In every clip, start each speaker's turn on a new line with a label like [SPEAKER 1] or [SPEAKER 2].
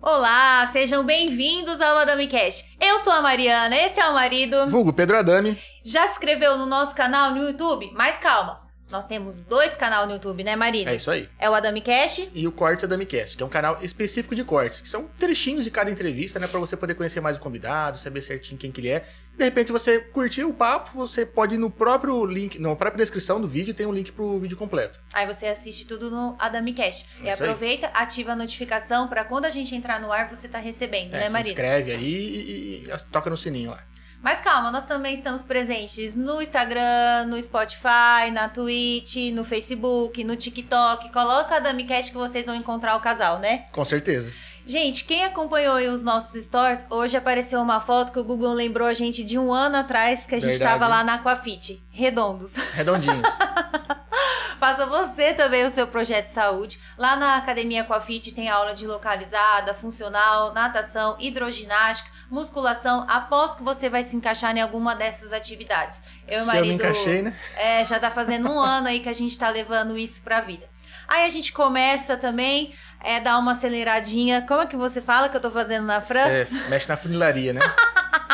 [SPEAKER 1] Olá, sejam bem-vindos ao Adami Cash. Eu sou a Mariana, esse é o marido.
[SPEAKER 2] Vulgo Pedro Adami.
[SPEAKER 1] Já se inscreveu no nosso canal no YouTube? Mas calma, nós temos dois canais no YouTube, né, marido?
[SPEAKER 2] É isso aí.
[SPEAKER 1] É o Adami Cash.
[SPEAKER 2] E o Cortes Adamicast, que é um canal específico de cortes, que são trechinhos de cada entrevista, né? Pra você poder conhecer mais o convidado, saber certinho quem que ele é. De repente você curtiu o papo, você pode ir no próprio link, na própria descrição do vídeo, tem um link pro vídeo completo.
[SPEAKER 1] Aí você assiste tudo no Adami Cash.
[SPEAKER 2] É
[SPEAKER 1] e
[SPEAKER 2] isso aí.
[SPEAKER 1] aproveita, ativa a notificação pra quando a gente entrar no ar você tá recebendo,
[SPEAKER 2] É,
[SPEAKER 1] né,
[SPEAKER 2] se
[SPEAKER 1] marido?
[SPEAKER 2] inscreve aí e, e- e toca no sininho lá.
[SPEAKER 1] Mas calma, nós também estamos presentes no Instagram, no Spotify, na Twitch, no Facebook, no TikTok. Coloca a DamiCast que vocês vão encontrar o casal, né?
[SPEAKER 2] Com certeza.
[SPEAKER 1] Gente, quem acompanhou aí os nossos stories, hoje apareceu uma foto que o Google lembrou a gente de um ano atrás que a gente
[SPEAKER 2] Verdade.
[SPEAKER 1] tava lá na Aquafit. Redondos.
[SPEAKER 2] Redondinhos.
[SPEAKER 1] Faça você também o seu projeto de saúde. Lá na Academia Aquafit tem aula de localizada, funcional, natação, hidroginástica, musculação. Aposto que você vai se encaixar em alguma dessas atividades. Eu e o
[SPEAKER 2] se eu
[SPEAKER 1] marido
[SPEAKER 2] me encaixei, né?
[SPEAKER 1] é, já tá fazendo um ano aí que a gente tá levando isso pra vida. Aí a gente começa também, é dar uma aceleradinha. Como é que você fala que eu tô fazendo na Fran?
[SPEAKER 2] Você mexe na funilaria, né?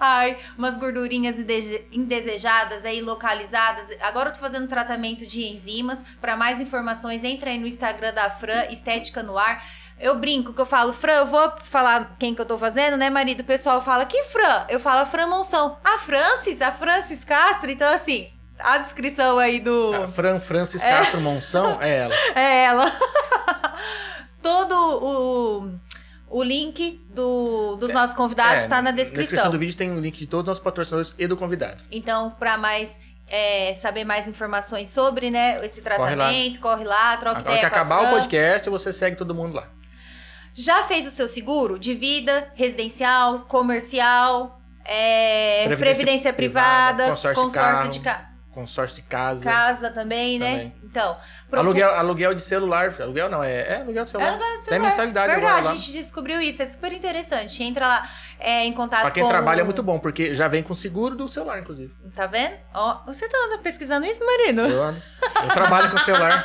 [SPEAKER 1] Ai, umas gordurinhas indese- indesejadas aí localizadas. Agora eu tô fazendo tratamento de enzimas. Pra mais informações, entra aí no Instagram da Fran, Estética no Ar. Eu brinco que eu falo, Fran, eu vou falar quem que eu tô fazendo, né, marido? O pessoal fala, que Fran? Eu falo, a Fran Monção. A Francis, a Francis Castro. Então, assim, a descrição aí do...
[SPEAKER 2] A Fran Francis Castro Monção é ela.
[SPEAKER 1] É ela. Todo o... O link do- dos nossos convidados
[SPEAKER 2] É,
[SPEAKER 1] tá na
[SPEAKER 2] Na descrição do vídeo tem um link de todos os nossos patrocinadores e do convidado.
[SPEAKER 1] Então, para mais é, saber mais informações sobre, né, esse tratamento, corre lá, troca
[SPEAKER 2] Agora
[SPEAKER 1] ideia
[SPEAKER 2] que
[SPEAKER 1] com a
[SPEAKER 2] acabar o
[SPEAKER 1] Fran.
[SPEAKER 2] podcast, você segue todo mundo lá.
[SPEAKER 1] Já fez o seu seguro de vida, residencial, comercial, é, previdência,
[SPEAKER 2] Previdência
[SPEAKER 1] privada,
[SPEAKER 2] privada, consórcio de
[SPEAKER 1] de ca-
[SPEAKER 2] Consórcio de casa.
[SPEAKER 1] casa também, né?
[SPEAKER 2] Também.
[SPEAKER 1] Então,
[SPEAKER 2] Aluguel, aluguel de celular. filho. Aluguel não, é, é aluguel de celular.
[SPEAKER 1] aluguel de
[SPEAKER 2] Tem
[SPEAKER 1] celular.
[SPEAKER 2] mensalidade
[SPEAKER 1] Verdade,
[SPEAKER 2] agora
[SPEAKER 1] a
[SPEAKER 2] lá.
[SPEAKER 1] gente descobriu isso, é super interessante. Entra lá é, em contato
[SPEAKER 2] Pra quem
[SPEAKER 1] com...
[SPEAKER 2] trabalha é muito bom, porque já vem com seguro do celular, inclusive.
[SPEAKER 1] Tá vendo? Ó, você tá andando pesquisando isso, Marino?
[SPEAKER 2] Eu, ando- eu trabalho com celular.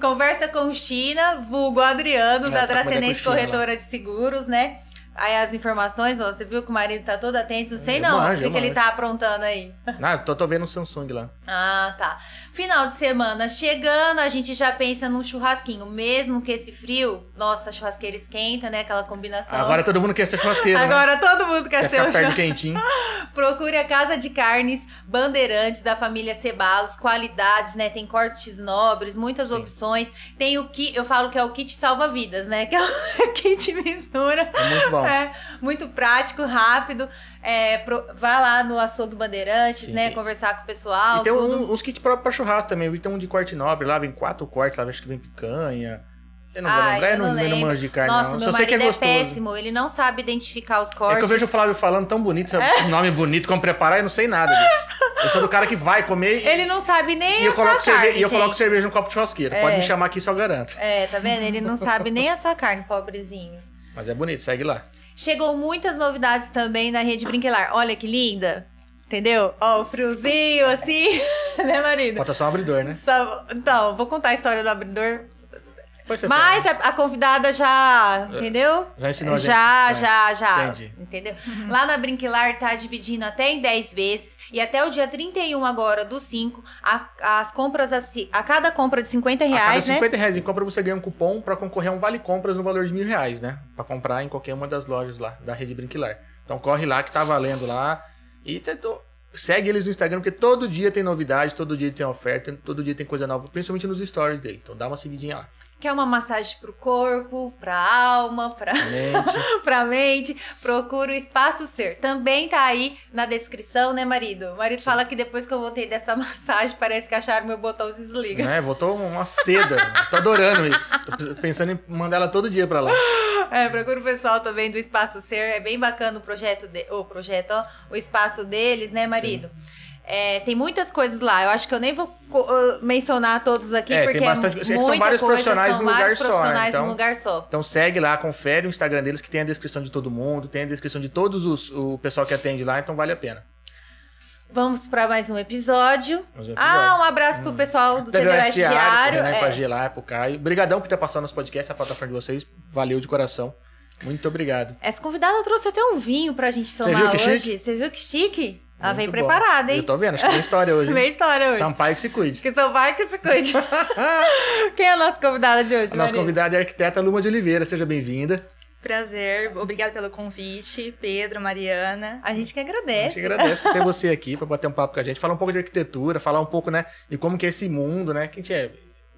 [SPEAKER 1] Conversa com China, vulgo Adriano,
[SPEAKER 2] É,
[SPEAKER 1] da
[SPEAKER 2] troca uma ideia
[SPEAKER 1] Transcendente
[SPEAKER 2] com China
[SPEAKER 1] Corretora de Seguros, né? Aí as informações, ó, você viu que o marido tá todo atento,
[SPEAKER 2] É,
[SPEAKER 1] sei não, o
[SPEAKER 2] manjo,
[SPEAKER 1] que
[SPEAKER 2] eu
[SPEAKER 1] que ele
[SPEAKER 2] manjo.
[SPEAKER 1] tá aprontando aí.
[SPEAKER 2] Ah, eu tô, tô vendo um Samsung lá.
[SPEAKER 1] Ah, tá. Final de semana chegando, a gente já pensa num churrasquinho, mesmo que esse frio, nossa, a churrasqueira esquenta, né? Aquela combinação.
[SPEAKER 2] Agora todo mundo quer ser churrasqueiro, né?
[SPEAKER 1] Agora todo mundo quer,
[SPEAKER 2] Quer
[SPEAKER 1] ser
[SPEAKER 2] ficar
[SPEAKER 1] o churrasqueiro.
[SPEAKER 2] perto quentinho.
[SPEAKER 1] Procure a Casa de Carnes Bandeirantes da família Cebalos, qualidades, né? Tem cortes nobres, muitas
[SPEAKER 2] Sim.
[SPEAKER 1] opções. Tem o que eu falo que é o kit salva-vidas, né? Que é o kit mistura.
[SPEAKER 2] É muito bom.
[SPEAKER 1] É, muito prático, rápido. É, pro- vá lá no açougue Bandeirantes,
[SPEAKER 2] Sim,
[SPEAKER 1] né?
[SPEAKER 2] sim.
[SPEAKER 1] Conversar com o pessoal,
[SPEAKER 2] e tem
[SPEAKER 1] tudo.
[SPEAKER 2] um- uns kits próprios pra churrasco também. Eu vi, Tem um de corte nobre lá, vem quatro cortes lá, acho que vem picanha. Eu não vou
[SPEAKER 1] Ai,
[SPEAKER 2] lembrar,
[SPEAKER 1] eu
[SPEAKER 2] eu não,
[SPEAKER 1] não
[SPEAKER 2] eu não
[SPEAKER 1] lembro.
[SPEAKER 2] manjo de carne,
[SPEAKER 1] Nossa,
[SPEAKER 2] não.
[SPEAKER 1] meu
[SPEAKER 2] Só sei que é
[SPEAKER 1] marido é,
[SPEAKER 2] gostoso.
[SPEAKER 1] péssimo, ele não sabe identificar os
[SPEAKER 2] É
[SPEAKER 1] cortes.
[SPEAKER 2] que eu vejo o Flávio falando tão bonito, sabe?
[SPEAKER 1] É.
[SPEAKER 2] nome bonito, como preparar, eu não sei nada. bicho. Eu sou do cara que vai comer e-
[SPEAKER 1] Ele não sabe nem
[SPEAKER 2] e eu
[SPEAKER 1] assar
[SPEAKER 2] coloco, cerve-
[SPEAKER 1] carne,
[SPEAKER 2] e eu coloco
[SPEAKER 1] gente.
[SPEAKER 2] cerveja no copo de churrasqueira. Pode
[SPEAKER 1] É.
[SPEAKER 2] me chamar aqui, só garanto.
[SPEAKER 1] É, tá vendo? Ele não sabe nem assar carne, pobrezinho.
[SPEAKER 2] Mas é bonito, segue lá.
[SPEAKER 1] Chegou muitas novidades também na Rede Brinquelar. Olha que linda. Entendeu? Ó, o friozinho, assim. né, marido?
[SPEAKER 2] Falta só um abridor, né?
[SPEAKER 1] Só- Então, vou contar a história do abridor.
[SPEAKER 2] Depois você
[SPEAKER 1] Mas a, a convidada já,
[SPEAKER 2] É.
[SPEAKER 1] entendeu?
[SPEAKER 2] Já ensinou a gente.
[SPEAKER 1] Já,
[SPEAKER 2] É,
[SPEAKER 1] já, já.
[SPEAKER 2] entendi.
[SPEAKER 1] Entendeu? Lá na Brinquilar tá dividindo até em 10 vezes. E até o dia 31 agora do 5, a, as compras, a, si- a cada compra de 50
[SPEAKER 2] fala. a cada
[SPEAKER 1] reais, né?
[SPEAKER 2] 50 reais em compra, você ganha um cupom pra concorrer a um vale compras no valor de mil reais, né? Pra comprar em qualquer uma das lojas lá, da Rede Brinquilar. Então corre lá que tá valendo lá. E tentou... segue eles no Instagram, porque todo dia tem novidade, todo dia tem oferta, todo dia tem coisa nova, principalmente nos stories dele. Então dá uma seguidinha lá.
[SPEAKER 1] Quer é uma massagem pro corpo, pra alma, pra.
[SPEAKER 2] Gente,
[SPEAKER 1] pra mente, procura o espaço ser. Também tá aí na descrição, né, marido? O marido fala que depois que eu voltei dessa massagem, parece que acharam meu botão de desliga.
[SPEAKER 2] né? Voltou uma seda. Tô adorando isso. Tô pensando em mandar ela todo dia pra lá.
[SPEAKER 1] É, procura o pessoal também do espaço ser, é bem bacana o projeto de, o projeto, ó, o espaço deles, né, marido? É, tem muitas coisas lá. Eu acho que eu nem vou co- uh, mencionar todos aqui,
[SPEAKER 2] É, tem
[SPEAKER 1] porque
[SPEAKER 2] bastante-
[SPEAKER 1] é
[SPEAKER 2] é que
[SPEAKER 1] muita
[SPEAKER 2] são vários
[SPEAKER 1] coisa,
[SPEAKER 2] profissionais
[SPEAKER 1] são
[SPEAKER 2] num lugar
[SPEAKER 1] vários
[SPEAKER 2] só, né?
[SPEAKER 1] profissionais
[SPEAKER 2] Então-
[SPEAKER 1] num lugar só.
[SPEAKER 2] Então segue lá, confere o Instagram deles que tem a descrição de todo mundo, tem a descrição de todos os o pessoal que atende lá, então vale a pena.
[SPEAKER 1] Vamos pra mais um episódio.
[SPEAKER 2] Mas é
[SPEAKER 1] Ah, um abraço pro pessoal do TV Oeste Diário.
[SPEAKER 2] pro Renan
[SPEAKER 1] é.
[SPEAKER 2] pra Gelar, pro Caio. Obrigadão por ter passado nos podcasts, a plataforma de vocês. Valeu de coração. Muito obrigado.
[SPEAKER 1] Essa convidada trouxe até um vinho pra gente
[SPEAKER 2] Você
[SPEAKER 1] tomar
[SPEAKER 2] viu que
[SPEAKER 1] hoje.
[SPEAKER 2] chique?
[SPEAKER 1] Você viu que chique? Ela
[SPEAKER 2] Muito
[SPEAKER 1] vem
[SPEAKER 2] bom.
[SPEAKER 1] preparada,
[SPEAKER 2] Eu
[SPEAKER 1] hein?
[SPEAKER 2] tô vendo, acho que tem história hoje.
[SPEAKER 1] Meia história hoje.
[SPEAKER 2] Sampaio que se cuide.
[SPEAKER 1] Que só vai que se cuide. Quem é a nossa convidada de hoje,
[SPEAKER 2] A nossa
[SPEAKER 1] Maria?
[SPEAKER 2] convidada é a arquiteta Luma de Oliveira, seja bem-vinda.
[SPEAKER 3] Prazer, obrigada pelo convite, Pedro, Mariana.
[SPEAKER 1] A gente que
[SPEAKER 2] A
[SPEAKER 1] agradece.
[SPEAKER 2] gente agradece por ter você aqui, pra bater um papo com a gente, falar um pouco de arquitetura, falar um pouco, né, de como que é esse mundo, né, que a gente é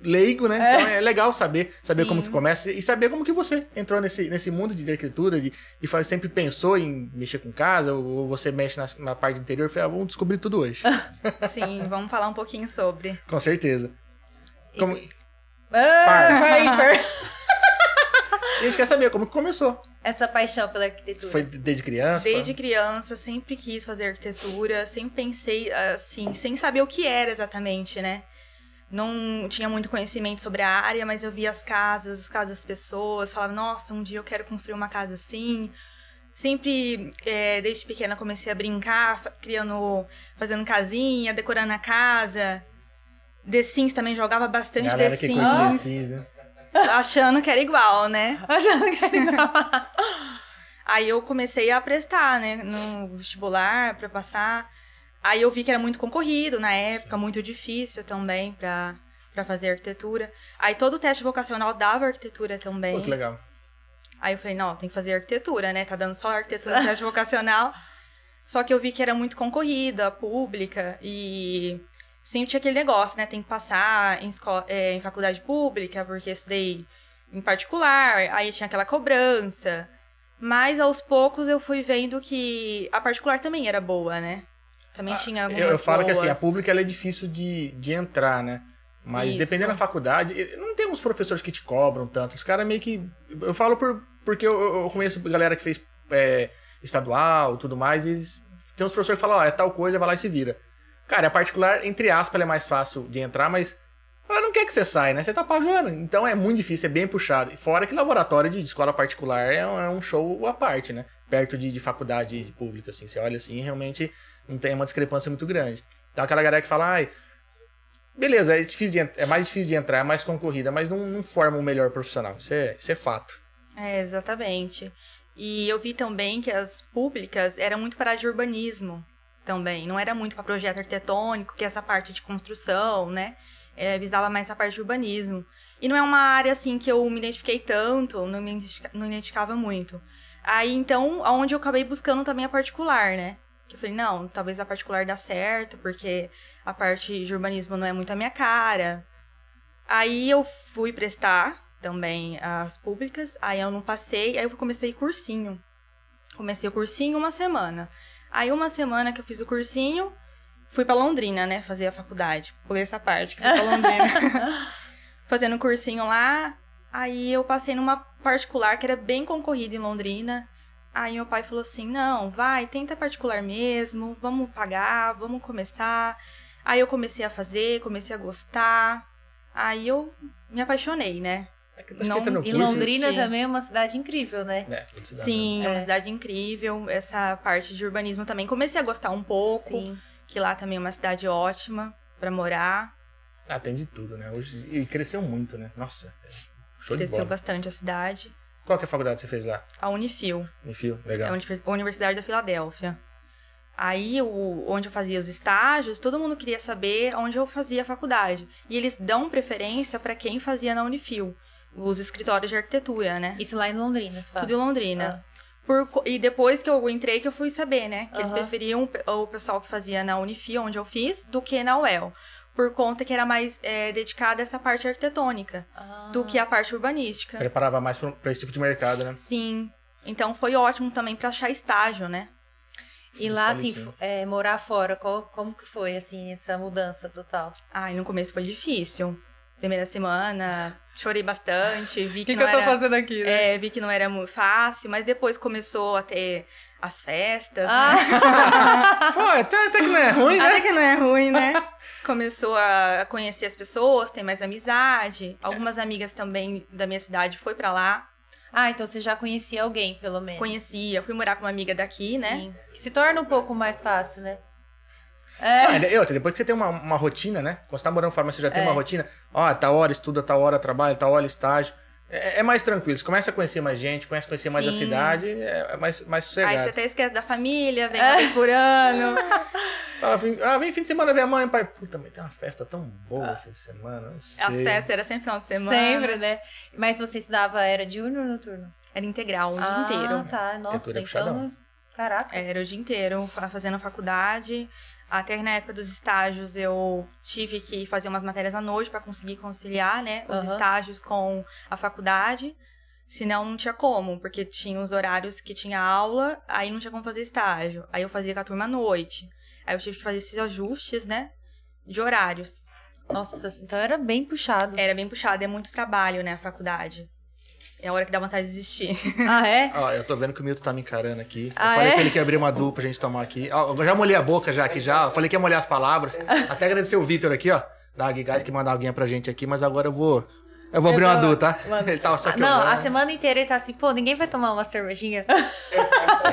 [SPEAKER 2] leigo, né, então é legal saber, saber
[SPEAKER 3] Sim.
[SPEAKER 2] como que começa e saber como que você entrou nesse, nesse mundo de arquitetura, de, de fazer- sempre pensou em mexer com casa, ou, ou você mexe na, na parte do interior, eu falei, ah, vamos descobrir tudo hoje,
[SPEAKER 3] Sim, vamos falar um pouquinho sobre.
[SPEAKER 2] com certeza. Como,
[SPEAKER 1] Ah,
[SPEAKER 3] Par.
[SPEAKER 1] Piper.
[SPEAKER 2] e a gente quer saber como que começou,
[SPEAKER 1] Essa paixão pela arquitetura.
[SPEAKER 2] foi desde criança?
[SPEAKER 3] Desde
[SPEAKER 2] foi-
[SPEAKER 3] criança, sempre quis fazer arquitetura, sempre pensei assim, sem saber o que era exatamente, né? Não tinha muito conhecimento sobre a área, mas eu via as casas, as casas das pessoas, falava, nossa, um dia eu quero construir uma casa assim. Sempre, é, desde pequena, comecei a brincar, fa- criando, fazendo casinha, decorando a casa. The Sims também jogava bastante
[SPEAKER 2] Galera
[SPEAKER 3] The
[SPEAKER 2] que
[SPEAKER 3] Sims,
[SPEAKER 2] curte The
[SPEAKER 1] Nossa.
[SPEAKER 2] Sims, né?
[SPEAKER 3] achando que era igual, né?
[SPEAKER 1] Achando que era igual.
[SPEAKER 3] Aí eu comecei a prestar, né, no vestibular pra passar. Aí eu vi que era muito concorrido na época, muito difícil também pra para fazer arquitetura. Aí todo o teste vocacional dava arquitetura também.
[SPEAKER 2] Pô, que legal.
[SPEAKER 3] Aí eu falei, não, tem que fazer arquitetura, né? Tá dando só arquitetura no teste vocacional. Só que eu vi que era muito concorrida, pública, e sempre tinha aquele negócio, né? Tem que passar em, esco- é, em faculdade pública, porque eu estudei em particular, aí tinha aquela cobrança. Mas aos poucos eu fui vendo que a particular também era boa, né? Também
[SPEAKER 2] Ah,
[SPEAKER 3] tinha
[SPEAKER 2] Eu-
[SPEAKER 3] algumas
[SPEAKER 2] Eu, falo que assim, a
[SPEAKER 3] Tá boas.
[SPEAKER 2] pública ela é difícil de, de entrar, né? Mas
[SPEAKER 3] Isso.
[SPEAKER 2] dependendo da faculdade, e- não tem uns professores que te cobram tanto. Os caras meio que. Eu falo por, porque eu, eu conheço galera que fez é, estadual e tudo mais, e eles- tem uns professores que falam, ó, é tal coisa, vai lá e se vira. Cara, a particular, entre aspas, ela é mais fácil de entrar, mas ela não quer que você saia, né? Você tá pagando. Então é muito difícil, é bem puxado. E Fora que laboratório de escola particular é um, é um show à parte, né? Perto de, de faculdade pública, assim. Você olha assim, realmente não tem é uma discrepância muito grande. Então aquela galera que fala, ai, beleza, é, difícil de en- é mais difícil de entrar, é mais concorrida, mas não, não forma um melhor profissional. Isso é, isso é fato.
[SPEAKER 3] É, exatamente. E eu vi também que as públicas eram muito para de urbanismo também. Não era muito para projeto arquitetônico, que é essa parte de construção, né? É, visava mais essa parte de urbanismo. E não é uma área assim que eu me identifiquei tanto, não me identifica- não identificava muito. Aí então, aonde eu acabei buscando também a particular, né? Que eu falei, não, talvez a particular dá certo, porque a parte de urbanismo não é muito a minha cara. Aí eu fui prestar também as públicas, aí eu não passei, aí eu comecei cursinho. Comecei o cursinho uma semana. Aí uma semana que eu fiz o cursinho, fui pra Londrina, né, fazer a faculdade. Pulei essa parte, que eu fui pra Londrina. Fazendo o cursinho lá, aí eu passei numa particular que era bem concorrida em Londrina. Aí meu pai falou assim: "Não, vai, tenta particular mesmo, vamos pagar, vamos começar". Aí eu comecei a fazer, comecei a gostar. Aí eu me apaixonei, né?
[SPEAKER 2] É que
[SPEAKER 3] Não-
[SPEAKER 2] entra no
[SPEAKER 1] E
[SPEAKER 2] curso,
[SPEAKER 1] Londrina
[SPEAKER 3] Sim.
[SPEAKER 1] também é uma cidade incrível, né?
[SPEAKER 2] né, toda cidade,
[SPEAKER 3] Sim, é
[SPEAKER 1] É.
[SPEAKER 3] uma cidade incrível. Essa parte de urbanismo também comecei a gostar um pouco,
[SPEAKER 1] Sim.
[SPEAKER 3] que lá também é uma cidade ótima pra morar.
[SPEAKER 2] né? Ah, tem de tudo, né? Hoje, e cresceu muito, né? Nossa, show de
[SPEAKER 3] Cresceu
[SPEAKER 2] bola.
[SPEAKER 3] bastante a cidade.
[SPEAKER 2] Qual que é a faculdade que você fez lá?
[SPEAKER 3] A Unifil,
[SPEAKER 2] Enfio,
[SPEAKER 3] é a
[SPEAKER 2] legal.
[SPEAKER 3] Univer- Universidade da Filadélfia. Aí, o, onde eu fazia os estágios, todo mundo queria saber onde eu fazia a faculdade. E eles dão preferência pra quem fazia na Unifil, os escritórios de arquitetura, né?
[SPEAKER 1] Isso lá em Londrina, se fala.
[SPEAKER 3] Tudo em
[SPEAKER 1] Ah.
[SPEAKER 3] Londrina. Por co- e depois que eu entrei, que eu fui saber, né? Que eles
[SPEAKER 1] Aham.
[SPEAKER 3] preferiam o pe- o pessoal que fazia na Unifi, onde eu fiz, do que na UEL. Por conta que era mais eh, dedicada a essa parte arquitetônica
[SPEAKER 1] Ah.
[SPEAKER 3] do que a parte urbanística.
[SPEAKER 2] Preparava mais pra, pra esse tipo de mercado, né?
[SPEAKER 3] Sim. Então foi ótimo também pra achar estágio, né?
[SPEAKER 1] E lá, assim,
[SPEAKER 2] Principalmente, né?
[SPEAKER 1] f- é, morar fora, qual- como que foi, assim, essa mudança total?
[SPEAKER 3] Ai, no começo foi difícil. primeira semana, chorei bastante, vi que,
[SPEAKER 4] O que, que
[SPEAKER 3] não
[SPEAKER 4] eu tô
[SPEAKER 3] era...
[SPEAKER 4] fazendo aqui, né?
[SPEAKER 3] É, vi que não era muito fácil, mas depois começou a ter as
[SPEAKER 1] É,
[SPEAKER 3] festas,
[SPEAKER 1] assim.
[SPEAKER 3] né?
[SPEAKER 1] Ah.
[SPEAKER 2] Foi, até, até que não é ruim, né?
[SPEAKER 3] Até que não é ruim, né? Começou a conhecer as pessoas, tem mais amizade. Algumas amigas também da minha cidade foi pra lá,
[SPEAKER 1] ah, então você já conhecia alguém, pelo menos.
[SPEAKER 3] conhecia, fui morar com uma amiga daqui, né?
[SPEAKER 1] É. Sim. Se torna um pouco mais fácil, né?
[SPEAKER 2] Ah, e outra, depois que você tem uma, uma rotina, né? Quando você tá morando fora, mas você já tem
[SPEAKER 1] É.
[SPEAKER 2] uma rotina. Ó, tá hora estuda, tá hora trabalha, tá hora estágio. É, é mais tranquilo. Você começa a conhecer mais gente, começa a conhecer mais a
[SPEAKER 1] Sim.
[SPEAKER 2] cidade, é é mais, mais
[SPEAKER 3] Aí você
[SPEAKER 2] sossegado.
[SPEAKER 3] até esquece da família, vem uma vez por ano.
[SPEAKER 2] Ah, vem, ah, vem fim de semana ver a mãe, pai. Puta, mãe, tem uma festa tão
[SPEAKER 1] Ah.
[SPEAKER 2] boa fim de
[SPEAKER 1] É
[SPEAKER 2] semana. Não sei.
[SPEAKER 3] As festas era sempre final de semana.
[SPEAKER 1] Sempre, né? Mas você estudava, era diurno ou noturno?
[SPEAKER 3] Era integral, o dia
[SPEAKER 1] ah,
[SPEAKER 3] inteiro. É.
[SPEAKER 1] tá. Nossa,
[SPEAKER 2] Tempura é
[SPEAKER 1] então...
[SPEAKER 2] puxadão.
[SPEAKER 1] Caraca.
[SPEAKER 3] Era o dia inteiro, fa- fazendo faculdade. Até na época dos estágios eu tive que fazer umas matérias à noite pra conseguir conciliar, né? Os
[SPEAKER 1] Aham.
[SPEAKER 3] estágios com a faculdade. Senão não tinha como, porque tinha os horários que tinha aula, aí não tinha como fazer estágio. Aí eu fazia com a turma à noite. Aí eu tive que fazer esses ajustes, né? De horários.
[SPEAKER 1] Nossa, então era bem puxado.
[SPEAKER 3] Era bem puxado, é muito trabalho, né? A faculdade. É a hora que dá vontade de desistir.
[SPEAKER 1] Ah, é?
[SPEAKER 2] Ó, eu tô vendo que o Milton tá me encarando aqui. Eu
[SPEAKER 1] Ah,
[SPEAKER 2] falei
[SPEAKER 1] é?
[SPEAKER 2] pra ele que ia abrir uma dupla pra gente tomar aqui. Ó, eu já molhei a boca já aqui já. Eu falei que ia molhar as palavras. Até agradecer o Vitor aqui, ó. Da Águia e Gás que mandou alguém pra gente aqui, mas agora eu vou. Eu vou abrir uma
[SPEAKER 1] vou- Ah,
[SPEAKER 2] dupla, tá? Ele tava só que
[SPEAKER 1] Não, a semana inteira ele tá assim, pô, ninguém vai tomar uma cervejinha.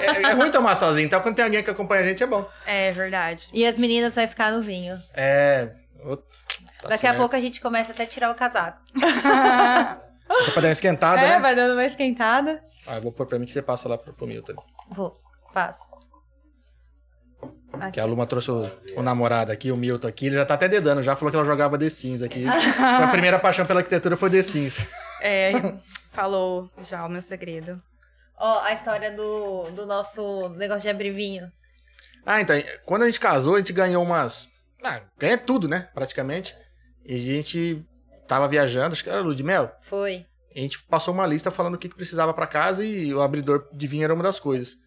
[SPEAKER 2] É, é ruim tomar sozinho, então quando tem alguém que acompanha a gente é bom.
[SPEAKER 3] É verdade.
[SPEAKER 1] E as meninas vão ficar no vinho.
[SPEAKER 2] É. ô, tá
[SPEAKER 1] Daqui a
[SPEAKER 2] certo.
[SPEAKER 1] pouco a gente começa até a tirar o casaco.
[SPEAKER 2] Dá pra dar uma esquentada,
[SPEAKER 1] é,
[SPEAKER 2] né?
[SPEAKER 1] vai dando uma esquentada.
[SPEAKER 2] Ah, eu vou pôr pra mim que você passa lá pro, pro Milton.
[SPEAKER 1] Vou, passo.
[SPEAKER 2] Que a Luma trouxe o, o namorado aqui, o Milton aqui. Ele já tá até dedando, já falou que ela jogava The Sims aqui. a primeira paixão pela arquitetura foi The Sims.
[SPEAKER 3] É, falou já o meu segredo.
[SPEAKER 1] Ó, a história do, do nosso negócio de abrir vinho.
[SPEAKER 2] Ah, então, quando a gente casou, a gente ganhou umas. Ah, ganha tudo, né? Praticamente. E a gente tava viajando, acho que era lua de mel.
[SPEAKER 1] Foi.
[SPEAKER 2] A gente passou uma lista falando o que, que precisava pra casa e o abridor de vinho era uma das coisas.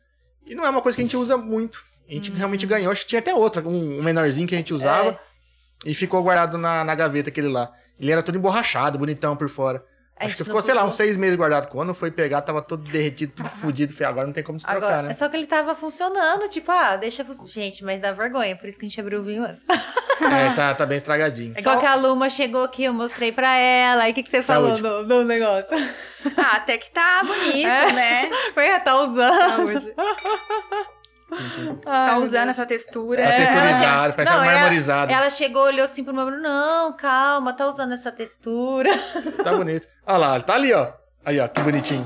[SPEAKER 2] E não é uma coisa que a gente usa muito. A
[SPEAKER 1] Hum.
[SPEAKER 2] gente realmente ganhou. Acho que tinha até outra, um, um menorzinho que a
[SPEAKER 1] É.
[SPEAKER 2] gente usava. E ficou guardado na, na gaveta aquele lá. Ele era todo emborrachado, bonitão por fora.
[SPEAKER 1] A
[SPEAKER 2] Acho
[SPEAKER 1] gente É,
[SPEAKER 2] que
[SPEAKER 1] não
[SPEAKER 2] ficou, sei lá,
[SPEAKER 1] comprou.
[SPEAKER 2] uns seis meses guardado. Quando foi pegar, tava todo derretido, tudo fudido. Falei, agora não tem como se trocar,
[SPEAKER 1] Agora,
[SPEAKER 2] né?
[SPEAKER 1] só que ele tava funcionando, tipo, ah, deixa. fun- Gente, mas dá vergonha, por isso que a gente abriu o vinho antes.
[SPEAKER 2] É, tá, tá bem estragadinho.
[SPEAKER 3] É
[SPEAKER 1] Só
[SPEAKER 3] igual-
[SPEAKER 1] que a Luma chegou aqui, eu mostrei pra ela. E o que, que você
[SPEAKER 2] Saúde.
[SPEAKER 1] falou do, do negócio?
[SPEAKER 3] Ah, até que tá bonito,
[SPEAKER 1] É.
[SPEAKER 3] né?
[SPEAKER 1] Foi, ah, tá usando.
[SPEAKER 3] Tá
[SPEAKER 1] Ai, meu
[SPEAKER 3] usando essa textura. É,
[SPEAKER 2] Tá
[SPEAKER 1] ela
[SPEAKER 2] texturizado, parece
[SPEAKER 1] É. Não, é
[SPEAKER 2] um
[SPEAKER 1] ela-
[SPEAKER 2] marmorizado.
[SPEAKER 1] Ela chegou, olhou assim pro meu irmão, não, calma, tá usando essa textura.
[SPEAKER 2] Tá bonito. Olha lá, tá ali, ó. Aí, ó, que bonitinho.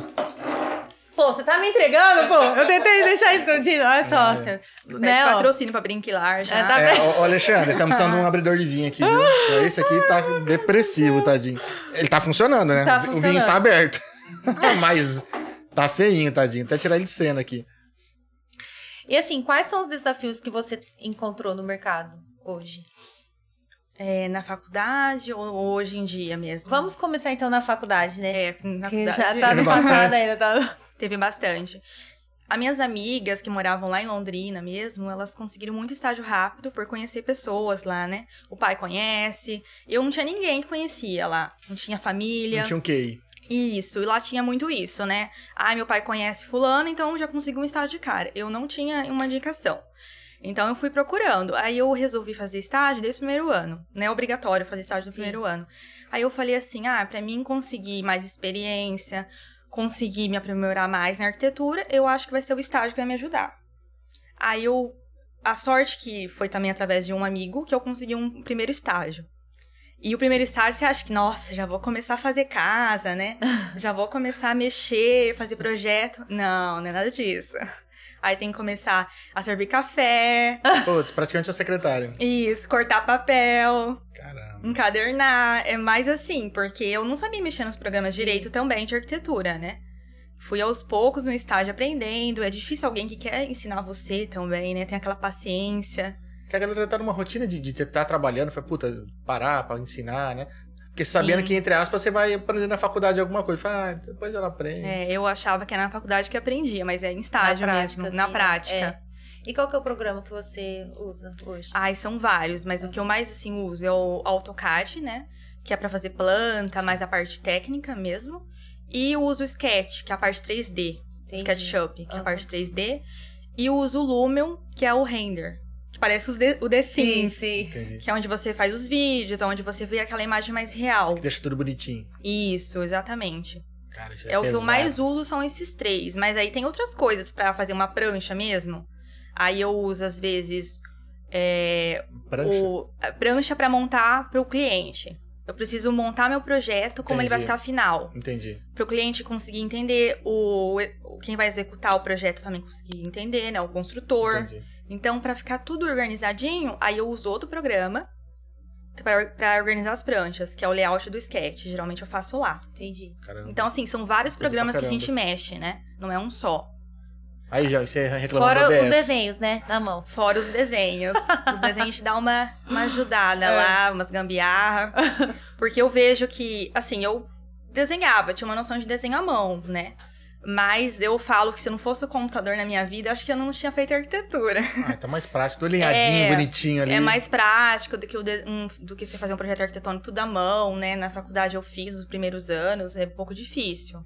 [SPEAKER 1] Pô, você tá me entregando, pô? Eu tentei deixar escondido. Olha só, você.
[SPEAKER 3] Pede
[SPEAKER 1] Né, ó.
[SPEAKER 3] patrocínio né? pra brinquilar já.
[SPEAKER 1] É, tá-
[SPEAKER 2] É, ô, ô, Alexandre, estamos precisando de
[SPEAKER 3] Ah.
[SPEAKER 2] um abridor de vinho aqui, viu? Então, Esse aqui tá depressivo, tadinho. Ele tá funcionando, né?
[SPEAKER 1] Tá
[SPEAKER 2] O vi- O
[SPEAKER 1] funcionando.
[SPEAKER 2] vinho está aberto. Mas tá feinho, tadinho. Até tirar ele de cena aqui.
[SPEAKER 1] E assim, quais são os desafios que você encontrou no mercado hoje?
[SPEAKER 3] É, na faculdade ou hoje em dia mesmo?
[SPEAKER 1] Vamos começar então na faculdade, né?
[SPEAKER 3] É, na
[SPEAKER 1] Porque
[SPEAKER 3] faculdade
[SPEAKER 1] já tá no
[SPEAKER 2] Teve bastante.
[SPEAKER 1] passado ainda, tá?
[SPEAKER 3] teve bastante. As minhas amigas que moravam lá em Londrina mesmo, elas conseguiram muito estágio rápido por conhecer pessoas lá, né? O pai conhece. Eu não tinha ninguém que conhecia lá. Não tinha família.
[SPEAKER 2] Não tinha um QI.
[SPEAKER 3] Isso, e lá tinha muito isso, né? Ah, meu pai conhece fulano, então já consegui um estágio de cara. Eu não tinha uma indicação. Então eu fui procurando. Aí eu resolvi fazer estágio desde o primeiro ano, né? Obrigatório fazer estágio no
[SPEAKER 1] Sim.
[SPEAKER 3] primeiro ano. Aí eu falei assim: ah, pra mim conseguir mais experiência, conseguir me aprimorar mais na arquitetura, eu acho que vai ser o estágio que vai me ajudar. Aí eu. A sorte que foi também através de um amigo que eu consegui um primeiro estágio. E o primeiro estágio você acha que, nossa, já vou começar a fazer casa, né? Já vou começar a mexer, fazer projeto. Não, não é nada disso. Aí tem que começar a servir café,
[SPEAKER 2] Putz, praticamente é um secretário.
[SPEAKER 3] isso, cortar papel,
[SPEAKER 2] Caramba.
[SPEAKER 3] encadernar. É mais assim, porque eu não sabia mexer nos programas
[SPEAKER 1] Sim.
[SPEAKER 3] direito também de arquitetura, né? Fui aos poucos no estágio aprendendo. É difícil alguém que quer ensinar você também, né? Tem aquela paciência.
[SPEAKER 2] Porque a galera tá numa rotina de estar trabalhando. Foi, puta, parar pra ensinar, né? Porque sabendo
[SPEAKER 3] Sim.
[SPEAKER 2] que, entre aspas, você vai aprender na faculdade alguma coisa. Fala, ah, depois ela aprende.
[SPEAKER 3] É, eu achava que era na faculdade que aprendia, mas é em estágio
[SPEAKER 1] prática,
[SPEAKER 3] mesmo, na
[SPEAKER 1] sim,
[SPEAKER 3] prática. Ah,
[SPEAKER 1] é. E qual que é o programa que você usa hoje?
[SPEAKER 3] Ai, são vários, mas o que eu mais assim uso é o AutoCAD, né? que é para fazer planta, mais a parte técnica mesmo. E eu uso o Sketch, que é a parte 3D.
[SPEAKER 1] Entendi.
[SPEAKER 3] SketchUp, que é a
[SPEAKER 1] Aham.
[SPEAKER 3] parte 3D. E eu uso o Lumion, que é o render. Que parece os The- o The
[SPEAKER 1] Sim,
[SPEAKER 3] Sims.
[SPEAKER 1] sim.
[SPEAKER 2] Entendi.
[SPEAKER 3] Que é onde você faz os vídeos, é onde você vê aquela imagem mais real.
[SPEAKER 2] Que deixa tudo bonitinho.
[SPEAKER 3] Isso, exatamente.
[SPEAKER 2] Cara, isso é,
[SPEAKER 3] É o que eu
[SPEAKER 2] pesado.
[SPEAKER 3] mais uso são esses três, mas aí tem outras coisas pra fazer uma prancha mesmo. Aí eu uso às vezes é,
[SPEAKER 2] Prancha.
[SPEAKER 3] o- a prancha pra montar pro cliente. Eu preciso montar meu projeto como ele vai
[SPEAKER 2] Entendi.
[SPEAKER 3] ficar final,
[SPEAKER 2] Entendi.
[SPEAKER 3] Pro cliente conseguir entender o o- quem vai executar o projeto também conseguir entender, né, o construtor.
[SPEAKER 2] Entendi.
[SPEAKER 3] Então, pra ficar tudo organizadinho, aí eu uso outro programa pra pra organizar as pranchas, que é o layout do Sketch. Geralmente eu faço lá.
[SPEAKER 1] Entendi.
[SPEAKER 2] Caramba.
[SPEAKER 3] Então, assim, são vários
[SPEAKER 2] Coisa pra
[SPEAKER 3] programas que a
[SPEAKER 2] caramba.
[SPEAKER 3] gente mexe, né? Não é um só.
[SPEAKER 2] Aí já você reclamou
[SPEAKER 1] Fora
[SPEAKER 2] do
[SPEAKER 1] os
[SPEAKER 2] OBS.
[SPEAKER 1] desenhos, né? Na mão.
[SPEAKER 3] Fora os desenhos. os desenhos a gente dá uma, uma ajudada
[SPEAKER 1] É.
[SPEAKER 3] lá, umas gambiarra. Porque eu vejo que, assim, eu desenhava, tinha uma noção de desenho à mão, né? Mas eu falo que se não fosse o computador na minha vida, acho que eu não tinha feito arquitetura.
[SPEAKER 2] Ah, tá mais prático, tudo alinhadinho,
[SPEAKER 3] É,
[SPEAKER 2] bonitinho ali.
[SPEAKER 3] É mais prático do que, o de- um- do que você fazer um projeto arquitetônico tudo à mão, né? Na faculdade eu fiz os primeiros anos, é um pouco difícil.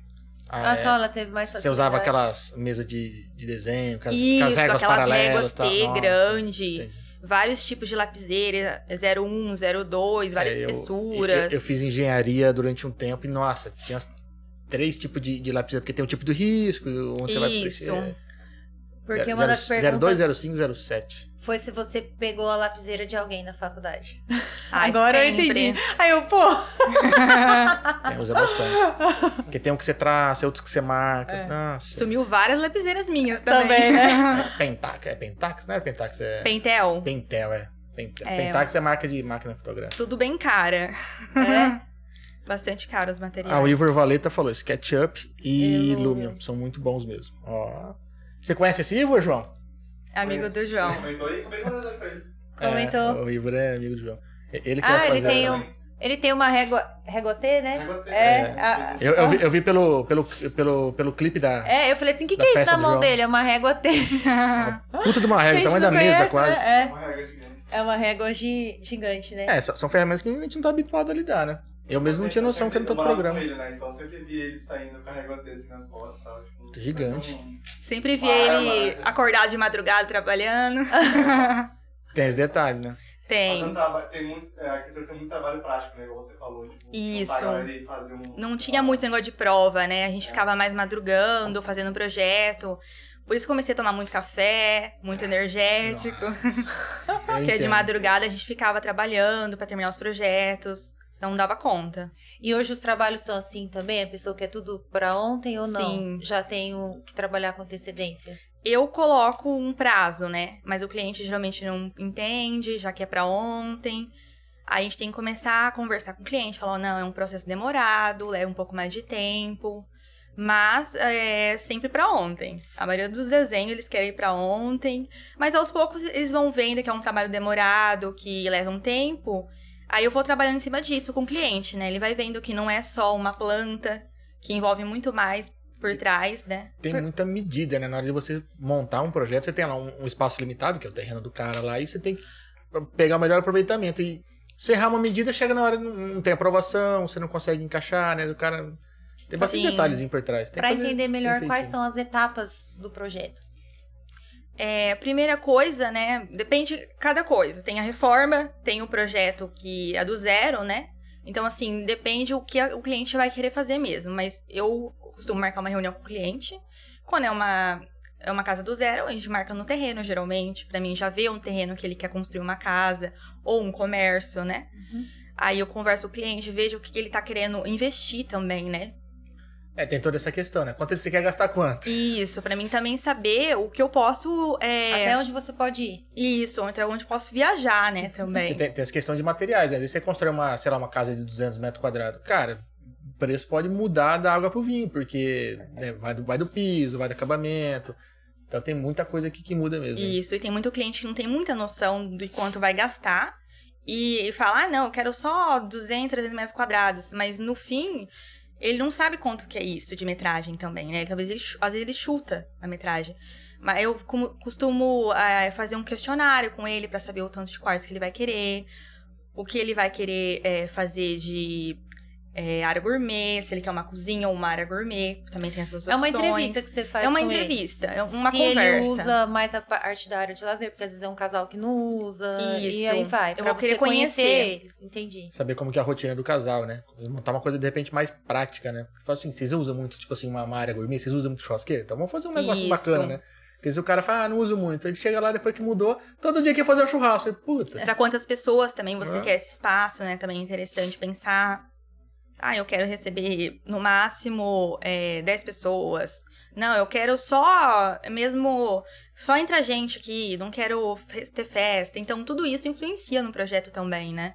[SPEAKER 2] Ah,
[SPEAKER 1] A
[SPEAKER 2] é.
[SPEAKER 1] Sola teve mais
[SPEAKER 2] Você usava
[SPEAKER 1] facilidade.
[SPEAKER 2] aquelas mesas de, de desenho, com as, com as
[SPEAKER 3] Isso,
[SPEAKER 2] réguas
[SPEAKER 3] aquelas
[SPEAKER 2] paralelas.
[SPEAKER 3] réguas
[SPEAKER 2] e
[SPEAKER 3] T
[SPEAKER 2] tal. Nossa,
[SPEAKER 3] grande,
[SPEAKER 2] entendi.
[SPEAKER 3] vários tipos de lapiseira, 01, 02, várias
[SPEAKER 2] É, eu-
[SPEAKER 3] espessuras.
[SPEAKER 2] Eu, eu fiz engenharia durante um tempo e, nossa, tinha três tipos de, de lapiseira, porque tem o tipo do risco, onde você vai
[SPEAKER 3] Isso.
[SPEAKER 1] Porque uma das perguntas
[SPEAKER 2] 02, 05, 07.
[SPEAKER 1] foi se você pegou a lapiseira de alguém na faculdade.
[SPEAKER 3] Ai,
[SPEAKER 1] Agora
[SPEAKER 3] sempre.
[SPEAKER 1] eu entendi. Aí eu, pô.
[SPEAKER 2] É, usa bastante. porque tem um que você traça, outros que você marca.
[SPEAKER 3] É.
[SPEAKER 2] Nossa.
[SPEAKER 3] Sumiu várias lapiseiras minhas
[SPEAKER 1] Também,
[SPEAKER 3] também. né?
[SPEAKER 2] É Pentax, é Pentax? Não é Pentax, é
[SPEAKER 3] Pentel,
[SPEAKER 2] Pentel, é. Pentel.
[SPEAKER 3] É,
[SPEAKER 2] Pentax é marca de máquina fotográfica.
[SPEAKER 3] tudo bem cara.
[SPEAKER 1] É.
[SPEAKER 3] Bastante caro os materiais.
[SPEAKER 2] Ah, o Ivor Valeta falou SketchUp e
[SPEAKER 1] E Lumion.
[SPEAKER 2] Lumion. São muito bons mesmo. Ó. Você conhece esse Ivor, João?
[SPEAKER 3] Amigo do João.
[SPEAKER 4] Comentou aí, acabei de mandar mensagem pra ele.
[SPEAKER 1] Comentou.
[SPEAKER 2] É, o Ivor é amigo do João. E- Ele que
[SPEAKER 1] Ah,
[SPEAKER 2] vai
[SPEAKER 1] ele
[SPEAKER 2] fazer
[SPEAKER 1] tem
[SPEAKER 2] a-
[SPEAKER 1] um- Ele tem uma régua. Régua T, né?
[SPEAKER 4] Negotei.
[SPEAKER 1] É,
[SPEAKER 4] É,
[SPEAKER 1] a-
[SPEAKER 2] Eu, eu vi, eu vi pelo, pelo, pelo, pelo clipe da
[SPEAKER 1] É, eu falei assim: o que,
[SPEAKER 2] Da
[SPEAKER 1] que é isso
[SPEAKER 2] festa
[SPEAKER 1] na
[SPEAKER 2] do
[SPEAKER 1] mão
[SPEAKER 2] João.
[SPEAKER 1] dele? É uma régua T.
[SPEAKER 2] puta de uma
[SPEAKER 1] A
[SPEAKER 2] régua,
[SPEAKER 1] gente
[SPEAKER 2] tamanho da
[SPEAKER 1] não conhece,
[SPEAKER 2] mesa
[SPEAKER 1] né?
[SPEAKER 2] quase.
[SPEAKER 1] É.
[SPEAKER 4] Uma regra gigante.
[SPEAKER 1] É uma régua gi- gigante, né?
[SPEAKER 2] É, só- são ferramentas que a gente não tá habituado a lidar, né? Eu mesmo não tinha noção que era um
[SPEAKER 4] Eu
[SPEAKER 2] todo
[SPEAKER 4] morava com
[SPEAKER 2] programa.
[SPEAKER 4] Ele, né? Então eu sempre vi ele saindo com a régua desse nas costas e tal. Tipo,
[SPEAKER 2] Tá gigante.
[SPEAKER 4] parece
[SPEAKER 3] Sempre vi
[SPEAKER 4] Ah,
[SPEAKER 3] ele
[SPEAKER 4] maravilha.
[SPEAKER 3] acordado de madrugada trabalhando.
[SPEAKER 4] um-
[SPEAKER 2] Tem esse detalhe, né?
[SPEAKER 4] Fazendo
[SPEAKER 3] Tem.
[SPEAKER 4] um traba- tem muito, é, a arquitetura tem muito trabalho prático, né? Igual você falou. Tipo,
[SPEAKER 3] Isso.
[SPEAKER 4] não pagar ele e fazer um-
[SPEAKER 3] Não tinha muito negócio de prova, né? A gente
[SPEAKER 4] É.
[SPEAKER 3] ficava mais madrugando, fazendo projeto. Por isso comecei a tomar muito café, muito energético.
[SPEAKER 1] é
[SPEAKER 2] Eu
[SPEAKER 3] Porque de
[SPEAKER 2] entendo.
[SPEAKER 3] madrugada a gente ficava trabalhando pra terminar os projetos. Então, Não dava conta.
[SPEAKER 1] E hoje os trabalhos são assim também? A pessoa quer tudo pra ontem ou não?
[SPEAKER 3] Sim.
[SPEAKER 1] Já tem o- que trabalhar com antecedência?
[SPEAKER 3] Eu coloco um prazo, né? Mas o cliente geralmente não entende, já que é pra ontem. Aí a gente tem que começar a conversar com o cliente, falar, não, é um processo demorado, leva um pouco mais de tempo. Mas é sempre pra ontem. A maioria dos desenhos eles querem ir pra ontem, mas aos poucos eles vão vendo que é um trabalho demorado, que leva um tempo. Aí eu vou trabalhando em cima disso com o cliente, né? Ele vai vendo que não é só uma planta, que envolve muito mais por trás, né?
[SPEAKER 2] Tem muita medida, né? Na hora de você montar um projeto, você tem lá um, um espaço limitado, que é o terreno do cara lá, e você tem que pegar o melhor aproveitamento. E se errar uma medida, chega na hora, não, não tem aprovação, você não consegue encaixar, né? O cara. Tem bastante
[SPEAKER 3] Sim.
[SPEAKER 2] detalhezinho por trás. Tem
[SPEAKER 1] Pra
[SPEAKER 2] que fazer
[SPEAKER 1] entender melhor
[SPEAKER 2] bem
[SPEAKER 1] quais
[SPEAKER 2] feitinho.
[SPEAKER 1] são as etapas do projeto.
[SPEAKER 3] É, primeira coisa, né? Depende cada coisa. Tem a reforma, tem o projeto que é do zero, né? Então, assim, depende o que a- o cliente vai querer fazer mesmo. Mas eu costumo marcar uma reunião com o cliente. Quando é uma, é uma casa do zero, a gente marca no terreno, geralmente. Pra mim, já vê um terreno que ele quer construir uma casa ou um comércio, né?
[SPEAKER 1] Uhum.
[SPEAKER 3] Aí eu converso com o cliente, vejo o que que ele tá querendo investir também, né?
[SPEAKER 2] É, tem toda essa questão, né? Quanto você quer gastar quanto?
[SPEAKER 3] Isso, pra mim também saber o que eu posso. é,
[SPEAKER 1] Até onde você pode ir.
[SPEAKER 3] Isso, até onde eu posso viajar, né, também.
[SPEAKER 2] Tem, tem essa questão de materiais, né? Às vezes você constrói uma, sei lá, uma casa de 200 metros quadrados. Cara, o preço pode mudar da água pro vinho, porque né, vai, do, vai do piso, vai do acabamento. Então tem muita coisa aqui que muda mesmo. né?
[SPEAKER 3] Isso, e tem muito cliente que não tem muita noção de quanto vai gastar e, e fala, ah, não, eu quero só 200, 300 metros quadrados, mas no fim, ele não sabe quanto que é isso de metragem também, né? Talvez ele, chu- às vezes ele chuta a metragem. Mas eu eh, como- costumo ah, fazer um questionário com ele pra saber o tanto de quartos que ele vai querer, o que ele vai querer é, fazer de é, área gourmet, se ele quer uma cozinha ou uma área gourmet, também tem essas
[SPEAKER 1] É uma
[SPEAKER 3] opções.
[SPEAKER 1] entrevista que você faz
[SPEAKER 3] É uma
[SPEAKER 1] com ele.
[SPEAKER 3] entrevista, é uma
[SPEAKER 1] Se
[SPEAKER 3] conversa.
[SPEAKER 1] ele usa mais a parte da área de lazer, porque às vezes é um casal que não usa. E
[SPEAKER 3] Isso.
[SPEAKER 1] aí vai.
[SPEAKER 3] Eu
[SPEAKER 1] pra
[SPEAKER 3] vou
[SPEAKER 1] você
[SPEAKER 3] querer
[SPEAKER 1] conhecer.
[SPEAKER 3] conhecer.
[SPEAKER 1] eles. Entendi.
[SPEAKER 2] Saber como que é a rotina do casal, né? Montar uma coisa, de repente, mais prática, né? Porque fala assim, vocês usam muito, tipo assim, uma, uma área gourmet, vocês usam muito churrasqueira? Então vamos fazer um negócio
[SPEAKER 3] Isso.
[SPEAKER 2] bacana, né? Porque se o cara fala, ah, não uso muito. Ele chega lá, depois que mudou, todo dia quer fazer um churrasco. Eu falei, Puta.
[SPEAKER 3] Pra quantas pessoas também você
[SPEAKER 2] É.
[SPEAKER 3] quer esse espaço, né? Também é interessante pensar. Ah, eu quero receber no máximo é, 10 pessoas. Não, eu quero só, mesmo, só entre a gente aqui, não quero fe- ter festa. Então, tudo isso influencia no projeto também, né?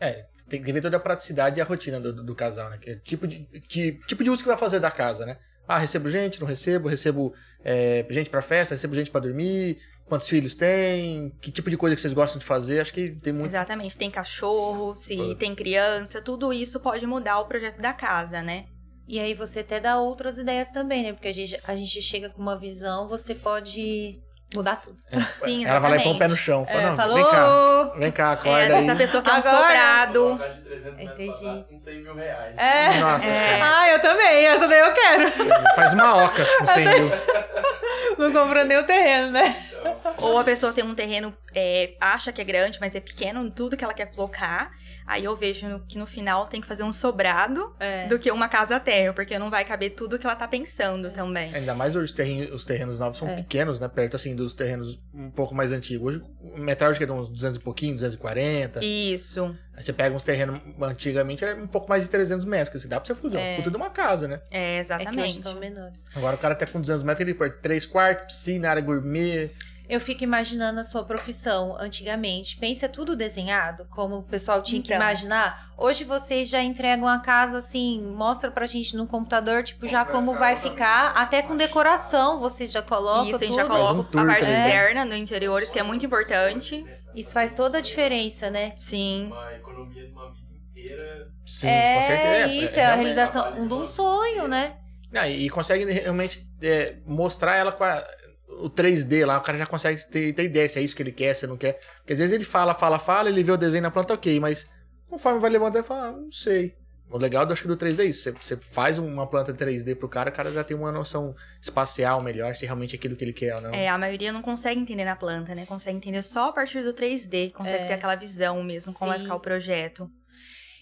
[SPEAKER 2] É, tem que ver toda a praticidade e a rotina do, do- do casal, né? Que é tipo de, de- tipo de uso que vai fazer da casa, né? Ah, recebo gente, não recebo, recebo é, gente pra festa, recebo gente pra dormir, quantos filhos tem, que tipo de coisa que vocês gostam de fazer, acho que tem muito.
[SPEAKER 3] Exatamente. Tem cachorro, se
[SPEAKER 2] Pô.
[SPEAKER 3] tem criança, tudo isso pode mudar o projeto da casa, né?
[SPEAKER 1] E aí você até dá outras ideias também, né? Porque a gente, a gente chega com uma visão, você pode mudar tudo.
[SPEAKER 3] Sim, exatamente.
[SPEAKER 2] Ela vai lá e põe o pé no chão, fala,
[SPEAKER 1] É,
[SPEAKER 2] não,
[SPEAKER 1] falou!
[SPEAKER 2] vem cá, vem cá,
[SPEAKER 3] É,
[SPEAKER 2] acorda
[SPEAKER 3] se
[SPEAKER 2] aí.
[SPEAKER 3] essa pessoa quer um
[SPEAKER 1] Agora-
[SPEAKER 3] sobrado.
[SPEAKER 4] Uma de 300 metros
[SPEAKER 1] Entendi.
[SPEAKER 4] quadrados com 100 mil reais.
[SPEAKER 1] É.
[SPEAKER 2] Nossa senhora,
[SPEAKER 1] Ah, eu também, essa daí eu quero.
[SPEAKER 2] faz uma oca com 100 mil.
[SPEAKER 1] Não comprou nem o terreno, né?
[SPEAKER 4] Então,
[SPEAKER 3] Ou a pessoa tem um terreno, é, acha que é grande, mas é pequeno, tudo que ela quer colocar. Aí eu vejo no- que no final tem que fazer um sobrado
[SPEAKER 1] É.
[SPEAKER 3] do que uma casa térreo, porque não vai caber tudo que ela tá pensando também.
[SPEAKER 2] Ainda mais hoje os terrenos, os terrenos novos são
[SPEAKER 1] É.
[SPEAKER 2] pequenos, né? Perto assim dos terrenos um pouco mais antigos. Hoje, o metragem que é de uns 200 e pouquinho, 240.
[SPEAKER 3] Isso.
[SPEAKER 2] Aí você pega uns terrenos, antigamente era um pouco mais de 300 metros, que assim, dá pra você fazer
[SPEAKER 1] É.
[SPEAKER 2] uma puta de uma casa, né?
[SPEAKER 3] É,
[SPEAKER 1] É que hoje
[SPEAKER 3] exatamente.
[SPEAKER 1] são menores.
[SPEAKER 2] Agora o cara tá com 200 metros, ele perde 3 quartos, piscina, área
[SPEAKER 1] É,
[SPEAKER 2] gourmet.
[SPEAKER 1] Eu fico imaginando a sua profissão antigamente. Pensa é tudo desenhado, como o pessoal tinha que
[SPEAKER 3] Então.
[SPEAKER 1] imaginar. Hoje vocês já entregam a casa assim, mostra pra gente no computador, tipo, já como vai ficar, até com decoração vocês já colocam
[SPEAKER 3] Isso a gente
[SPEAKER 1] tudo.
[SPEAKER 3] já
[SPEAKER 2] Faz
[SPEAKER 3] coloca
[SPEAKER 2] um tour,
[SPEAKER 3] a parte
[SPEAKER 2] tá ligado?
[SPEAKER 3] interna no interior, isso que é muito importante.
[SPEAKER 1] Isso faz toda a diferença, né?
[SPEAKER 3] Sim.
[SPEAKER 4] Uma economia de uma vida inteira.
[SPEAKER 2] Sim,
[SPEAKER 1] é,
[SPEAKER 2] com certeza.
[SPEAKER 1] isso, é a
[SPEAKER 2] realmente-
[SPEAKER 1] realização um de um sonho, né?
[SPEAKER 2] Não, Ah, e e consegue realmente é, mostrar ela com a- o 3D lá, o cara já consegue ter, ter ideia se é isso que ele quer, se não quer. Porque às vezes ele fala, fala, fala, ele vê o desenho na planta, ok, mas conforme vai levantando, ele fala, ah, não sei. O legal, do- acho que do 3D é isso. Você, você faz uma planta 3D pro cara, o cara já tem uma noção espacial melhor, se realmente é aquilo que ele quer ou não.
[SPEAKER 3] É, a maioria não consegue entender na planta, né? Consegue entender só a partir do 3D, consegue
[SPEAKER 1] É.
[SPEAKER 3] ter aquela visão mesmo, como vai
[SPEAKER 1] Sim.
[SPEAKER 3] ficar o projeto.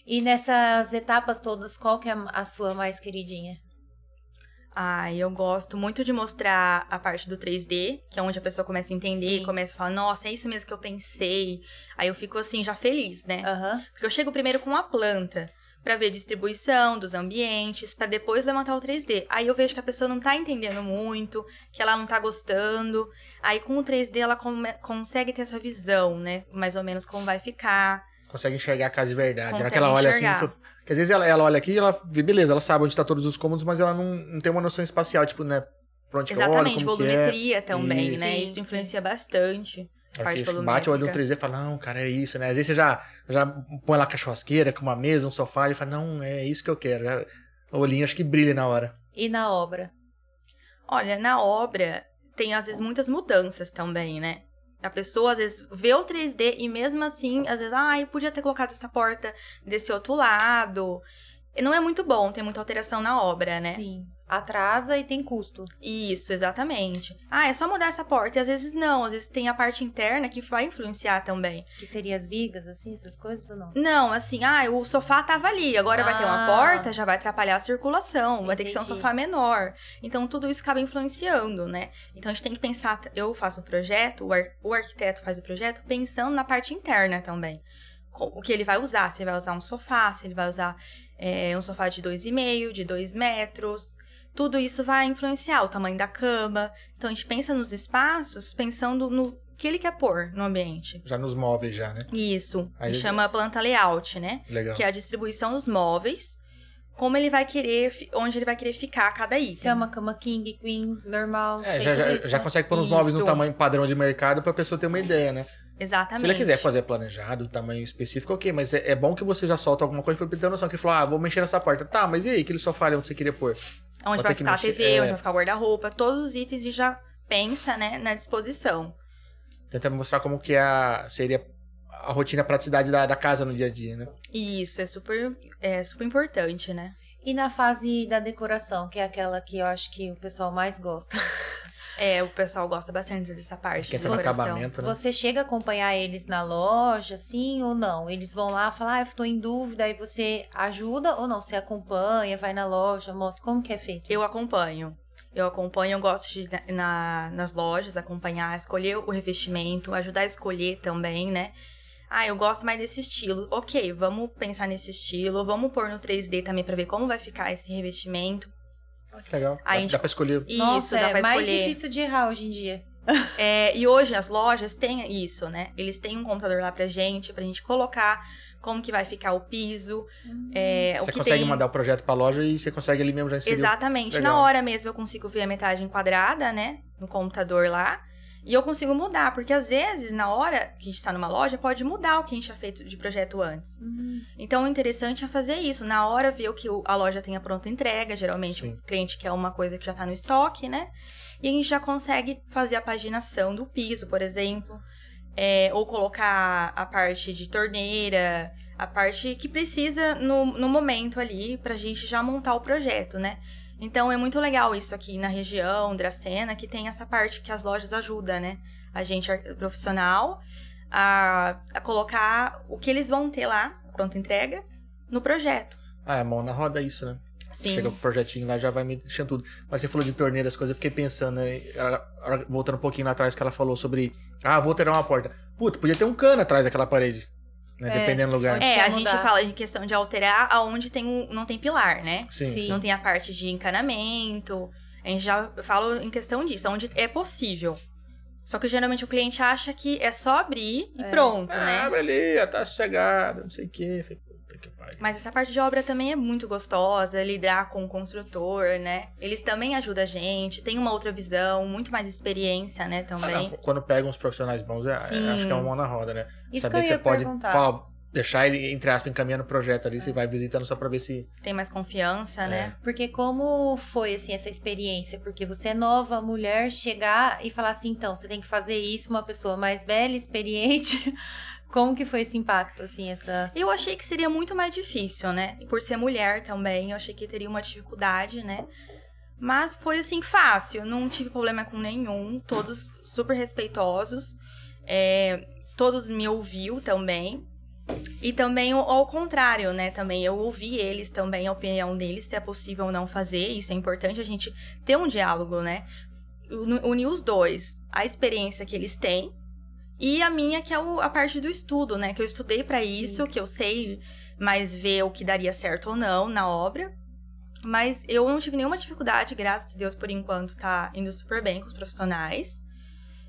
[SPEAKER 1] E nessas etapas todas, qual que é a sua mais queridinha?
[SPEAKER 3] Ah, eu gosto muito de mostrar a parte do 3D, que é onde a pessoa começa a entender,
[SPEAKER 1] Sim.
[SPEAKER 3] começa a falar, nossa, é isso mesmo que eu pensei. Aí eu fico assim, já feliz, né?
[SPEAKER 1] Aham.
[SPEAKER 3] Porque eu chego primeiro com a planta, pra ver a distribuição dos ambientes, pra depois levantar o 3D. Aí eu vejo que a pessoa não tá entendendo muito, que ela não tá gostando. Aí com o 3D ela come- consegue ter essa visão, né? Mais ou menos como vai ficar.
[SPEAKER 2] Consegue enxergar a casa de verdade.
[SPEAKER 3] Consegue
[SPEAKER 2] Consegue ela olha
[SPEAKER 3] enxergar.
[SPEAKER 2] assim. fala- Porque às vezes ela, ela olha aqui e ela vê, beleza, ela sabe onde tá todos os cômodos, mas ela não, não tem uma noção espacial, tipo, né? Pra onde
[SPEAKER 3] Exatamente,
[SPEAKER 2] que eu olho, como que é.
[SPEAKER 3] volumetria também,
[SPEAKER 2] Isso.
[SPEAKER 3] né?
[SPEAKER 1] Sim,
[SPEAKER 3] Isso
[SPEAKER 1] sim.
[SPEAKER 3] influencia bastante.
[SPEAKER 2] Porque
[SPEAKER 3] parte
[SPEAKER 2] bate o olho no
[SPEAKER 3] volumétrica.
[SPEAKER 2] 3D e fala, não, cara, é isso, né? Às vezes você já, já põe lá com a churrasqueira, com uma mesa, um sofá, e fala, não, é isso que eu quero. Já- O olhinho acho que brilha na hora.
[SPEAKER 1] E na obra?
[SPEAKER 3] Olha, na obra tem às vezes muitas mudanças também, né? A pessoa às vezes vê o 3D e mesmo assim, às vezes, ai, podia ter colocado essa porta desse outro lado. E Não é muito bom, tem muita alteração na obra, né?
[SPEAKER 1] Sim. Atrasa e tem custo.
[SPEAKER 3] Isso, exatamente. Ah, é só mudar essa porta. E às vezes não, às vezes tem a parte interna que vai influenciar também.
[SPEAKER 1] Que seria as vigas, assim, essas coisas ou não?
[SPEAKER 3] Não, assim, ah, o sofá tava ali, agora vai ter uma
[SPEAKER 1] Ah.
[SPEAKER 3] porta, já vai atrapalhar a circulação, vai ter que ser um
[SPEAKER 1] Entendi.
[SPEAKER 3] sofá menor. Então tudo isso acaba influenciando, né? Então a gente tem que pensar, eu faço o projeto, o, ar- o arquiteto faz o projeto, pensando na parte interna também. Co- O que ele vai usar, se ele vai usar um sofá, se ele vai usar é, um sofá de 2,5, de 2 metros. Tudo isso vai influenciar o tamanho da cama. Então a gente pensa nos espaços pensando no que ele quer pôr no ambiente.
[SPEAKER 2] Já nos móveis, já, né?
[SPEAKER 3] Isso,
[SPEAKER 2] Aí
[SPEAKER 3] que
[SPEAKER 2] ele-
[SPEAKER 3] chama planta layout, né?
[SPEAKER 2] Legal.
[SPEAKER 3] que é a distribuição dos móveis, como ele vai querer, fi- onde ele vai querer ficar cada item.
[SPEAKER 1] Se é uma cama king, queen, normal.
[SPEAKER 2] É,
[SPEAKER 1] tem
[SPEAKER 2] já,
[SPEAKER 1] tudo
[SPEAKER 2] já,
[SPEAKER 1] isso,
[SPEAKER 2] já
[SPEAKER 1] né?
[SPEAKER 2] consegue pôr os móveis no
[SPEAKER 3] um Isso.
[SPEAKER 2] tamanho padrão de mercado pra pessoa ter uma ideia, né?
[SPEAKER 3] Exatamente.
[SPEAKER 2] Se ele quiser fazer planejado, um tamanho específico, ok, mas é, é bom que você já solta alguma coisa pra ter noção. Que ele falou, ah, vou mexer nessa porta. Tá, mas e aí, aquele sofá ali onde você queria pôr? Vai
[SPEAKER 3] Onde vai
[SPEAKER 2] ter que
[SPEAKER 3] ficar a
[SPEAKER 2] mexer,
[SPEAKER 3] TV,
[SPEAKER 2] é.
[SPEAKER 3] onde vai ficar o guarda-roupa, todos os itens e já pensa, né, na disposição.
[SPEAKER 2] Tenta mostrar como que é a, seria a rotina, a praticidade da, da casa no dia a dia, né?
[SPEAKER 3] E isso é super, é super importante, né?
[SPEAKER 1] E na fase da decoração, que é aquela que eu acho que o pessoal mais gosta.
[SPEAKER 3] É, o pessoal gosta bastante dessa
[SPEAKER 2] Que
[SPEAKER 3] parte. de
[SPEAKER 2] entra no
[SPEAKER 3] decoração.
[SPEAKER 2] acabamento, né?
[SPEAKER 1] Você chega a acompanhar eles na loja, sim ou não? Eles vão lá falar, ah, eu tô em dúvida, aí você ajuda ou não? Você acompanha, vai na loja, mostra como que é feito.
[SPEAKER 3] Eu
[SPEAKER 1] isso?
[SPEAKER 3] acompanho. Eu acompanho, eu gosto de ir na- na- nas lojas, acompanhar, escolher o revestimento, ajudar a escolher também, né? Ah, eu gosto mais desse estilo. Ok, vamos pensar nesse estilo, vamos pôr no 3D também pra ver como vai ficar esse revestimento.
[SPEAKER 2] Ah, que legal.
[SPEAKER 3] A
[SPEAKER 2] dá,
[SPEAKER 3] gente-
[SPEAKER 2] dá pra escolher.
[SPEAKER 3] Isso,
[SPEAKER 1] Nossa,
[SPEAKER 3] dá
[SPEAKER 1] é
[SPEAKER 3] pra
[SPEAKER 1] mais
[SPEAKER 3] escolher.
[SPEAKER 1] difícil de errar hoje em dia.
[SPEAKER 3] É, e hoje as lojas têm isso, né? Eles têm um computador lá pra gente, pra gente colocar como que vai ficar o piso, é, o
[SPEAKER 1] Uhum.
[SPEAKER 2] Você
[SPEAKER 3] que
[SPEAKER 2] consegue
[SPEAKER 3] tem.
[SPEAKER 2] mandar o projeto pra loja e você consegue ali mesmo já inserir. o-
[SPEAKER 3] Exatamente.
[SPEAKER 2] Legal.
[SPEAKER 3] Na hora mesmo eu consigo ver a metade enquadrada, né? No computador lá. E eu consigo mudar, porque às vezes, na hora que a gente tá numa loja, pode mudar o que a gente já feito de projeto antes.
[SPEAKER 1] Hum.
[SPEAKER 3] Então, o interessante é fazer isso. Na hora, ver o que o- a loja tem a pronta entrega. Geralmente,
[SPEAKER 2] Sim.
[SPEAKER 3] o cliente quer uma coisa que já tá no estoque, né? E a gente já consegue fazer a paginação do piso, por exemplo. É, ou colocar a parte de torneira, a parte que precisa no, no momento ali, pra gente já montar o projeto, né? Então, é muito legal isso aqui na região, Dracena, que tem essa parte que as lojas ajudam, né? A gente ar- profissional a, a colocar o que eles vão ter lá, pronta entrega, no projeto.
[SPEAKER 2] Ah, é mão na roda isso, né?
[SPEAKER 3] Sim.
[SPEAKER 2] Chega com o projetinho lá, já vai me deixando tudo. Mas você falou de torneira, as coisas, eu fiquei pensando, né? Ela- ela- voltando um pouquinho lá atrás que ela falou sobre. Ah, vou ter uma porta. Puta, podia ter um cano atrás daquela parede. Né?
[SPEAKER 1] É,
[SPEAKER 2] Dependendo do lugar.
[SPEAKER 1] onde-
[SPEAKER 3] É,
[SPEAKER 1] quer
[SPEAKER 3] a gente
[SPEAKER 1] mudar.
[SPEAKER 3] fala de questão de alterar aonde tem um, não tem pilar, né?
[SPEAKER 2] Sim,
[SPEAKER 1] Sim.
[SPEAKER 2] sim.
[SPEAKER 3] Não tem a parte de encanamento. A gente já fala em questão disso, onde é possível. Só que geralmente o cliente acha que é só abrir e
[SPEAKER 1] É.
[SPEAKER 3] pronto,
[SPEAKER 2] Ah,
[SPEAKER 3] né?
[SPEAKER 2] abre ali, ela tá sossegada, não sei o quê. Falei, puta que pariu.
[SPEAKER 3] Mas essa parte de obra também é muito gostosa, lidar com o construtor, né? Eles também ajudam a gente, tem uma outra visão, muito mais experiência, né,
[SPEAKER 2] Ah, não,
[SPEAKER 3] também.
[SPEAKER 2] quando pega uns profissionais bons, é- é-
[SPEAKER 3] Sim.
[SPEAKER 2] acho que é uma mão na roda, né?
[SPEAKER 1] Isso
[SPEAKER 2] Saber
[SPEAKER 1] que eu
[SPEAKER 2] você
[SPEAKER 1] ia
[SPEAKER 2] pode
[SPEAKER 1] perguntar.
[SPEAKER 2] falar, deixar ele, entre aspas, encaminhando o projeto ali,
[SPEAKER 3] É.
[SPEAKER 2] você vai visitando só pra ver se.
[SPEAKER 3] Tem mais
[SPEAKER 2] É.
[SPEAKER 3] confiança, né?
[SPEAKER 1] Porque como foi assim essa experiência? Porque você é nova, mulher, chegar e falar assim, então, você tem que fazer isso, uma pessoa mais velha, experiente. Como que foi esse impacto assim, essa
[SPEAKER 3] Eu achei que seria muito mais difícil, né? E Por ser mulher também, eu achei que teria uma dificuldade, né? Mas foi assim fácil, não tive problema com nenhum, todos super respeitosos, é, todos me ouviu também. E também ao- ao contrário, né? Também eu ouvi eles também, a opinião deles, se é possível ou não fazer. Isso é importante a gente ter um diálogo, né? Uni- Unir os dois, a experiência que eles têm e a minha, que é o- a parte do estudo, né? Que eu estudei pra
[SPEAKER 1] Sim.
[SPEAKER 3] isso, que eu sei mais ver o que daria certo ou não na obra. Mas eu não tive nenhuma dificuldade, graças a Deus, por enquanto, tá indo super bem com os profissionais.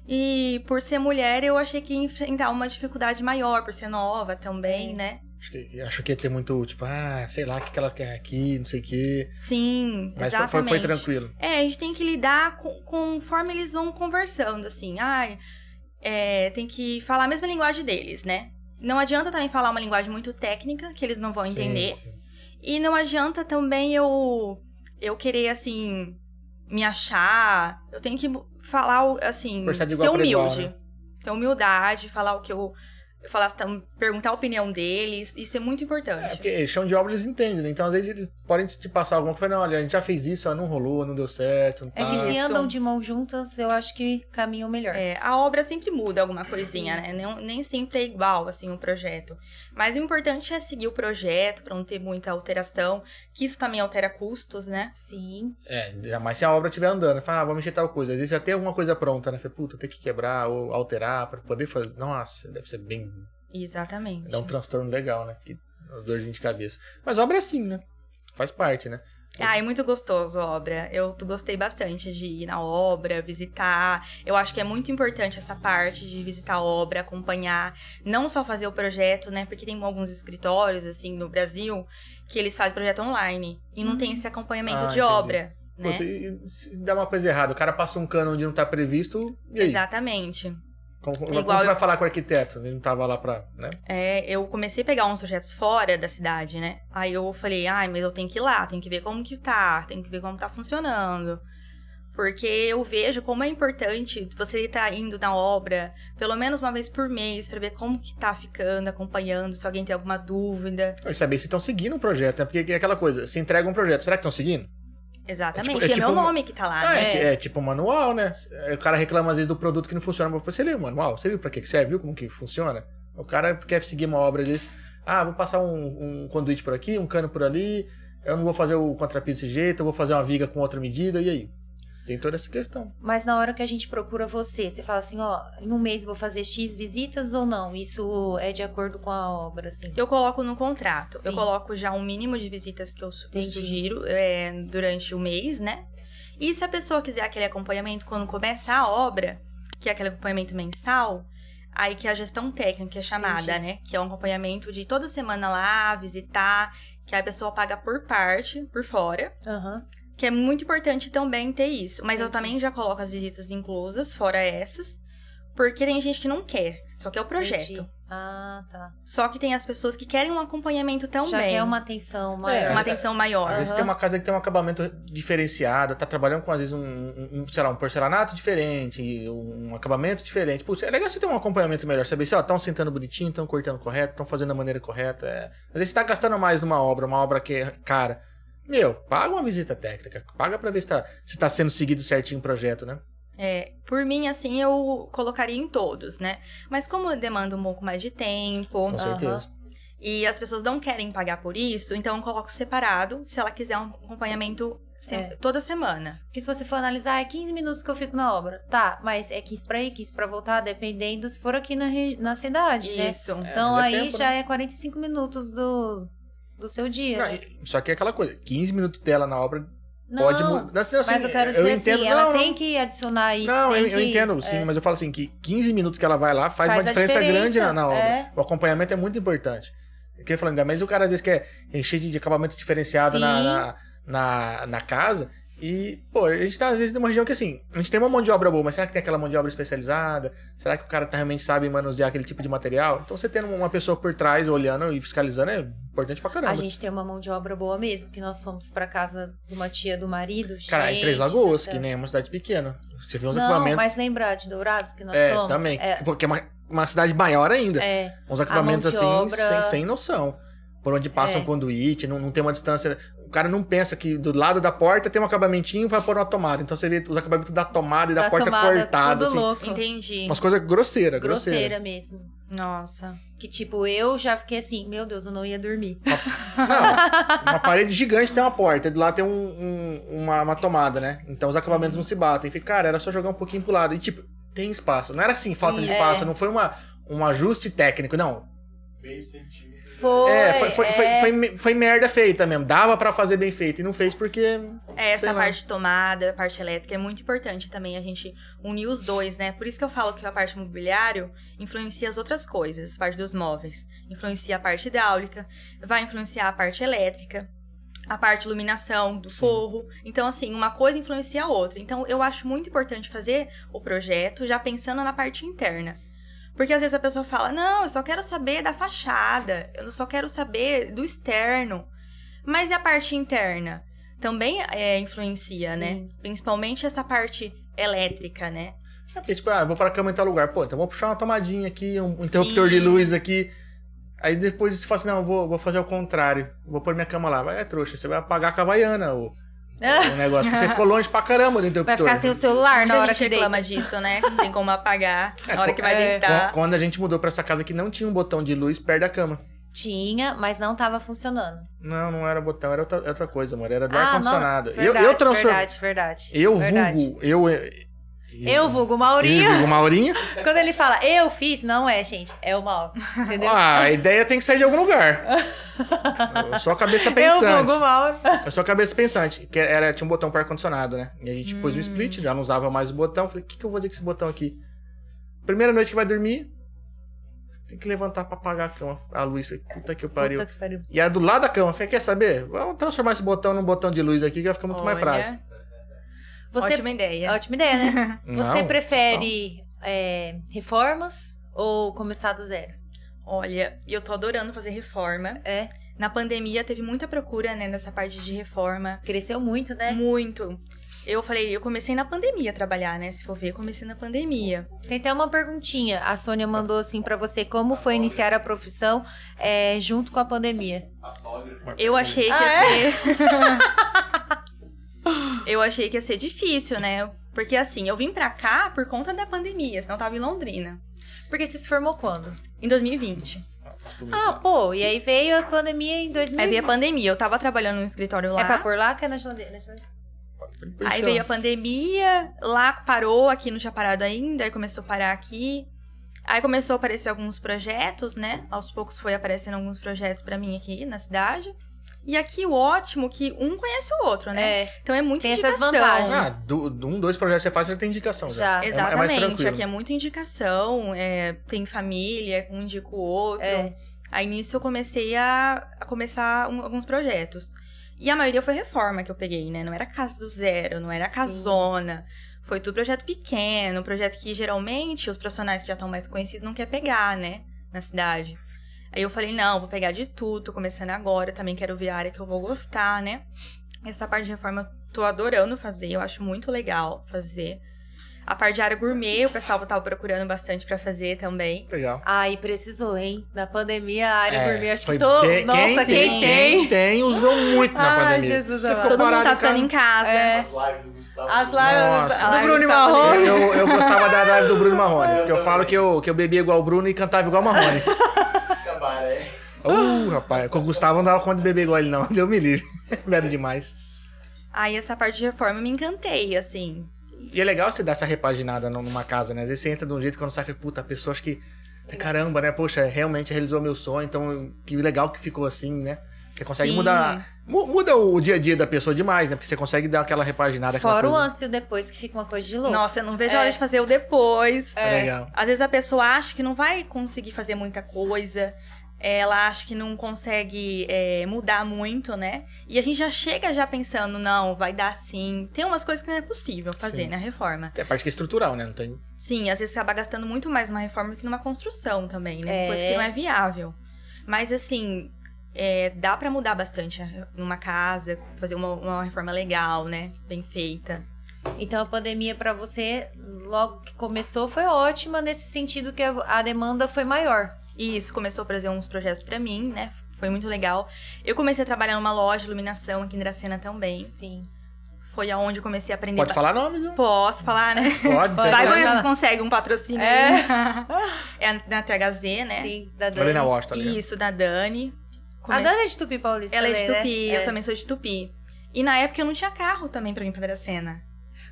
[SPEAKER 3] E por ser mulher, eu achei que ia enfrentar uma dificuldade maior, por ser nova também,
[SPEAKER 1] É.
[SPEAKER 3] né?
[SPEAKER 2] Acho que, acho que ia ter muito, tipo, ah, sei lá o que que ela quer aqui, não sei o quê.
[SPEAKER 3] Sim,
[SPEAKER 2] Mas foi,
[SPEAKER 3] exatamente.
[SPEAKER 2] foi, foi tranquilo.
[SPEAKER 3] É, a gente tem que lidar com, conforme eles vão conversando, assim. Ai, é, tem que falar a mesma linguagem deles, né? Não adianta também falar uma linguagem muito técnica, que eles não vão
[SPEAKER 2] Sim,
[SPEAKER 3] entender.
[SPEAKER 2] sim.
[SPEAKER 3] E não adianta também eu, eu querer, assim, me achar. Eu tenho que falar, o- assim,
[SPEAKER 2] Conversar de
[SPEAKER 3] ser
[SPEAKER 2] igual pra igual, né?
[SPEAKER 3] humilde. Ter humildade, falar o que eu... eu Falar, tam- perguntar a opinião deles, isso é muito
[SPEAKER 2] É,
[SPEAKER 3] importante.
[SPEAKER 2] porque chão de obra eles entendem, né? Então, às vezes, eles podem te passar alguma coisa. Não, olha, a gente já fez isso, ó, não rolou, não deu certo. Não
[SPEAKER 1] É
[SPEAKER 2] tá.
[SPEAKER 1] que se
[SPEAKER 3] Isso.
[SPEAKER 1] andam de mão juntas, eu acho que caminham melhor.
[SPEAKER 3] É, a obra sempre muda alguma coisinha, né? Não- nem sempre é igual, assim, o projeto. Mas o importante é seguir o projeto pra não ter muita alteração, que isso também altera custos, né?
[SPEAKER 1] Sim.
[SPEAKER 2] É, ainda mais se a obra estiver andando. Fala, ah, vamos encher tal coisa. Às vezes já tem alguma coisa pronta, né? Falei, puta, tem que quebrar ou alterar pra poder fazer. Nossa, deve ser bem.
[SPEAKER 3] Exatamente.
[SPEAKER 2] Dá um transtorno legal, né? Que, as dorzinhas de cabeça. Mas obra é assim, né? Faz parte, né?
[SPEAKER 3] Ah, é muito gostoso a obra. Eu t- gostei bastante de ir na obra, visitar. Eu acho que é muito importante essa parte de visitar a obra, acompanhar, não só fazer o projeto, né? Porque tem alguns escritórios, assim, no Brasil, que eles fazem projeto online e não tem esse acompanhamento
[SPEAKER 2] Ah,
[SPEAKER 3] de
[SPEAKER 2] entendi.
[SPEAKER 3] obra, né?
[SPEAKER 2] Puta, e- e se dá uma coisa errada, o cara passa um cano onde não tá previsto, e aí?
[SPEAKER 3] Exatamente.
[SPEAKER 2] Como, como-
[SPEAKER 3] Igual
[SPEAKER 2] como que
[SPEAKER 3] eu-
[SPEAKER 2] vai falar com o arquiteto? Ele não tava lá pra. Né?
[SPEAKER 3] É, eu comecei a pegar uns projetos fora da cidade, né? Aí eu falei, ai, mas eu tenho que ir lá, tenho que ver como que tá, tenho que ver como tá funcionando. Porque eu vejo como é importante você estar indo tá na obra, pelo menos uma vez por mês, pra ver como que tá ficando, acompanhando, se alguém tem alguma dúvida.
[SPEAKER 2] E saber se estão seguindo o projeto, né? Porque é aquela coisa, se entrega um projeto, será que estão seguindo?
[SPEAKER 3] Exatamente.
[SPEAKER 2] é
[SPEAKER 3] e é
[SPEAKER 2] tipo
[SPEAKER 3] meu
[SPEAKER 2] uma-
[SPEAKER 3] nome que tá lá,
[SPEAKER 2] Ah,
[SPEAKER 3] né?
[SPEAKER 2] é,
[SPEAKER 1] é.
[SPEAKER 2] ti- é tipo um manual, né? É, O cara reclama às vezes do produto que não funciona, mas você leu o manual? Você viu pra que que serve? Viu como que funciona? O cara quer seguir uma obra, ele diz, ah, vou passar um, um conduíte por aqui, um cano por ali, eu não vou fazer o contrapiso desse jeito, eu vou fazer uma viga com outra medida, e aí? Tem toda essa questão.
[SPEAKER 1] Mas na hora que a gente procura você, você fala assim, ó, em um mês vou fazer X visitas ou não? Isso é de acordo com a obra, assim.
[SPEAKER 3] Eu coloco no contrato. Eu
[SPEAKER 1] Sim.
[SPEAKER 3] coloco já um mínimo de visitas que eu, su- eu
[SPEAKER 1] Entendi.
[SPEAKER 3] sugiro é, durante o mês, né? E se a pessoa quiser aquele acompanhamento quando começa a obra, que é aquele acompanhamento mensal, aí que é a gestão técnica é chamada,
[SPEAKER 1] Entendi.
[SPEAKER 3] né? Que é um acompanhamento de toda semana lá, visitar, que aí a pessoa paga por parte, por fora.
[SPEAKER 1] Aham.
[SPEAKER 3] Que é muito importante também ter isso. Mas eu
[SPEAKER 1] Entendi.
[SPEAKER 3] também já coloco as visitas inclusas, fora essas. Porque tem gente que não quer, só quer o projeto.
[SPEAKER 1] entendi. Ah, tá.
[SPEAKER 3] Só que tem as pessoas que querem um acompanhamento também.
[SPEAKER 1] Já quer uma atenção maior.
[SPEAKER 2] É.
[SPEAKER 3] uma atenção maior.
[SPEAKER 2] Às vezes
[SPEAKER 1] Aham.
[SPEAKER 2] tem uma casa que tem um acabamento diferenciado, tá trabalhando com, às vezes, um, um- um, sei lá, um porcelanato diferente, um acabamento diferente. Putz, é legal você ter um acompanhamento melhor, saber se, ó, estão sentando bonitinho, estão cortando correto, estão fazendo da maneira correta. é. Às vezes você tá gastando mais numa obra, uma obra que é cara. Meu, paga uma visita técnica, paga pra ver se tá, se tá sendo seguido certinho o projeto, né?
[SPEAKER 3] É, por mim, assim, eu colocaria em todos, né? Mas como demanda um pouco mais de tempo
[SPEAKER 2] Com certeza.
[SPEAKER 3] e as pessoas não querem pagar por isso, então eu coloco separado se ela quiser um acompanhamento se-
[SPEAKER 1] É.
[SPEAKER 3] toda semana.
[SPEAKER 1] Porque se você for analisar, é 15 minutos que eu fico na obra. Tá, mas é 15 pra ir, 15 pra voltar, dependendo se for aqui na, regi- na cidade, né?
[SPEAKER 3] Isso.
[SPEAKER 2] É,
[SPEAKER 1] Então
[SPEAKER 2] mas é
[SPEAKER 1] aí
[SPEAKER 2] tempo,
[SPEAKER 1] já
[SPEAKER 2] né?
[SPEAKER 1] é 45 minutos do, do seu dia.
[SPEAKER 2] Não,
[SPEAKER 1] né?
[SPEAKER 2] e- só que é aquela coisa, 15 minutos dela na obra
[SPEAKER 1] Não,
[SPEAKER 2] pode mudar. Assim,
[SPEAKER 1] mas eu quero dizer assim,
[SPEAKER 2] entendo-
[SPEAKER 1] ela
[SPEAKER 2] não, não,
[SPEAKER 1] tem que adicionar isso.
[SPEAKER 2] Não,
[SPEAKER 1] tem
[SPEAKER 2] eu, eu
[SPEAKER 1] que-
[SPEAKER 2] entendo, sim, mas eu falo assim, que 15 minutos que ela vai lá faz,
[SPEAKER 1] é. Faz
[SPEAKER 2] uma
[SPEAKER 1] a
[SPEAKER 2] diferença,
[SPEAKER 1] diferença,
[SPEAKER 2] grande na, na obra.
[SPEAKER 1] é.
[SPEAKER 2] O acompanhamento é muito importante. Eu queria falar ainda, mas o cara às vezes quer encher de de acabamento diferenciado na,
[SPEAKER 1] Sim.
[SPEAKER 2] na, na- na casa. E, pô, a gente tá às vezes numa região que assim, a gente tem uma mão de obra boa, mas será que tem aquela mão de obra especializada? Será que o cara tá- realmente sabe manusear aquele tipo de material? Então você tendo uma pessoa por trás olhando e fiscalizando é importante pra caramba.
[SPEAKER 1] A gente tem uma mão de obra boa mesmo, porque nós fomos pra casa de uma tia do marido.
[SPEAKER 2] Cara, em
[SPEAKER 1] gente
[SPEAKER 2] Três Lagoas,
[SPEAKER 1] do céu.
[SPEAKER 2] que nem é uma cidade pequena. Você vê uns
[SPEAKER 1] Não,
[SPEAKER 2] equipamentos.
[SPEAKER 1] mas lembrar de Dourados que nós
[SPEAKER 2] é,
[SPEAKER 1] fomos.
[SPEAKER 2] também.
[SPEAKER 1] É,
[SPEAKER 2] Porque é uma, uma cidade maior ainda.
[SPEAKER 1] é.
[SPEAKER 2] Uns acabamentos
[SPEAKER 1] mão de
[SPEAKER 2] assim,
[SPEAKER 1] obra-
[SPEAKER 2] sem, sem noção. Por onde passa
[SPEAKER 1] É.
[SPEAKER 2] um conduíte, não, não tem uma distância. O cara não pensa que do lado da porta tem um acabamentinho pra pôr uma tomada. Então você vê os acabamentos da tomada e da, porta cortados,
[SPEAKER 1] tudo
[SPEAKER 2] assim.
[SPEAKER 1] louco.
[SPEAKER 3] Entendi.
[SPEAKER 2] Umas coisas grosseiras, grosseiras.
[SPEAKER 1] é Grosseira mesmo.
[SPEAKER 3] Nossa.
[SPEAKER 1] Que tipo, eu já fiquei assim, meu Deus, eu não ia dormir.
[SPEAKER 2] Não, uma parede gigante tem uma porta, e do lado tem um- um- uma, uma tomada, né? Então os acabamentos não se batem. Fica, cara, era só jogar um pouquinho pro lado. E tipo, tem espaço. Não era assim, falta de
[SPEAKER 1] Isso.
[SPEAKER 2] espaço, não foi uma, um ajuste técnico, não.
[SPEAKER 4] Meio centímetro.
[SPEAKER 1] Foi.
[SPEAKER 2] É, foi, foi,
[SPEAKER 1] é.
[SPEAKER 2] foi- foi me- foi merda feita mesmo. Dava pra fazer bem feito e não fez porque.
[SPEAKER 3] É,
[SPEAKER 2] Sei
[SPEAKER 3] Essa
[SPEAKER 2] lá.
[SPEAKER 3] parte de tomada, a parte elétrica é muito importante também a gente unir os dois, né? Por isso que eu falo que a parte mobiliário influencia as outras coisas, a parte dos móveis, influencia a parte hidráulica, vai influenciar a parte elétrica, a parte iluminação do forro. Então assim, uma coisa influencia a outra. Então eu acho muito importante fazer o projeto já pensando na parte interna. Porque às vezes a pessoa fala: "Não, eu só quero saber da fachada, eu só quero saber do externo". Mas e a parte interna? também é, influencia,
[SPEAKER 1] Sim.
[SPEAKER 3] né? Principalmente essa parte elétrica, né?
[SPEAKER 2] É porque, tipo, ah, eu vou pra cama em tal lugar. Pô, então eu vou puxar uma tomadinha aqui, um interruptor de
[SPEAKER 3] Sim.
[SPEAKER 2] luz aqui. Aí depois você fala assim: não, eu vou, vou fazer o contrário. Vou pôr minha cama lá. Vai, é trouxa, você vai apagar com a Havaiana o, o negócio. Porque você ficou longe pra caramba do
[SPEAKER 1] Vai
[SPEAKER 2] interruptor.
[SPEAKER 1] ficar sem o celular na
[SPEAKER 3] Muita
[SPEAKER 1] hora
[SPEAKER 3] gente
[SPEAKER 1] que deita.
[SPEAKER 3] reclama disso, né? Não tem como apagar
[SPEAKER 2] É,
[SPEAKER 3] na hora que
[SPEAKER 2] é,
[SPEAKER 3] vai
[SPEAKER 2] Qu-
[SPEAKER 3] deitar.
[SPEAKER 2] Quando a gente mudou pra essa casa que não tinha um botão de luz perto da cama.
[SPEAKER 1] Tinha, mas não tava funcionando.
[SPEAKER 2] Não, não era botão, era outra, outra coisa, amor. Era do
[SPEAKER 1] Ah,
[SPEAKER 2] ar-condicionado.
[SPEAKER 1] não,
[SPEAKER 2] é Eu,
[SPEAKER 1] verdade,
[SPEAKER 2] eu transformei.
[SPEAKER 1] Verdade, verdade.
[SPEAKER 2] Eu
[SPEAKER 1] verdade.
[SPEAKER 2] vulgo. Eu.
[SPEAKER 1] Eu vulgo, o Maurinho.
[SPEAKER 2] Eu vulgo Maurinho.
[SPEAKER 1] Quando ele fala, eu fiz, não é, gente, é o Mauro. Entendeu?
[SPEAKER 2] Ah, a ideia tem que sair de algum lugar. Eu sou a cabeça
[SPEAKER 1] Eu
[SPEAKER 2] pensante.
[SPEAKER 1] vulgo o Mauro.
[SPEAKER 2] Eu sou a É cabeça pensante. Que era, tinha um botão para ar-condicionado, né? E a gente pôs o
[SPEAKER 1] Hum.
[SPEAKER 2] split, já não usava mais o botão. Falei, o que, que eu vou fazer com esse botão aqui? Primeira noite que vai dormir, tem que levantar pra apagar a cama, a luz. Falei, puta que pariu.
[SPEAKER 1] Puta que pariu.
[SPEAKER 2] E a do lado da cama, falei, quer saber? Vamos transformar esse botão num botão de luz aqui que vai ficar muito mais
[SPEAKER 3] Olha,
[SPEAKER 2] prático.
[SPEAKER 1] Você...
[SPEAKER 3] Ótima ideia.
[SPEAKER 1] Ótima ideia, né? Você
[SPEAKER 2] Não,
[SPEAKER 1] prefere é, reformas ou começar do zero?
[SPEAKER 3] Olha, e eu tô adorando fazer reforma.
[SPEAKER 1] É.
[SPEAKER 3] Na pandemia teve muita procura, né, nessa parte de reforma.
[SPEAKER 1] Cresceu muito, né?
[SPEAKER 3] Muito. Eu falei, eu comecei na pandemia a trabalhar, né? Se for ver, eu comecei na pandemia.
[SPEAKER 1] Tem até uma perguntinha. A Sônia mandou assim pra você como foi iniciar a profissão é, junto com a pandemia.
[SPEAKER 4] A sogra.
[SPEAKER 3] Eu achei que
[SPEAKER 1] Ah,
[SPEAKER 3] ia ser. eu achei que ia ser difícil, né? Porque assim, eu vim pra cá por conta da pandemia, senão eu tava em Londrina.
[SPEAKER 1] Porque você se formou quando?
[SPEAKER 3] Em 2020.
[SPEAKER 1] Ah, pô, e aí veio a pandemia em 2000.
[SPEAKER 3] Aí veio a pandemia, eu tava trabalhando no escritório lá.
[SPEAKER 1] Uhum. É pra pôr lá que é na geladeira? Na geladeira?
[SPEAKER 3] Aí veio a pandemia, lá parou, aqui não tinha parado ainda, aí começou a parar aqui. Aí começou a aparecer alguns projetos, né? Aos poucos foi aparecendo alguns projetos pra mim aqui na cidade. E aqui o ótimo é que um conhece o outro, né?
[SPEAKER 1] É,
[SPEAKER 3] Então é muita
[SPEAKER 1] Tem essas
[SPEAKER 3] indicação.
[SPEAKER 1] vantagens.
[SPEAKER 2] Ah, do, do um, dois projetos que você faz, você tem indicação já.
[SPEAKER 1] já.
[SPEAKER 2] mais
[SPEAKER 3] Exatamente,
[SPEAKER 2] tranquilo.
[SPEAKER 3] aqui é muita indicação, é, tem família, um indica o outro.
[SPEAKER 1] É.
[SPEAKER 3] Aí nisso eu comecei a, a começar um- alguns projetos. E a maioria foi reforma que eu peguei, né? Não era casa do zero, não era
[SPEAKER 1] Sim.
[SPEAKER 3] casona. Foi tudo projeto pequeno, projeto que geralmente os profissionais que já estão mais conhecidos não quer pegar, né? Na cidade. Aí eu falei, não, vou pegar de tudo, tô começando agora, também quero ver a área que eu vou gostar, né? Essa parte de reforma eu tô adorando fazer, eu acho muito legal fazer. A parte de área gourmet, o pessoal tava procurando bastante pra fazer também.
[SPEAKER 2] Legal.
[SPEAKER 1] Aí precisou, hein? Na pandemia, a área
[SPEAKER 2] É,
[SPEAKER 1] gourmet, acho
[SPEAKER 2] foi
[SPEAKER 1] que todo.
[SPEAKER 2] bem-
[SPEAKER 1] Nossa, quem, tem?
[SPEAKER 2] Quem tem usou muito na
[SPEAKER 1] Ai,
[SPEAKER 2] pandemia.
[SPEAKER 1] Jesus
[SPEAKER 2] Você
[SPEAKER 1] amado.
[SPEAKER 2] ficou
[SPEAKER 3] Todo mundo
[SPEAKER 2] parado
[SPEAKER 3] tá
[SPEAKER 2] em casa.
[SPEAKER 3] ficando em casa.
[SPEAKER 1] É.
[SPEAKER 4] As lives do Gustavo.
[SPEAKER 1] As
[SPEAKER 2] Nossa.
[SPEAKER 1] lives
[SPEAKER 3] A live
[SPEAKER 1] do Bruno
[SPEAKER 3] do sábado.
[SPEAKER 1] Marrone.
[SPEAKER 2] Eu, eu gostava da live do Bruno Marrone, porque eu falo que eu, que eu bebia igual o Bruno e cantava igual o Marrone.
[SPEAKER 4] Cabaré.
[SPEAKER 2] Uh, rapaz, com o Gustavo não dava conta de beber igual ele, não. Deus me livre. Bebe demais.
[SPEAKER 3] Aí essa parte de reforma eu me encantei, assim.
[SPEAKER 2] E é legal você dar essa repaginada num- numa casa, né? Às vezes você entra de um jeito que quando sai, fala, puta, a pessoa acha que. Caramba, né? Poxa, realmente realizou meu sonho, então que legal que ficou assim, né? Você consegue
[SPEAKER 3] Sim.
[SPEAKER 2] mudar. mu- Muda o dia a dia da pessoa demais, né? Porque você consegue dar aquela repaginada. aquela
[SPEAKER 1] Fora o
[SPEAKER 2] coisa.
[SPEAKER 1] antes e o depois, que fica uma coisa de louco.
[SPEAKER 3] Nossa, eu não vejo a
[SPEAKER 1] É.
[SPEAKER 3] hora de fazer o depois.
[SPEAKER 2] É legal.
[SPEAKER 3] Às vezes a pessoa acha que não vai conseguir fazer muita coisa. Ela acha que não consegue é, mudar muito, né? E a gente já chega já pensando, não, vai dar sim. Tem umas coisas que não é possível fazer,
[SPEAKER 2] Sim.
[SPEAKER 3] né? Reforma.
[SPEAKER 2] Tem a parte que é estrutural, né? Não tem.
[SPEAKER 3] Sim, às vezes você acaba gastando muito mais numa reforma que numa construção também, né?
[SPEAKER 1] É.
[SPEAKER 3] Coisa que não é viável. Mas assim, é, dá pra mudar bastante né? numa casa, fazer uma, uma reforma legal, né? Bem feita.
[SPEAKER 1] Então a pandemia pra você, logo que começou, foi ótima nesse sentido que a, a demanda foi maior.
[SPEAKER 3] E isso começou a trazer uns projetos pra mim, né? Foi muito legal. Eu comecei a trabalhar numa loja de iluminação aqui em Dracena também.
[SPEAKER 1] Sim.
[SPEAKER 3] Foi aonde eu comecei a aprender.
[SPEAKER 2] Pode
[SPEAKER 3] ba-
[SPEAKER 2] falar nome, viu?
[SPEAKER 3] Posso falar, né?
[SPEAKER 1] Pode.
[SPEAKER 2] Pode.
[SPEAKER 3] tá. Vai que
[SPEAKER 1] falar.
[SPEAKER 3] você consegue um patrocínio.
[SPEAKER 1] É.
[SPEAKER 3] É, é na THZ, né?
[SPEAKER 1] Sim, da Dani.
[SPEAKER 2] Olha na Washington. tá ali.
[SPEAKER 3] Isso, da Dani.
[SPEAKER 1] A
[SPEAKER 3] Comecei-
[SPEAKER 1] Dani é de Tupi Paulista.
[SPEAKER 3] Ela é de
[SPEAKER 1] também, né?
[SPEAKER 3] Tupi,
[SPEAKER 1] É.
[SPEAKER 3] eu também sou de Tupi. E na época eu não tinha carro também pra vir pra Dracena.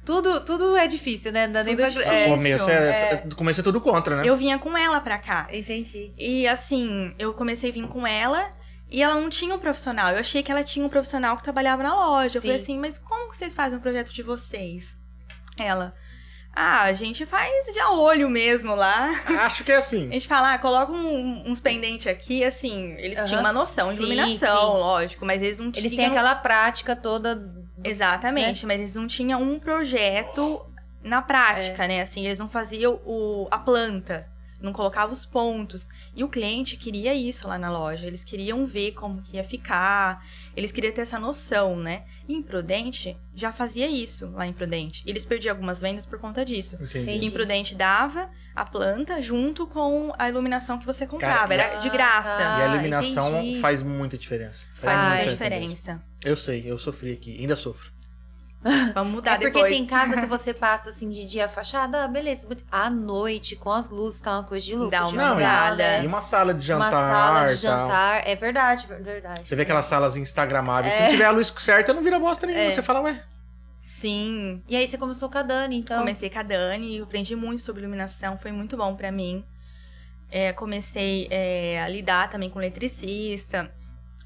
[SPEAKER 1] Tudo, tudo é difícil, né? Dani
[SPEAKER 3] Tudo é
[SPEAKER 1] vai-
[SPEAKER 3] difícil.
[SPEAKER 2] No
[SPEAKER 3] É,
[SPEAKER 2] começo, é, no começo é tudo contra, né?
[SPEAKER 3] Eu vinha com ela pra cá.
[SPEAKER 1] É, Entendi.
[SPEAKER 3] E assim, eu comecei a vir com ela e ela não tinha um profissional. Eu achei que ela tinha um profissional que trabalhava na loja. Eu
[SPEAKER 1] Sim.
[SPEAKER 3] falei assim, mas como que vocês fazem o projeto de vocês? Ela. Ah, a gente faz de a olho mesmo lá.
[SPEAKER 2] Acho que é assim.
[SPEAKER 3] A gente fala, ah, coloca um- uns pendentes aqui, assim, eles
[SPEAKER 1] Aham.
[SPEAKER 3] tinham uma noção de
[SPEAKER 1] Sim,
[SPEAKER 3] iluminação,
[SPEAKER 1] sim.
[SPEAKER 3] lógico, mas eles não tinham.
[SPEAKER 1] Eles têm aquela prática toda.
[SPEAKER 3] Exatamente, mas eles não tinham um projeto na
[SPEAKER 1] É.
[SPEAKER 3] prática, né? Assim, eles não faziam o, a planta, não colocavam os pontos. E o cliente queria isso lá na loja, eles queriam ver como que ia ficar, eles queriam ter essa noção, né? E Imprudente já fazia isso lá em Prudente. Eles perdiam algumas vendas por conta disso.
[SPEAKER 2] Entendi.
[SPEAKER 1] Entendi.
[SPEAKER 3] Que Imprudente dava a planta junto com a iluminação que você comprava,
[SPEAKER 2] Cara, e
[SPEAKER 3] era de graça.
[SPEAKER 1] Ah,
[SPEAKER 2] e a iluminação
[SPEAKER 1] entendi.
[SPEAKER 2] faz muita diferença.
[SPEAKER 3] Faz
[SPEAKER 1] faz.
[SPEAKER 3] muita diferença.
[SPEAKER 2] Eu sei, eu sofri aqui, ainda sofro.
[SPEAKER 3] Vamos mudar
[SPEAKER 1] É
[SPEAKER 2] tá
[SPEAKER 1] porque
[SPEAKER 3] depois.
[SPEAKER 1] tem casa que você passa assim de dia a fachada, ah, beleza. bonito. À noite, com as luzes, tá uma coisa de louco.
[SPEAKER 3] Dá
[SPEAKER 1] de
[SPEAKER 3] uma
[SPEAKER 2] Não,
[SPEAKER 1] madrugada.
[SPEAKER 3] mudada.
[SPEAKER 2] E uma sala de jantar,
[SPEAKER 1] É. uma sala de
[SPEAKER 2] tal.
[SPEAKER 1] jantar. É verdade, ver- verdade.
[SPEAKER 2] Você vê aquelas salas instagramáveis.
[SPEAKER 1] É.
[SPEAKER 2] Se não tiver a luz certa, não vira bosta nenhuma. Você fala, ué,
[SPEAKER 3] Sim,
[SPEAKER 1] E aí você começou com a Dani, então.
[SPEAKER 3] Comecei com a Dani, eu aprendi muito sobre iluminação, foi muito bom pra mim. É, comecei é, a lidar também com eletricista.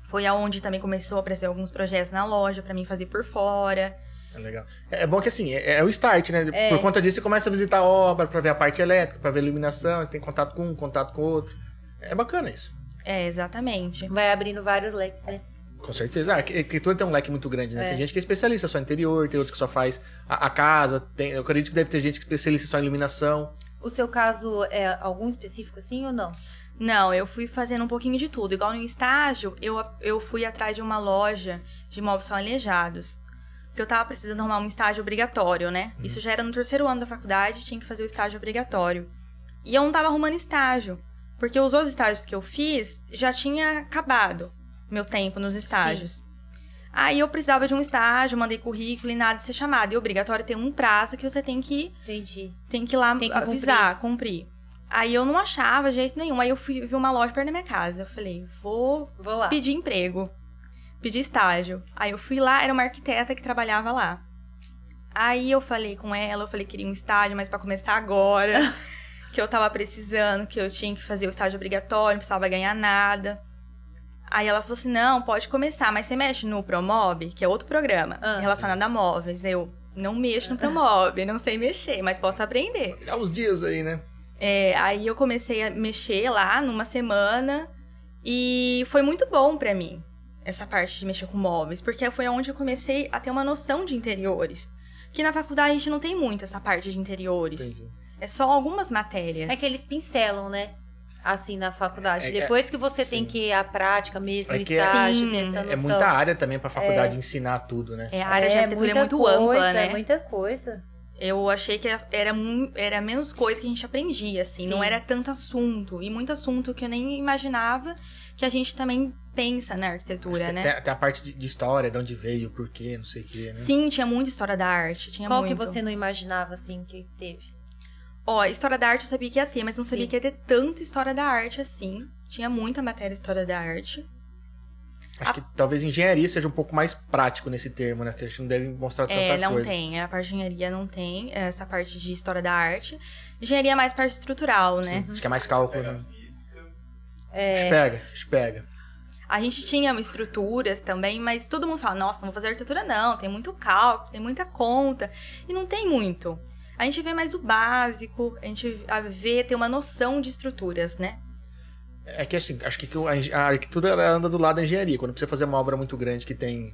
[SPEAKER 3] Foi aonde também começou a aparecer alguns projetos na loja pra mim fazer por fora.
[SPEAKER 2] é legal. É é bom que assim, é, é o start, né?
[SPEAKER 1] É.
[SPEAKER 2] Por conta disso, você começa a visitar a obra pra ver a parte elétrica, pra ver a iluminação, tem contato com um, contato com outro. É bacana isso.
[SPEAKER 3] É, exatamente.
[SPEAKER 1] Vai abrindo vários leques, né?
[SPEAKER 2] Com certeza. A arqu- arquitetura tem um leque muito grande, né?
[SPEAKER 1] É.
[SPEAKER 2] Tem gente que é especialista só em interior, tem outros que só faz a, a casa. Tem, eu acredito que deve ter gente que é especialista só em iluminação.
[SPEAKER 1] O seu caso é algum específico assim ou não?
[SPEAKER 3] Não, eu fui fazendo um pouquinho de tudo. Igual no estágio, eu, eu fui atrás de uma loja de móveis planejados. Porque eu tava precisando arrumar um estágio obrigatório, né?
[SPEAKER 2] Uhum.
[SPEAKER 3] Isso já era no terceiro ano da faculdade, tinha que fazer o estágio obrigatório. E eu não tava arrumando estágio. Porque os outros estágios que eu fiz já tinha acabado meu tempo nos estágios. Aí eu precisava de um estágio, mandei currículo e nada de ser chamado. E obrigatório tem um prazo que você tem que
[SPEAKER 1] Entendi.
[SPEAKER 3] tem que ir lá
[SPEAKER 1] Tem que
[SPEAKER 3] avisar, cumprir. Aí eu não achava de jeito nenhum. Aí eu fui vi uma loja perto da minha casa. Eu falei, vou
[SPEAKER 1] Vou lá.
[SPEAKER 3] pedir emprego. Pedir estágio. Aí eu fui lá, era uma arquiteta que trabalhava lá. Aí eu falei com ela, eu falei que queria um estágio, mas pra começar agora, que eu tava precisando, que eu tinha que fazer o estágio obrigatório, não precisava ganhar nada. Aí ela falou assim: "Não, pode começar, mas você mexe no Promob, que é outro programa
[SPEAKER 1] Ah.
[SPEAKER 3] relacionado a móveis". Eu não mexo no Promob, não sei mexer, mas posso aprender.
[SPEAKER 2] Dá uns dias aí, né?
[SPEAKER 3] É, aí eu comecei a mexer lá numa semana e foi muito bom pra mim essa parte de mexer com móveis, porque foi onde eu comecei a ter uma noção de interiores. Que na faculdade a gente não tem muito essa parte de interiores.
[SPEAKER 2] Entendi.
[SPEAKER 3] É só algumas matérias.
[SPEAKER 1] É que eles pincelam, né? Assim, na faculdade.
[SPEAKER 2] É que-
[SPEAKER 1] Depois que você tem
[SPEAKER 2] sim.
[SPEAKER 1] que ir à prática mesmo,
[SPEAKER 2] É que é-
[SPEAKER 1] estágio,
[SPEAKER 3] Sim.
[SPEAKER 1] ter essa noção.
[SPEAKER 2] É muita área também pra faculdade ensinar tudo, né?
[SPEAKER 3] É, a área de arquitetura é muito ampla, né?
[SPEAKER 1] muita coisa.
[SPEAKER 3] Eu achei que era, mu- era menos coisa que a gente aprendia, assim.
[SPEAKER 1] Sim.
[SPEAKER 3] Não era tanto assunto. E muito assunto que eu nem imaginava que a gente também pensa na arquitetura,
[SPEAKER 2] Tem-
[SPEAKER 3] né?
[SPEAKER 2] tem, a- tem a parte de, de história, de onde veio, porquê, não sei o quê, né?
[SPEAKER 3] Sim, tinha muita história da arte. Tinha
[SPEAKER 1] Qual que
[SPEAKER 3] É muito.
[SPEAKER 1] você não imaginava, assim, que teve?
[SPEAKER 3] Ó, história da arte eu sabia que ia ter, mas não sabia
[SPEAKER 1] Sim.
[SPEAKER 3] que ia ter tanta história da arte assim. Tinha muita matéria de história da arte.
[SPEAKER 2] Acho que talvez engenharia seja um pouco mais prático nesse termo, né? Porque a gente não deve mostrar tanta
[SPEAKER 3] é, não
[SPEAKER 2] coisa.
[SPEAKER 3] tem. A parte de engenharia não tem é, essa parte de história da arte. Engenharia é mais parte estrutural, né?
[SPEAKER 2] Sim, Acho que é mais cálculo.
[SPEAKER 4] Pega
[SPEAKER 2] Né?
[SPEAKER 4] física.
[SPEAKER 1] É,
[SPEAKER 2] Despega, despega.
[SPEAKER 3] A gente tinha estruturas também, mas todo mundo fala, nossa, não vou fazer arquitetura não, tem muito cálculo, tem muita conta, e não tem muito. A gente vê mais o básico, a gente a- vê, tem uma noção de estruturas, né?
[SPEAKER 2] É que assim, acho que que o- a eng- a arquitetura ela anda do lado da engenharia. Quando precisa fazer uma obra muito grande que tem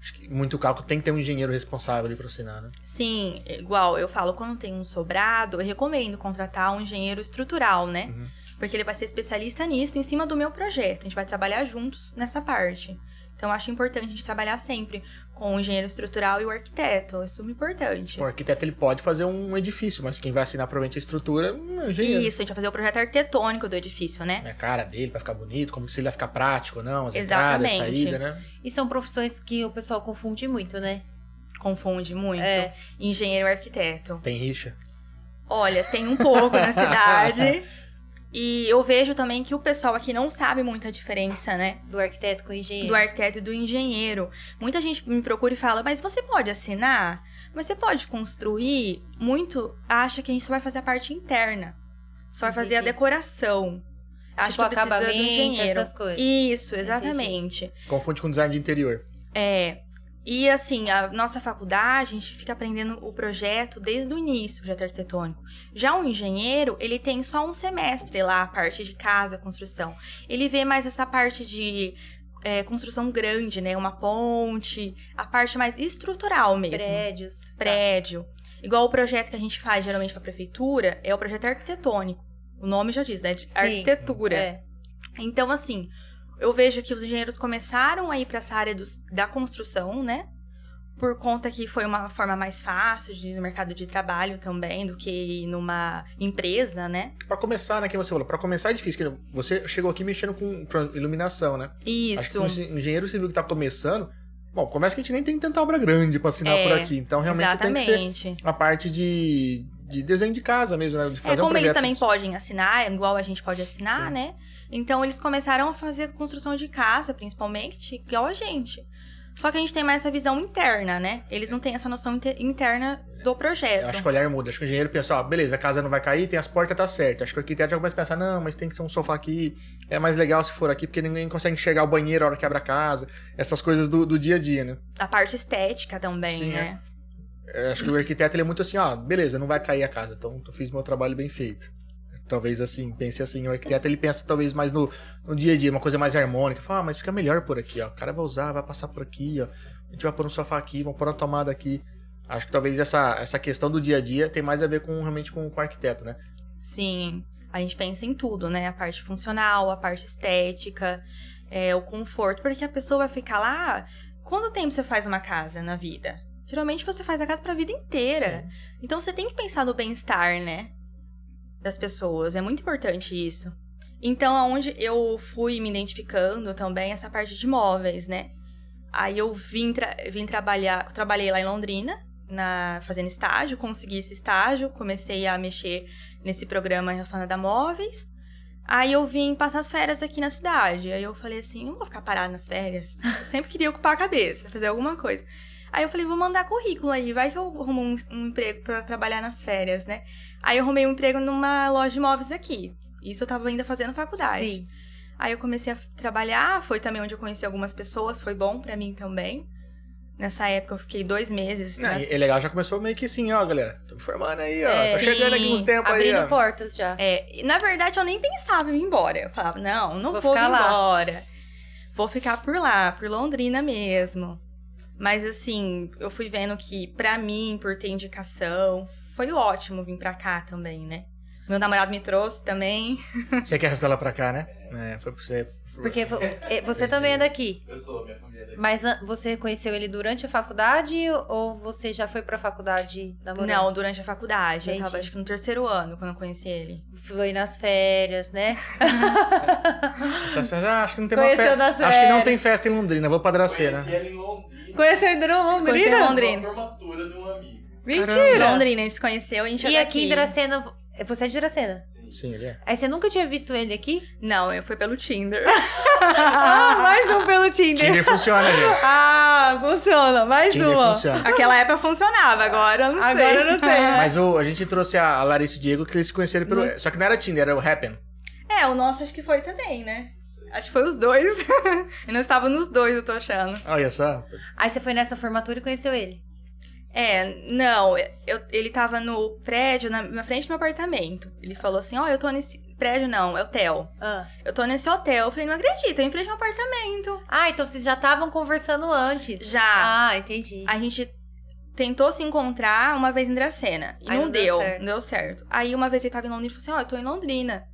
[SPEAKER 2] acho que muito cálculo, tem que ter um engenheiro responsável ali pra assinar, né?
[SPEAKER 3] Sim, igual eu falo, quando tem um sobrado, eu recomendo contratar um engenheiro estrutural, né?
[SPEAKER 2] Uhum.
[SPEAKER 3] Porque ele vai ser especialista nisso, em cima do meu projeto. A gente vai trabalhar juntos nessa parte. Então, eu acho importante a gente trabalhar sempre com o engenheiro estrutural e o arquiteto. É super importante.
[SPEAKER 2] O arquiteto ele pode fazer um edifício, mas quem vai assinar provavelmente a estrutura é um engenheiro.
[SPEAKER 3] Isso, a gente vai fazer o projeto arquitetônico do edifício, né?
[SPEAKER 2] É a cara dele pra ficar bonito, como se ele vai ficar prático ou não, as entradas, a
[SPEAKER 3] Exatamente.
[SPEAKER 2] saída, né?
[SPEAKER 1] E são profissões que o pessoal confunde muito, né?
[SPEAKER 3] Confunde muito.
[SPEAKER 1] É.
[SPEAKER 3] Engenheiro e arquiteto.
[SPEAKER 2] Tem rixa.
[SPEAKER 3] Olha, tem um pouco na cidade. E eu vejo também que o pessoal aqui não sabe muito a diferença, né?
[SPEAKER 1] Do arquiteto com o engenheiro.
[SPEAKER 3] do arquiteto e do engenheiro. Muita gente me procura e fala, mas você pode assinar? Mas você pode construir? Muito acha que a gente só vai fazer a parte interna. Só vai fazer a
[SPEAKER 1] Entendi.
[SPEAKER 3] decoração. Acha
[SPEAKER 1] tipo,
[SPEAKER 3] que precisa do
[SPEAKER 1] acabamento,
[SPEAKER 3] engenheiro.
[SPEAKER 1] essas coisas.
[SPEAKER 3] Isso, exatamente.
[SPEAKER 2] Confunde com design de interior.
[SPEAKER 3] É. E assim, a nossa faculdade, a gente fica aprendendo o projeto desde o início, o projeto arquitetônico. Já o engenheiro, ele tem só um semestre lá, a parte de casa, construção. Ele vê mais essa parte de é, construção grande, né? Uma ponte, a parte mais estrutural mesmo.
[SPEAKER 1] Prédios. tá.
[SPEAKER 3] Prédio. Igual o projeto que a gente faz geralmente para a prefeitura, é o projeto arquitetônico. O nome já diz, né? De
[SPEAKER 1] Sim.
[SPEAKER 3] arquitetura.
[SPEAKER 1] É.
[SPEAKER 3] Então, assim, eu vejo que os engenheiros começaram a ir para essa área dos- da construção, né? Por conta que foi uma forma mais fácil de ir no mercado de trabalho também do que ir numa empresa, né?
[SPEAKER 2] Pra começar, né, que você falou, pra começar é difícil. que Você chegou aqui mexendo com pra iluminação, né? Acho que
[SPEAKER 3] Isso.
[SPEAKER 2] um enge- engenheiro civil que tá começando, bom, começa que a gente nem tem tanta obra grande pra assinar
[SPEAKER 3] É,
[SPEAKER 2] por aqui. Então realmente tem que ser
[SPEAKER 3] Exatamente.
[SPEAKER 2] a parte de, de desenho de casa mesmo, né? De fazer
[SPEAKER 3] é como
[SPEAKER 2] um projeto.
[SPEAKER 3] eles também podem assinar, igual a gente pode assinar,
[SPEAKER 2] Sim.
[SPEAKER 3] né? Então eles começaram a fazer construção de casa, principalmente, igual a gente. Só que a gente tem mais essa visão interna, né? Eles não têm essa noção inter- interna do projeto.
[SPEAKER 2] Eu acho que o olhar é muda. Acho que o engenheiro pensa, ó, beleza, a casa não vai cair, tem as portas, tá certo. Acho que o arquiteto já começa a pensar, não, mas tem que ser um sofá aqui. É mais legal se for aqui, porque ninguém consegue enxergar o banheiro a hora que abre a casa. Essas coisas do, do dia a dia, né?
[SPEAKER 3] A parte estética também,
[SPEAKER 2] Sim,
[SPEAKER 3] né?
[SPEAKER 2] É, acho que o arquiteto ele é muito assim, ó, beleza, não vai cair a casa, então eu fiz meu trabalho bem feito. Talvez assim, pense assim, o arquiteto ele pensa talvez mais no, no dia a dia, uma coisa mais harmônica. Fala, ah, mas fica melhor por aqui, ó. O cara vai usar, vai passar por aqui, ó. A gente vai pôr um sofá aqui, vamos pôr uma tomada aqui. Acho que talvez essa, essa questão do dia a dia tem mais a ver com realmente com, com o arquiteto, né?
[SPEAKER 3] Sim. A gente pensa em tudo, né? A parte funcional, a parte estética, é, o conforto. Porque a pessoa vai ficar lá. Quanto tempo você faz uma casa na vida? Geralmente você faz a casa pra vida inteira.
[SPEAKER 2] Sim.
[SPEAKER 3] Então você tem que pensar no bem-estar, né? Das pessoas. É muito importante isso. Então, aonde eu fui me identificando também, essa parte de imóveis, né? Aí eu vim, tra- vim trabalhar, trabalhei lá em Londrina, na fazendo estágio, consegui esse estágio, comecei a mexer nesse programa relacionado a móveis. Aí eu vim passar as férias aqui na cidade. Aí eu falei assim, eu não vou ficar parada nas férias. Eu sempre queria ocupar a cabeça, fazer alguma coisa. Aí eu falei, vou mandar currículo aí, vai que eu arrumo um, um emprego pra trabalhar nas férias, né? Aí eu arrumei um emprego numa loja de imóveis aqui. Isso eu tava ainda fazendo faculdade.
[SPEAKER 1] Sim.
[SPEAKER 3] Aí eu comecei a trabalhar, foi também onde eu conheci algumas pessoas, foi bom pra mim também. Nessa época eu fiquei dois meses.
[SPEAKER 2] Não,
[SPEAKER 3] né?
[SPEAKER 2] e é legal, já começou meio que assim, ó, galera. Tô me formando aí, ó.
[SPEAKER 1] É,
[SPEAKER 2] tô chegando
[SPEAKER 3] sim.
[SPEAKER 2] aqui uns tempos aí,
[SPEAKER 1] Abrindo
[SPEAKER 2] ó.
[SPEAKER 1] portas já.
[SPEAKER 3] É, e na verdade eu nem pensava em ir embora. Eu falava, não, não
[SPEAKER 1] Vou
[SPEAKER 3] vou,
[SPEAKER 1] ficar
[SPEAKER 3] ir
[SPEAKER 1] lá.
[SPEAKER 3] embora. Vou ficar por lá, por Londrina mesmo. Mas assim, eu fui vendo que pra mim, por ter indicação, foi ótimo vir pra cá também, né? Meu namorado me trouxe também.
[SPEAKER 2] Você quer arrastar ela pra cá, né? É, foi pra você.
[SPEAKER 1] Porque vo- é, você também é daqui.
[SPEAKER 4] Eu sou, minha família é daqui.
[SPEAKER 1] Mas ah, você conheceu ele durante a faculdade ou você já foi pra faculdade namorando?
[SPEAKER 3] Não, durante a faculdade. Eu
[SPEAKER 1] Entendi.
[SPEAKER 3] tava acho que no terceiro ano quando eu conheci ele.
[SPEAKER 1] Foi nas férias, né?
[SPEAKER 2] Essa- essa- ah, acho que não tem uma
[SPEAKER 1] Conheceu
[SPEAKER 2] festa.
[SPEAKER 1] das
[SPEAKER 2] Acho que não
[SPEAKER 1] férias.
[SPEAKER 2] tem festa em Londrina, vou pra né? Dracena.
[SPEAKER 4] Conheci ela em Londrina.
[SPEAKER 1] Conheceu ele no
[SPEAKER 3] Conheci ele
[SPEAKER 1] Londrina?
[SPEAKER 3] em
[SPEAKER 4] Londrina.
[SPEAKER 3] Londrina.
[SPEAKER 4] Uma formatura de um amigo.
[SPEAKER 2] Caramba.
[SPEAKER 3] Londrina, a gente se conheceu, a gente é
[SPEAKER 1] E aqui em
[SPEAKER 3] daqui.
[SPEAKER 1] Dracena... Você é de Dracena?
[SPEAKER 4] Sim.
[SPEAKER 2] Sim, ele é.
[SPEAKER 1] Aí você nunca tinha visto ele aqui?
[SPEAKER 3] Não, eu fui pelo Tinder.
[SPEAKER 1] ah, mais um pelo Tinder.
[SPEAKER 2] Tinder funciona, gente.
[SPEAKER 1] Ah, funciona. Mais
[SPEAKER 2] Tinder
[SPEAKER 1] uma. É.
[SPEAKER 2] funciona.
[SPEAKER 3] Aquela época funcionava, agora eu não sei.
[SPEAKER 1] Agora eu não sei.
[SPEAKER 2] Mas o, a gente trouxe a a Larissa e o Diego que eles se conheceram pelo.
[SPEAKER 1] Uhum.
[SPEAKER 2] Só que não era Tinder, era o Happen.
[SPEAKER 3] É, o nosso acho que foi também, né? Acho que foi os dois. eu não estava nos dois, eu tô achando.
[SPEAKER 2] Olha só.
[SPEAKER 1] Aí você foi nessa formatura e conheceu ele.
[SPEAKER 3] É, não, eu- ele tava no prédio, na, na frente do meu apartamento. Ele falou assim, ó, eu tô nesse... Prédio não, é hotel.
[SPEAKER 1] Ah.
[SPEAKER 3] Eu tô nesse hotel. Eu falei, não acredito, eu em frente ao meu apartamento.
[SPEAKER 1] Ah, então vocês já estavam conversando antes.
[SPEAKER 3] Já,
[SPEAKER 1] Ah, entendi.
[SPEAKER 3] a gente tentou se encontrar uma vez em Dracena. E
[SPEAKER 1] Aí
[SPEAKER 3] não,
[SPEAKER 1] não deu
[SPEAKER 3] deu,
[SPEAKER 1] certo.
[SPEAKER 3] não deu certo. Aí uma vez ele tava em Londrina e falou assim, ó, eu tô em Londrina.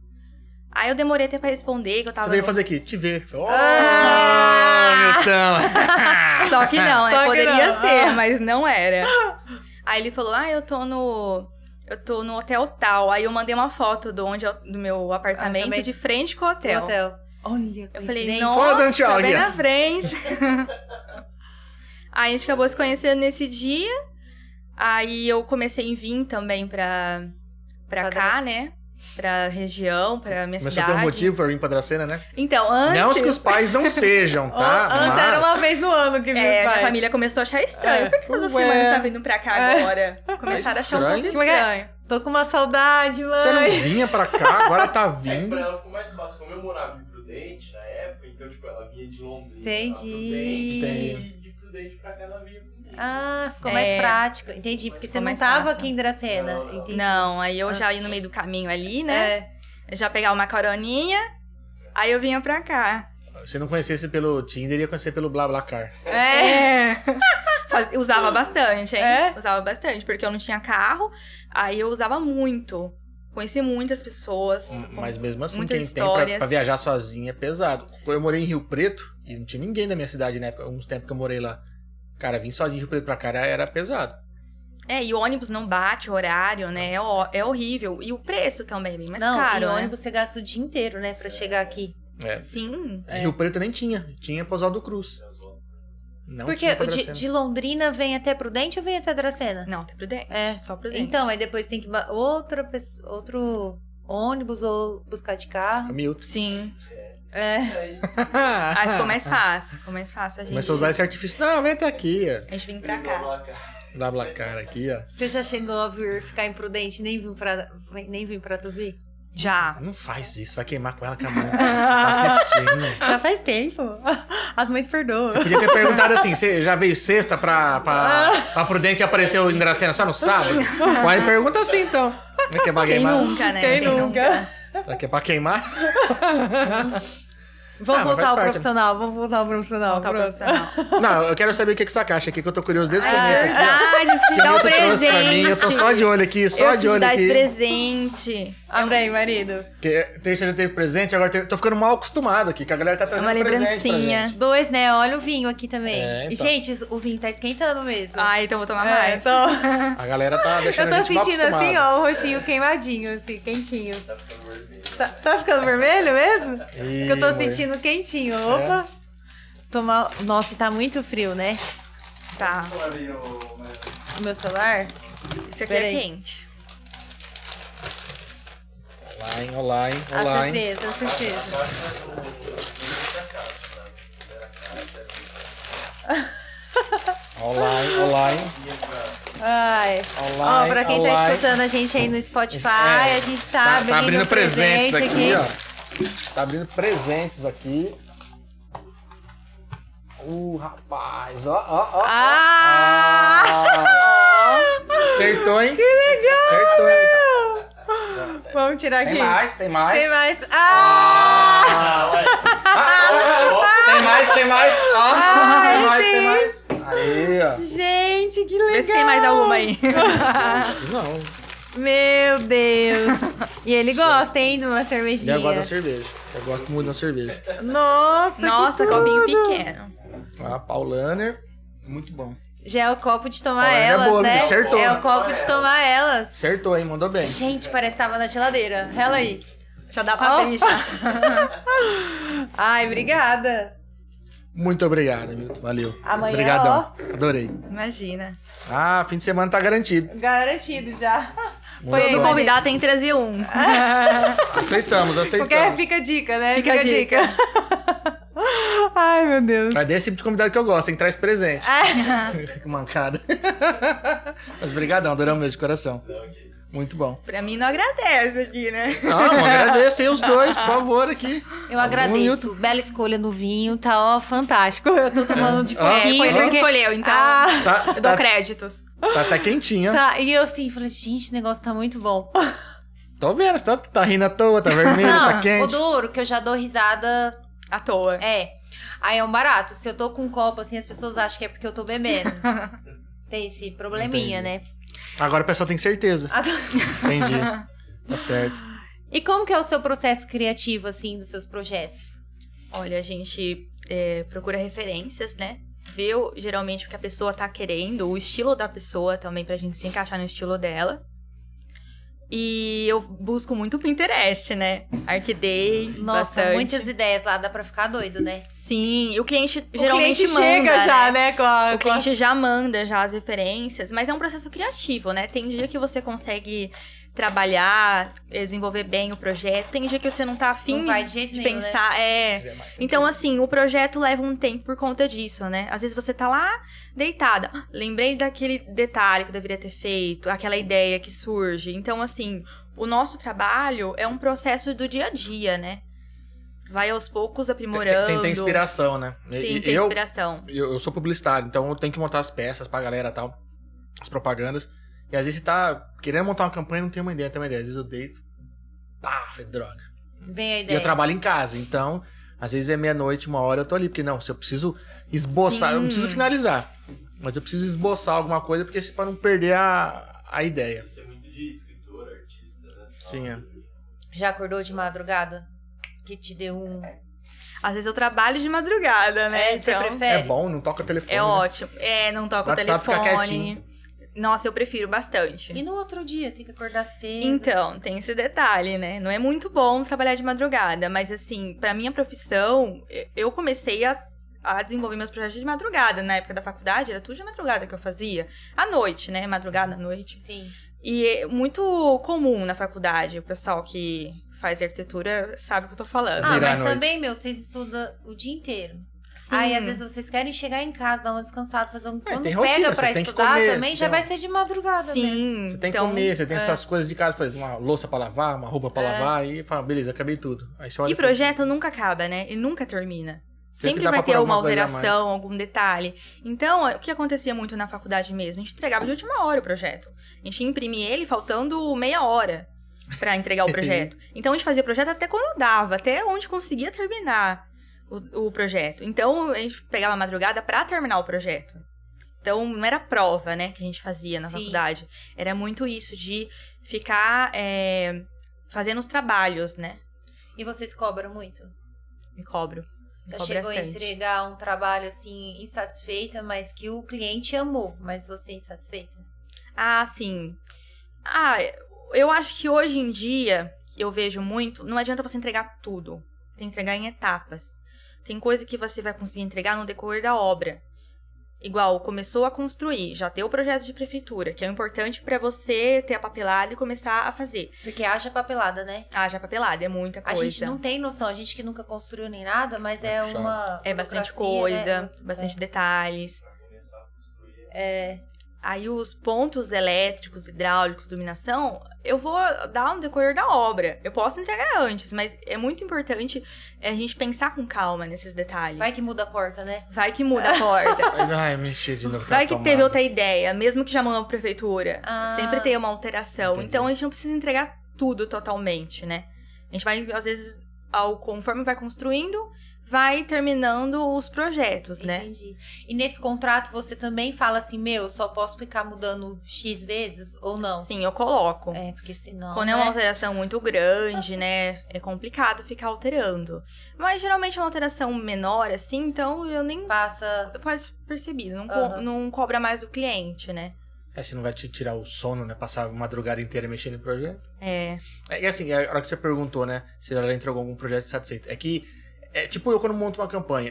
[SPEAKER 3] Aí eu demorei até pra responder, que eu tava...
[SPEAKER 2] Você veio fazer aqui, te ver. Falei, Oh,
[SPEAKER 1] Ah!
[SPEAKER 2] então.
[SPEAKER 3] Só que não, né?
[SPEAKER 1] Só que
[SPEAKER 3] Poderia
[SPEAKER 1] não.
[SPEAKER 3] ser,
[SPEAKER 1] Ah.
[SPEAKER 3] mas não era. Aí ele falou: Ah, eu tô no. Eu tô no hotel tal. Aí eu mandei uma foto do, onde eu- do meu apartamento
[SPEAKER 1] também.
[SPEAKER 3] de frente com o
[SPEAKER 1] No
[SPEAKER 3] hotel.
[SPEAKER 1] hotel. Olha,
[SPEAKER 3] Eu falei,
[SPEAKER 1] coincidência.
[SPEAKER 3] nossa,
[SPEAKER 2] Foda-se,
[SPEAKER 3] bem
[SPEAKER 2] Águia.
[SPEAKER 3] na frente. Aí a gente acabou se conhecendo nesse dia. Aí eu comecei a vir também pra, pra
[SPEAKER 1] Pra
[SPEAKER 3] cá, né? Pra região, pra minha
[SPEAKER 2] Começou a
[SPEAKER 3] cidade.
[SPEAKER 2] ter um motivo pra vir pra Dracena, né?
[SPEAKER 3] Então, antes.
[SPEAKER 2] Não que os pais não sejam, tá?
[SPEAKER 1] An- Antes era
[SPEAKER 2] Mas-
[SPEAKER 1] uma vez no ano que vinha
[SPEAKER 3] É,
[SPEAKER 1] os
[SPEAKER 3] minha
[SPEAKER 1] pais.
[SPEAKER 3] família começou a achar estranho.
[SPEAKER 1] É.
[SPEAKER 3] Por que toda
[SPEAKER 2] Ué.
[SPEAKER 3] semana você tá vindo pra cá
[SPEAKER 1] É.
[SPEAKER 3] agora? Começaram a achar um pouco
[SPEAKER 2] Estranho.
[SPEAKER 1] Como é que é?
[SPEAKER 3] estranho.
[SPEAKER 1] Tô com uma saudade,
[SPEAKER 2] Você não
[SPEAKER 1] mãe.
[SPEAKER 2] vinha pra cá, agora tá
[SPEAKER 4] Aí É, pra
[SPEAKER 2] vindo.
[SPEAKER 4] ela ficou mais fácil, como eu morava em Prudente na época, então tipo, ela vinha de Londrina.
[SPEAKER 1] Entendi.
[SPEAKER 4] Pra Prudente,
[SPEAKER 2] Entendi.
[SPEAKER 4] e de Prudente pra cá ela vinha comigo.
[SPEAKER 1] Ah, ficou
[SPEAKER 3] É.
[SPEAKER 1] mais prático. Entendi, porque você
[SPEAKER 3] Ficou
[SPEAKER 1] não
[SPEAKER 3] mais
[SPEAKER 1] tava
[SPEAKER 3] fácil.
[SPEAKER 1] aqui em Dracena.
[SPEAKER 4] Não, não.
[SPEAKER 1] Entendi. Ah. É.
[SPEAKER 3] Não, aí eu já ia no meio do caminho ali, né? Já pegar uma coroninha, aí eu vinha pra cá.
[SPEAKER 2] Se não conhecesse pelo Tinder, ia conhecer pelo BlaBlaCar.
[SPEAKER 1] É. É.
[SPEAKER 3] Faz- Usava bastante, hein?
[SPEAKER 1] É?
[SPEAKER 3] Usava bastante, porque eu não tinha carro, aí eu usava muito. Conheci muitas pessoas.
[SPEAKER 2] Mas mesmo assim,
[SPEAKER 3] Muitas
[SPEAKER 2] quem tem pra- pra,
[SPEAKER 3] histórias.
[SPEAKER 2] viajar sozinho é pesado. Quando eu morei em Rio Preto, e não tinha ninguém da minha cidade né? na época, uns tempos que eu morei lá. Cara, vim só de Rio Preto pra cá era- era pesado.
[SPEAKER 3] É, e o ônibus não bate o horário, né? É, ho- é horrível. E o preço também é bem mais
[SPEAKER 1] não,
[SPEAKER 3] caro.
[SPEAKER 1] e
[SPEAKER 3] né?
[SPEAKER 1] ônibus você gasta o dia inteiro, né, pra chegar aqui.
[SPEAKER 2] É.
[SPEAKER 3] Sim.
[SPEAKER 2] Rio Preto nem tinha, tinha Posal do Cruz. Não
[SPEAKER 1] porque
[SPEAKER 2] tinha pra
[SPEAKER 1] de,
[SPEAKER 2] Dracena.
[SPEAKER 1] de Londrina vem até Prudente ou vem até Dracena?
[SPEAKER 3] Não, até prudente.
[SPEAKER 1] É.
[SPEAKER 3] Só prudente.
[SPEAKER 1] Então, aí depois tem que ba- outra pessoa- outro ônibus ou buscar de carro.
[SPEAKER 2] Hamilton.
[SPEAKER 3] Sim.
[SPEAKER 1] É.
[SPEAKER 3] Aí ficou é mais fácil. Ficou mais fácil a gente.
[SPEAKER 2] Começou a usar esse artifício. Não, vem até aqui, ó.
[SPEAKER 3] A gente vem pra cá.
[SPEAKER 2] BlaBlaCar aqui, ó.
[SPEAKER 1] Você já chegou a vir ficar imprudente, nem vim pra, nem vim pra tu vir?
[SPEAKER 3] Já.
[SPEAKER 2] Não faz isso, vai queimar com ela com a mão. Tá assistindo.
[SPEAKER 1] Já faz tempo. As mães perdoam.
[SPEAKER 2] Podia ter perguntado assim, você já veio sexta pra, pra, pra Prudente e apareceu em Dracena só no sábado? Vai pergunta assim, então. Será que é pra
[SPEAKER 3] Quem
[SPEAKER 2] queimar?
[SPEAKER 3] nunca, né?
[SPEAKER 1] Quem nunca?
[SPEAKER 2] Será que é pra queimar?
[SPEAKER 1] Vamos
[SPEAKER 2] Ah, mas faz
[SPEAKER 1] voltar ao
[SPEAKER 2] parte, né?
[SPEAKER 1] profissional, vamos voltar ao profissional.
[SPEAKER 3] Voltar ao
[SPEAKER 1] pronto.
[SPEAKER 3] profissional.
[SPEAKER 2] Não, eu quero saber o que é essa caixa aqui, que eu tô curioso desde o
[SPEAKER 1] Ah,
[SPEAKER 2] começo.
[SPEAKER 1] é
[SPEAKER 2] aqui, ó.
[SPEAKER 3] Verdade,
[SPEAKER 2] Se
[SPEAKER 3] dá o
[SPEAKER 2] muito trouxe pra mim, eu tô
[SPEAKER 3] presente.
[SPEAKER 2] só de olho aqui, só
[SPEAKER 3] eu
[SPEAKER 2] de
[SPEAKER 3] te
[SPEAKER 2] olho
[SPEAKER 3] dar esse
[SPEAKER 2] aqui.
[SPEAKER 3] presente.
[SPEAKER 5] Abre aí, marido.
[SPEAKER 2] Porque terceira teve presente, agora teve- tô ficando mal acostumado aqui, que a galera tá trazendo
[SPEAKER 3] uma
[SPEAKER 2] presente pra
[SPEAKER 3] lembrancinha.
[SPEAKER 2] gente.
[SPEAKER 1] Dois, né? Olha o vinho aqui também.
[SPEAKER 2] É, então.
[SPEAKER 1] E, Gente, isso- o vinho tá esquentando mesmo.
[SPEAKER 3] Ah, então eu vou tomar
[SPEAKER 5] É,
[SPEAKER 3] mais.
[SPEAKER 5] então,
[SPEAKER 2] A galera tá
[SPEAKER 5] eu
[SPEAKER 2] deixando a
[SPEAKER 5] tô
[SPEAKER 2] gente mal
[SPEAKER 5] sentindo
[SPEAKER 2] acostumado.
[SPEAKER 5] assim, ó, o roxinho queimadinho, assim, quentinho.
[SPEAKER 4] Tá ficando vermelho.
[SPEAKER 5] Tá, tá ficando vermelho mesmo?
[SPEAKER 2] Ih,
[SPEAKER 5] Porque eu tô
[SPEAKER 2] amor. É.
[SPEAKER 5] sentindo quentinho. Opa!
[SPEAKER 1] Tomar. Nossa, tá muito frio, né?
[SPEAKER 3] Tá.
[SPEAKER 4] Olha aí, ô, mas-
[SPEAKER 1] O meu celular.
[SPEAKER 3] Isso aqui
[SPEAKER 1] Peraí.
[SPEAKER 3] é quente.
[SPEAKER 2] Olá, hein, olá, hein,
[SPEAKER 5] A
[SPEAKER 2] olá, hein.
[SPEAKER 5] surpresa, a surpresa.
[SPEAKER 2] Olá, hein, olá, hein.
[SPEAKER 5] Ai.
[SPEAKER 2] Olá,
[SPEAKER 5] Ó,
[SPEAKER 2] hein,
[SPEAKER 5] pra quem
[SPEAKER 2] olá,
[SPEAKER 5] tá
[SPEAKER 2] hein.
[SPEAKER 5] escutando a gente aí no Spotify,
[SPEAKER 2] É,
[SPEAKER 5] a gente tá, abrindo, presente aqui.
[SPEAKER 2] ó. Tá abrindo presentes aqui. Uh, rapaz, ó, ó, ó.
[SPEAKER 5] Ah!
[SPEAKER 2] Ah! Acertou, hein? Que legal! Acertou, hein?
[SPEAKER 5] Vamos tirar aqui.
[SPEAKER 2] Tem mais, tem mais.
[SPEAKER 5] Tem mais. Ah!
[SPEAKER 4] Ah, olha aí.
[SPEAKER 2] Tem mais, tem mais. Ó, tem mais, tem mais. Aí, ó.
[SPEAKER 5] Gente, que legal!
[SPEAKER 3] Vê se tem mais alguma aí.
[SPEAKER 2] Não,
[SPEAKER 5] Meu Deus! E ele gosta, hein, de uma cervejinha.
[SPEAKER 2] eu gosto da cerveja. Eu gosto muito da cerveja.
[SPEAKER 5] Nossa,
[SPEAKER 3] Nossa,
[SPEAKER 5] que
[SPEAKER 3] copinho
[SPEAKER 5] tudo.
[SPEAKER 3] pequeno.
[SPEAKER 2] A Paulaner, muito bom.
[SPEAKER 5] Já é o copo de tomar
[SPEAKER 2] Olha, é
[SPEAKER 5] elas,
[SPEAKER 2] boa,
[SPEAKER 5] né?
[SPEAKER 2] acertou.
[SPEAKER 5] É o copo de tomar elas.
[SPEAKER 2] Acertou, hein? Mandou bem.
[SPEAKER 5] Gente, parece que tava na geladeira. Ela aí.
[SPEAKER 3] Já dá pra
[SPEAKER 5] Ó.
[SPEAKER 3] abrir, já.
[SPEAKER 5] Ai, obrigada.
[SPEAKER 2] Muito obrigado, Milton. Valeu.
[SPEAKER 5] Amanhã,
[SPEAKER 2] Obrigadão. Adorei.
[SPEAKER 3] Imagina.
[SPEAKER 2] Ah, fim de semana tá garantido.
[SPEAKER 5] Garantido já.
[SPEAKER 2] Muito
[SPEAKER 3] Todo
[SPEAKER 2] bom.
[SPEAKER 3] convidado tem 13 e 1.
[SPEAKER 5] É.
[SPEAKER 2] Aceitamos,
[SPEAKER 3] é
[SPEAKER 2] aceitamos.
[SPEAKER 5] Porque fica a dica, né?
[SPEAKER 3] Fica a
[SPEAKER 5] Ai, meu Deus.
[SPEAKER 2] É desse tipo de convidado que eu gosto, hein? Traz presente.
[SPEAKER 3] Ah.
[SPEAKER 2] que mancada. Mas brigadão, adoramos mesmo de coração. Muito bom.
[SPEAKER 3] Pra mim não agradece aqui, né?
[SPEAKER 2] Não, Ah, eu agradeço aí os dois, por favor, aqui.
[SPEAKER 1] Eu
[SPEAKER 2] Milton.
[SPEAKER 1] agradeço. Bela escolha no vinho, tá ó, fantástico. Eu tô tomando um de
[SPEAKER 2] Ah,
[SPEAKER 3] É, foi ele que
[SPEAKER 1] pouquinho.
[SPEAKER 3] escolheu, então.
[SPEAKER 5] Ah,
[SPEAKER 2] Tá,
[SPEAKER 3] Eu dou
[SPEAKER 2] tá,
[SPEAKER 3] créditos.
[SPEAKER 2] tá até quentinha.
[SPEAKER 1] Tá, e eu sim, falei, gente, esse negócio tá muito bom.
[SPEAKER 2] Tô vendo, você tá, tá rindo à toa, tá vermelho, tá
[SPEAKER 1] o
[SPEAKER 2] quente.
[SPEAKER 1] duro, que eu já dou risada
[SPEAKER 3] À toa.
[SPEAKER 1] É. Aí é um barato. Se eu tô com um copo assim, as pessoas acham que é porque eu tô bebendo. Tem esse probleminha, né?
[SPEAKER 2] Agora o pessoal tem certeza.
[SPEAKER 1] Agora-
[SPEAKER 2] Entendi. Tá certo.
[SPEAKER 1] E como que é o seu processo criativo, assim, dos seus projetos?
[SPEAKER 3] Olha, a gente é, procura referências, né? Vê o- geralmente o que a pessoa tá querendo, o estilo da pessoa também, pra gente se encaixar no estilo dela. E eu busco muito o Pinterest, né? Arquidei
[SPEAKER 1] Nossa,
[SPEAKER 3] bastante.
[SPEAKER 1] muitas ideias lá, dá pra ficar doido, né?
[SPEAKER 3] Sim, e o cliente
[SPEAKER 5] o
[SPEAKER 3] geralmente
[SPEAKER 5] cliente
[SPEAKER 3] manda,
[SPEAKER 5] chega já, né? Com a,
[SPEAKER 3] O
[SPEAKER 5] com a-
[SPEAKER 3] cliente já manda já as referências, mas é um processo criativo, né? Tem dia que você consegue trabalhar, eh, desenvolver bem o projeto, tem dia que você não tá afim
[SPEAKER 1] Não vai de jeito
[SPEAKER 3] de
[SPEAKER 1] nenhum, né?
[SPEAKER 3] pensar, é. Então, assim, o projeto leva um tempo por conta disso, né? Às vezes você tá lá deitada. "Ah, Lembrei daquele detalhe que eu deveria ter feito, aquela ideia que surge. Então, assim, o nosso trabalho é um processo do dia a dia, né? Vai aos poucos
[SPEAKER 2] Tem,
[SPEAKER 3] aprimorando.
[SPEAKER 2] tem, tem- tem inspiração, né? E-
[SPEAKER 3] Sim,
[SPEAKER 2] e
[SPEAKER 3] tem
[SPEAKER 2] eu,
[SPEAKER 3] inspiração.
[SPEAKER 2] eu, eu sou publicitário, então eu tenho que montar as peças pra galera e tal, as propagandas. E às vezes você tá querendo montar uma campanha e não tem uma ideia, não tem uma ideia. Às vezes eu deito, pá, falei, droga.
[SPEAKER 1] Vem a
[SPEAKER 2] E eu
[SPEAKER 1] ideia.
[SPEAKER 2] trabalho em casa, então às vezes é meia-noite, uma hora eu tô ali, porque não, se eu preciso esboçar, eu não
[SPEAKER 3] Sim.
[SPEAKER 2] preciso finalizar, mas eu preciso esboçar alguma coisa porque se- pra não perder a, a ideia.
[SPEAKER 4] Isso é muito de escritor, artista, né?
[SPEAKER 2] Sim, é.
[SPEAKER 1] Já acordou de madrugada? Que te deu um...
[SPEAKER 3] Às vezes eu trabalho de madrugada, né?
[SPEAKER 1] É, você
[SPEAKER 3] Então,
[SPEAKER 1] prefere?
[SPEAKER 2] É bom, não toca telefone.
[SPEAKER 3] é
[SPEAKER 2] né?
[SPEAKER 3] ótimo. É, não toca o
[SPEAKER 2] WhatsApp fica
[SPEAKER 3] telefone.
[SPEAKER 2] quietinho.
[SPEAKER 3] Nossa, eu prefiro bastante.
[SPEAKER 1] E no outro dia, tem que acordar cedo.
[SPEAKER 3] Então, tem esse detalhe, né? Não é muito bom trabalhar de madrugada, mas assim, pra minha profissão, e- eu comecei a, a desenvolver meus projetos de madrugada. Na época da faculdade, era tudo de madrugada que eu fazia. À noite, né? Madrugada à noite.
[SPEAKER 1] Sim.
[SPEAKER 3] E é muito comum na faculdade, o pessoal que faz arquitetura sabe o que eu tô falando.
[SPEAKER 1] Ah,
[SPEAKER 2] Virar à
[SPEAKER 1] mas
[SPEAKER 2] noite.
[SPEAKER 1] também, meu, vocês estudam o dia inteiro.
[SPEAKER 3] Sim. É,
[SPEAKER 1] Aí, às vezes, vocês querem chegar em casa, dar uma descansada, fazer um... Quando
[SPEAKER 2] tem
[SPEAKER 1] pega
[SPEAKER 2] rotina, você
[SPEAKER 1] pra
[SPEAKER 2] tem que
[SPEAKER 1] estudar
[SPEAKER 2] comer,
[SPEAKER 1] também,
[SPEAKER 2] você
[SPEAKER 1] já
[SPEAKER 2] tem-
[SPEAKER 1] vai ser de madrugada é mesmo.
[SPEAKER 3] Sim.
[SPEAKER 2] Você tem que
[SPEAKER 3] então,
[SPEAKER 2] comer, você tem
[SPEAKER 1] é.
[SPEAKER 2] suas coisas de casa, faz uma louça pra lavar, uma roupa pra lavar, e fala, beleza, acabei tudo. Aí você olha
[SPEAKER 3] É. E
[SPEAKER 2] fala,
[SPEAKER 3] projeto nunca acaba, né? E nunca termina.
[SPEAKER 2] Sempre
[SPEAKER 3] Sempre,
[SPEAKER 2] dá pra
[SPEAKER 3] vai
[SPEAKER 2] pôr
[SPEAKER 3] ter uma
[SPEAKER 2] alguma coisa a mais.
[SPEAKER 3] alteração, algum detalhe. Então, o que acontecia muito na faculdade mesmo? A gente entregava de última hora o projeto. A gente imprimia ele faltando meia hora pra entregar o projeto. Então, a gente fazia projeto até quando dava, até onde conseguia terminar o, o projeto. Então, a gente pegava a madrugada pra terminar o projeto. Então, não era prova, né, que a gente fazia na
[SPEAKER 1] Sim.
[SPEAKER 3] faculdade. Era muito isso de ficar é, fazendo os trabalhos, né?
[SPEAKER 1] E vocês cobram muito?
[SPEAKER 3] Me cobro. Me
[SPEAKER 1] Já
[SPEAKER 3] cobro
[SPEAKER 1] chegou a
[SPEAKER 3] bastante.
[SPEAKER 1] entregar um trabalho assim, insatisfeita, mas que o cliente amou, mas você insatisfeita?
[SPEAKER 3] Ah, sim. Ah, eu acho que hoje em dia, que eu vejo muito, não adianta você entregar tudo. Tem que entregar em etapas. Tem coisa que você vai conseguir entregar no decorrer da obra. Igual, começou a construir, já tem o projeto de prefeitura, que é o importante pra você ter a papelada e começar a fazer.
[SPEAKER 1] Porque haja papelada, né?
[SPEAKER 3] Ah, já papelada, é muita
[SPEAKER 1] A
[SPEAKER 3] coisa.
[SPEAKER 1] gente não tem noção, a gente que nunca construiu nem nada, mas
[SPEAKER 2] É
[SPEAKER 1] é
[SPEAKER 2] puxado.
[SPEAKER 1] uma.
[SPEAKER 3] É bastante
[SPEAKER 1] burocracia, né?
[SPEAKER 3] coisa, bastante detalhes.
[SPEAKER 4] Pra começar a construir.
[SPEAKER 1] É.
[SPEAKER 3] Aí os pontos elétricos, hidráulicos, iluminação, eu vou dar no decorrer da obra. Eu posso entregar antes, mas é muito importante eh, a gente pensar com calma nesses detalhes.
[SPEAKER 1] Vai que muda a porta, né?
[SPEAKER 3] Vai que muda a porta.
[SPEAKER 2] Ai, mexi de novo. com a
[SPEAKER 3] Vai que
[SPEAKER 2] tomada.
[SPEAKER 3] teve outra ideia, mesmo que já mandou pra prefeitura.
[SPEAKER 1] Ah.
[SPEAKER 3] Sempre tem uma alteração.
[SPEAKER 2] Entendi.
[SPEAKER 3] Então a gente não precisa entregar tudo totalmente, né? A gente vai, às vezes, ao conforme vai construindo, vai terminando os projetos, né?
[SPEAKER 1] Entendi. E nesse contrato você também fala assim, meu, só posso ficar mudando X vezes ou não?
[SPEAKER 3] Sim, eu coloco.
[SPEAKER 1] É, porque senão.
[SPEAKER 3] Quando
[SPEAKER 1] né?
[SPEAKER 3] é uma alteração muito grande, né? É complicado ficar alterando. Mas geralmente é uma alteração menor, assim, então eu nem
[SPEAKER 1] Passa.
[SPEAKER 3] posso perceber. Não, co-
[SPEAKER 1] Aham.
[SPEAKER 3] não cobra mais do cliente, né?
[SPEAKER 2] É, você não vai te tirar o sono, né? Passar a madrugada inteira mexendo em projeto.
[SPEAKER 3] É.
[SPEAKER 2] É que assim, a hora que você perguntou, né? Se ela entregou algum projeto satisfeito. É que, é tipo eu quando monto uma campanha.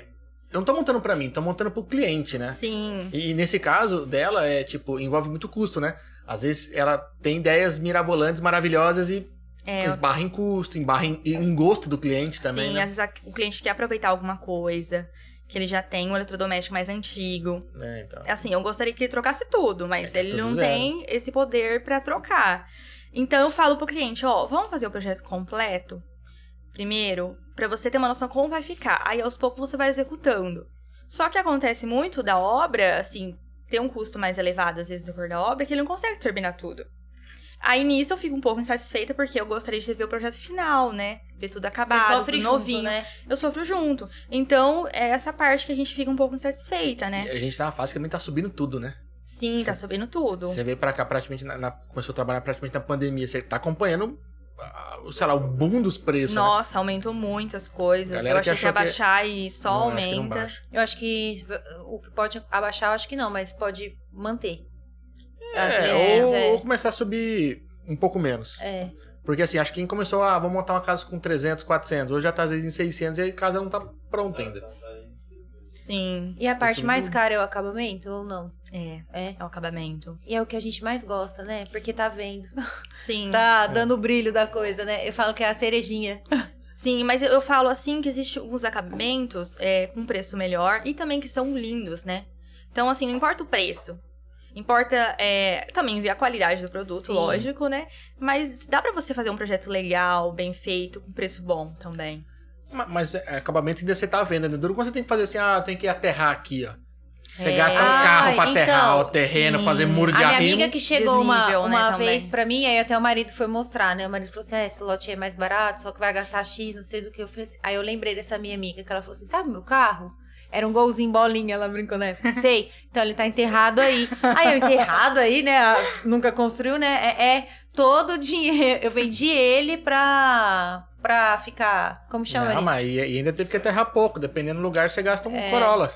[SPEAKER 2] Eu não tô montando pra mim, tô montando pro cliente, né?
[SPEAKER 3] Sim.
[SPEAKER 2] E, e nesse caso dela, é tipo, envolve muito custo, né? Às vezes ela tem ideias mirabolantes, maravilhosas e
[SPEAKER 3] É,
[SPEAKER 2] esbarra em custo, embarra em, em gosto do cliente também,
[SPEAKER 3] sim,
[SPEAKER 2] né?
[SPEAKER 3] às vezes a- o cliente quer aproveitar alguma coisa, que ele já tem um eletrodoméstico mais antigo.
[SPEAKER 2] É, então.
[SPEAKER 3] Assim, eu gostaria que ele trocasse tudo, mas
[SPEAKER 2] É,
[SPEAKER 3] ele
[SPEAKER 2] tudo
[SPEAKER 3] não
[SPEAKER 2] zero.
[SPEAKER 3] tem esse poder pra trocar. Então eu falo pro cliente, ó, vamos fazer o projeto completo primeiro, pra você ter uma noção como vai ficar. Aí aos poucos você vai executando. Só que acontece muito da obra, assim, ter um custo mais elevado às vezes do cor da obra, que ele não consegue terminar tudo. Aí nisso eu fico um pouco insatisfeita porque eu gostaria de ver o projeto final, né? Ver tudo acabado,
[SPEAKER 1] você sofre
[SPEAKER 3] tudo
[SPEAKER 1] junto,
[SPEAKER 3] novinho.
[SPEAKER 1] né?
[SPEAKER 3] Eu sofro junto. Então, é essa parte que a gente fica um pouco insatisfeita, né?
[SPEAKER 2] E A gente tá na fase que também tá subindo tudo, né?
[SPEAKER 3] Sim, tá subindo tudo.
[SPEAKER 2] Você veio pra cá praticamente, na, na- começou a trabalhar praticamente na pandemia. Você tá acompanhando, ah, o, sei lá, o boom dos preços, né?
[SPEAKER 3] Nossa, aumentou muitas coisas.
[SPEAKER 2] Galera
[SPEAKER 3] eu
[SPEAKER 2] que
[SPEAKER 3] achei que ia
[SPEAKER 2] achou que-
[SPEAKER 3] baixar e só
[SPEAKER 2] Não, acho que não
[SPEAKER 3] aumenta.
[SPEAKER 2] baixa.
[SPEAKER 1] Eu acho que o que pode abaixar, eu acho que não, mas pode manter.
[SPEAKER 2] É,
[SPEAKER 1] É,
[SPEAKER 2] ou,
[SPEAKER 1] é.
[SPEAKER 2] ou começar a subir um pouco menos.
[SPEAKER 1] É.
[SPEAKER 2] Porque assim, acho que quem começou a, ah, vou montar uma casa com 300, 400, hoje já tá às vezes em 600 e aí a casa não tá pronta ainda.
[SPEAKER 4] Tá- tá aí, você vê.
[SPEAKER 3] Sim,
[SPEAKER 1] E a parte
[SPEAKER 2] tudo
[SPEAKER 1] mais
[SPEAKER 2] bom.
[SPEAKER 1] cara é o acabamento ou não?
[SPEAKER 3] é.
[SPEAKER 1] É.
[SPEAKER 3] É o acabamento.
[SPEAKER 1] E é o que a gente mais gosta, né? Porque tá vendo.
[SPEAKER 3] Sim. É.
[SPEAKER 1] Tá dando o brilho da coisa, né? Eu falo que é a cerejinha.
[SPEAKER 3] Sim, mas eu, eu falo assim que existem uns acabamentos é, com preço melhor e também que são lindos, né? Então, assim, não importa o preço. Importa é, também ver a qualidade do produto,
[SPEAKER 1] Sim.
[SPEAKER 3] lógico, né? Mas dá pra você fazer um projeto legal, bem feito, com preço bom também.
[SPEAKER 2] Ma- Mas é, acabamento ainda você tá vendo, né? Duro quando você tem que fazer assim, ah, tem que aterrar aqui, ó. Você
[SPEAKER 3] É.
[SPEAKER 2] gasta um
[SPEAKER 1] Ah,
[SPEAKER 2] carro pra
[SPEAKER 1] então,
[SPEAKER 2] aterrar o terreno,
[SPEAKER 3] sim.
[SPEAKER 2] fazer muro
[SPEAKER 1] A
[SPEAKER 2] de
[SPEAKER 1] minha
[SPEAKER 2] arrimo.
[SPEAKER 1] amiga que chegou uma,
[SPEAKER 3] Desnível, né,
[SPEAKER 1] uma
[SPEAKER 3] também.
[SPEAKER 1] vez pra mim, aí até o marido foi mostrar, né? O marido falou assim: "Ah, esse lote aí é mais barato, só que vai gastar X, não sei do que. Eu falei assim- Aí eu lembrei dessa minha amiga, que ela falou assim: sabe meu carro? Era um golzinho bolinha, ela brincou, né? Sei. Então ele tá enterrado aí. Aí eu enterrado aí, né? Ah, Nunca construiu, né? É, é todo o dinheiro. Eu vendi ele pra, pra ficar. Como chama É,
[SPEAKER 2] Não,
[SPEAKER 1] ele?
[SPEAKER 2] mas e, e ainda teve que aterrar pouco. Dependendo do lugar, você gasta um Corolla.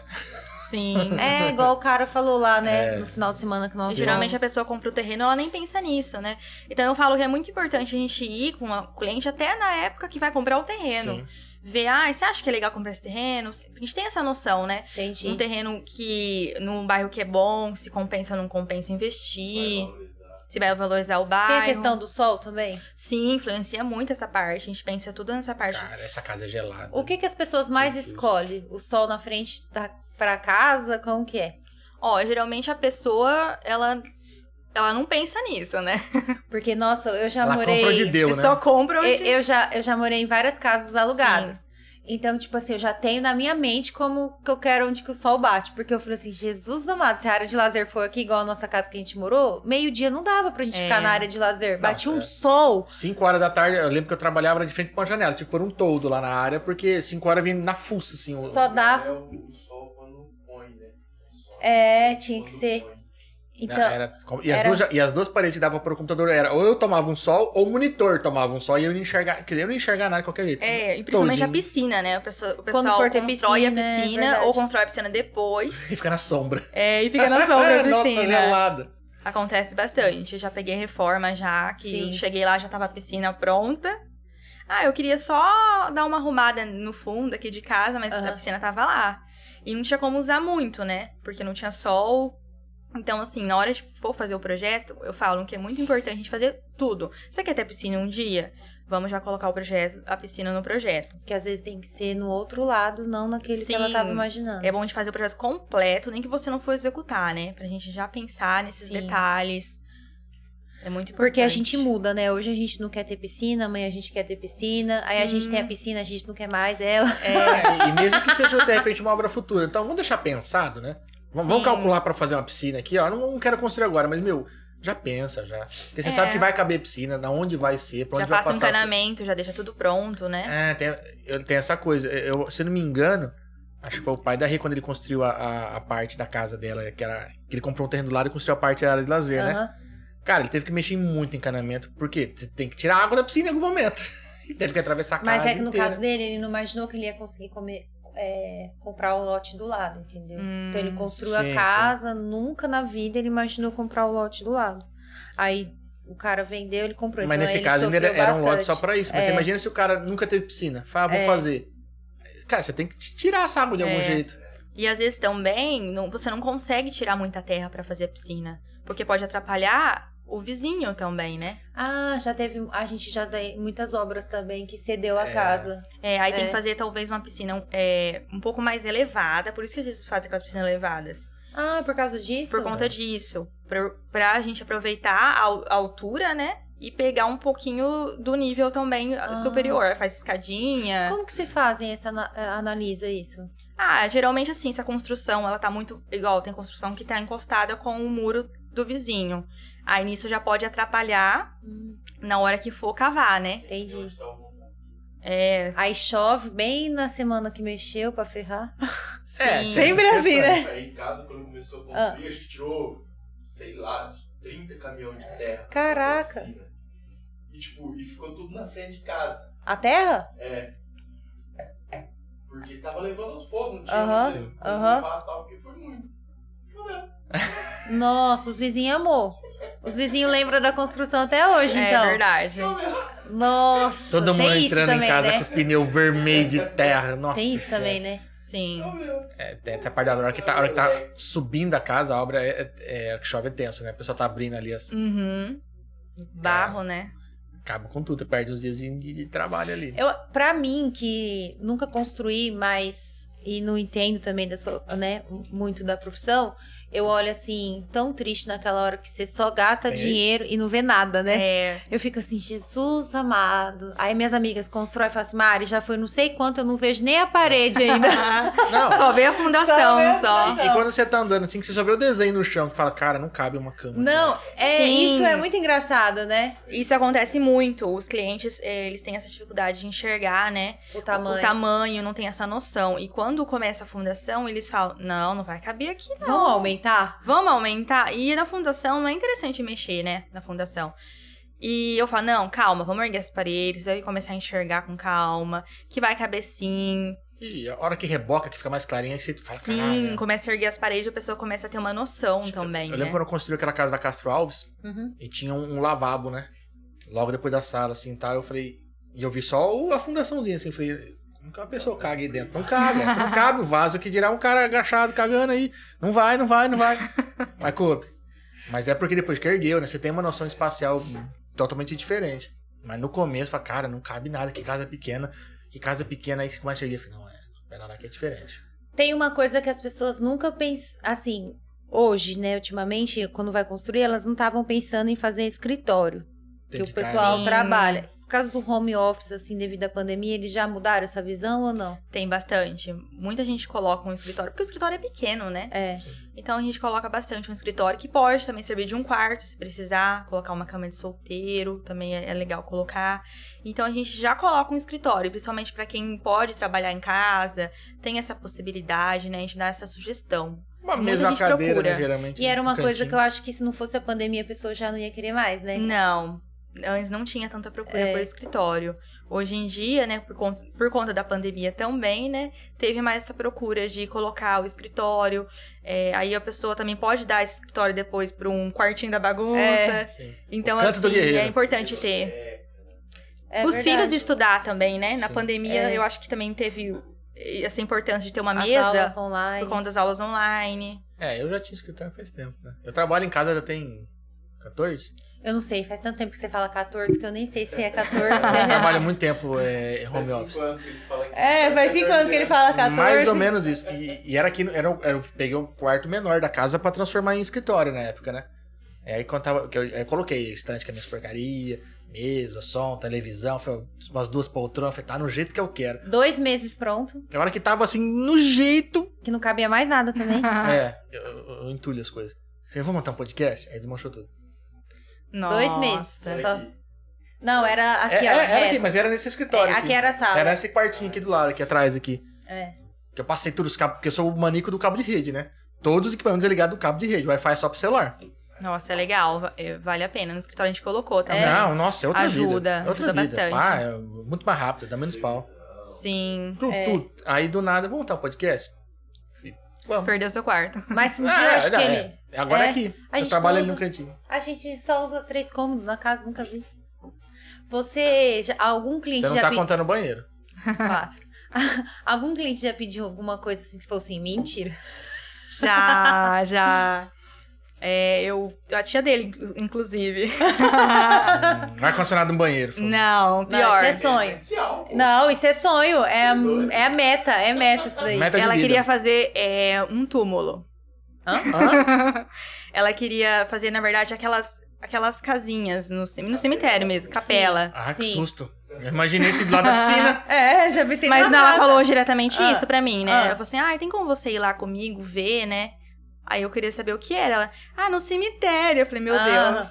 [SPEAKER 3] Sim.
[SPEAKER 1] É, igual o cara falou lá, né? No final de semana que nós
[SPEAKER 3] E geralmente a
[SPEAKER 1] fomos.
[SPEAKER 3] pessoa compra o terreno, ela nem pensa nisso, né? Então eu falo que é muito importante a gente ir com a- o cliente até na época que vai comprar o terreno.
[SPEAKER 2] Sim.
[SPEAKER 3] Ver, ah, você acha que é legal comprar esse terreno? A gente tem essa noção, né? Um
[SPEAKER 1] Entendi.
[SPEAKER 3] terreno que, num bairro que é bom, se compensa ou não compensa investir,
[SPEAKER 4] Vai valorizar.
[SPEAKER 3] se vai valorizar o
[SPEAKER 1] Tem
[SPEAKER 3] bairro.
[SPEAKER 1] a questão do sol também?
[SPEAKER 3] Sim, influencia muito essa parte. A gente pensa tudo nessa parte.
[SPEAKER 2] Cara, essa casa é gelada.
[SPEAKER 1] O que, que as pessoas mais
[SPEAKER 2] Meu Deus.
[SPEAKER 1] escolhem? O sol na frente da, pra casa? Como que é?
[SPEAKER 3] Ó, geralmente a pessoa, ela, ela não pensa nisso, né?
[SPEAKER 1] Porque, nossa, eu já
[SPEAKER 2] Ela
[SPEAKER 1] morei.
[SPEAKER 2] comprou de Deus, né?
[SPEAKER 3] Só compra
[SPEAKER 1] eu,
[SPEAKER 3] onde...
[SPEAKER 1] eu já, eu já morei em várias casas alugadas. Então, tipo assim, eu já tenho na minha mente como que eu quero onde que o sol bate. Porque eu falei assim, Jesus amado, se a área de lazer for aqui igual a nossa casa que a gente morou, meio-dia não dava pra gente
[SPEAKER 3] É.
[SPEAKER 1] ficar na área de lazer.
[SPEAKER 2] Não,
[SPEAKER 1] Batia um
[SPEAKER 2] é.
[SPEAKER 1] sol.
[SPEAKER 2] 5 horas da tarde, eu lembro que eu trabalhava de frente pra uma janela. Tive que pôr um todo lá na área, porque 5 horas vinha na fuça, assim. o-
[SPEAKER 1] Só dava.
[SPEAKER 4] É o, o sol quando põe, né? O sol.
[SPEAKER 1] É, tinha que ser. Então,
[SPEAKER 2] Era- e, as
[SPEAKER 1] era-
[SPEAKER 2] duas, já- e as duas paredes que dava pro computador era ou eu tomava um sol ou o monitor tomava um sol e eu não enxergava, quer dizer, eu não enxergava nada de qualquer jeito.
[SPEAKER 3] É, e principalmente
[SPEAKER 2] Né? Todinho.
[SPEAKER 3] a piscina, né? O pessoal, o
[SPEAKER 1] Quando
[SPEAKER 3] pessoal
[SPEAKER 1] for ter
[SPEAKER 3] constrói
[SPEAKER 1] piscina, é
[SPEAKER 3] a piscina
[SPEAKER 1] verdade.
[SPEAKER 3] ou constrói a piscina depois
[SPEAKER 2] E fica na sombra.
[SPEAKER 3] é, e fica na sombra da
[SPEAKER 2] Nossa, é
[SPEAKER 3] piscina.
[SPEAKER 2] gelada.
[SPEAKER 3] Acontece bastante. Eu já peguei reforma já, que
[SPEAKER 1] Sim.
[SPEAKER 3] cheguei lá, já tava a piscina pronta. Ah, eu queria só dar uma arrumada no fundo aqui de casa, mas
[SPEAKER 1] Aham.
[SPEAKER 3] a piscina tava lá. E não tinha como usar muito, né? Porque não tinha sol. Então, assim, na hora de for fazer o projeto, eu falo que é muito importante a gente fazer tudo. Você quer ter piscina um dia? Vamos já colocar o projeto, a piscina no projeto.
[SPEAKER 1] que às vezes tem que ser no outro lado, não naquele que
[SPEAKER 3] Sim.
[SPEAKER 1] ela tava imaginando.
[SPEAKER 3] É bom de fazer o projeto completo, nem que você não for executar, né? Pra gente já pensar nesses
[SPEAKER 1] Sim.
[SPEAKER 3] detalhes. É muito importante.
[SPEAKER 1] Porque a gente muda, né? Hoje a gente não quer ter piscina, amanhã a gente quer ter piscina, aí a gente
[SPEAKER 3] Sim.
[SPEAKER 1] tem a piscina, a gente não quer mais ela.
[SPEAKER 2] É, e mesmo que seja de repente uma obra futura. Então vamos deixar pensado, né? Vamos, vamos
[SPEAKER 3] Sim.
[SPEAKER 2] calcular pra fazer uma piscina aqui, ó. Eu Não, não quero construir agora, mas meu, já pensa já. Porque você
[SPEAKER 3] É.
[SPEAKER 2] sabe que vai caber piscina, da onde vai ser, pra onde
[SPEAKER 3] Já
[SPEAKER 2] vai
[SPEAKER 3] passa um
[SPEAKER 2] passar. as
[SPEAKER 3] encanamento, já deixa tudo pronto, né?
[SPEAKER 2] É, tem, eu- tem essa coisa. Eu, se eu não me engano, acho que foi o pai da Rê quando ele construiu a, a- a parte da casa dela, que era. Que ele comprou um terreno do lado e construiu a parte da área de lazer, né?
[SPEAKER 1] Aham.
[SPEAKER 2] Cara, ele teve que mexer em muito encanamento, porque t- tem que tirar água da piscina em algum momento. E teve que atravessar a casa.
[SPEAKER 1] Mas é que no
[SPEAKER 2] inteira.
[SPEAKER 1] caso dele, ele não imaginou que ele ia conseguir comer, é, comprar o lote do lado, entendeu?
[SPEAKER 3] Hum,
[SPEAKER 1] Então ele construiu
[SPEAKER 2] sim,
[SPEAKER 1] a casa, nunca na vida ele imaginou comprar o lote do lado. Aí o cara vendeu, ele comprou.
[SPEAKER 2] Mas
[SPEAKER 1] Então,
[SPEAKER 2] nesse
[SPEAKER 1] ele
[SPEAKER 2] caso ainda era,
[SPEAKER 1] sofreu
[SPEAKER 2] era um lote
[SPEAKER 1] bastante.
[SPEAKER 2] só pra isso. Mas
[SPEAKER 1] É.
[SPEAKER 2] você imagina se o cara nunca teve piscina. Fala, "Ah, vou
[SPEAKER 1] É.
[SPEAKER 2] fazer. Cara, você tem que tirar essa água de algum
[SPEAKER 3] É.
[SPEAKER 2] jeito.
[SPEAKER 3] E às vezes também não- você não consegue tirar muita terra pra fazer a piscina. Porque pode atrapalhar o vizinho também, né?
[SPEAKER 1] Ah, já teve. A gente já tem muitas obras também que cedeu a
[SPEAKER 2] É.
[SPEAKER 1] casa.
[SPEAKER 3] É, aí tem
[SPEAKER 1] É.
[SPEAKER 3] que fazer talvez uma piscina é, um pouco mais elevada. Por isso que às vezes fazem aquelas piscinas elevadas.
[SPEAKER 1] Ah, por causa disso?
[SPEAKER 3] Por conta disso. Pra, pra gente aproveitar a, al- a altura, né? E pegar um pouquinho do nível também
[SPEAKER 1] Ah.
[SPEAKER 3] superior. Faz escadinha.
[SPEAKER 1] Como que vocês fazem essa ana- eh, analisa isso?
[SPEAKER 3] Ah, geralmente assim, se a construção ela tá muito. Igual, tem construção que tá encostada com o muro do vizinho. Aí nisso já pode atrapalhar
[SPEAKER 1] Hum,
[SPEAKER 3] na hora que for cavar, né?
[SPEAKER 4] um
[SPEAKER 1] entendi.
[SPEAKER 3] É.
[SPEAKER 1] Aí chove bem na semana que mexeu pra ferrar.
[SPEAKER 2] É,
[SPEAKER 3] sim.
[SPEAKER 2] tem
[SPEAKER 5] Sempre
[SPEAKER 2] essas
[SPEAKER 5] assim, né?
[SPEAKER 1] É.
[SPEAKER 2] questões.
[SPEAKER 4] Aí em casa, quando começou a
[SPEAKER 1] Ah.
[SPEAKER 4] construir, acho que tirou, sei lá, 30 caminhões de terra. pra
[SPEAKER 1] Caraca.
[SPEAKER 4] fazer a piscina. E tipo, e ficou tudo na frente de casa.
[SPEAKER 1] A terra?
[SPEAKER 4] É. Porque tava levando aos poucos, não tinha
[SPEAKER 1] Aham,
[SPEAKER 4] como
[SPEAKER 1] aham.
[SPEAKER 4] levar tal, porque foi muito.
[SPEAKER 1] Nossa, os vizinhos amou. Os vizinhos lembram da construção até hoje, então.
[SPEAKER 3] É verdade.
[SPEAKER 1] Nossa,
[SPEAKER 2] Todo
[SPEAKER 1] tem
[SPEAKER 2] mundo
[SPEAKER 1] isso
[SPEAKER 2] entrando
[SPEAKER 1] também,
[SPEAKER 2] em casa
[SPEAKER 1] né?
[SPEAKER 2] com os pneus vermelhos de terra. Nossa.
[SPEAKER 1] Tem isso
[SPEAKER 2] senhora.
[SPEAKER 1] também, né?
[SPEAKER 3] Sim.
[SPEAKER 4] Não, meu.
[SPEAKER 2] É, tem essa parte da hora que tá, a hora que tá subindo a casa, a obra é, é, é- que chove é tenso, né? A pessoa tá abrindo ali, assim,
[SPEAKER 3] Uhum.
[SPEAKER 1] É.
[SPEAKER 3] Barro, né?
[SPEAKER 2] acaba com tudo, perde uns dias de, de trabalho ali.
[SPEAKER 1] Eu, pra mim, que nunca construí, mas. E não entendo também da sua, né, muito da profissão, eu olho assim, tão triste naquela hora que você só gasta
[SPEAKER 2] Tem.
[SPEAKER 1] dinheiro e não vê nada, né?
[SPEAKER 3] É.
[SPEAKER 1] Eu fico assim, Jesus amado. Aí minhas amigas constroem e falam assim, Mari, já foi não sei quanto, eu não vejo nem a parede ainda.
[SPEAKER 2] Não,
[SPEAKER 3] Só vê a fundação,
[SPEAKER 1] vê a
[SPEAKER 3] só.
[SPEAKER 2] e quando você tá andando assim, que você só vê o desenho no chão, que fala, cara, não cabe uma cama.
[SPEAKER 1] não, é
[SPEAKER 3] Sim.
[SPEAKER 1] isso é muito engraçado, né?
[SPEAKER 3] Isso acontece muito. Os clientes, eh, eles têm essa dificuldade de enxergar, né?
[SPEAKER 1] O tamanho.
[SPEAKER 3] O tamanho, não tem essa noção. E quando começa a fundação, eles falam: não, não vai caber aqui, não.
[SPEAKER 1] Vamos aumentar?
[SPEAKER 3] Vamos aumentar? E na fundação não é interessante mexer, né? Na fundação. E eu falo, não, calma, vamos erguer as paredes, aí começar a enxergar com calma, que vai caber sim.
[SPEAKER 2] E a hora que reboca, que fica mais clarinha, aí você fala,
[SPEAKER 3] sim,
[SPEAKER 2] caralho. né?
[SPEAKER 3] começa a erguer as paredes, a pessoa começa a ter uma noção também,
[SPEAKER 2] Eu
[SPEAKER 3] né?
[SPEAKER 2] lembro quando eu construí aquela casa da Castro Alves,
[SPEAKER 1] Uhum.
[SPEAKER 2] e tinha um, um lavabo, né? Logo depois da sala, assim, tal, eu falei... E eu vi só o- a fundaçãozinha, assim, eu falei... Como que uma pessoa caga aí dentro? Não caga, não cabe o vaso que dirá um cara agachado cagando aí. Não vai, não vai, não vai. Mas coube. Mas é porque depois que ergueu, né? Você tem uma noção espacial totalmente diferente. Mas no começo, fala, cara, não cabe nada, que casa pequena. Que casa pequena, aí você começa a erguer. Eu falei, não, é, pera lá que é diferente.
[SPEAKER 1] Tem uma coisa que as pessoas nunca pensam. Assim, hoje, né, ultimamente, quando vai construir, elas não estavam pensando em fazer escritório. Que
[SPEAKER 2] Dentro
[SPEAKER 1] o
[SPEAKER 2] de casa.
[SPEAKER 1] pessoal
[SPEAKER 3] Sim.
[SPEAKER 1] trabalha. Por causa do home office, assim, devido à pandemia, eles já mudaram essa visão ou não?
[SPEAKER 3] Tem bastante. Muita gente coloca um escritório, porque o escritório é pequeno, né?
[SPEAKER 1] É.
[SPEAKER 3] Então a gente coloca bastante um escritório que pode também servir de um quarto, se precisar, colocar uma cama de solteiro, também é é legal colocar. Então a gente já coloca um escritório, principalmente para quem pode trabalhar em casa, tem essa possibilidade, né? A gente dá essa sugestão.
[SPEAKER 2] Uma
[SPEAKER 3] Muita
[SPEAKER 2] mesa, uma
[SPEAKER 3] gente
[SPEAKER 2] cadeira,
[SPEAKER 3] procura.
[SPEAKER 2] né, geralmente.
[SPEAKER 1] E era uma coisa que
[SPEAKER 2] cantinho.
[SPEAKER 1] eu acho que se não fosse a pandemia, a pessoa já não ia querer mais, né?
[SPEAKER 3] Não. Antes não tinha tanta procura
[SPEAKER 1] É.
[SPEAKER 3] por escritório. Hoje em dia, né, por conta, por conta da pandemia também, né, teve mais essa procura de colocar o escritório. É, aí a pessoa também pode dar esse escritório depois para um quartinho da bagunça.
[SPEAKER 1] É.
[SPEAKER 2] Sim.
[SPEAKER 3] Então,
[SPEAKER 2] O canto do
[SPEAKER 3] assim,
[SPEAKER 2] guerreiro.
[SPEAKER 3] é importante ter.
[SPEAKER 4] É,
[SPEAKER 1] É
[SPEAKER 3] Os
[SPEAKER 1] verdade.
[SPEAKER 3] filhos estudar também, né? Na
[SPEAKER 2] Sim.
[SPEAKER 3] pandemia,
[SPEAKER 1] É.
[SPEAKER 3] eu acho que também teve essa importância de ter uma
[SPEAKER 1] As aulas
[SPEAKER 3] mesa
[SPEAKER 1] online.
[SPEAKER 3] por conta das aulas online.
[SPEAKER 2] É, eu já tinha escritório faz tempo, né? Eu trabalho em casa já tem 14.
[SPEAKER 1] Eu não sei, faz tanto tempo que você fala 14 que eu nem sei se é 14.
[SPEAKER 2] Eu
[SPEAKER 1] se é-
[SPEAKER 2] trabalho muito tempo é, home
[SPEAKER 4] faz
[SPEAKER 2] office.
[SPEAKER 4] cinco anos que ele fala que-
[SPEAKER 5] É, faz cinco anos que ele fala 14.
[SPEAKER 2] Mais ou menos isso. E, e era aqui, no- era, um- era, eu peguei um quarto menor da casa pra transformar em escritório na época, né? É, Aí contava, que eu, aí eu coloquei estante com as minhas porcaria, mesa, som, televisão, foi umas duas poltronas, falei, tá no jeito que eu quero.
[SPEAKER 1] Dois meses pronto,
[SPEAKER 2] Na hora que tava assim, no jeito.
[SPEAKER 1] que não cabia mais nada também.
[SPEAKER 2] É, eu, eu entulho as coisas. Falei, vou montar um podcast? Aí desmanchou tudo.
[SPEAKER 3] Nossa.
[SPEAKER 1] Dois meses.
[SPEAKER 4] Olha
[SPEAKER 1] só-
[SPEAKER 4] aqui.
[SPEAKER 1] Não, era aqui,
[SPEAKER 2] É,
[SPEAKER 1] ó.
[SPEAKER 2] é, era
[SPEAKER 1] reto.
[SPEAKER 2] aqui, mas era nesse escritório.
[SPEAKER 1] É, aqui era a sala.
[SPEAKER 2] Era esse quartinho aqui do lado, aqui atrás, aqui.
[SPEAKER 3] É.
[SPEAKER 2] Que eu passei todos os cabos, porque eu sou o manico do cabo de rede, né? Todos os equipamentos é ligado do cabo de rede, o Wi-Fi é só pro celular.
[SPEAKER 3] Nossa, é legal. va- é, Vale a pena. No escritório a gente colocou também.
[SPEAKER 2] Não, nossa, é outra vida.
[SPEAKER 3] Ajuda,
[SPEAKER 2] É outra
[SPEAKER 3] ajuda
[SPEAKER 2] vida.
[SPEAKER 3] bastante.
[SPEAKER 2] Ah, é muito mais rápido, dá menos pau.
[SPEAKER 3] Sim.
[SPEAKER 2] Tudo, tudo. Aí do nada, vamos montar um podcast? Fui, Vamos.
[SPEAKER 3] Perdeu seu quarto.
[SPEAKER 1] Mas um dia eu
[SPEAKER 2] Ah,
[SPEAKER 1] acho
[SPEAKER 2] não,
[SPEAKER 1] que
[SPEAKER 2] é.
[SPEAKER 1] ele.
[SPEAKER 2] Agora
[SPEAKER 1] é.
[SPEAKER 2] é aqui.
[SPEAKER 1] A
[SPEAKER 2] Eu
[SPEAKER 1] gente
[SPEAKER 2] trabalho
[SPEAKER 1] não
[SPEAKER 2] ali no
[SPEAKER 1] usa-
[SPEAKER 2] cantinho.
[SPEAKER 1] A gente só usa três cômodos na casa, nunca vi. Você. já- algum cliente
[SPEAKER 2] Você não
[SPEAKER 1] já
[SPEAKER 2] tá
[SPEAKER 1] pediu.
[SPEAKER 2] contando o banheiro.
[SPEAKER 1] Quatro. algum cliente já pediu alguma coisa assim que se fosse assim, mentira?
[SPEAKER 3] Já, já. É, eu. A tia dele, inclu- inclusive.
[SPEAKER 2] Hum, ar-condicionado no banheiro. foi.
[SPEAKER 3] Não,
[SPEAKER 1] Não,
[SPEAKER 3] pior.
[SPEAKER 1] isso é sonho.
[SPEAKER 4] Essencial, pô.
[SPEAKER 1] Não, isso é sonho. É, a- é a meta. É meta isso daí.
[SPEAKER 2] Meta Tá de
[SPEAKER 3] Ela
[SPEAKER 2] vida.
[SPEAKER 3] queria fazer é, um túmulo.
[SPEAKER 2] Hã?
[SPEAKER 3] Ela queria fazer, na verdade, aquelas, aquelas casinhas no, cem- no cemitério mesmo, capela.
[SPEAKER 2] Ah, que
[SPEAKER 1] Sim.
[SPEAKER 2] susto. Eu imaginei isso do lado da piscina.
[SPEAKER 1] É, já pensei
[SPEAKER 3] Mas não,
[SPEAKER 1] na
[SPEAKER 3] ela
[SPEAKER 1] casa.
[SPEAKER 3] falou diretamente
[SPEAKER 1] Ah,
[SPEAKER 3] isso pra mim, né?
[SPEAKER 1] ah.
[SPEAKER 3] Ela falou assim: ah, tem como você ir lá comigo, ver, né? Aí eu queria saber o que era. Ela, ah, no cemitério. Eu falei, meu
[SPEAKER 1] Ah.
[SPEAKER 3] Deus.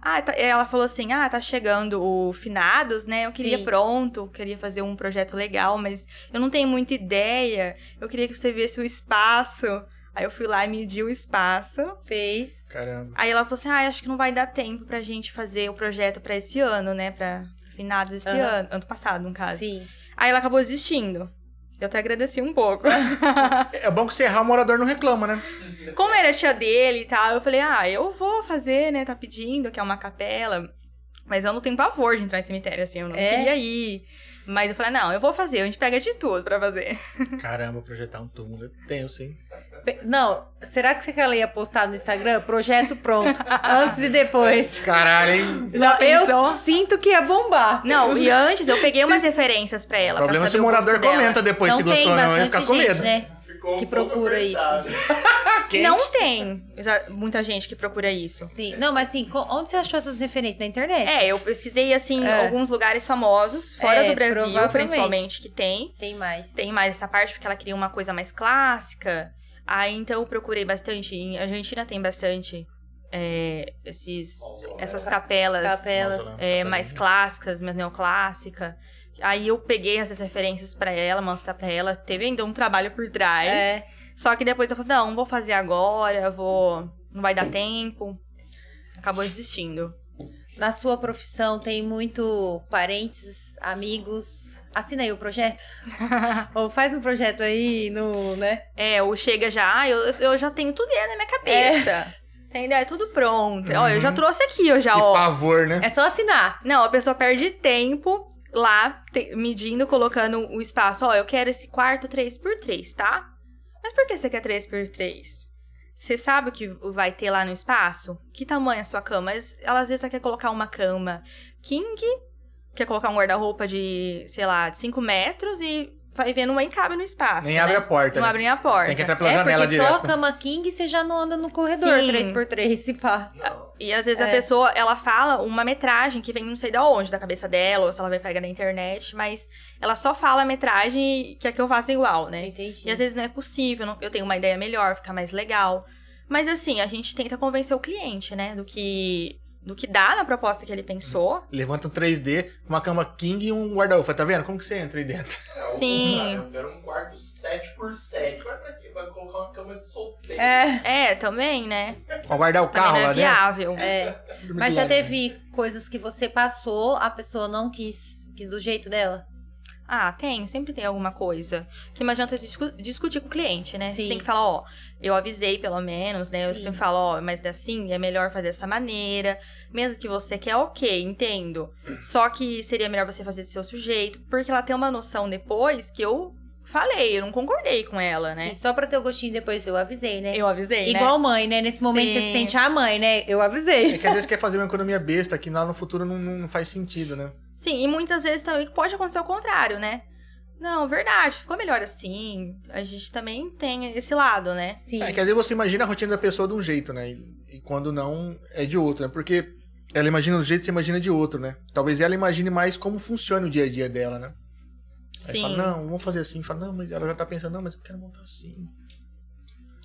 [SPEAKER 3] Ah, tá- ela falou assim: ah, tá chegando o Finados, né? Eu queria
[SPEAKER 1] Sim.
[SPEAKER 3] pronto, eu queria fazer um projeto legal, mas eu não tenho muita ideia. Eu queria que você visse o espaço. Aí eu fui lá e medi o espaço.
[SPEAKER 1] Fez.
[SPEAKER 2] Caramba.
[SPEAKER 3] Aí ela falou assim: ah, acho que não vai dar tempo pra gente fazer o projeto pra esse ano, né? Pra finados esse
[SPEAKER 1] Aham.
[SPEAKER 3] ano. Ano passado, no caso.
[SPEAKER 1] Sim.
[SPEAKER 3] Aí ela acabou desistindo. Eu até agradeci um pouco.
[SPEAKER 2] É bom que você errar, o morador não reclama, né?
[SPEAKER 3] Como era tia dele e tal, eu falei, ah, eu vou fazer, né? Tá pedindo, que é uma capela. Mas eu não tenho pavor de entrar em cemitério, assim, eu não
[SPEAKER 1] É?
[SPEAKER 3] queria ir. Mas eu falei, não, eu vou fazer, a gente pega de tudo pra fazer.
[SPEAKER 2] Caramba, projetar um túmulo é tenso, hein?
[SPEAKER 1] Pe- Não, será que ela ia postar no Instagram? Projeto pronto. antes e depois.
[SPEAKER 2] Caralho, hein?
[SPEAKER 1] Não, eu
[SPEAKER 3] pensou?
[SPEAKER 1] sinto que ia bombar.
[SPEAKER 3] Não, e antes eu peguei umas referências pra ela.
[SPEAKER 2] o problema é
[SPEAKER 3] pra
[SPEAKER 2] se
[SPEAKER 3] saber
[SPEAKER 2] o morador
[SPEAKER 3] gosto dela.
[SPEAKER 2] comenta depois
[SPEAKER 1] não
[SPEAKER 2] se
[SPEAKER 1] tem
[SPEAKER 2] gostou ou não, ele fica
[SPEAKER 1] bastante
[SPEAKER 2] com
[SPEAKER 1] gente,
[SPEAKER 2] medo.
[SPEAKER 1] né?
[SPEAKER 4] Ficou um
[SPEAKER 1] Que
[SPEAKER 4] pouco
[SPEAKER 1] procura isso.
[SPEAKER 4] apertado.
[SPEAKER 2] Quente.
[SPEAKER 3] Não tem exa- muita gente que procura isso.
[SPEAKER 1] Sim. Não, mas assim, co- onde você achou essas referências? Na internet?
[SPEAKER 3] É, eu pesquisei, assim,
[SPEAKER 1] É.
[SPEAKER 3] alguns lugares famosos, fora
[SPEAKER 1] É,
[SPEAKER 3] do Brasil,
[SPEAKER 1] provavelmente.
[SPEAKER 3] principalmente, que tem.
[SPEAKER 1] Tem mais.
[SPEAKER 3] tem mais essa parte porque ela queria uma coisa mais clássica. Aí então eu procurei bastante. Em Argentina tem bastante é, esses, essas capelas
[SPEAKER 1] Capelas.
[SPEAKER 2] Mausoléu,
[SPEAKER 3] é,
[SPEAKER 2] capelinha.
[SPEAKER 3] mais clássicas, mais neoclássica. Aí eu peguei essas referências pra ela, mostrar pra ela. Teve ainda um trabalho por trás.
[SPEAKER 1] É.
[SPEAKER 3] Só que depois eu falei, não, vou fazer agora, vou. Não vai dar tempo. Acabou existindo.
[SPEAKER 1] Na sua profissão tem muito parentes, amigos. Assina aí o projeto. Ou faz um projeto aí no, né?
[SPEAKER 3] É, ou chega já, ah, eu, eu já tenho tudo aí na minha cabeça. Tem ideia, tudo pronto. Ó, eu já
[SPEAKER 2] É. Uhum.
[SPEAKER 3] trouxe aqui, eu já,
[SPEAKER 2] Que
[SPEAKER 3] ó.
[SPEAKER 2] pavor, né?
[SPEAKER 1] É só assinar.
[SPEAKER 3] Não, a pessoa perde tempo lá, te- medindo, colocando o espaço. Ó, eu quero esse quarto 3x3, tá? Mas por que você quer 3x3? Você sabe o que vai ter lá no espaço? Que tamanho é a sua cama? Mas Ela às vezes ela quer colocar uma cama king, quer colocar um guarda-roupa de, sei lá, de 5 metros e vai vendo uma encabe no espaço.
[SPEAKER 2] Nem
[SPEAKER 3] né?
[SPEAKER 2] abre a porta.
[SPEAKER 3] Não
[SPEAKER 2] né?
[SPEAKER 3] abre nem a porta.
[SPEAKER 2] Tem que entrar pela
[SPEAKER 1] É,
[SPEAKER 2] janela
[SPEAKER 1] porque
[SPEAKER 2] direto.
[SPEAKER 1] só cama king você já não anda no corredor
[SPEAKER 3] Sim.
[SPEAKER 1] 3x3, se pá.
[SPEAKER 4] Não,
[SPEAKER 3] E às vezes
[SPEAKER 1] É.
[SPEAKER 3] a pessoa, ela fala uma metragem que vem não sei de onde, da cabeça dela, ou se ela vai pegar na internet, mas ela só fala a metragem que é que eu faço igual, né?
[SPEAKER 1] Entendi.
[SPEAKER 3] E às vezes não é possível, não- eu tenho uma ideia melhor, fica mais legal. Mas assim, a gente tenta convencer o cliente, né, do que do que dá na proposta que ele pensou.
[SPEAKER 2] Levanta um 3D com uma cama king e um guarda-ufa. Tá vendo? Como que você entra aí dentro?
[SPEAKER 4] É, o
[SPEAKER 3] Sim.
[SPEAKER 4] contrário, Eu quero um quarto 7x7. Vai pra quê? Vai colocar uma cama de solteiro.
[SPEAKER 5] É.
[SPEAKER 3] É, também, né?
[SPEAKER 2] Pra guardar o
[SPEAKER 3] Também
[SPEAKER 2] carro
[SPEAKER 3] não é
[SPEAKER 2] lá dentro?
[SPEAKER 3] viável.
[SPEAKER 1] É.
[SPEAKER 2] Dormir do
[SPEAKER 1] Mas já
[SPEAKER 2] lado, né?
[SPEAKER 1] teve coisas que você passou, a pessoa não quis, quis do jeito dela?
[SPEAKER 3] Ah, tem, sempre tem alguma coisa. Que não adianta discu- discutir com o cliente, né?
[SPEAKER 1] Sim.
[SPEAKER 3] Você tem que falar, ó, eu avisei pelo menos, né? Eu
[SPEAKER 1] Sim.
[SPEAKER 3] sempre falo, ó, mas assim é melhor fazer dessa maneira. Mesmo que você quer, ok, entendo. Só que seria melhor você fazer do seu sujeito, porque ela tem uma noção depois que eu falei, eu não concordei com ela, né?
[SPEAKER 1] Sim, só pra ter o gostinho depois eu avisei, né?
[SPEAKER 3] Eu avisei, né?
[SPEAKER 1] Igual mãe, né? Nesse momento você se
[SPEAKER 3] Sim.
[SPEAKER 1] sente a mãe, né? Eu avisei.
[SPEAKER 2] É que às vezes quer fazer uma economia besta que lá no futuro não, não faz sentido, né?
[SPEAKER 3] Sim, e muitas vezes também pode acontecer o contrário, né? Não, verdade, ficou melhor assim. A gente também tem esse lado, né?
[SPEAKER 1] Sim.
[SPEAKER 2] É que às vezes você imagina a rotina da pessoa de um jeito, né? E, e quando não, é de outro, né? Porque ela imagina de um jeito, você imagina de outro, né? Talvez ela imagine mais como funciona o dia a dia dela, né? Aí
[SPEAKER 3] Sim.
[SPEAKER 2] fala, não, vamos fazer assim. Fala, não, mas ela já tá pensando, não, mas eu quero montar assim.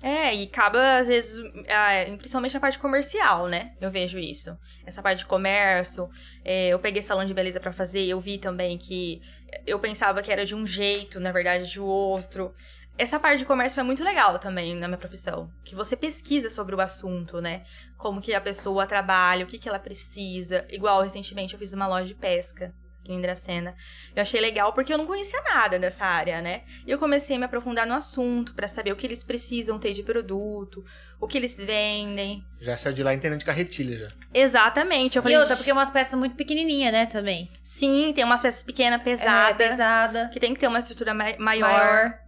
[SPEAKER 3] É, e acaba, às vezes, ah, principalmente na parte comercial, né? Eu vejo isso. Essa parte de comércio. é, eu peguei salão de beleza pra fazer, eu vi também que eu pensava que era de um jeito, na verdade, de outro. Essa parte de comércio é muito legal também na minha profissão. Que você pesquisa sobre o assunto, né? Como que a pessoa trabalha, o que, que ela precisa. Igual, recentemente, eu fiz uma loja de pesca aqui em Dracena. Eu achei legal porque eu não conhecia nada dessa área, né? E eu comecei a me aprofundar no assunto pra saber o que eles precisam ter de produto, o que eles vendem.
[SPEAKER 2] Já saiu de lá entendendo de carretilha já.
[SPEAKER 3] Exatamente. Eu
[SPEAKER 1] E
[SPEAKER 3] falei,
[SPEAKER 1] outra, porque é umas peças muito pequenininhas, né? Também.
[SPEAKER 3] sim, tem umas peças pequenas,
[SPEAKER 1] É,
[SPEAKER 3] pesadas,
[SPEAKER 1] pesada.
[SPEAKER 3] que tem que ter uma estrutura mai- maior.
[SPEAKER 1] Maior.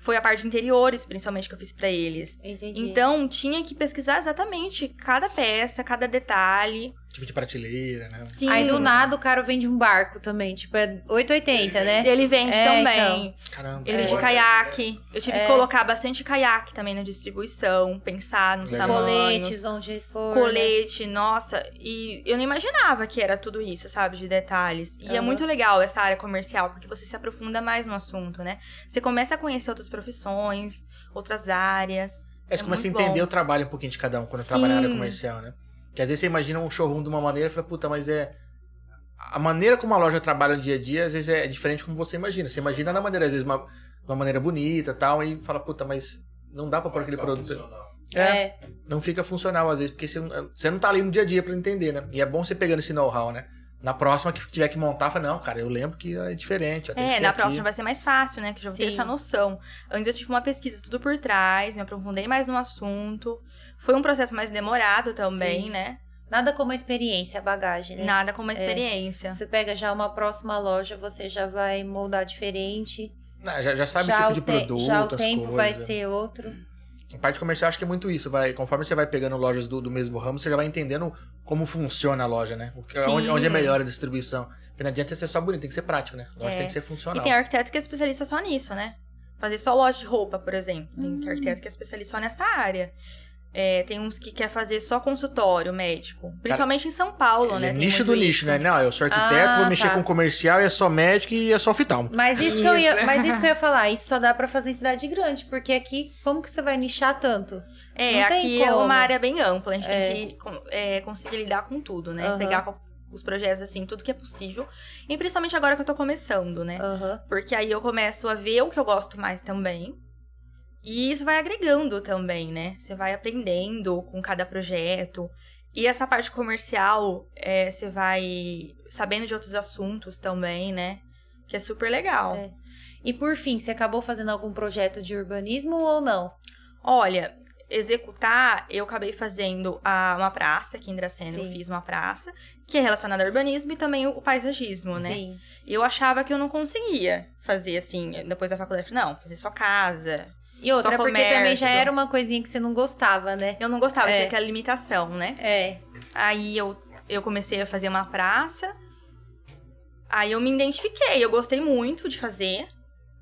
[SPEAKER 3] Foi a parte de interiores, principalmente, que eu fiz pra eles.
[SPEAKER 1] Entendi.
[SPEAKER 3] Então, tinha que pesquisar exatamente cada peça, cada detalhe.
[SPEAKER 2] Tipo de prateleira, né?
[SPEAKER 3] Sim.
[SPEAKER 1] Aí do nada o cara vende um barco também, tipo, é 880, né?
[SPEAKER 3] Ele vende
[SPEAKER 1] É,
[SPEAKER 3] também.
[SPEAKER 2] Caramba.
[SPEAKER 3] Ele vende
[SPEAKER 4] É.
[SPEAKER 3] caiaque. Eu tive
[SPEAKER 1] É.
[SPEAKER 3] que colocar bastante caiaque também na distribuição, pensar nos
[SPEAKER 2] Legal.
[SPEAKER 3] tamanhos.
[SPEAKER 1] Coletes, onde expor. né?
[SPEAKER 3] colete, nossa, e eu não imaginava que era tudo isso, sabe, de detalhes. E é
[SPEAKER 1] Aham.
[SPEAKER 3] muito legal essa área comercial, porque você se aprofunda mais no assunto, né? Você começa a conhecer outras profissões, outras áreas.
[SPEAKER 2] É, você
[SPEAKER 3] É
[SPEAKER 2] começa a
[SPEAKER 3] muito
[SPEAKER 2] entender
[SPEAKER 3] bom.
[SPEAKER 2] o trabalho um pouquinho de cada um quando trabalha na área
[SPEAKER 3] Sim.
[SPEAKER 2] comercial, né? Que às vezes você imagina um showroom de uma maneira e fala, puta, mas é. A maneira como a loja trabalha no dia a dia, às vezes é diferente como você imagina. Você imagina na maneira, às vezes, uma, uma maneira bonita e tal, e fala, puta, mas não dá pra pôr aquele
[SPEAKER 4] Tá
[SPEAKER 2] produto.
[SPEAKER 4] funcional.
[SPEAKER 2] É,
[SPEAKER 1] É.
[SPEAKER 2] não fica funcional, às vezes, porque você, não- você não tá ali no dia a dia pra entender, né? E é bom você pegando esse know-how, né? Na próxima que tiver que montar, fala, não, cara, eu lembro que é diferente. ó, tem que
[SPEAKER 3] É,
[SPEAKER 2] ser
[SPEAKER 3] na
[SPEAKER 2] aqui.
[SPEAKER 3] próxima vai ser mais fácil, né? Que eu já vou ter
[SPEAKER 1] Sim.
[SPEAKER 3] essa noção. Antes eu tive uma pesquisa tudo por trás, me aprofundei mais no assunto. Foi um processo mais demorado também,
[SPEAKER 1] Sim.
[SPEAKER 3] né?
[SPEAKER 1] Nada como a experiência, a bagagem, né?
[SPEAKER 3] Nada como uma experiência.
[SPEAKER 1] Você pega já uma próxima loja, você já vai moldar diferente.
[SPEAKER 2] Não, já, já sabe
[SPEAKER 1] já
[SPEAKER 2] o tipo de
[SPEAKER 1] te-
[SPEAKER 2] produto,
[SPEAKER 1] Já
[SPEAKER 2] as
[SPEAKER 1] o tempo
[SPEAKER 2] coisas.
[SPEAKER 1] vai ser outro.
[SPEAKER 2] A parte comercial acho que é muito isso. Vai, conforme você vai pegando lojas do, do mesmo ramo, você já vai entendendo como funciona a loja, né? O que-
[SPEAKER 3] Sim.
[SPEAKER 2] Onde, onde é melhor a distribuição. Porque não adianta ser só bonito, tem que ser prático, né? A loja
[SPEAKER 3] É.
[SPEAKER 2] tem que ser
[SPEAKER 3] E
[SPEAKER 2] funcional.
[SPEAKER 3] tem arquiteto que é especialista só nisso, né? Fazer só loja de roupa, por exemplo. Tem
[SPEAKER 1] Hum.
[SPEAKER 3] arquiteto que é especialista só nessa área. É, tem uns que quer fazer só consultório médico. Principalmente em São Paulo,
[SPEAKER 2] Ele
[SPEAKER 3] né?
[SPEAKER 2] é
[SPEAKER 3] Tem
[SPEAKER 2] nicho
[SPEAKER 3] muito
[SPEAKER 2] do nicho,
[SPEAKER 3] isso.
[SPEAKER 2] né? Não, eu sou arquiteto,
[SPEAKER 1] Ah,
[SPEAKER 2] vou mexer
[SPEAKER 1] tá.
[SPEAKER 2] com comercial, é só médico e é só oftalmo.
[SPEAKER 1] Mas isso, Que eu ia,
[SPEAKER 3] Isso. né?
[SPEAKER 1] mas isso que eu ia falar, isso só dá pra fazer em cidade grande, porque aqui, como que você vai nichar tanto?
[SPEAKER 3] É,
[SPEAKER 1] Não tem
[SPEAKER 3] aqui é
[SPEAKER 1] como.
[SPEAKER 3] uma área bem ampla. A gente
[SPEAKER 1] É.
[SPEAKER 3] tem que con- é, conseguir lidar com tudo, né?
[SPEAKER 1] Aham.
[SPEAKER 3] Pegar co- os projetos, assim, tudo que é possível. E principalmente agora que eu tô começando, né?
[SPEAKER 1] Aham.
[SPEAKER 3] Porque aí eu começo a ver o que eu gosto mais também. E isso vai agregando também, né? Você vai aprendendo com cada projeto. E essa parte comercial, é, você vai sabendo de outros assuntos também, né? Que é super legal.
[SPEAKER 1] É. E por fim, você acabou fazendo algum projeto de urbanismo ou não?
[SPEAKER 3] Olha, executar, eu acabei fazendo a- uma praça aqui em Dracena. Eu
[SPEAKER 1] Sim.
[SPEAKER 3] fiz uma praça, que é relacionada ao urbanismo e também o paisagismo, né?
[SPEAKER 1] Sim.
[SPEAKER 3] Eu achava que eu não conseguia fazer assim, depois da faculdade. Eu falei, Não, fazer só casa,
[SPEAKER 1] E outra,
[SPEAKER 3] Só
[SPEAKER 1] porque
[SPEAKER 3] comércio.
[SPEAKER 1] também já era uma coisinha que você não gostava, né?
[SPEAKER 3] Eu não gostava,
[SPEAKER 1] É.
[SPEAKER 3] tinha aquela limitação, né?
[SPEAKER 1] É.
[SPEAKER 3] Aí eu, eu comecei a fazer uma praça. Aí eu me identifiquei, eu gostei muito de fazer.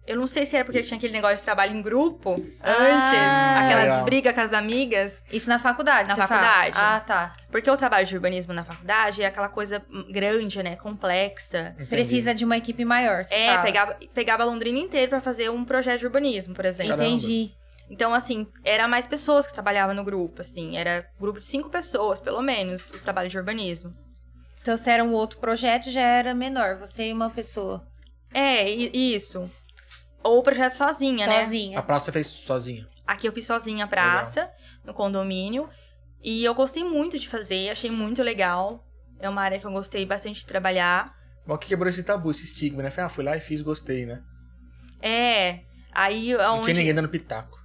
[SPEAKER 3] Eu não sei se era porque tinha aquele negócio de trabalho em grupo antes,
[SPEAKER 1] Ah,
[SPEAKER 3] aquelas
[SPEAKER 2] legal.
[SPEAKER 3] brigas com as amigas.
[SPEAKER 1] Isso na faculdade,
[SPEAKER 3] Na
[SPEAKER 1] você fala?
[SPEAKER 3] faculdade.
[SPEAKER 1] Ah, tá.
[SPEAKER 3] Porque o trabalho de urbanismo na faculdade é aquela coisa grande, né? Complexa.
[SPEAKER 2] Entendi.
[SPEAKER 1] Precisa de uma equipe maior, você
[SPEAKER 3] É,
[SPEAKER 1] fala.
[SPEAKER 3] pegava, pegava a Londrina inteira pra fazer um projeto de urbanismo, por exemplo.
[SPEAKER 2] Caramba.
[SPEAKER 1] Entendi.
[SPEAKER 3] Então, assim, era mais pessoas que trabalhavam no grupo, assim, era grupo de cinco pessoas, pelo menos, os trabalhos de urbanismo.
[SPEAKER 1] Então, se era um outro projeto, já era menor, você e uma pessoa.
[SPEAKER 3] É, i- isso. Ou o projeto sozinha, né?
[SPEAKER 2] A
[SPEAKER 1] sozinha.
[SPEAKER 2] praça fez sozinha.
[SPEAKER 3] Aqui eu fiz sozinha a praça, no condomínio. E eu gostei muito de fazer, achei muito legal. É uma área que eu gostei bastante de trabalhar.
[SPEAKER 2] Bom, que quebrou esse tabu, esse estigma, né? Foi, ah, fui lá e fiz, gostei, né?
[SPEAKER 3] É, aí
[SPEAKER 2] Não tinha
[SPEAKER 3] aonde...
[SPEAKER 2] ninguém dando pitaco.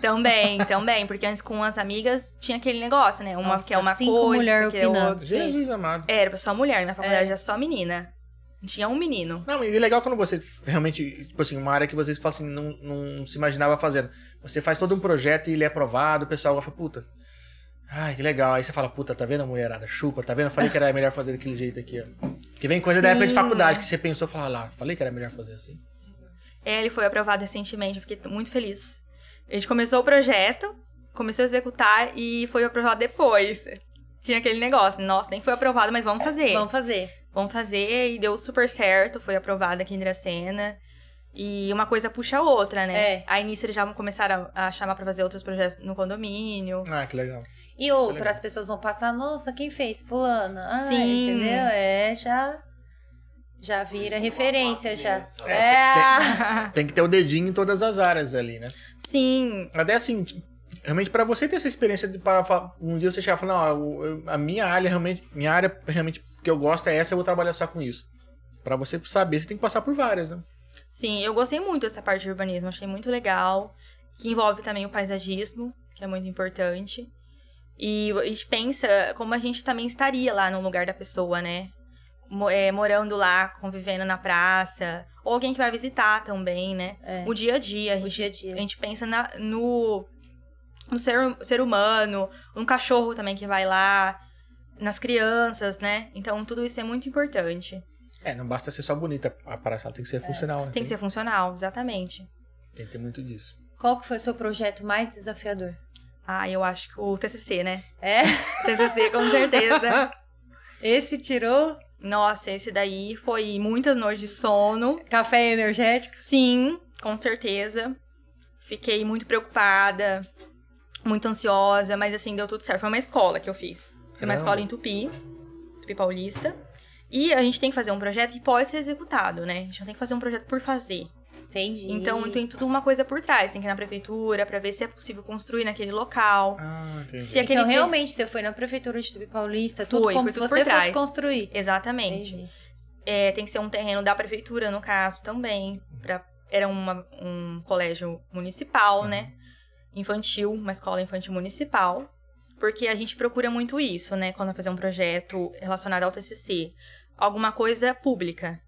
[SPEAKER 3] Também, também, porque antes com as amigas tinha aquele negócio, né? Uma
[SPEAKER 1] Nossa,
[SPEAKER 3] que é uma
[SPEAKER 1] cinco
[SPEAKER 3] coisa,
[SPEAKER 1] mulher
[SPEAKER 3] que é
[SPEAKER 1] opinando.
[SPEAKER 3] outra.
[SPEAKER 2] Jesus amado.
[SPEAKER 3] É, Era só mulher, minha faculdade
[SPEAKER 1] É.
[SPEAKER 3] era só menina. Tinha um menino.
[SPEAKER 2] Não, e é legal quando você realmente, tipo assim, uma área que vocês falam assim, não, não se imaginava fazendo. Você faz todo um projeto e ele é aprovado, o pessoal fala, puta. Ai, que legal. Aí você fala, puta, tá vendo a mulherada? Chupa, tá vendo? Eu falei que era melhor fazer daquele jeito aqui, ó. Que vem coisa da época de
[SPEAKER 3] Sim.
[SPEAKER 2] faculdade, que você pensou, fala "Ah, lá, falei que era melhor fazer assim.
[SPEAKER 3] É, Ele foi aprovado recentemente, eu fiquei muito feliz. A gente começou o projeto, começou a executar e foi aprovado depois. Tinha aquele negócio, nossa, nem foi aprovado, mas vamos fazer.
[SPEAKER 1] Vamos fazer.
[SPEAKER 3] Vamos fazer e deu super certo, foi aprovado aqui em Dracena. E uma coisa puxa a outra, né?
[SPEAKER 1] É.
[SPEAKER 3] Aí nisso eles já começaram a a chamar pra fazer outros projetos no condomínio.
[SPEAKER 2] Ah, que legal.
[SPEAKER 1] E
[SPEAKER 2] Isso é
[SPEAKER 1] outra,
[SPEAKER 2] legal.
[SPEAKER 1] as pessoas vão passar, nossa, quem fez? Fulana. Ah,
[SPEAKER 3] Sim.
[SPEAKER 1] entendeu? É, já. Já vira referência, já.
[SPEAKER 4] Sabe?
[SPEAKER 1] É.
[SPEAKER 2] Tem que ter o dedinho em todas as áreas ali, né?
[SPEAKER 3] Sim,
[SPEAKER 2] Até assim, tipo, realmente pra você ter essa experiência de pra, fa- um dia você chegar e falar, não, eu- eu- a minha área realmente, minha área realmente que eu gosto é essa, eu vou trabalhar só com isso. Pra você saber, você tem que passar por várias, né?
[SPEAKER 3] Sim, eu gostei muito dessa parte de urbanismo, achei muito legal, que envolve também o paisagismo, que é muito importante. E a gente pensa como a gente também estaria lá no lugar da pessoa, né? Mo- é, morando lá, convivendo na praça, ou alguém que vai visitar também, né?
[SPEAKER 1] É.
[SPEAKER 3] O dia a dia, a
[SPEAKER 1] O
[SPEAKER 3] gente,
[SPEAKER 1] dia a
[SPEAKER 3] a
[SPEAKER 1] dia.
[SPEAKER 3] gente pensa na- no, no ser, ser humano, um cachorro também que vai lá, nas crianças, né? Então tudo isso é muito importante.
[SPEAKER 2] É, não basta ser só bonita a praça, ela tem que ser funcional, né?
[SPEAKER 3] É, Tem que ser funcional, exatamente.
[SPEAKER 2] Tem que ter muito disso.
[SPEAKER 1] Qual que foi o seu projeto mais desafiador?
[SPEAKER 3] Ah, eu acho que o TCC, né?
[SPEAKER 1] É?
[SPEAKER 3] TCC, com certeza.
[SPEAKER 5] Esse tirou
[SPEAKER 3] Nossa, esse daí foi muitas noites de sono.
[SPEAKER 5] café energético.
[SPEAKER 3] Sim, com certeza. Fiquei muito preocupada, muito ansiosa, mas assim, deu tudo certo. Foi uma escola que eu fiz. Foi
[SPEAKER 2] Caramba.
[SPEAKER 3] uma escola em Tupi, Tupi Paulista. E a gente tem que fazer um projeto que pode ser executado, né? A gente não tem que fazer um projeto por fazer.
[SPEAKER 1] Entendi.
[SPEAKER 3] Então tem tudo uma coisa por trás. Tem que ir na prefeitura pra ver se é possível construir naquele local.
[SPEAKER 2] Ah, entendi.
[SPEAKER 3] Se aquele
[SPEAKER 1] Então,
[SPEAKER 3] te-
[SPEAKER 1] realmente, você foi na prefeitura de Tupi Paulista, tudo
[SPEAKER 3] Foi,
[SPEAKER 1] como
[SPEAKER 3] foi
[SPEAKER 1] se
[SPEAKER 3] tudo por
[SPEAKER 1] você fosse
[SPEAKER 3] trás.
[SPEAKER 1] construir.
[SPEAKER 3] Exatamente.
[SPEAKER 1] Entendi.
[SPEAKER 3] É, tem que ser um terreno da prefeitura, no caso, também. pra- era uma- um colégio municipal,
[SPEAKER 2] Uhum.
[SPEAKER 3] né? Infantil, uma escola infantil municipal. Porque a gente procura muito isso, né? Quando vai fazer um projeto relacionado ao TCC. Alguma coisa pública.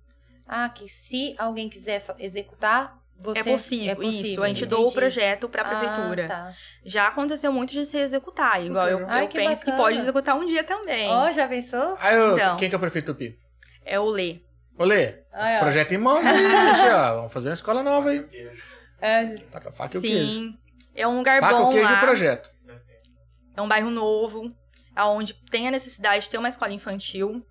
[SPEAKER 1] Ah, que se alguém quiser fa- executar, você...
[SPEAKER 3] é, possível, isso. A gente doa o
[SPEAKER 1] entendi.
[SPEAKER 3] projeto pra
[SPEAKER 1] Ah,
[SPEAKER 3] prefeitura.
[SPEAKER 1] tá.
[SPEAKER 3] Já aconteceu muito de se executar. Igual eu,
[SPEAKER 1] Ai,
[SPEAKER 3] eu
[SPEAKER 1] que
[SPEAKER 3] penso que
[SPEAKER 1] bacana.
[SPEAKER 3] pode executar um dia também.
[SPEAKER 5] Ó, já pensou?
[SPEAKER 2] Aí, ô,
[SPEAKER 3] Então.
[SPEAKER 2] quem que é o prefeito do Tupi?
[SPEAKER 3] É o Lê.
[SPEAKER 2] Olê,
[SPEAKER 5] Ai, ó.
[SPEAKER 2] projeto em mãos aí, bicho, ó. Vamos fazer uma escola nova aí.
[SPEAKER 5] É,
[SPEAKER 2] Taca a faca e o queijo.
[SPEAKER 3] Sim. É um lugar
[SPEAKER 2] Faca,
[SPEAKER 3] bom
[SPEAKER 2] o queijo e
[SPEAKER 3] lá.
[SPEAKER 2] o projeto.
[SPEAKER 3] É um bairro novo, aonde tem a necessidade de ter uma escola infantil,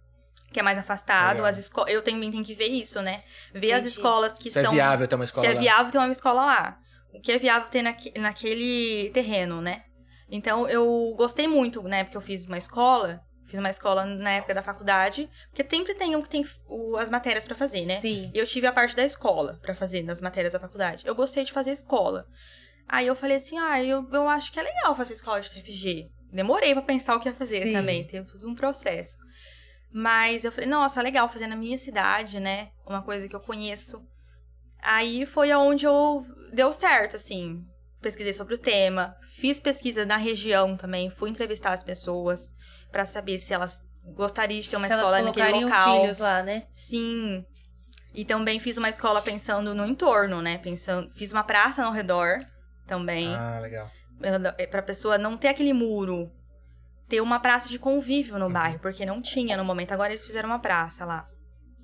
[SPEAKER 3] que é mais afastado.
[SPEAKER 2] Legal.
[SPEAKER 3] As esco... Eu também tenho que ver isso, né? Ver as
[SPEAKER 1] Entendi.
[SPEAKER 3] escolas que
[SPEAKER 2] Se
[SPEAKER 3] são.
[SPEAKER 2] é viável ter uma escola
[SPEAKER 3] se é
[SPEAKER 2] lá.
[SPEAKER 3] viável ter uma escola lá. O que é viável ter naque- naquele terreno, né? Então eu gostei muito, né? Porque eu fiz uma escola, fiz uma escola na época da faculdade, porque sempre tem um que tem o- as matérias pra fazer, né?
[SPEAKER 1] Sim.
[SPEAKER 3] E eu tive a parte da escola pra fazer, nas matérias da faculdade. Eu gostei de fazer escola. Aí eu falei assim, ah, eu, eu acho que é legal fazer escola de TFG. Demorei pra pensar o que ia fazer
[SPEAKER 5] Sim.
[SPEAKER 3] também, teve tudo um processo. Mas eu falei, nossa, legal fazer na minha cidade, né? Uma coisa que eu conheço. Aí foi aonde eu deu certo, assim. Pesquisei sobre o tema, fiz pesquisa na região também, fui entrevistar as pessoas pra saber se elas gostariam de ter uma
[SPEAKER 1] se elas
[SPEAKER 3] escola naquele
[SPEAKER 1] colocariam
[SPEAKER 3] local.
[SPEAKER 1] filhos lá, né?
[SPEAKER 3] Sim. E também fiz uma escola pensando no entorno, né? Pensando, fiz uma praça ao redor também,
[SPEAKER 2] Ah, legal.
[SPEAKER 3] para é, pessoa não ter aquele muro, ter uma praça de convívio no
[SPEAKER 2] Uhum.
[SPEAKER 3] bairro, porque não tinha no momento. Agora eles fizeram uma praça lá.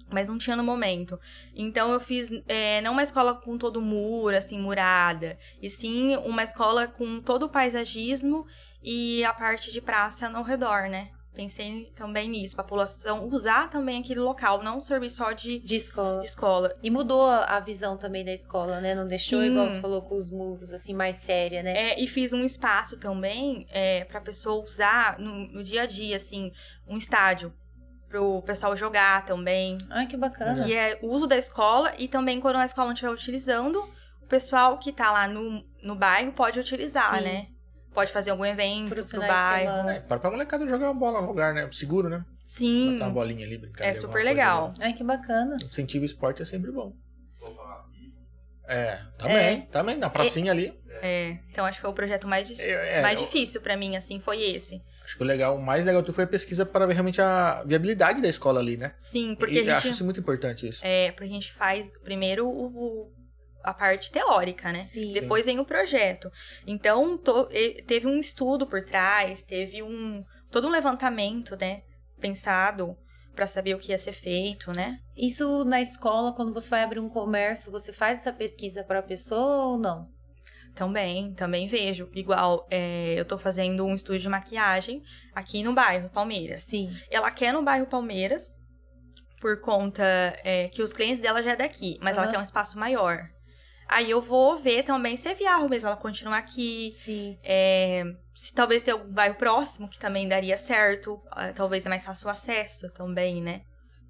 [SPEAKER 3] Mas não tinha no momento. Então eu fiz é, não uma escola com todo muro, assim, murada. E sim uma escola com todo o paisagismo e a parte de praça ao redor, né? Pensei também nisso, pra população usar também aquele local, não servir só de,
[SPEAKER 1] De escola.
[SPEAKER 3] de escola.
[SPEAKER 1] E mudou a a visão também da escola, né? Não deixou,
[SPEAKER 3] Sim.
[SPEAKER 1] igual você falou, com os muros, assim, mais séria, né?
[SPEAKER 3] É, e fiz um espaço também é, pra pessoa usar no, no dia a dia, assim, um estádio pro pessoal jogar também.
[SPEAKER 1] Ai, que bacana.
[SPEAKER 3] Que é o uso da escola e também quando a escola não estiver utilizando, o pessoal que tá lá no, no bairro pode utilizar,
[SPEAKER 1] Sim.
[SPEAKER 3] né? Pode fazer algum evento
[SPEAKER 1] Pros
[SPEAKER 3] pro
[SPEAKER 1] finais de
[SPEAKER 3] bairro.
[SPEAKER 1] semana.
[SPEAKER 2] É, para pra molecada jogar uma bola no lugar, né? Seguro, né?
[SPEAKER 3] Sim.
[SPEAKER 2] Botar uma bolinha ali, brincar.
[SPEAKER 3] É
[SPEAKER 2] de alguma
[SPEAKER 3] super
[SPEAKER 2] coisa,
[SPEAKER 3] legal.
[SPEAKER 2] né?
[SPEAKER 1] Ai, que bacana.
[SPEAKER 2] Incentivo ao esporte é sempre bom.
[SPEAKER 4] Opa, e-
[SPEAKER 2] É, também, também. Na pracinha ali.
[SPEAKER 3] É, então acho que foi o projeto mais, di-
[SPEAKER 2] eu- é,
[SPEAKER 3] mais
[SPEAKER 2] eu-
[SPEAKER 3] difícil pra mim, assim, foi esse.
[SPEAKER 2] acho que o legal, o mais legal tudo foi a pesquisa para ver realmente a viabilidade da escola ali, né?
[SPEAKER 3] Sim,
[SPEAKER 2] e
[SPEAKER 3] porque
[SPEAKER 2] eu
[SPEAKER 3] a
[SPEAKER 2] acho
[SPEAKER 3] gente.
[SPEAKER 2] isso muito importante isso.
[SPEAKER 3] É, porque a gente faz primeiro o- o- a parte teórica, né?
[SPEAKER 1] Sim.
[SPEAKER 3] Depois vem o projeto. Então, to- e- teve um estudo por trás, teve um. todo um levantamento, né? Pensado pra saber o que ia ser feito, né?
[SPEAKER 1] Isso na escola, quando você vai abrir um comércio, você faz essa pesquisa pra pessoa ou não?
[SPEAKER 3] Também, também vejo. Igual, é, eu tô fazendo um estúdio de maquiagem aqui no bairro Palmeiras.
[SPEAKER 1] Sim.
[SPEAKER 3] Ela quer no bairro Palmeiras, por conta é, que os clientes dela já é daqui, mas ela
[SPEAKER 1] Aham.
[SPEAKER 3] quer um espaço maior. Aí eu vou ver também se é viável mesmo ela continuar aqui,
[SPEAKER 1] Sim.
[SPEAKER 3] é, se talvez tem algum bairro próximo que também daria certo, ah, talvez é mais fácil o acesso também, né?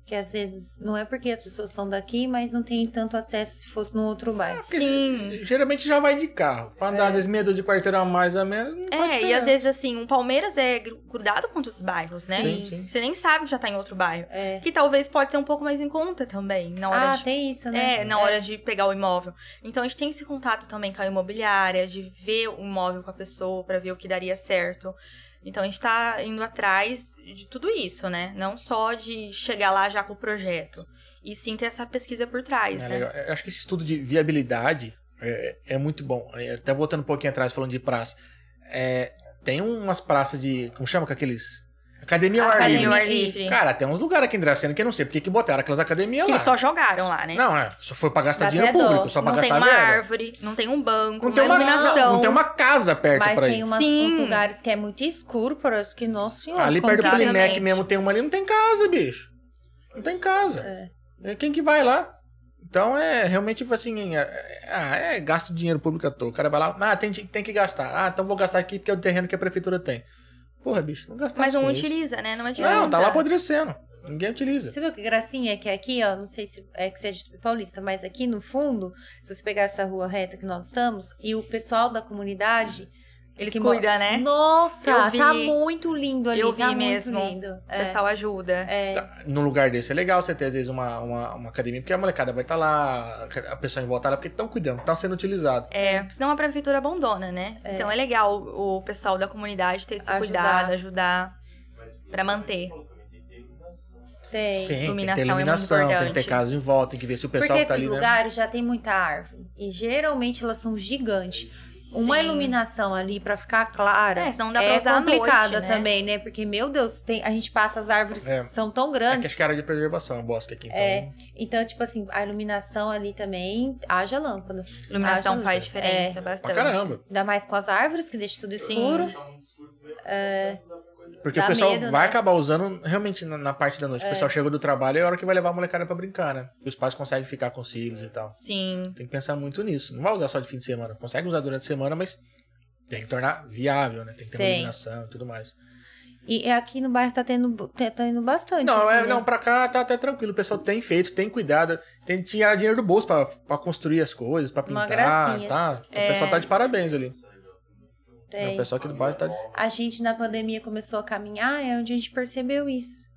[SPEAKER 1] Que às vezes não é porque as pessoas são daqui, mas não tem tanto acesso se fosse no outro bairro.
[SPEAKER 2] É, Porque
[SPEAKER 3] Sim.
[SPEAKER 2] se- Geralmente já vai de carro. Pra andar, às vezes, meia dúzia de quarteirão a mais a menos. não faz
[SPEAKER 3] É, e às
[SPEAKER 2] diferença.
[SPEAKER 3] vezes assim, o Palmeiras é gru- grudado com outros bairros, né?
[SPEAKER 2] Sim, sim.
[SPEAKER 3] Você nem sabe que já tá em outro bairro.
[SPEAKER 1] É.
[SPEAKER 3] Que talvez pode ser um pouco mais em conta também, na hora
[SPEAKER 1] Ah,
[SPEAKER 3] de
[SPEAKER 1] tem isso, né?
[SPEAKER 3] É, na hora de pegar o imóvel. Então a gente tem esse contato também com a imobiliária, de ver o imóvel com a pessoa pra ver o que daria certo. Então a gente tá indo atrás de tudo isso, né? Não só de chegar lá já com o projeto. E sim ter essa pesquisa por trás,
[SPEAKER 2] É
[SPEAKER 3] né?
[SPEAKER 2] legal. Eu acho que esse estudo de viabilidade é, é muito bom. É, Até voltando um pouquinho atrás, falando de praça. É, tem umas praças de. Como chama com aqueles? Academia ao ar
[SPEAKER 3] Academia
[SPEAKER 2] livre.
[SPEAKER 3] ao ar livre.
[SPEAKER 1] isso.
[SPEAKER 2] Cara, tem uns lugares aqui em Dracena que eu não sei porque que botaram aquelas academias
[SPEAKER 3] Que
[SPEAKER 2] lá.
[SPEAKER 3] eles só jogaram lá, né?
[SPEAKER 2] Não, é. Só foi pra gastar
[SPEAKER 1] Dá
[SPEAKER 2] dinheiro
[SPEAKER 1] até dó.
[SPEAKER 2] público, só pra
[SPEAKER 3] Não tem
[SPEAKER 2] gastar
[SPEAKER 3] uma
[SPEAKER 2] verba.
[SPEAKER 3] árvore, não tem um banco,
[SPEAKER 2] Não tem, uma, não,
[SPEAKER 3] iluminação.
[SPEAKER 2] não tem uma casa perto
[SPEAKER 1] Mas
[SPEAKER 2] pra
[SPEAKER 1] tem
[SPEAKER 2] isso.
[SPEAKER 1] umas,
[SPEAKER 3] Sim.
[SPEAKER 1] uns lugares que é muito escuro, parece que, nossa senhora.
[SPEAKER 2] Ali perto do Polimec
[SPEAKER 3] completamente.
[SPEAKER 2] mesmo tem uma ali, não tem casa, bicho. Não tem casa.
[SPEAKER 1] É.
[SPEAKER 2] É Quem que vai lá? Então é realmente assim, é, é- ah, é gasto de dinheiro público à toa. O cara vai lá, ah, tem, de- tem que gastar. Ah, então vou gastar aqui porque é o terreno que a prefeitura tem. Porra, bicho, não gastar
[SPEAKER 3] Mas
[SPEAKER 2] isso
[SPEAKER 3] não
[SPEAKER 2] com isso.
[SPEAKER 3] utiliza, né? Não adianta.
[SPEAKER 2] Não, tá lá apodrecendo. Ninguém utiliza.
[SPEAKER 1] Você viu que gracinha que é aqui, ó? Não sei se é que seja de paulista, mas aqui no fundo, se você pegar essa rua reta que nós estamos, e o pessoal da comunidade.
[SPEAKER 3] Eles
[SPEAKER 1] que
[SPEAKER 3] cuidam, né?
[SPEAKER 1] Nossa,
[SPEAKER 3] Eu vi.
[SPEAKER 1] tá muito lindo ali.
[SPEAKER 3] Eu vi
[SPEAKER 1] tá muito
[SPEAKER 3] mesmo.
[SPEAKER 1] lindo.
[SPEAKER 3] O pessoal ajuda.
[SPEAKER 1] É, é.
[SPEAKER 2] Tá, Num lugar desse é legal você ter, às vezes, uma, uma, uma academia, porque a molecada vai estar lá, a pessoa em volta tá lá, porque estão cuidando, estão sendo utilizado.
[SPEAKER 3] É, senão a prefeitura abandona, né? Então é legal o o pessoal da comunidade ter esse
[SPEAKER 1] Ajudar.
[SPEAKER 3] cuidado, ajudar.
[SPEAKER 4] mas-
[SPEAKER 3] Pra manter.
[SPEAKER 4] Tem que ter iluminação.
[SPEAKER 1] tem.
[SPEAKER 2] Sim, tem que ter
[SPEAKER 3] iluminação é muito
[SPEAKER 2] iluminação, tem que ter
[SPEAKER 3] importante.
[SPEAKER 2] casa em volta, tem que ver se o
[SPEAKER 1] Porque
[SPEAKER 2] pessoal que
[SPEAKER 1] esses
[SPEAKER 2] tá ali, né?
[SPEAKER 1] lugares já tem muita árvore. E geralmente elas são gigantes. Uma
[SPEAKER 3] Sim.
[SPEAKER 1] iluminação ali pra ficar clara.
[SPEAKER 3] É, senão dá pra
[SPEAKER 1] é
[SPEAKER 3] usar à noite,
[SPEAKER 1] complicada
[SPEAKER 3] né?
[SPEAKER 1] também, né? Porque, meu Deus, tem, a gente passa, as árvores
[SPEAKER 2] É.
[SPEAKER 1] são tão
[SPEAKER 2] É que
[SPEAKER 1] grandes.
[SPEAKER 2] acho que é área de preservação, é bosque aqui, então.
[SPEAKER 1] É. Então, tipo assim, a iluminação ali também, haja lâmpada.
[SPEAKER 3] Iluminação
[SPEAKER 1] Acho
[SPEAKER 3] faz
[SPEAKER 1] justo.
[SPEAKER 3] diferença
[SPEAKER 2] Pra
[SPEAKER 3] bastante.
[SPEAKER 2] caramba.
[SPEAKER 1] Ainda mais com as árvores, que deixa tudo
[SPEAKER 3] Sim.
[SPEAKER 1] escuro.
[SPEAKER 4] Tá muito escuro também, é... outra coisa.
[SPEAKER 2] Porque
[SPEAKER 1] Dá
[SPEAKER 2] o pessoal
[SPEAKER 1] medo,
[SPEAKER 2] vai
[SPEAKER 1] né?
[SPEAKER 2] acabar usando realmente na, na parte da noite. O pessoal chega do trabalho é a hora que vai levar a molecada pra brincar, né? E os pais conseguem ficar com os filhos e tal.
[SPEAKER 3] Sim.
[SPEAKER 2] Tem que pensar muito nisso. Não vai usar só de fim de semana. Consegue usar durante a semana, mas tem que tornar viável, né? Tem que ter uma
[SPEAKER 1] Tem.
[SPEAKER 2] iluminação e tudo mais.
[SPEAKER 1] E é aqui no bairro tá tendo, tá tendo bastante.
[SPEAKER 2] Não,
[SPEAKER 1] assim,
[SPEAKER 2] é,
[SPEAKER 1] né?
[SPEAKER 2] não, pra cá tá até tranquilo. O pessoal tem feito, tem cuidado. Tem tirar dinheiro do bolso pra, pra construir as coisas, pra
[SPEAKER 1] Uma
[SPEAKER 2] pintar,
[SPEAKER 1] gracinha. É.
[SPEAKER 2] tá? O pessoal tá de parabéns ali.
[SPEAKER 1] Tem.
[SPEAKER 2] O pessoal aqui do bairro tá...
[SPEAKER 1] A gente na pandemia começou a caminhar, é onde a gente percebeu isso.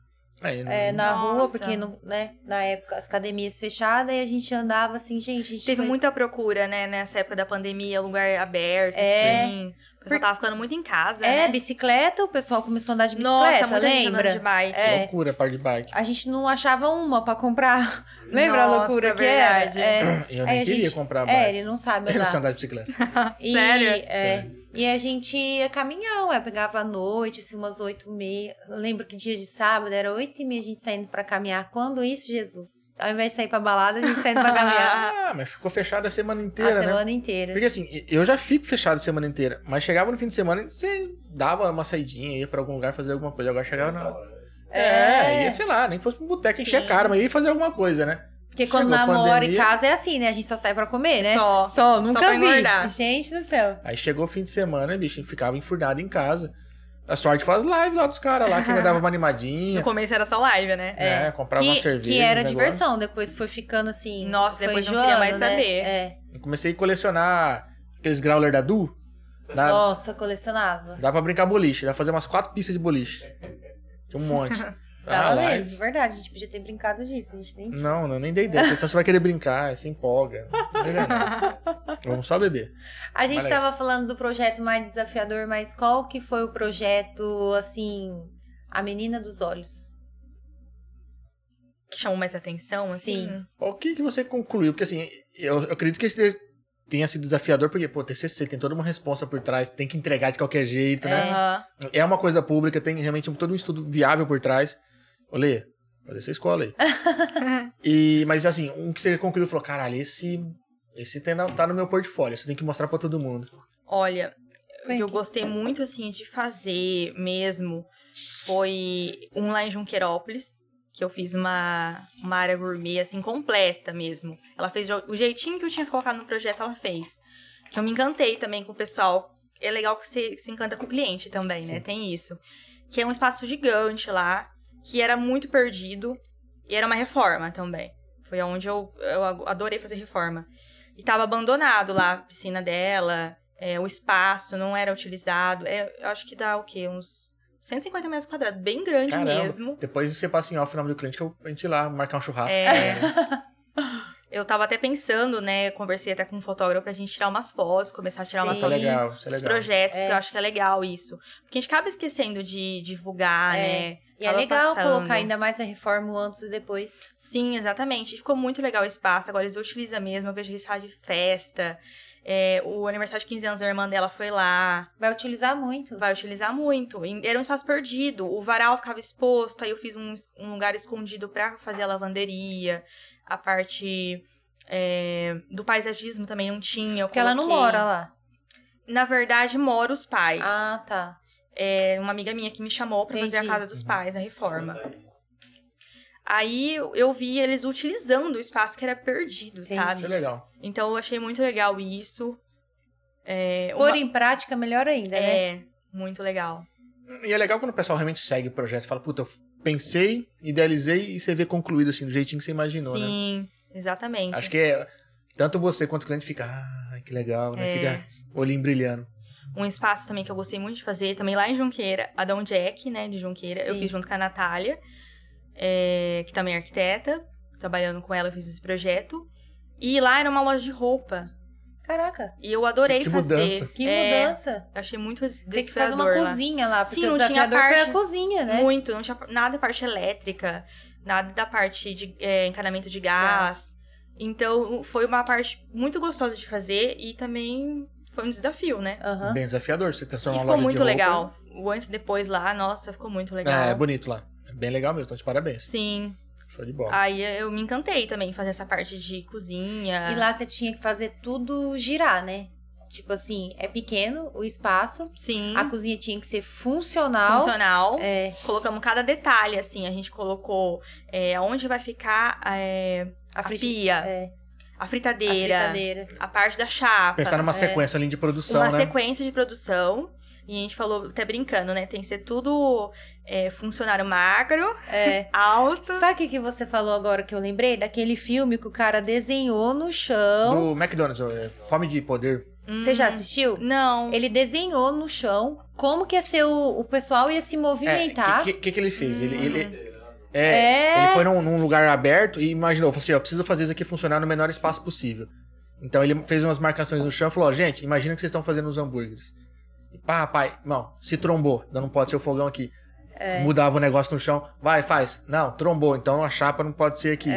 [SPEAKER 2] É, não-
[SPEAKER 1] É, na
[SPEAKER 3] Nossa.
[SPEAKER 1] rua, porque no- né, na época as academias fechadas e a gente andava assim, gente, a gente
[SPEAKER 3] Teve
[SPEAKER 1] foi-
[SPEAKER 3] muita procura, né, nessa época da pandemia, lugar aberto,
[SPEAKER 1] É.
[SPEAKER 3] assim. O pessoal tava ficando muito em casa,
[SPEAKER 1] É,
[SPEAKER 3] né?
[SPEAKER 1] bicicleta, o pessoal começou a andar de
[SPEAKER 3] Nossa,
[SPEAKER 1] bicicleta,
[SPEAKER 3] muita gente andando
[SPEAKER 1] lembra?
[SPEAKER 3] de bike.
[SPEAKER 1] É.
[SPEAKER 2] Loucura, par de bike.
[SPEAKER 1] A gente não achava uma pra comprar. lembra a
[SPEAKER 3] Nossa,
[SPEAKER 1] loucura que
[SPEAKER 3] verdade.
[SPEAKER 1] era? É.
[SPEAKER 2] Eu
[SPEAKER 1] Aí
[SPEAKER 2] nem
[SPEAKER 1] a
[SPEAKER 2] queria
[SPEAKER 1] gente-
[SPEAKER 2] comprar
[SPEAKER 1] É,
[SPEAKER 2] bike.
[SPEAKER 1] ele não sabe
[SPEAKER 2] Eu não
[SPEAKER 1] andar.
[SPEAKER 2] sei andar de bicicleta.
[SPEAKER 1] E,
[SPEAKER 3] Sério?
[SPEAKER 1] é,
[SPEAKER 2] Sério.
[SPEAKER 1] E a gente ia caminhar, ué, pegava à noite, assim, umas oito e meia. Eu lembro que dia de sábado era oito e meia a gente saindo pra caminhar. Quando isso, Jesus? Ao invés de sair pra balada, a gente saindo pra caminhar
[SPEAKER 2] Ah, mas ficou fechado a semana
[SPEAKER 1] a
[SPEAKER 2] inteira, né?
[SPEAKER 1] semana inteira.
[SPEAKER 2] Porque assim, eu já fico fechado a semana inteira, mas chegava no fim de semana e você dava uma saidinha, ia pra algum lugar fazer alguma coisa. Agora chegava na. É, ia, sei lá, nem que fosse pro boteco encher a
[SPEAKER 3] Sim.
[SPEAKER 2] cara, mas ia fazer alguma coisa, né?
[SPEAKER 1] Porque quando
[SPEAKER 2] Chegou a
[SPEAKER 1] namora e
[SPEAKER 2] pandemia.
[SPEAKER 1] casa é assim, né? A gente só sai pra comer, né?
[SPEAKER 3] Só.
[SPEAKER 6] Só, nunca
[SPEAKER 3] pra
[SPEAKER 6] vi.
[SPEAKER 3] engordar.
[SPEAKER 1] Gente do céu.
[SPEAKER 2] Aí chegou o fim de semana, bicho, ficava enfurnado em casa. A sorte faz live lá dos caras lá, que ainda dava uma
[SPEAKER 3] No
[SPEAKER 2] animadinha,
[SPEAKER 3] começo era só live, né?
[SPEAKER 2] né? Comprava uma
[SPEAKER 1] É, Que,
[SPEAKER 2] cerveja.
[SPEAKER 1] que era
[SPEAKER 2] um negócio.
[SPEAKER 1] diversão, depois foi ficando assim.
[SPEAKER 3] Nossa,
[SPEAKER 1] foi
[SPEAKER 3] depois não queria mais
[SPEAKER 1] enjoando, né?
[SPEAKER 3] saber.
[SPEAKER 1] É.
[SPEAKER 2] Eu comecei a colecionar aqueles growler da Du. Dá,
[SPEAKER 1] Nossa, colecionava.
[SPEAKER 2] dá pra brincar boliche, dá pra fazer umas quatro pistas de boliche. Tinha um monte.
[SPEAKER 1] Dava
[SPEAKER 2] live.
[SPEAKER 1] mesmo, verdade. A gente podia ter brincado disso, a gente nem
[SPEAKER 2] Não, não, nem dei ideia. porque Só você vai querer brincar, se empolga. Não tem nada. Vamos só beber.
[SPEAKER 1] A gente
[SPEAKER 2] Maravilha.
[SPEAKER 1] estava falando do projeto mais desafiador, mas qual que foi o projeto, assim, a menina dos olhos?
[SPEAKER 3] Que chamou mais atenção, assim.
[SPEAKER 1] Sim.
[SPEAKER 2] O que, que você concluiu? Porque assim, eu, eu acredito que esse tenha sido desafiador, porque, pô, TCC tem toda uma resposta por trás, tem que entregar de qualquer jeito, né?
[SPEAKER 3] Aham.
[SPEAKER 2] É uma coisa pública, tem realmente um- todo um estudo viável por trás. Olê, fazer essa escola aí. e, mas assim, um que você concluiu falou: caralho, esse. Esse tem na- tá no meu portfólio, isso eu tenho que mostrar pra todo mundo.
[SPEAKER 3] Olha, o
[SPEAKER 1] Como é
[SPEAKER 3] que eu
[SPEAKER 1] que-
[SPEAKER 3] gostei muito, assim, de fazer mesmo foi um lá em Junquerópolis, que eu fiz uma, uma área gourmet, assim, completa mesmo. Ela fez jo- o jeitinho que eu tinha colocado no projeto, ela fez. Que eu me encantei também com o pessoal. É legal que você se encanta com o cliente também, né?
[SPEAKER 2] Sim.
[SPEAKER 3] Tem isso. Que é um espaço gigante lá, que era muito perdido. E era uma reforma também. Foi onde eu, eu adorei fazer reforma. E tava abandonado lá a piscina dela, é, o espaço não era utilizado. É, eu acho que dá o quê? Uns 150 metros quadrados, bem grande
[SPEAKER 2] Caramba.
[SPEAKER 3] mesmo.
[SPEAKER 2] Depois você passa em off o nome do cliente que eu- a gente ir lá marcar um churrasco.
[SPEAKER 3] É. Eu tava até pensando, né? Conversei até com um fotógrafo pra gente tirar umas fotos, começar a tirar umas
[SPEAKER 2] Isso é
[SPEAKER 3] fotos
[SPEAKER 2] legal, isso é
[SPEAKER 3] dos
[SPEAKER 2] legal.
[SPEAKER 3] projetos. Eu acho que é legal isso. Porque a gente acaba esquecendo de divulgar,
[SPEAKER 1] É.
[SPEAKER 3] né?
[SPEAKER 1] E é
[SPEAKER 3] Tava
[SPEAKER 1] legal
[SPEAKER 3] passando.
[SPEAKER 1] colocar ainda mais a reforma o antes e depois.
[SPEAKER 3] Sim, exatamente. E Ficou muito legal o espaço. Agora eles utilizam mesmo. Eu vejo que eles fazem festa. É, o aniversário de 15 anos da irmã dela foi lá.
[SPEAKER 1] Vai utilizar muito.
[SPEAKER 3] Vai utilizar muito. E Era um espaço perdido. O varal ficava exposto. Aí eu fiz um, es- um lugar escondido pra fazer a lavanderia. A parte é, do paisagismo também não tinha. eu
[SPEAKER 1] Porque ela não
[SPEAKER 3] coloquei.
[SPEAKER 1] mora lá.
[SPEAKER 3] Na verdade, mora os pais.
[SPEAKER 1] Ah, tá.
[SPEAKER 3] É, uma amiga minha que me chamou pra fazer a
[SPEAKER 1] Entendi.
[SPEAKER 3] casa dos pais, a reforma.
[SPEAKER 4] Mas-
[SPEAKER 3] Aí eu- eu vi eles utilizando o espaço que era perdido,
[SPEAKER 2] Isso é
[SPEAKER 3] sabe?
[SPEAKER 2] legal.
[SPEAKER 3] Então eu achei muito legal isso. É,
[SPEAKER 1] Pôr
[SPEAKER 3] uma-
[SPEAKER 1] em prática, melhor ainda, né?
[SPEAKER 3] é muito legal.
[SPEAKER 2] E é legal quando o pessoal realmente segue o projeto, fala, puta, eu pensei, idealizei e você vê concluído assim, do jeitinho que você imaginou, né?
[SPEAKER 3] Sim, exatamente.
[SPEAKER 2] Acho que é. Tanto você quanto o cliente fica, ah, que legal, né?
[SPEAKER 3] É.
[SPEAKER 2] Fica olhinho brilhando.
[SPEAKER 3] Um espaço também que eu gostei muito de fazer, também lá em Junqueira, a Dom Jack, né, de Junqueira, eu
[SPEAKER 1] Sim.
[SPEAKER 3] fiz junto com a Natália, é, que também é arquiteta, trabalhando com ela eu fiz esse projeto. E lá era uma loja de roupa,
[SPEAKER 1] Caraca,
[SPEAKER 3] e eu adorei
[SPEAKER 2] Que
[SPEAKER 3] fazer.
[SPEAKER 2] mudança.
[SPEAKER 1] que
[SPEAKER 3] É,
[SPEAKER 1] mudança.
[SPEAKER 3] eu achei muito
[SPEAKER 1] Tem que fazer uma
[SPEAKER 3] desafiador lá.
[SPEAKER 1] cozinha lá, porque
[SPEAKER 3] Sim,
[SPEAKER 1] o
[SPEAKER 3] não tinha
[SPEAKER 1] desafiador foi
[SPEAKER 3] parte-
[SPEAKER 1] a cozinha, né?
[SPEAKER 3] Muito, não tinha nada da parte elétrica, nada da parte de é, encanamento de
[SPEAKER 1] Tá.
[SPEAKER 3] gás. Então, foi uma parte muito gostosa de fazer e também foi um desafio, né?
[SPEAKER 1] Aham.
[SPEAKER 2] Bem desafiador. Você transforma
[SPEAKER 3] E
[SPEAKER 2] Então, uma
[SPEAKER 3] ficou
[SPEAKER 2] loja de
[SPEAKER 3] muito
[SPEAKER 2] roupa.
[SPEAKER 3] legal. O antes e depois lá, nossa, ficou muito legal.
[SPEAKER 2] É, é bonito lá. É bem legal mesmo, então de parabéns.
[SPEAKER 3] Sim.
[SPEAKER 2] Show de bola.
[SPEAKER 3] Aí eh, eu me encantei também em fazer essa parte de cozinha.
[SPEAKER 1] E lá você tinha que fazer tudo girar, né? Tipo assim, é pequeno o espaço,
[SPEAKER 3] Sim.
[SPEAKER 1] a cozinha tinha que ser funcional.
[SPEAKER 3] Funcional.
[SPEAKER 1] É,
[SPEAKER 3] Colocamos cada detalhe, assim. A gente colocou é, onde vai ficar é,
[SPEAKER 1] a,
[SPEAKER 3] a,
[SPEAKER 1] frigi-
[SPEAKER 3] pia,
[SPEAKER 1] é,
[SPEAKER 3] a
[SPEAKER 1] a
[SPEAKER 3] fritadeira, a
[SPEAKER 1] fritadeira.
[SPEAKER 3] parte da chapa.
[SPEAKER 2] Pensar numa sequência ali de produção,
[SPEAKER 3] Ah, tá. É. uma
[SPEAKER 2] né?
[SPEAKER 3] sequência de produção. E a gente falou, até brincando, né? Tem que ser tudo é, funcionário magro,
[SPEAKER 1] É.
[SPEAKER 3] alto.
[SPEAKER 1] Sabe o que, que você falou agora que eu lembrei? Daquele filme que o cara desenhou no chão.
[SPEAKER 2] Do McDonald's, é, Fome de Poder.
[SPEAKER 1] Você já assistiu?
[SPEAKER 3] Hum. Não.
[SPEAKER 1] Ele desenhou no chão como que ia ser o, o pessoal ia se movimentar.
[SPEAKER 3] tá.
[SPEAKER 2] O É, que, que, que ele fez? Ele,
[SPEAKER 3] Hum.
[SPEAKER 2] ele,
[SPEAKER 4] Bandeira, né?
[SPEAKER 2] é,
[SPEAKER 1] É,
[SPEAKER 2] Ele foi num, num lugar aberto e imaginou, falou assim, ó, eu preciso fazer isso aqui funcionar no menor espaço possível. Então ele fez umas marcações no chão e falou, ó, gente, imagina o que vocês estão fazendo nos hambúrgueres. E pá, pai, não, se trombou, então não pode ser o fogão aqui.
[SPEAKER 7] É.
[SPEAKER 2] Mudava o negócio no chão, vai, faz.
[SPEAKER 7] É.
[SPEAKER 2] Não, trombou, então a chapa não pode ser aqui.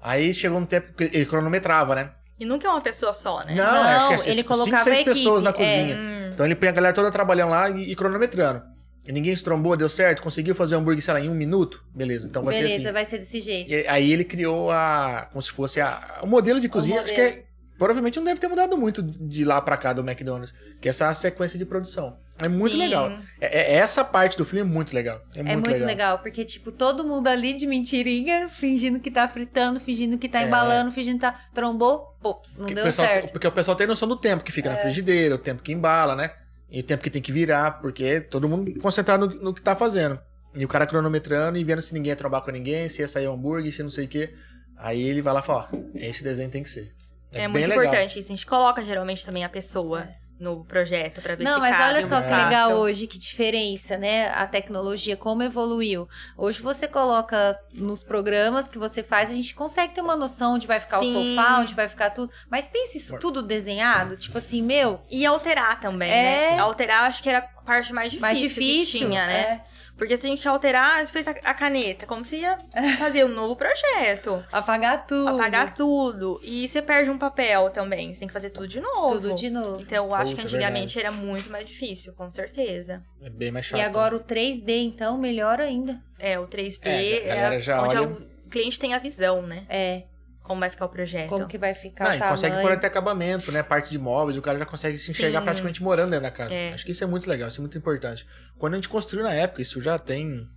[SPEAKER 2] Aí chegou um tempo que ele cronometrava, né?
[SPEAKER 3] E nunca é uma pessoa só, né?
[SPEAKER 2] Não, acho que é
[SPEAKER 7] Não,
[SPEAKER 2] assim,
[SPEAKER 7] ele
[SPEAKER 2] tipo, cinco,
[SPEAKER 7] colocava
[SPEAKER 2] seis
[SPEAKER 7] a equipe,
[SPEAKER 2] pessoas na
[SPEAKER 7] é.
[SPEAKER 2] cozinha. Então ele põe a galera toda trabalhando lá e, e cronometrando. E ninguém se trombou, deu certo, conseguiu fazer o hambúrguer, sei lá, em um minuto. Beleza, então vai
[SPEAKER 1] Beleza,
[SPEAKER 2] ser assim.
[SPEAKER 1] vai ser desse jeito.
[SPEAKER 2] E aí ele criou a. como se fosse a, o modelo de cozinha, acho que
[SPEAKER 1] modelo.
[SPEAKER 2] é- provavelmente não deve ter mudado muito de lá pra cá do McDonald's. Que é essa sequência de produção. É muito
[SPEAKER 3] Sim.
[SPEAKER 2] legal. É- é- essa parte do filme é muito legal. É,
[SPEAKER 1] É muito legal. porque, tipo, todo mundo ali de mentirinha, fingindo que tá fritando, fingindo que tá
[SPEAKER 2] É.
[SPEAKER 1] embalando, fingindo que tá. Trombou, pops, não
[SPEAKER 2] Porque,
[SPEAKER 1] deu
[SPEAKER 2] o pessoal-
[SPEAKER 1] certo. É.
[SPEAKER 2] porque o pessoal tem noção do tempo que fica na frigideira, o tempo que embala, né? E o tempo que tem que virar, porque todo mundo concentrado no, no que tá fazendo. E o cara cronometrando e vendo se ninguém ia trombar com ninguém, se ia sair um hambúrguer, se não sei o quê. Aí ele vai lá e fala, ó, esse desenho tem que ser.
[SPEAKER 3] É,
[SPEAKER 2] É, bem
[SPEAKER 3] muito
[SPEAKER 2] legal. É.
[SPEAKER 3] importante isso. A gente coloca geralmente também a pessoa no projeto pra ver
[SPEAKER 1] Não,
[SPEAKER 3] se
[SPEAKER 1] mas
[SPEAKER 3] cabe
[SPEAKER 1] olha
[SPEAKER 3] um
[SPEAKER 1] só que
[SPEAKER 3] espaço.
[SPEAKER 1] legal hoje, que diferença, né? A tecnologia, como evoluiu. Hoje você coloca nos programas que você faz, a gente consegue ter uma noção onde vai ficar o
[SPEAKER 3] Sim.
[SPEAKER 1] sofá, onde vai ficar tudo. Mas pensa isso
[SPEAKER 2] Bora.
[SPEAKER 1] tudo desenhado, tipo assim, meu,
[SPEAKER 3] E alterar também,
[SPEAKER 1] É.
[SPEAKER 3] né? Alterar eu acho que era a parte mais difícil,
[SPEAKER 1] mais
[SPEAKER 3] que
[SPEAKER 1] difícil.
[SPEAKER 3] tinha, né?
[SPEAKER 1] é.
[SPEAKER 3] Porque se a gente alterar, você fez a, a caneta, como se ia fazer um novo projeto.
[SPEAKER 1] Apagar tudo.
[SPEAKER 3] Apagar tudo. E você perde um papel também. Você tem que fazer tudo de novo.
[SPEAKER 1] tudo de novo.
[SPEAKER 3] Então eu acho que
[SPEAKER 2] Puta,
[SPEAKER 3] antigamente era muito mais difícil, com certeza.
[SPEAKER 2] É bem mais chato.
[SPEAKER 1] E agora o 3D, então, melhor ainda.
[SPEAKER 3] É, o 3D
[SPEAKER 2] É, a
[SPEAKER 3] é
[SPEAKER 2] galera já
[SPEAKER 3] onde
[SPEAKER 2] olha-
[SPEAKER 3] o cliente tem a visão, né?
[SPEAKER 1] É,
[SPEAKER 3] Como vai ficar o projeto.
[SPEAKER 1] como que vai ficar
[SPEAKER 2] Não,
[SPEAKER 1] o
[SPEAKER 2] e
[SPEAKER 1] tamanho.
[SPEAKER 2] consegue pôr até acabamento, né? Parte de móveis, o cara já consegue se enxergar
[SPEAKER 3] Sim.
[SPEAKER 2] praticamente morando dentro da casa.
[SPEAKER 3] É.
[SPEAKER 2] Acho que isso é muito legal, isso é muito importante. Quando a gente construiu na época, isso já tem. uns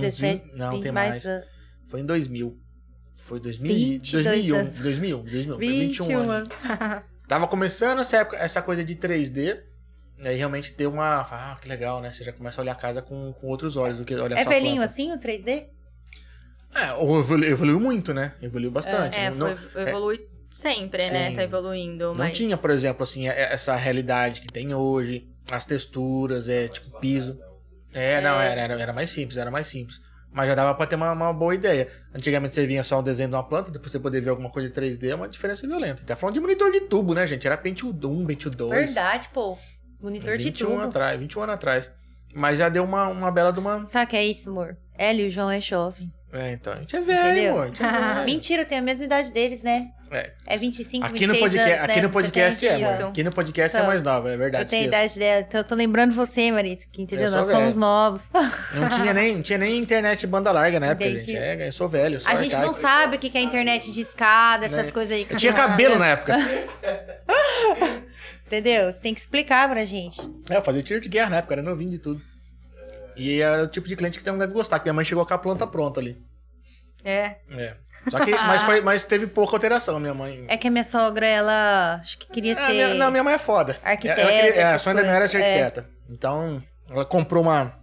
[SPEAKER 1] 17,
[SPEAKER 2] vinte- Não,
[SPEAKER 1] Tem
[SPEAKER 2] tem mais.
[SPEAKER 1] mais, ah,
[SPEAKER 2] Foi em 2000. Foi 2000,
[SPEAKER 1] 22
[SPEAKER 2] 2001,
[SPEAKER 1] anos.
[SPEAKER 2] 2000,
[SPEAKER 1] é?
[SPEAKER 2] 2000, 21,
[SPEAKER 8] 21
[SPEAKER 2] anos.
[SPEAKER 8] anos.
[SPEAKER 2] Tava começando essa, época- essa coisa de 3D. E aí realmente deu uma. Ah, que legal, né? Você já começa a olhar a casa com, com outros olhos do que olhar
[SPEAKER 1] É
[SPEAKER 2] só a
[SPEAKER 1] velhinho
[SPEAKER 2] planta.
[SPEAKER 1] assim o 3D?
[SPEAKER 2] É, evolu- evoluiu muito, né? Evoluiu bastante.
[SPEAKER 3] É,
[SPEAKER 2] Não-
[SPEAKER 3] foi,
[SPEAKER 2] não
[SPEAKER 3] evolui sempre,
[SPEAKER 2] Sim.
[SPEAKER 3] né? Tá evoluindo.
[SPEAKER 2] não
[SPEAKER 3] mas...
[SPEAKER 2] tinha, por exemplo, assim, é- é essa realidade que tem hoje, as texturas, é tipo piso. É, não, era, era, era mais simples, era mais simples. Mas já dava pra ter uma, uma boa ideia. Antigamente você vinha só um desenho de uma planta, depois você poder ver alguma coisa de 3D, é uma diferença violenta. Tá falando de monitor de tubo, né, gente? Era Pentium 1, Pentium 2.
[SPEAKER 1] Verdade, pô. Monitor de
[SPEAKER 2] 21
[SPEAKER 1] tubo.
[SPEAKER 2] Atrás, 21 anos atrás. Mas já deu uma, uma bela de uma.
[SPEAKER 1] Sabe o que é isso, amor? Hélio e o João é jovem.
[SPEAKER 2] É, então. A gente é velho,
[SPEAKER 1] Entendeu?
[SPEAKER 2] amor. A gente é velho.
[SPEAKER 1] Mentira, tem a mesma idade deles, né?
[SPEAKER 2] É.
[SPEAKER 1] É 25,
[SPEAKER 2] Aqui
[SPEAKER 1] 26
[SPEAKER 2] no podcast,
[SPEAKER 1] anos, né?
[SPEAKER 2] aqui no
[SPEAKER 1] Você
[SPEAKER 2] podcast é,
[SPEAKER 1] tem
[SPEAKER 2] amor.
[SPEAKER 3] isso.
[SPEAKER 2] Aqui no podcast é
[SPEAKER 1] Então,
[SPEAKER 2] mais nova, é verdade.
[SPEAKER 1] Eu tenho a idade
[SPEAKER 2] esqueço.
[SPEAKER 1] dela, então eu tô lembrando você, marido, que entendeu?
[SPEAKER 2] Eu sou
[SPEAKER 1] Nós
[SPEAKER 2] velho.
[SPEAKER 1] somos novos.
[SPEAKER 2] Não tinha nem, não tinha nem internet banda larga na época,
[SPEAKER 1] Entendi.
[SPEAKER 2] gente. É, eu sou velho, eu sou
[SPEAKER 1] A gente não
[SPEAKER 2] arcaico.
[SPEAKER 1] sabe o que que é internet de escada, essas
[SPEAKER 2] Né?
[SPEAKER 1] coisas aí. Que
[SPEAKER 2] Eu tinha
[SPEAKER 1] vocês-
[SPEAKER 2] cabelo né? na época.
[SPEAKER 1] Entendeu? Você tem que explicar pra gente.
[SPEAKER 2] É, eu fazia tiro de guerra na época, era novinho de tudo. E é o tipo de cliente que não deve gostar, que minha mãe chegou com a planta pronta ali.
[SPEAKER 3] É.
[SPEAKER 2] É. Só que, mas, foi, mas teve pouca alteração, minha mãe.
[SPEAKER 1] É que a minha sogra, ela acho que queria
[SPEAKER 2] Ah,
[SPEAKER 1] ser.
[SPEAKER 2] minha- não, minha mãe é foda.
[SPEAKER 1] Arquiteta,
[SPEAKER 2] Ela queria- é, a
[SPEAKER 1] essas
[SPEAKER 2] sonha da minha era ser
[SPEAKER 1] coisas, é.
[SPEAKER 2] arquiteta. Então, ela comprou uma.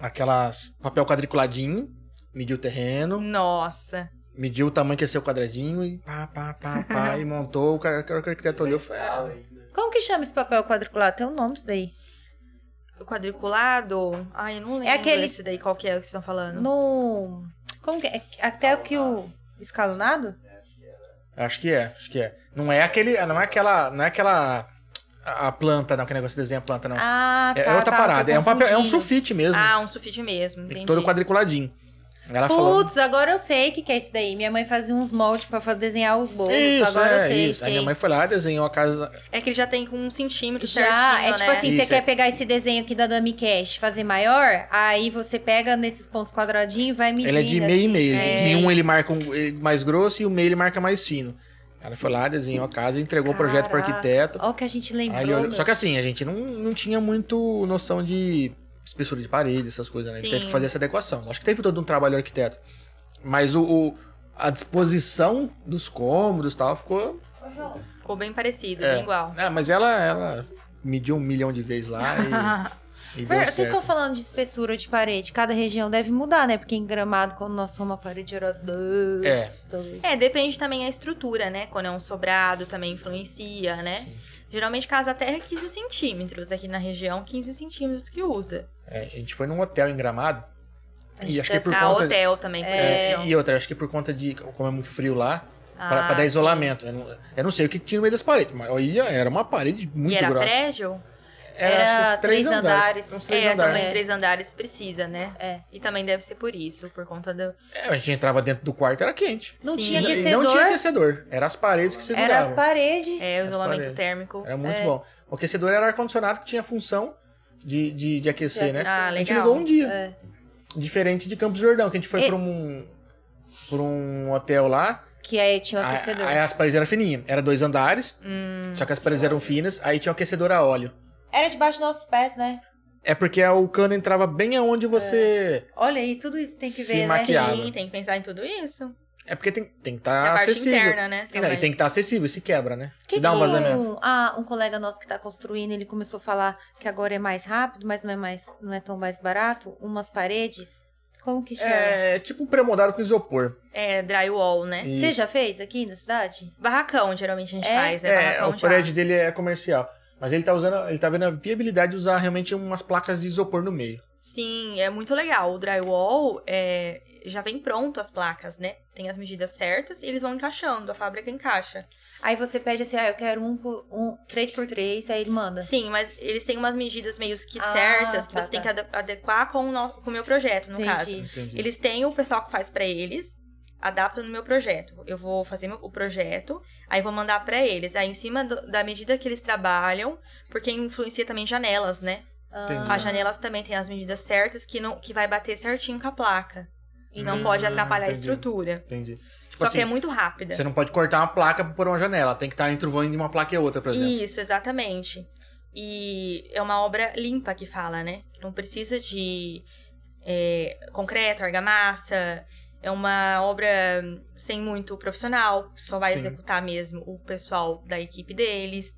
[SPEAKER 2] Aquelas. papel quadriculadinho, mediu o terreno,
[SPEAKER 3] Nossa.
[SPEAKER 2] mediu o tamanho que ia ser o quadradinho e pá, pá, pá, pá, e montou. O cara que o arquiteto olhou e falou: "Ah,
[SPEAKER 1] Como que chama esse papel quadriculado? Tem um nome isso daí.
[SPEAKER 3] O quadriculado. Ai, eu não lembro
[SPEAKER 1] É aquele-
[SPEAKER 3] esse daí qual que é que vocês estão falando.
[SPEAKER 1] No. Como que é? Até o que o. Escalonado?
[SPEAKER 2] Acho que é, acho que é. Não é aquele. Não é aquela. Não é aquela. A a planta, não, que negócio desenha a planta, não.
[SPEAKER 1] Ah, tá.
[SPEAKER 2] é, é outra
[SPEAKER 1] tá, tô
[SPEAKER 2] parada. É um, papel, é um
[SPEAKER 1] confundindo.
[SPEAKER 2] sulfite mesmo.
[SPEAKER 3] Ah, um sulfite mesmo. Entendi.
[SPEAKER 2] É todo quadriculadinho. Ela falou.
[SPEAKER 1] Putz, agora eu sei o que, que é isso daí. Minha mãe fazia uns moldes pra fa- desenhar os bolos.
[SPEAKER 2] Isso,
[SPEAKER 1] agora
[SPEAKER 2] é
[SPEAKER 1] eu sei,
[SPEAKER 2] isso.
[SPEAKER 1] sei.
[SPEAKER 2] Aí minha mãe foi lá, desenhou a casa.
[SPEAKER 3] É que ele já tem com um centímetro
[SPEAKER 1] Já,
[SPEAKER 3] certinho,
[SPEAKER 1] é tipo
[SPEAKER 3] né?
[SPEAKER 1] assim,
[SPEAKER 2] Isso,
[SPEAKER 1] você
[SPEAKER 2] é.
[SPEAKER 1] quer pegar esse desenho aqui da Dami Cash, fazer maior, aí você pega nesses pontos quadradinhos e vai medindo.
[SPEAKER 2] Ela é de meio
[SPEAKER 1] assim.
[SPEAKER 2] e meio.
[SPEAKER 1] É.
[SPEAKER 2] De um ele marca um, ele mais grosso e o meio ele marca mais fino. Ela foi lá, desenhou a casa, entregou o projeto pro
[SPEAKER 1] Caraca.
[SPEAKER 2] arquiteto.
[SPEAKER 1] Ó o que a gente lembrou,
[SPEAKER 2] Aí ele olhou-
[SPEAKER 1] meu.
[SPEAKER 2] Só que assim, a gente não, não tinha muito noção de espessura de parede, essas coisas, né? Ele
[SPEAKER 3] Sim.
[SPEAKER 2] teve que fazer essa adequação. Acho que teve todo um trabalho do arquiteto. Mas o, o- a disposição dos cômodos e tal ficou.
[SPEAKER 3] Ficou bem parecido,
[SPEAKER 2] É.
[SPEAKER 3] bem igual.
[SPEAKER 2] Ah, mas ela, ela mediu um milhão de vezes lá e, e
[SPEAKER 1] Ver-
[SPEAKER 2] deu
[SPEAKER 1] Vocês estão
[SPEAKER 2] certo.
[SPEAKER 1] falando de espessura de parede. Cada região deve mudar, né? Porque em Gramado, quando nós somos uma parede, era dois,
[SPEAKER 2] É.
[SPEAKER 1] dois.
[SPEAKER 3] É, depende também a estrutura, né? Quando é um sobrado também influencia, né? Geralmente casa terra é 15 centímetros. Aqui na região, 15 centímetros que usa.
[SPEAKER 2] É, a gente foi num hotel em Gramado.
[SPEAKER 1] A
[SPEAKER 2] E
[SPEAKER 1] gente
[SPEAKER 2] acho que
[SPEAKER 1] tá-
[SPEAKER 2] por
[SPEAKER 3] ah,
[SPEAKER 2] conta.
[SPEAKER 3] hotel também, por
[SPEAKER 2] é,
[SPEAKER 3] isso.
[SPEAKER 2] e outra, acho que por conta de. Como é muito frio lá,
[SPEAKER 3] Ah,
[SPEAKER 2] pra, pra dar isolamento. Eu não, eu não sei o que tinha no meio das paredes, mas olha, era uma parede muito
[SPEAKER 3] E era
[SPEAKER 2] grossa.
[SPEAKER 3] prédio?
[SPEAKER 1] Era
[SPEAKER 2] acho que uns
[SPEAKER 1] três andares.
[SPEAKER 2] Uns três
[SPEAKER 3] É,
[SPEAKER 2] andares.
[SPEAKER 3] também três andares precisa, né?
[SPEAKER 1] É.
[SPEAKER 3] E também deve ser por isso, por conta do.
[SPEAKER 2] É, a gente entrava dentro do quarto, era quente.
[SPEAKER 1] Não
[SPEAKER 3] Sim.
[SPEAKER 1] tinha
[SPEAKER 2] E
[SPEAKER 1] aquecedor.
[SPEAKER 2] Não tinha aquecedor. Era as paredes que seguravam.
[SPEAKER 1] Era as É. paredes.
[SPEAKER 3] É, o
[SPEAKER 2] As
[SPEAKER 3] isolamento
[SPEAKER 2] paredes.
[SPEAKER 3] térmico.
[SPEAKER 2] Era muito bom. O aquecedor era ar-condicionado que tinha função de, de, de aquecer, né?
[SPEAKER 3] Ah,
[SPEAKER 2] A gente
[SPEAKER 3] legal.
[SPEAKER 2] ligou um dia.
[SPEAKER 1] É.
[SPEAKER 2] Diferente de Campos do Jordão, que a gente foi pra, um, pra um hotel lá.
[SPEAKER 1] Que aí tinha o
[SPEAKER 2] a-
[SPEAKER 1] aquecedor.
[SPEAKER 2] Aí as paredes eram fininhas. Era dois andares,
[SPEAKER 3] Hum,
[SPEAKER 2] só que as paredes eram finas. Aí tinha um aquecedor a óleo.
[SPEAKER 1] Era debaixo dos nossos pés, né?
[SPEAKER 2] É porque o cano entrava bem aonde você...
[SPEAKER 1] Olha aí, tudo isso tem que
[SPEAKER 2] Se
[SPEAKER 1] ver,
[SPEAKER 2] maqui-
[SPEAKER 1] né?
[SPEAKER 2] Maquiava.
[SPEAKER 3] sim, tem que pensar em tudo isso.
[SPEAKER 2] É, porque tem, tem que
[SPEAKER 3] é a
[SPEAKER 2] estar
[SPEAKER 3] parte
[SPEAKER 2] acessível.
[SPEAKER 3] interna, né?
[SPEAKER 2] E não, e
[SPEAKER 3] também.
[SPEAKER 2] tem que estar acessível, se quebra, né?
[SPEAKER 1] Que
[SPEAKER 2] se dá um
[SPEAKER 1] que
[SPEAKER 2] vazamento.
[SPEAKER 1] um- ah, um colega nosso que tá construindo, ele começou a falar que agora é mais rápido, mas não é mais, não é tão mais barato. Umas paredes. Como que chama?
[SPEAKER 2] É tipo um pré-moldado com isopor.
[SPEAKER 3] É drywall, né?
[SPEAKER 2] E-
[SPEAKER 1] Você já fez aqui na cidade?
[SPEAKER 3] Barracão, geralmente a gente
[SPEAKER 1] É?
[SPEAKER 3] faz, né?
[SPEAKER 2] É,
[SPEAKER 3] barracão
[SPEAKER 2] o
[SPEAKER 3] já.
[SPEAKER 2] prédio dele é comercial. Mas ele tá usando, ele tá vendo a viabilidade de usar realmente umas placas de isopor no meio.
[SPEAKER 3] Sim, é muito legal. O drywall é, já vem pronto as placas, né? Tem as medidas certas e eles vão encaixando, a fábrica encaixa.
[SPEAKER 1] Aí você pede assim, ah, eu quero um por um, três por três, aí ele manda.
[SPEAKER 3] Sim, mas eles têm umas medidas meio que
[SPEAKER 1] Ah,
[SPEAKER 3] certas que
[SPEAKER 1] tá,
[SPEAKER 3] você tem que ade- adequar com o, no- com o meu projeto, no
[SPEAKER 1] Entendi.
[SPEAKER 3] caso.
[SPEAKER 2] Entendi.
[SPEAKER 3] Eles têm o pessoal que faz pra eles, adapta no meu projeto. Eu vou fazer meu- o projeto, aí vou mandar pra eles. Aí em cima do- da medida que eles trabalham, porque influencia também janelas, né?
[SPEAKER 2] Entendi.
[SPEAKER 1] Ah,
[SPEAKER 3] As janelas também têm as medidas certas que não que vai bater certinho com a placa. E não
[SPEAKER 1] Hum,
[SPEAKER 2] Entendi,
[SPEAKER 3] pode atrapalhar
[SPEAKER 2] entendi.
[SPEAKER 3] a estrutura.
[SPEAKER 2] Entendi. Tipo
[SPEAKER 3] Só
[SPEAKER 2] assim,
[SPEAKER 3] que é muito rápida.
[SPEAKER 2] você não pode cortar uma placa por uma janela. Tem que estar entre o vão de uma placa e outra, por exemplo.
[SPEAKER 3] Isso, exatamente. E é uma obra limpa que fala, né? Não precisa de é, concreto, argamassa. É uma obra sem muito profissional, só vai
[SPEAKER 2] Sim.
[SPEAKER 3] executar mesmo o pessoal da equipe deles.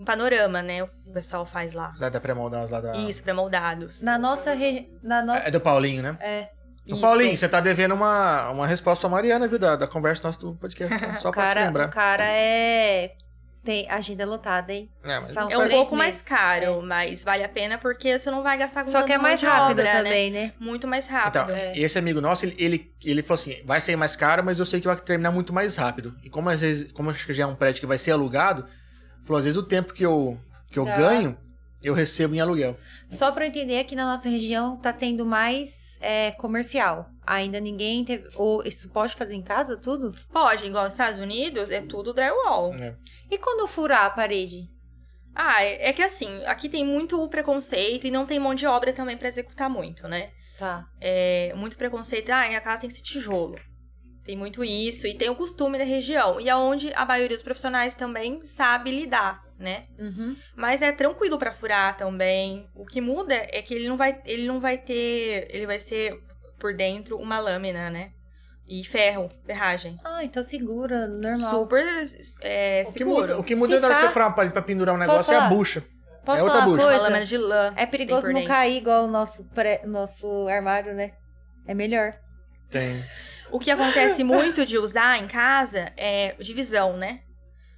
[SPEAKER 3] Um panorama, né? O pessoal faz lá.
[SPEAKER 2] Dá, dá pra moldar lá da...
[SPEAKER 3] Isso, pré-moldados.
[SPEAKER 1] Na nossa. re- Na nossa...
[SPEAKER 2] É do Paulinho, né?
[SPEAKER 3] Isso.
[SPEAKER 2] O Paulinho, você tá devendo uma, uma resposta à Mariana, viu? Da, da conversa nossa do podcast. tá? Só
[SPEAKER 1] o,
[SPEAKER 2] pra te
[SPEAKER 1] cara,
[SPEAKER 2] lembrar.
[SPEAKER 1] o cara é. Tem agenda lotada, hein?
[SPEAKER 2] É, mas-
[SPEAKER 1] Fala-
[SPEAKER 3] É um
[SPEAKER 1] Três
[SPEAKER 3] pouco mais
[SPEAKER 1] meses.
[SPEAKER 3] caro, mas vale a pena porque você não vai gastar com
[SPEAKER 1] é. Só que
[SPEAKER 3] tanta
[SPEAKER 1] é
[SPEAKER 3] Tá mão
[SPEAKER 1] mais
[SPEAKER 3] de
[SPEAKER 1] rápido
[SPEAKER 3] obra, né?
[SPEAKER 1] também, né?
[SPEAKER 3] Muito mais rápido. É.
[SPEAKER 2] Então, esse amigo nosso, ele, ele, ele falou assim: vai sair mais caro, mas eu sei que vai terminar muito mais rápido. E como às vezes, como acho que já é um prédio que vai ser alugado, falou: às vezes o tempo que eu, que eu
[SPEAKER 1] Já.
[SPEAKER 2] ganho, eu recebo em aluguel.
[SPEAKER 1] Só pra eu entender, aqui na nossa região tá sendo mais é, comercial. Ainda ninguém teve. Ou isso pode fazer em casa tudo?
[SPEAKER 3] Pode, igual nos Estados Unidos, é tudo drywall.
[SPEAKER 1] E quando furar a parede?
[SPEAKER 3] Ah, é é que assim, aqui tem muito preconceito e não tem mão de obra também pra executar muito, né?
[SPEAKER 1] Tá.
[SPEAKER 3] É muito preconceito, ah, minha casa tem que ser tijolo. Tem muito isso e tem o costume da região. E aonde a maioria dos profissionais também sabe lidar, né?
[SPEAKER 1] Uhum.
[SPEAKER 3] Mas é tranquilo pra furar também. O que muda é que ele não vai, ele não vai ter, ele vai ser por dentro uma lâmina, né? E ferro, ferragem.
[SPEAKER 1] Ah, então segura, normal.
[SPEAKER 3] Super é,
[SPEAKER 2] O que
[SPEAKER 3] seguro.
[SPEAKER 2] muda, o que muda
[SPEAKER 1] Se
[SPEAKER 2] na hora de
[SPEAKER 1] tá-
[SPEAKER 2] você furar uma parede pra pendurar um
[SPEAKER 1] Posso
[SPEAKER 2] negócio é a
[SPEAKER 1] falar?
[SPEAKER 2] bucha.
[SPEAKER 1] Posso
[SPEAKER 2] é outra
[SPEAKER 1] falar uma
[SPEAKER 2] bucha.
[SPEAKER 3] Uma
[SPEAKER 1] coisa?
[SPEAKER 3] lâmina de lã.
[SPEAKER 1] É perigoso
[SPEAKER 3] Tem por
[SPEAKER 1] não
[SPEAKER 3] dentro.
[SPEAKER 1] cair igual o nosso, pré- nosso armário, né? É melhor.
[SPEAKER 2] Tem.
[SPEAKER 3] O que acontece muito de usar em casa é divisão, né?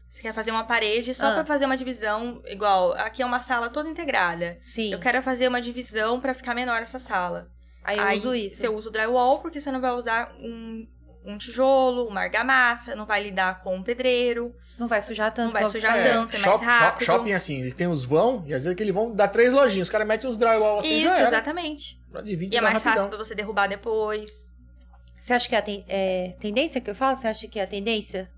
[SPEAKER 3] Você quer fazer uma parede só
[SPEAKER 1] Ah.
[SPEAKER 3] pra fazer uma divisão igual. Aqui é uma sala toda integrada.
[SPEAKER 1] Sim.
[SPEAKER 3] Eu quero fazer uma divisão pra ficar menor essa sala.
[SPEAKER 1] Aí eu uso isso.
[SPEAKER 3] Você usa o drywall porque você não vai usar um, um tijolo, uma argamassa, não vai lidar com um pedreiro,
[SPEAKER 1] Não vai sujar tanto.
[SPEAKER 3] não vai
[SPEAKER 1] igual- tá
[SPEAKER 3] sujar tanto, é mais
[SPEAKER 2] shop- shop-
[SPEAKER 3] rápido.
[SPEAKER 2] shopping assim, eles têm os vão, e às vezes aquele vão dá três lojinhas. Os caras metem uns drywall assim e
[SPEAKER 3] Isso,
[SPEAKER 2] já era.
[SPEAKER 3] exatamente.
[SPEAKER 2] Já divide
[SPEAKER 3] E é
[SPEAKER 2] dá
[SPEAKER 3] mais fácil
[SPEAKER 2] rapidão.
[SPEAKER 3] pra você derrubar depois.
[SPEAKER 1] Você acha que é a ten- é, tendência que eu falo? Você acha que é a tendência?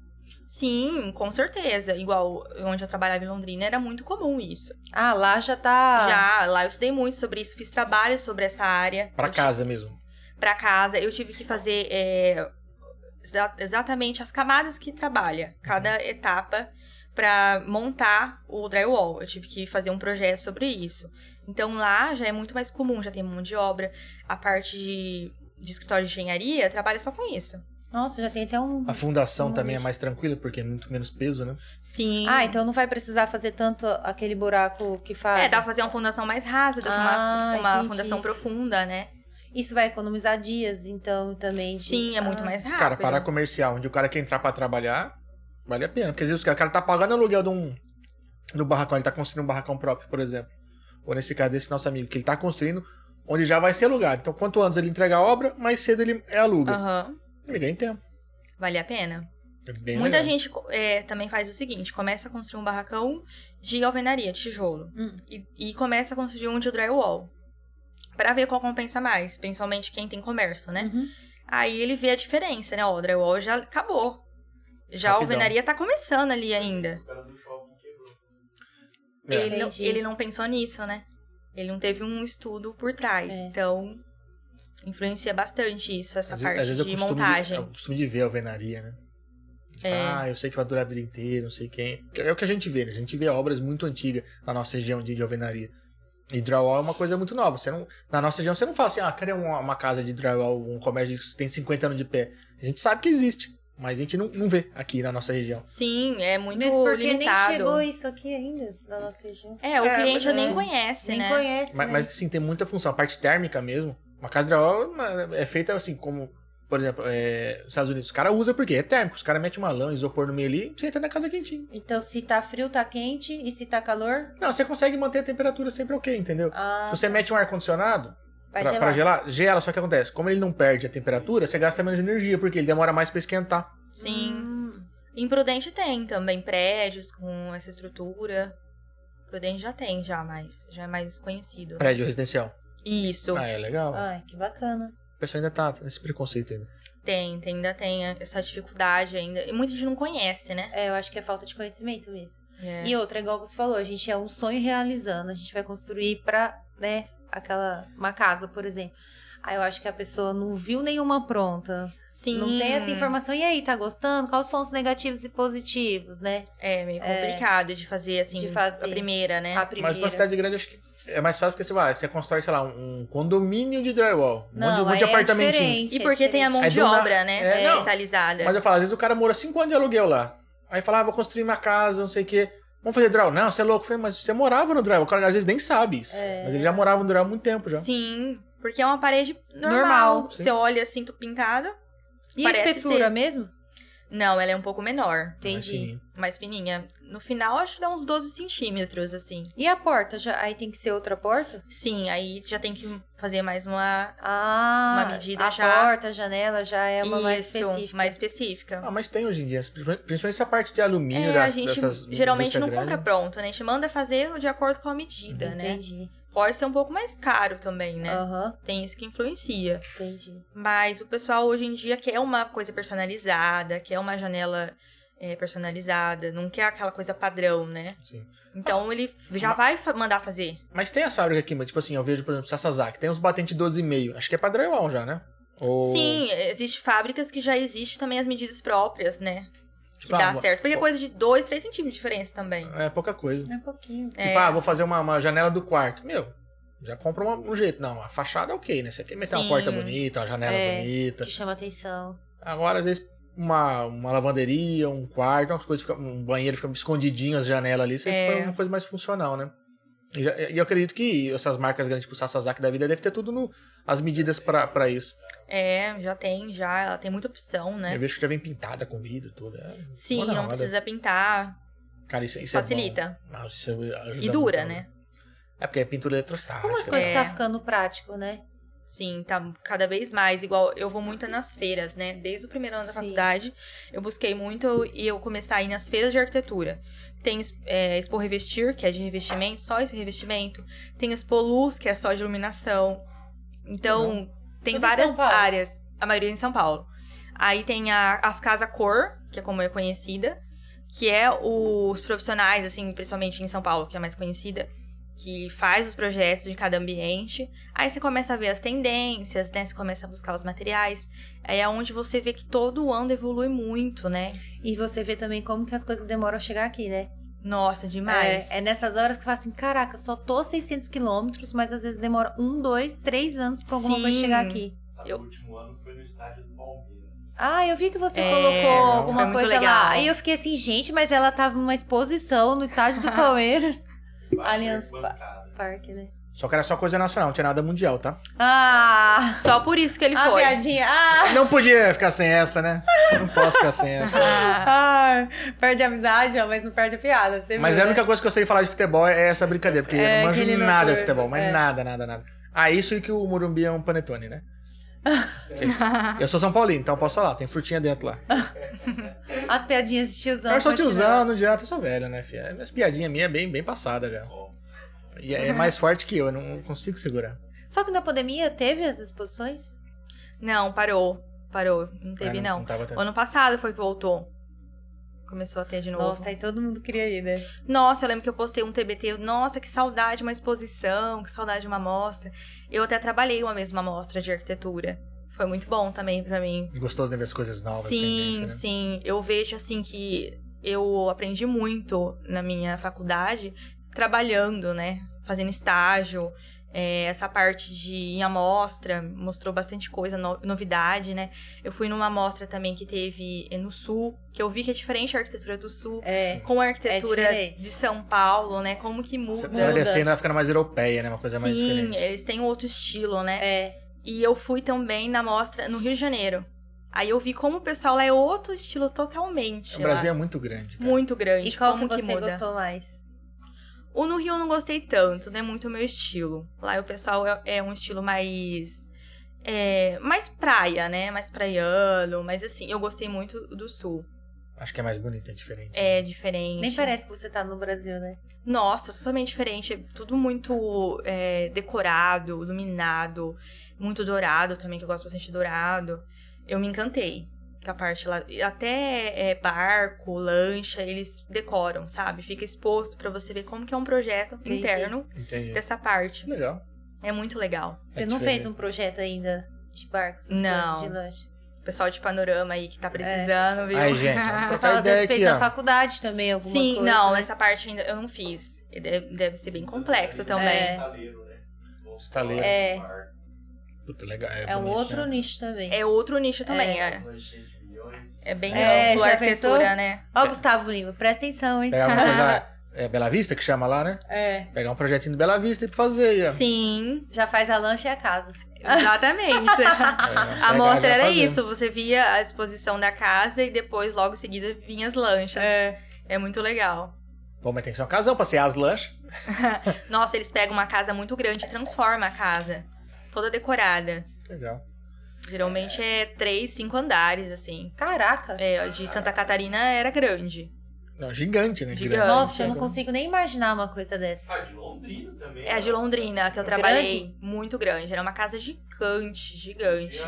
[SPEAKER 3] Sim, com certeza. Igual onde eu trabalhava em Londrina, era muito comum isso.
[SPEAKER 1] Ah, lá já tá.
[SPEAKER 3] Já lá eu estudei muito sobre isso, fiz trabalho sobre essa área.
[SPEAKER 2] Pra
[SPEAKER 3] Eu ti-
[SPEAKER 2] casa mesmo.
[SPEAKER 3] Pra casa. Eu tive que fazer é, exa- exatamente as camadas que trabalha,
[SPEAKER 2] Uhum.
[SPEAKER 3] cada etapa, pra montar o drywall. Eu tive que fazer um projeto sobre isso. Então lá já é muito mais comum, já tem mão de obra. A parte de, de escritório de engenharia trabalha só com isso.
[SPEAKER 1] Nossa, já tem até um.
[SPEAKER 2] A fundação também é mais tranquila, porque é muito menos peso, né?
[SPEAKER 3] Sim.
[SPEAKER 1] Ah, então não vai precisar fazer tanto aquele buraco que faz.
[SPEAKER 3] É, dá pra fazer uma fundação mais rasa, dá pra
[SPEAKER 1] Ah,
[SPEAKER 3] uma, uma
[SPEAKER 1] entendi.
[SPEAKER 3] fundação profunda, né?
[SPEAKER 1] Isso vai economizar dias, então, também. de-
[SPEAKER 3] Sim, é
[SPEAKER 1] Ah.
[SPEAKER 3] muito mais rápido.
[SPEAKER 2] Cara, parar comercial, onde o cara quer entrar pra trabalhar, vale a pena. Porque às vezes o cara tá pagando aluguel de um do barracão, ele tá construindo um barracão próprio, por exemplo. Ou nesse caso desse nosso amigo, que ele tá construindo, onde já vai ser alugado. Então,
[SPEAKER 3] Ah.
[SPEAKER 2] quanto antes ele entregar a obra, mais cedo ele é aluga.
[SPEAKER 3] Aham.
[SPEAKER 2] Ele ganha em tempo.
[SPEAKER 3] Vale a pena?
[SPEAKER 2] É bem
[SPEAKER 3] Muita
[SPEAKER 2] legal.
[SPEAKER 3] gente é, também faz o seguinte: começa a construir um barracão de alvenaria, de tijolo.
[SPEAKER 1] Hum.
[SPEAKER 3] E, e começa a construir um de drywall. Pra ver qual compensa mais, principalmente quem tem comércio, né?
[SPEAKER 1] Uhum.
[SPEAKER 3] Aí ele vê a diferença, né? Ó, o drywall já acabou. Já a
[SPEAKER 2] Rapidão.
[SPEAKER 3] alvenaria tá começando ali ainda.
[SPEAKER 4] O cara do shopping quebrou.
[SPEAKER 2] É.
[SPEAKER 3] Ele, não,
[SPEAKER 1] Entendi.
[SPEAKER 3] ele não pensou nisso, né? Ele não teve um estudo por trás.
[SPEAKER 1] É.
[SPEAKER 3] Então, influencia bastante isso, essa
[SPEAKER 2] Às vezes,
[SPEAKER 3] parte
[SPEAKER 2] às vezes eu,
[SPEAKER 3] de
[SPEAKER 2] costumo
[SPEAKER 3] montagem.
[SPEAKER 2] De, eu costumo de ver a alvenaria, né? De
[SPEAKER 3] É.
[SPEAKER 2] falar, Ah, eu sei que vai durar a vida inteira, não sei quem. É o que a gente vê, né? A gente vê obras muito antigas na nossa região de, de alvenaria. E drywall é uma coisa muito nova. Você não, na nossa região, você não fala assim, ah, cadê uma, uma casa de drywall, um comércio que tem 50 anos de pé? A gente sabe que existe, mas a gente não, não vê aqui na nossa região.
[SPEAKER 3] Sim, é muito
[SPEAKER 1] Mesmo porque
[SPEAKER 3] limitado.
[SPEAKER 1] nem chegou isso aqui ainda da nossa região.
[SPEAKER 3] É, o
[SPEAKER 2] É,
[SPEAKER 3] cliente
[SPEAKER 2] mas-
[SPEAKER 3] nem conhece,
[SPEAKER 1] Nem
[SPEAKER 3] né?
[SPEAKER 1] conhece,
[SPEAKER 2] Mas,
[SPEAKER 1] né?
[SPEAKER 2] mas assim, tem muita função. A parte térmica mesmo. Uma casa de drywall uma- é feita assim, como, por exemplo, é, os Estados Unidos. Os caras usam porque é térmico. Os caras metem uma lã, isopor no meio ali e você entra na casa quentinha.
[SPEAKER 1] Então, se tá frio, tá quente. E se tá calor,
[SPEAKER 2] Não, você consegue manter a temperatura sempre ok, entendeu?
[SPEAKER 1] ah,
[SPEAKER 2] Se você mete um ar-condicionado
[SPEAKER 1] vai
[SPEAKER 2] pra,
[SPEAKER 1] gelar.
[SPEAKER 2] pra gelar, gela, só que acontece, como ele não perde a temperatura, você gasta menos energia, porque ele demora mais pra esquentar.
[SPEAKER 3] Sim.
[SPEAKER 1] Hum,
[SPEAKER 3] Em Prudente tem também prédios com essa estrutura. Prudente já tem, já, mas já é mais conhecido.
[SPEAKER 2] Prédio residencial.
[SPEAKER 3] Isso,
[SPEAKER 1] Então,
[SPEAKER 2] Ah, é legal.
[SPEAKER 1] ai, que bacana.
[SPEAKER 2] O pessoal ainda tá nesse preconceito ainda.
[SPEAKER 3] tem, tem, ainda tem essa dificuldade ainda. E muita gente não conhece, né?
[SPEAKER 1] É, eu acho que é falta de conhecimento mesmo.
[SPEAKER 3] É.
[SPEAKER 1] E outra, igual você falou, a gente é um sonho realizando. A gente vai construir pra, né, aquela... Uma casa, por exemplo. Aí eu acho que a pessoa não viu nenhuma pronta.
[SPEAKER 3] Sim.
[SPEAKER 1] Não tem essa informação. E aí, tá gostando? Quais os pontos negativos e positivos, né?
[SPEAKER 3] É meio complicado de fazer assim,
[SPEAKER 1] De fazer.
[SPEAKER 3] a primeira, né?
[SPEAKER 1] A primeira.
[SPEAKER 2] Mas uma cidade grande, acho que é mais fácil porque você vai, você constrói, sei lá, um condomínio de drywall. Um monte, um monte de
[SPEAKER 1] aí é
[SPEAKER 2] apartamentinho.
[SPEAKER 1] diferente,
[SPEAKER 3] E
[SPEAKER 1] é
[SPEAKER 3] porque tem a
[SPEAKER 1] diferente.
[SPEAKER 3] mão
[SPEAKER 2] Aí
[SPEAKER 3] de
[SPEAKER 2] do na-
[SPEAKER 3] obra, né?
[SPEAKER 2] É, não.
[SPEAKER 3] Especializada.
[SPEAKER 2] Mas eu falo, às vezes o cara mora 5 anos de aluguel lá. Aí fala, ah, vou construir uma casa, não sei o quê. Vamos fazer drywall? Não, você é louco. Eu falei, mas você morava no drywall. O cara às vezes nem sabe isso.
[SPEAKER 1] É.
[SPEAKER 2] Mas ele já morava no drywall há muito tempo já.
[SPEAKER 3] Sim, porque é uma parede normal.
[SPEAKER 9] Normal,
[SPEAKER 2] sim.
[SPEAKER 3] Você olha assim, tu pintada.
[SPEAKER 1] E a
[SPEAKER 3] parece
[SPEAKER 1] espessura
[SPEAKER 3] ser-
[SPEAKER 1] mesmo?
[SPEAKER 3] Não, ela é um pouco menor,
[SPEAKER 2] Mas,
[SPEAKER 1] Entendi.
[SPEAKER 2] sim.
[SPEAKER 3] mais fininha. No final, acho que dá uns 12 centímetros, assim.
[SPEAKER 1] E a porta? Já- aí tem que ser outra porta?
[SPEAKER 3] Sim, aí já tem que fazer mais uma.
[SPEAKER 1] Ah,
[SPEAKER 3] Uma medida
[SPEAKER 1] a
[SPEAKER 3] já-
[SPEAKER 1] porta, a janela já é uma mais
[SPEAKER 3] Isso,
[SPEAKER 1] específica.
[SPEAKER 3] mais específica.
[SPEAKER 2] Ah, mas tem hoje em dia, principalmente essa parte de alumínio
[SPEAKER 3] É,
[SPEAKER 2] das,
[SPEAKER 3] a gente
[SPEAKER 2] dessas
[SPEAKER 3] geralmente
[SPEAKER 2] indústria
[SPEAKER 3] não
[SPEAKER 2] grande.
[SPEAKER 3] compra pronto, né? A gente manda fazer de acordo com a medida, né?
[SPEAKER 1] Entendi. Ah.
[SPEAKER 3] Pode ser um pouco mais caro também, né?
[SPEAKER 1] Aham,
[SPEAKER 3] Tem isso que influencia.
[SPEAKER 1] entendi.
[SPEAKER 3] Mas o pessoal hoje em dia quer uma coisa personalizada, quer uma janela é, personalizada, não quer aquela coisa padrão, né?
[SPEAKER 2] Sim.
[SPEAKER 3] Então ele já vai fa- mandar fazer.
[SPEAKER 2] Mas tem essa fábrica aqui, mas, tipo assim, eu vejo, por exemplo, Sasazaki, tem uns batentes 12,5. Acho que é pra drywall já, né? Ou,
[SPEAKER 3] Sim, existem fábricas que já existem também as medidas próprias, né? Que
[SPEAKER 2] tipo,
[SPEAKER 3] dá
[SPEAKER 2] ah,
[SPEAKER 3] certo. Porque é coisa de 2, 3 centímetros de diferença também.
[SPEAKER 2] É pouca coisa.
[SPEAKER 1] É um pouquinho.
[SPEAKER 3] Tá.
[SPEAKER 2] Tipo, ah, vou fazer uma, uma janela do quarto. Meu, já compra uma- um jeito. Não, a fachada é ok, né? Você quer meter uma
[SPEAKER 3] Sim.
[SPEAKER 2] porta bonita, uma janela
[SPEAKER 1] É.
[SPEAKER 2] bonita.
[SPEAKER 1] Que chama atenção.
[SPEAKER 2] Agora, às vezes, uma, uma lavanderia, um quarto, umas coisas ficam- um banheiro fica escondidinho as janelas ali, você
[SPEAKER 3] É.
[SPEAKER 2] põe uma coisa mais funcional, né? E já- e eu acredito que essas marcas grandes, tipo Sasazaki da vida, deve ter tudo no, as medidas pra, pra isso.
[SPEAKER 3] É, já tem, já. Ela tem muita opção, né?
[SPEAKER 2] Eu vejo que já vem pintada com vidro e tudo. É,
[SPEAKER 3] Sim,
[SPEAKER 2] boa na
[SPEAKER 3] não
[SPEAKER 2] Uhum. roda.
[SPEAKER 3] precisa pintar.
[SPEAKER 2] Cara, isso,
[SPEAKER 3] Isso
[SPEAKER 2] isso É
[SPEAKER 3] facilita.
[SPEAKER 2] bom. Nossa, isso ajuda
[SPEAKER 3] E dura,
[SPEAKER 2] muito.
[SPEAKER 3] né?
[SPEAKER 2] É porque é pintura eletrostática.
[SPEAKER 1] Como as
[SPEAKER 2] né?
[SPEAKER 1] coisas
[SPEAKER 3] É.
[SPEAKER 1] tá ficando prático, né?
[SPEAKER 3] Sim, tá cada vez mais. Igual eu vou muito nas feiras, né? Desde o primeiro ano da
[SPEAKER 1] Sim.
[SPEAKER 3] faculdade, eu busquei muito e eu comecei a ir nas feiras de arquitetura. Tem es- é, Expo Revestir, que é de revestimento, só esse revestimento. Tem Expo Luz, que é só de iluminação. Então,
[SPEAKER 2] Uhum.
[SPEAKER 3] tem
[SPEAKER 1] Tudo em
[SPEAKER 3] várias
[SPEAKER 1] São Paulo?
[SPEAKER 3] áreas, a maioria em São Paulo. Aí tem a- as Casa Cor, que é como é conhecida, que é o- os profissionais, assim, principalmente em São Paulo, que é a mais conhecida, que faz os projetos de cada ambiente. Aí você começa a ver as tendências, né? Você começa a buscar os materiais. Aí é onde você vê que todo ano evolui muito, né?
[SPEAKER 1] E você vê também como que as coisas demoram a chegar aqui, né?
[SPEAKER 3] Nossa, demais.
[SPEAKER 1] É, é nessas horas que fala assim, caraca, eu só tô 600 quilômetros, mas às vezes demora um, dois, três anos pra alguma
[SPEAKER 3] Sim.
[SPEAKER 1] coisa chegar aqui.
[SPEAKER 4] Tá,
[SPEAKER 3] Eu-
[SPEAKER 4] No último ano foi no estádio do Palmeiras.
[SPEAKER 1] Ah, eu vi que você
[SPEAKER 3] É,
[SPEAKER 1] colocou
[SPEAKER 2] foi
[SPEAKER 1] alguma
[SPEAKER 3] muito
[SPEAKER 1] coisa
[SPEAKER 3] legal.
[SPEAKER 1] lá. Aí eu fiquei assim, gente, mas ela tava numa exposição no estádio do Palmeiras. Allianz
[SPEAKER 4] Bancada.
[SPEAKER 1] Parque, né?
[SPEAKER 2] Só que era só coisa nacional, não tinha nada mundial, tá?
[SPEAKER 1] Ah!
[SPEAKER 3] Só por isso que ele
[SPEAKER 1] A
[SPEAKER 3] foi.
[SPEAKER 1] piadinha. Ah!
[SPEAKER 2] Não podia ficar sem essa, né? Não posso ficar sem essa.
[SPEAKER 3] Ah,
[SPEAKER 1] Ah, perde a amizade, ó, mas não perde a piada. Você
[SPEAKER 2] Mas é
[SPEAKER 1] viu,
[SPEAKER 2] a
[SPEAKER 1] né?
[SPEAKER 2] única coisa que eu sei falar de futebol é essa brincadeira,
[SPEAKER 1] É,
[SPEAKER 2] porque eu não
[SPEAKER 1] que
[SPEAKER 2] manjo
[SPEAKER 1] ele não
[SPEAKER 2] nada de
[SPEAKER 1] foi,
[SPEAKER 2] futebol, mas
[SPEAKER 1] é.
[SPEAKER 2] nada, nada, nada. Ah, isso e que o Morumbi é um panetone, né? Eu sou São Paulino, então posso falar. Tem frutinha dentro lá.
[SPEAKER 1] As piadinhas de tiozão.
[SPEAKER 2] eu sou
[SPEAKER 1] continua.
[SPEAKER 2] tiozão, não adianta, eu sou velho, né, filha? As piadinhas minhas é bem, bem passada já. E
[SPEAKER 3] Uhum.
[SPEAKER 2] é mais forte que eu, eu não consigo segurar.
[SPEAKER 1] Só que na pandemia teve as exposições?
[SPEAKER 3] Não, parou. Parou. Não teve,
[SPEAKER 2] Ah,
[SPEAKER 3] não.
[SPEAKER 2] não tava tendo.
[SPEAKER 3] Ano passado foi que voltou. Começou a ter de novo.
[SPEAKER 1] Nossa, é aí todo mundo queria ir, né?
[SPEAKER 3] Nossa, eu lembro que eu postei um TBT. eu, Nossa, que saudade de uma exposição, que saudade de uma amostra. Eu até trabalhei uma mesma amostra de arquitetura. Foi muito bom também pra mim.
[SPEAKER 2] Gostoso de ver as coisas novas,
[SPEAKER 3] sim,
[SPEAKER 2] tendência, né?
[SPEAKER 3] sim. Eu vejo assim que eu aprendi muito na minha faculdade trabalhando, né? Fazendo estágio. É, essa parte de em amostra mostrou bastante coisa, no- novidade, né? Eu fui numa amostra também que teve eh, no sul, que eu vi que é diferente a arquitetura do sul né?
[SPEAKER 1] É.
[SPEAKER 3] com a arquitetura
[SPEAKER 1] diferente.
[SPEAKER 3] de São Paulo, né? Como que muda.
[SPEAKER 2] Você você vai descendo, vai ficando mais europeia, né? Uma coisa mais
[SPEAKER 3] Sim, é,
[SPEAKER 2] diferente.
[SPEAKER 3] eles têm outro estilo, né?
[SPEAKER 1] É.
[SPEAKER 3] E eu fui também na mostra no Rio de Janeiro. Aí eu vi como o pessoal lá é outro estilo totalmente.
[SPEAKER 2] O
[SPEAKER 3] lá.
[SPEAKER 2] Brasil é muito grande. Cara.
[SPEAKER 3] muito grande.
[SPEAKER 1] E qual que
[SPEAKER 3] como
[SPEAKER 1] você
[SPEAKER 3] muda?
[SPEAKER 1] gostou mais?
[SPEAKER 3] O no Rio eu não gostei tanto, né? Muito o meu estilo. Lá o pessoal é, é um estilo mais. é, mais praia, né? Mais praiano. Mas assim, eu gostei muito do sul.
[SPEAKER 2] Acho que é mais bonito, é diferente.
[SPEAKER 3] É diferente.
[SPEAKER 1] Nem parece que você tá no Brasil, né?
[SPEAKER 2] É
[SPEAKER 3] Nossa, totalmente diferente. É Tudo muito é, decorado, iluminado, muito dourado também, que eu gosto bastante de dourado. Eu me encantei com a parte lá. E Até é, barco, lancha, eles decoram, sabe? Fica exposto pra você ver como que é um projeto
[SPEAKER 1] Entendi.
[SPEAKER 3] interno
[SPEAKER 2] Entendi.
[SPEAKER 3] dessa parte.
[SPEAKER 2] né? Legal.
[SPEAKER 3] É muito legal.
[SPEAKER 1] Você
[SPEAKER 2] É
[SPEAKER 1] não
[SPEAKER 2] diferente.
[SPEAKER 1] fez um projeto ainda de barcos, essas
[SPEAKER 3] Não.
[SPEAKER 1] coisas de lanche?
[SPEAKER 3] O pessoal de panorama aí que
[SPEAKER 1] É.
[SPEAKER 3] tá precisando, viu?
[SPEAKER 2] Aí, gente, vamos
[SPEAKER 1] Eu
[SPEAKER 2] trocar
[SPEAKER 1] falo, às
[SPEAKER 2] ideia é
[SPEAKER 1] vezes
[SPEAKER 2] aqui,
[SPEAKER 1] fez na
[SPEAKER 2] ó.
[SPEAKER 1] faculdade também alguma
[SPEAKER 3] Sim,
[SPEAKER 1] coisa.
[SPEAKER 3] não,
[SPEAKER 1] né?
[SPEAKER 3] essa parte ainda eu não fiz. E Deve, deve ser bem complexo também.
[SPEAKER 1] É.
[SPEAKER 4] Estaleiro, né?
[SPEAKER 2] Estaleiro.
[SPEAKER 1] É.
[SPEAKER 2] Puta, legal. É,
[SPEAKER 1] É um
[SPEAKER 2] bonito,
[SPEAKER 1] outro
[SPEAKER 2] né?
[SPEAKER 1] nicho também.
[SPEAKER 3] É outro nicho também, é.
[SPEAKER 4] milhões.
[SPEAKER 3] É, bem
[SPEAKER 1] É,
[SPEAKER 3] amplo a
[SPEAKER 1] já
[SPEAKER 3] arquitetura,
[SPEAKER 1] pensou?
[SPEAKER 3] né?
[SPEAKER 1] Ó, Gustavo Lima, presta atenção, hein?
[SPEAKER 2] Pegar é uma coisa. É Bela Vista que chama lá, né?
[SPEAKER 1] É.
[SPEAKER 2] Pegar um projetinho de Bela Vista e fazer aí, ó.
[SPEAKER 3] Sim,
[SPEAKER 1] Já faz a lanche e a casa.
[SPEAKER 3] exatamente.
[SPEAKER 2] É,
[SPEAKER 3] A mostra
[SPEAKER 2] pegar e
[SPEAKER 3] era
[SPEAKER 2] fazer.
[SPEAKER 3] isso, você via a exposição da casa e depois, logo em seguida, vinha as lanchas. É. muito legal.
[SPEAKER 2] Bom, mas tem que ser um casão pra ser as lanchas.
[SPEAKER 3] Nossa, eles pegam uma casa muito grande e transformam a casa. Toda decorada.
[SPEAKER 2] Legal.
[SPEAKER 3] Geralmente é três, cinco andares, assim.
[SPEAKER 1] Caraca.
[SPEAKER 3] É, a de Santa Catarina era grande.
[SPEAKER 2] Não, gigante, né?
[SPEAKER 3] Gigante.
[SPEAKER 2] Grande.
[SPEAKER 1] Nossa, eu não consigo nem imaginar uma coisa dessa.
[SPEAKER 4] Ah, de Londrina também.
[SPEAKER 3] É a de
[SPEAKER 4] nossa.
[SPEAKER 3] Londrina, que eu
[SPEAKER 4] Tinha,
[SPEAKER 3] trabalhei. Muito grande. Era uma casa gigante, gigante.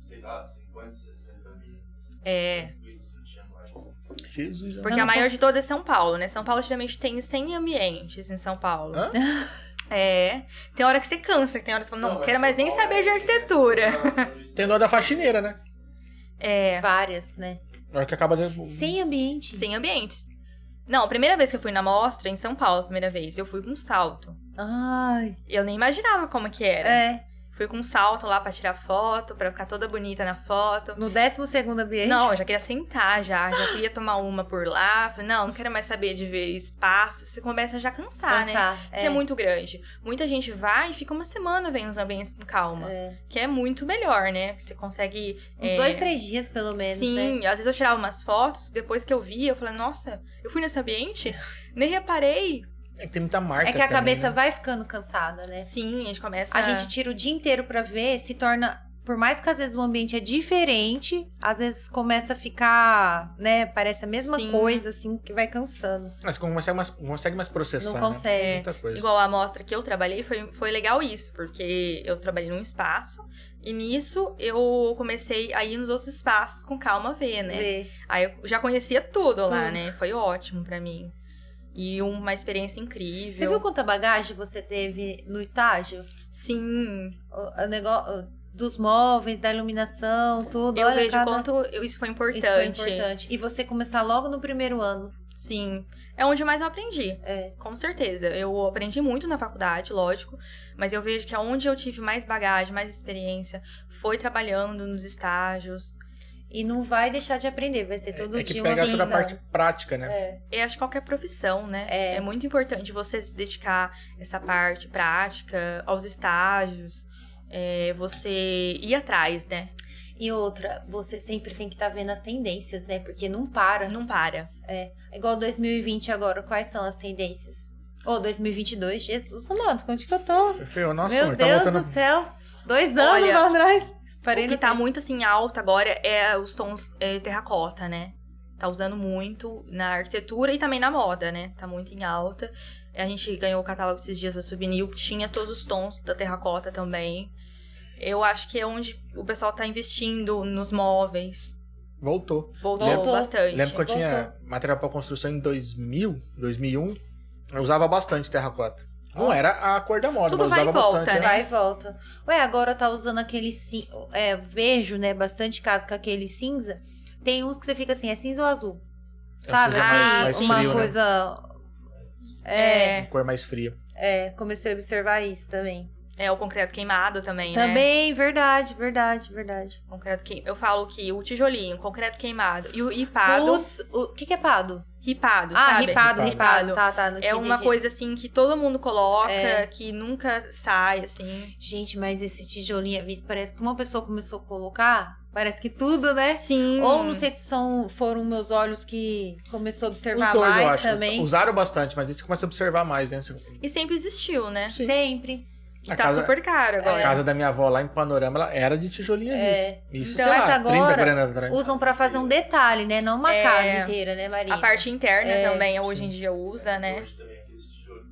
[SPEAKER 4] sei lá, 50, 60 milhas.
[SPEAKER 3] É.
[SPEAKER 4] Isso, não tinha mais.
[SPEAKER 2] Jesus. ó.
[SPEAKER 3] Porque a maior de todas é São Paulo, né? São Paulo geralmente tem 100 ambientes em São Paulo.
[SPEAKER 2] Hã?
[SPEAKER 3] É. Tem hora que você cansa, que tem hora que você fala, não, não
[SPEAKER 4] mas
[SPEAKER 3] quero mais nem
[SPEAKER 4] São Paulo
[SPEAKER 3] saber de
[SPEAKER 4] é-
[SPEAKER 3] arquitetura.
[SPEAKER 1] é
[SPEAKER 2] Tem dó da faxineira, né?
[SPEAKER 3] É,
[SPEAKER 1] Várias, né?
[SPEAKER 2] Na hora que acaba de.
[SPEAKER 1] Sem ambiente.
[SPEAKER 3] 100 ambientes. Não, a primeira vez que eu fui na mostra, em São Paulo, a primeira vez, eu fui com um salto.
[SPEAKER 1] Ai.
[SPEAKER 3] Eu nem imaginava como que era.
[SPEAKER 1] É.
[SPEAKER 3] Fui com um salto lá pra tirar foto, pra ficar toda bonita na foto.
[SPEAKER 1] No 12 segundo ambiente.
[SPEAKER 3] Não, eu já queria sentar já, já queria tomar uma por lá. Falei, não, não quero mais saber de ver espaço. Você começa já a
[SPEAKER 1] Tá
[SPEAKER 3] cansar, né?
[SPEAKER 1] Passar.
[SPEAKER 3] que é. muito grande. Muita gente vai e fica uma semana vendo os ambientes com calma.
[SPEAKER 1] É.
[SPEAKER 3] Que é muito melhor, né? Você consegue.
[SPEAKER 1] Uns
[SPEAKER 3] é,
[SPEAKER 1] dois, três dias, pelo menos, né?
[SPEAKER 3] Sim, às vezes eu tirava umas fotos, depois que eu via, eu falei, nossa, eu fui nesse ambiente? Nem reparei.
[SPEAKER 2] É que tem muita marca.
[SPEAKER 1] É que a
[SPEAKER 2] também,
[SPEAKER 1] cabeça
[SPEAKER 2] né?
[SPEAKER 1] vai ficando cansada, né?
[SPEAKER 3] Sim, a gente começa.
[SPEAKER 1] A gente tira o dia inteiro pra ver, se torna. Por mais que às vezes o ambiente é diferente, às vezes começa a ficar, né? Parece a mesma
[SPEAKER 3] Sim.
[SPEAKER 1] coisa, assim, que vai cansando.
[SPEAKER 2] Mas como consegue mais, consegue mais processar.
[SPEAKER 1] não
[SPEAKER 2] né?
[SPEAKER 1] consegue.
[SPEAKER 2] Muita coisa.
[SPEAKER 3] Igual a amostra que eu trabalhei, foi, foi legal isso, porque eu trabalhei num espaço e nisso eu comecei a ir nos outros espaços com calma ver, né?
[SPEAKER 1] Vê.
[SPEAKER 3] Aí eu já conhecia tudo lá,
[SPEAKER 1] Tudo.
[SPEAKER 3] né? Foi ótimo pra mim. E uma experiência incrível.
[SPEAKER 1] Você viu quanta bagagem você teve no estágio?
[SPEAKER 3] Sim.
[SPEAKER 1] O, negócio dos móveis, da iluminação, tudo.
[SPEAKER 3] Eu
[SPEAKER 1] Olha,
[SPEAKER 3] vejo
[SPEAKER 1] cada...
[SPEAKER 3] quanto eu- isso foi importante.
[SPEAKER 1] Isso foi importante. E você começar logo no primeiro ano.
[SPEAKER 3] Sim. É onde mais eu aprendi.
[SPEAKER 1] É.
[SPEAKER 3] Com certeza. Eu aprendi muito na faculdade, lógico. Mas eu vejo que onde eu tive mais bagagem, mais experiência, foi trabalhando nos estágios.
[SPEAKER 1] E não vai deixar de aprender, vai ser todo
[SPEAKER 2] é que
[SPEAKER 1] dia
[SPEAKER 2] pega
[SPEAKER 1] uma
[SPEAKER 2] toda a
[SPEAKER 1] aprendizado.
[SPEAKER 2] parte prática, né?
[SPEAKER 1] É.
[SPEAKER 3] Eu acho que qualquer profissão, né? É. muito importante você se dedicar essa parte prática, aos estágios. é, você ir atrás, né?
[SPEAKER 1] E outra, você sempre tem que estar vendo as tendências, né? Porque não para.
[SPEAKER 3] Não para.
[SPEAKER 1] Igual 2020 agora, quais são as tendências? Ou 2022, Jesus amado, onde que eu tô?
[SPEAKER 2] Foi feio, nossa,
[SPEAKER 10] Meu
[SPEAKER 2] mas tá
[SPEAKER 10] Deus
[SPEAKER 2] voltando.
[SPEAKER 10] do céu. Dois
[SPEAKER 3] Olha,
[SPEAKER 10] anos pra trás.
[SPEAKER 5] Parei
[SPEAKER 3] o que
[SPEAKER 5] no
[SPEAKER 3] tá muito assim alto agora é os tons é, terracota, né? Tá usando muito na arquitetura e também na moda, né? Tá muito em alta. A gente ganhou o catálogo esses dias da Souvenir, que tinha todos os tons da terracota também. Eu acho que é onde o pessoal tá investindo nos móveis.
[SPEAKER 2] Voltou.
[SPEAKER 3] Voltou
[SPEAKER 2] Lembra-
[SPEAKER 3] bastante.
[SPEAKER 2] Lembro que eu tinha material para construção em 2000, 2001. Eu usava bastante terracota. Não era a cor da moda,
[SPEAKER 3] Tudo
[SPEAKER 2] mas
[SPEAKER 3] vai
[SPEAKER 2] usava
[SPEAKER 3] e volta,
[SPEAKER 2] bastante.
[SPEAKER 3] né?
[SPEAKER 1] Vai e volta. Ué, agora tá usando aquele cin- é, vejo, né? Bastante casa com aquele cinza. Tem uns que você fica assim, é cinza ou azul? Sabe?
[SPEAKER 2] É cinza
[SPEAKER 1] assim,
[SPEAKER 2] mais- mais
[SPEAKER 1] uma
[SPEAKER 2] frio, né?
[SPEAKER 1] coisa.
[SPEAKER 3] É,
[SPEAKER 2] Cor mais fria.
[SPEAKER 1] É, comecei a observar isso também.
[SPEAKER 3] é o concreto queimado também, né?
[SPEAKER 1] Também, verdade, verdade, verdade.
[SPEAKER 3] Concreto queim... Eu falo que o tijolinho, o concreto queimado e o ripado.
[SPEAKER 1] Putz, o que, que é pado?
[SPEAKER 3] Ripado,
[SPEAKER 1] Ah,
[SPEAKER 3] sabe?
[SPEAKER 1] ripado,
[SPEAKER 3] Ripado.
[SPEAKER 1] ripado. Tá, tá, não
[SPEAKER 3] É
[SPEAKER 1] tinha
[SPEAKER 3] uma
[SPEAKER 1] entendido.
[SPEAKER 3] coisa assim que todo mundo coloca,
[SPEAKER 1] É.
[SPEAKER 3] que nunca sai, assim.
[SPEAKER 1] Gente, mas esse tijolinho à vista, parece que uma pessoa começou a colocar, parece que tudo,
[SPEAKER 3] É,
[SPEAKER 1] né?
[SPEAKER 3] Sim.
[SPEAKER 1] Ou não sei se são, foram meus olhos que começou a
[SPEAKER 2] Os
[SPEAKER 1] observar
[SPEAKER 2] dois, eu
[SPEAKER 1] mais
[SPEAKER 2] acho.
[SPEAKER 1] também.
[SPEAKER 2] Usaram bastante, mas isso você começa a observar mais, né? Você-
[SPEAKER 3] E sempre existiu, né?
[SPEAKER 1] Sempre.
[SPEAKER 3] E
[SPEAKER 2] A
[SPEAKER 3] tá
[SPEAKER 2] casa-
[SPEAKER 3] super caro
[SPEAKER 2] A
[SPEAKER 3] agora.
[SPEAKER 2] casa da minha avó lá em Panorama, ela era de tijolinho
[SPEAKER 1] É.
[SPEAKER 2] ali. Isso,
[SPEAKER 1] Então,
[SPEAKER 2] sei lá,
[SPEAKER 1] mas
[SPEAKER 2] 30
[SPEAKER 1] agora,
[SPEAKER 2] granas atrás.
[SPEAKER 1] Usam pra fazer um detalhe, né? Não uma
[SPEAKER 3] É.
[SPEAKER 1] casa inteira, né, Maria?
[SPEAKER 3] A parte interna
[SPEAKER 1] É,
[SPEAKER 3] também, hoje
[SPEAKER 2] sim.
[SPEAKER 3] em dia usa,
[SPEAKER 2] É,
[SPEAKER 3] né?
[SPEAKER 4] Hoje também, aqueles tijolos.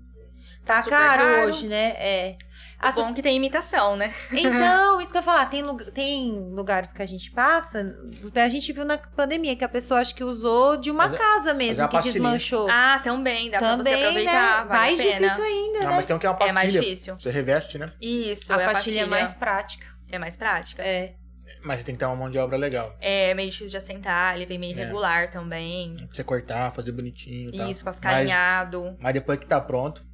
[SPEAKER 1] Tá
[SPEAKER 3] super
[SPEAKER 1] caro,
[SPEAKER 3] caro.
[SPEAKER 1] hoje, né? É.
[SPEAKER 3] O bom que tem imitação, né?
[SPEAKER 1] Então, isso que eu ia falar, tem, lu- tem lugares que a gente passa, até a gente viu na pandemia que a pessoa acho que usou de uma
[SPEAKER 2] Mas é-
[SPEAKER 1] casa
[SPEAKER 2] mas é
[SPEAKER 1] mesmo,
[SPEAKER 2] uma
[SPEAKER 1] que
[SPEAKER 2] pastilha.
[SPEAKER 1] desmanchou.
[SPEAKER 3] Ah, também, dá pra você
[SPEAKER 1] Também, né?
[SPEAKER 3] aproveitar, vale
[SPEAKER 1] mais
[SPEAKER 3] a pena.
[SPEAKER 1] difícil ainda,
[SPEAKER 2] Ah,
[SPEAKER 1] né?
[SPEAKER 2] mas tem o que é uma
[SPEAKER 3] É mais
[SPEAKER 2] pastilha.
[SPEAKER 3] difícil.
[SPEAKER 2] você reveste, né?
[SPEAKER 3] Isso,
[SPEAKER 1] a
[SPEAKER 3] é
[SPEAKER 1] pastilha, é mais prática.
[SPEAKER 3] É mais prática.
[SPEAKER 1] É.
[SPEAKER 2] Mas você tem que ter uma mão de obra legal.
[SPEAKER 3] É meio difícil de assentar, ele vem meio
[SPEAKER 2] É.
[SPEAKER 3] irregular também.
[SPEAKER 2] Pra você cortar, fazer bonitinho e tal.
[SPEAKER 3] Isso, pra ficar
[SPEAKER 2] Mas-
[SPEAKER 3] alinhado.
[SPEAKER 2] Mas depois que tá pronto,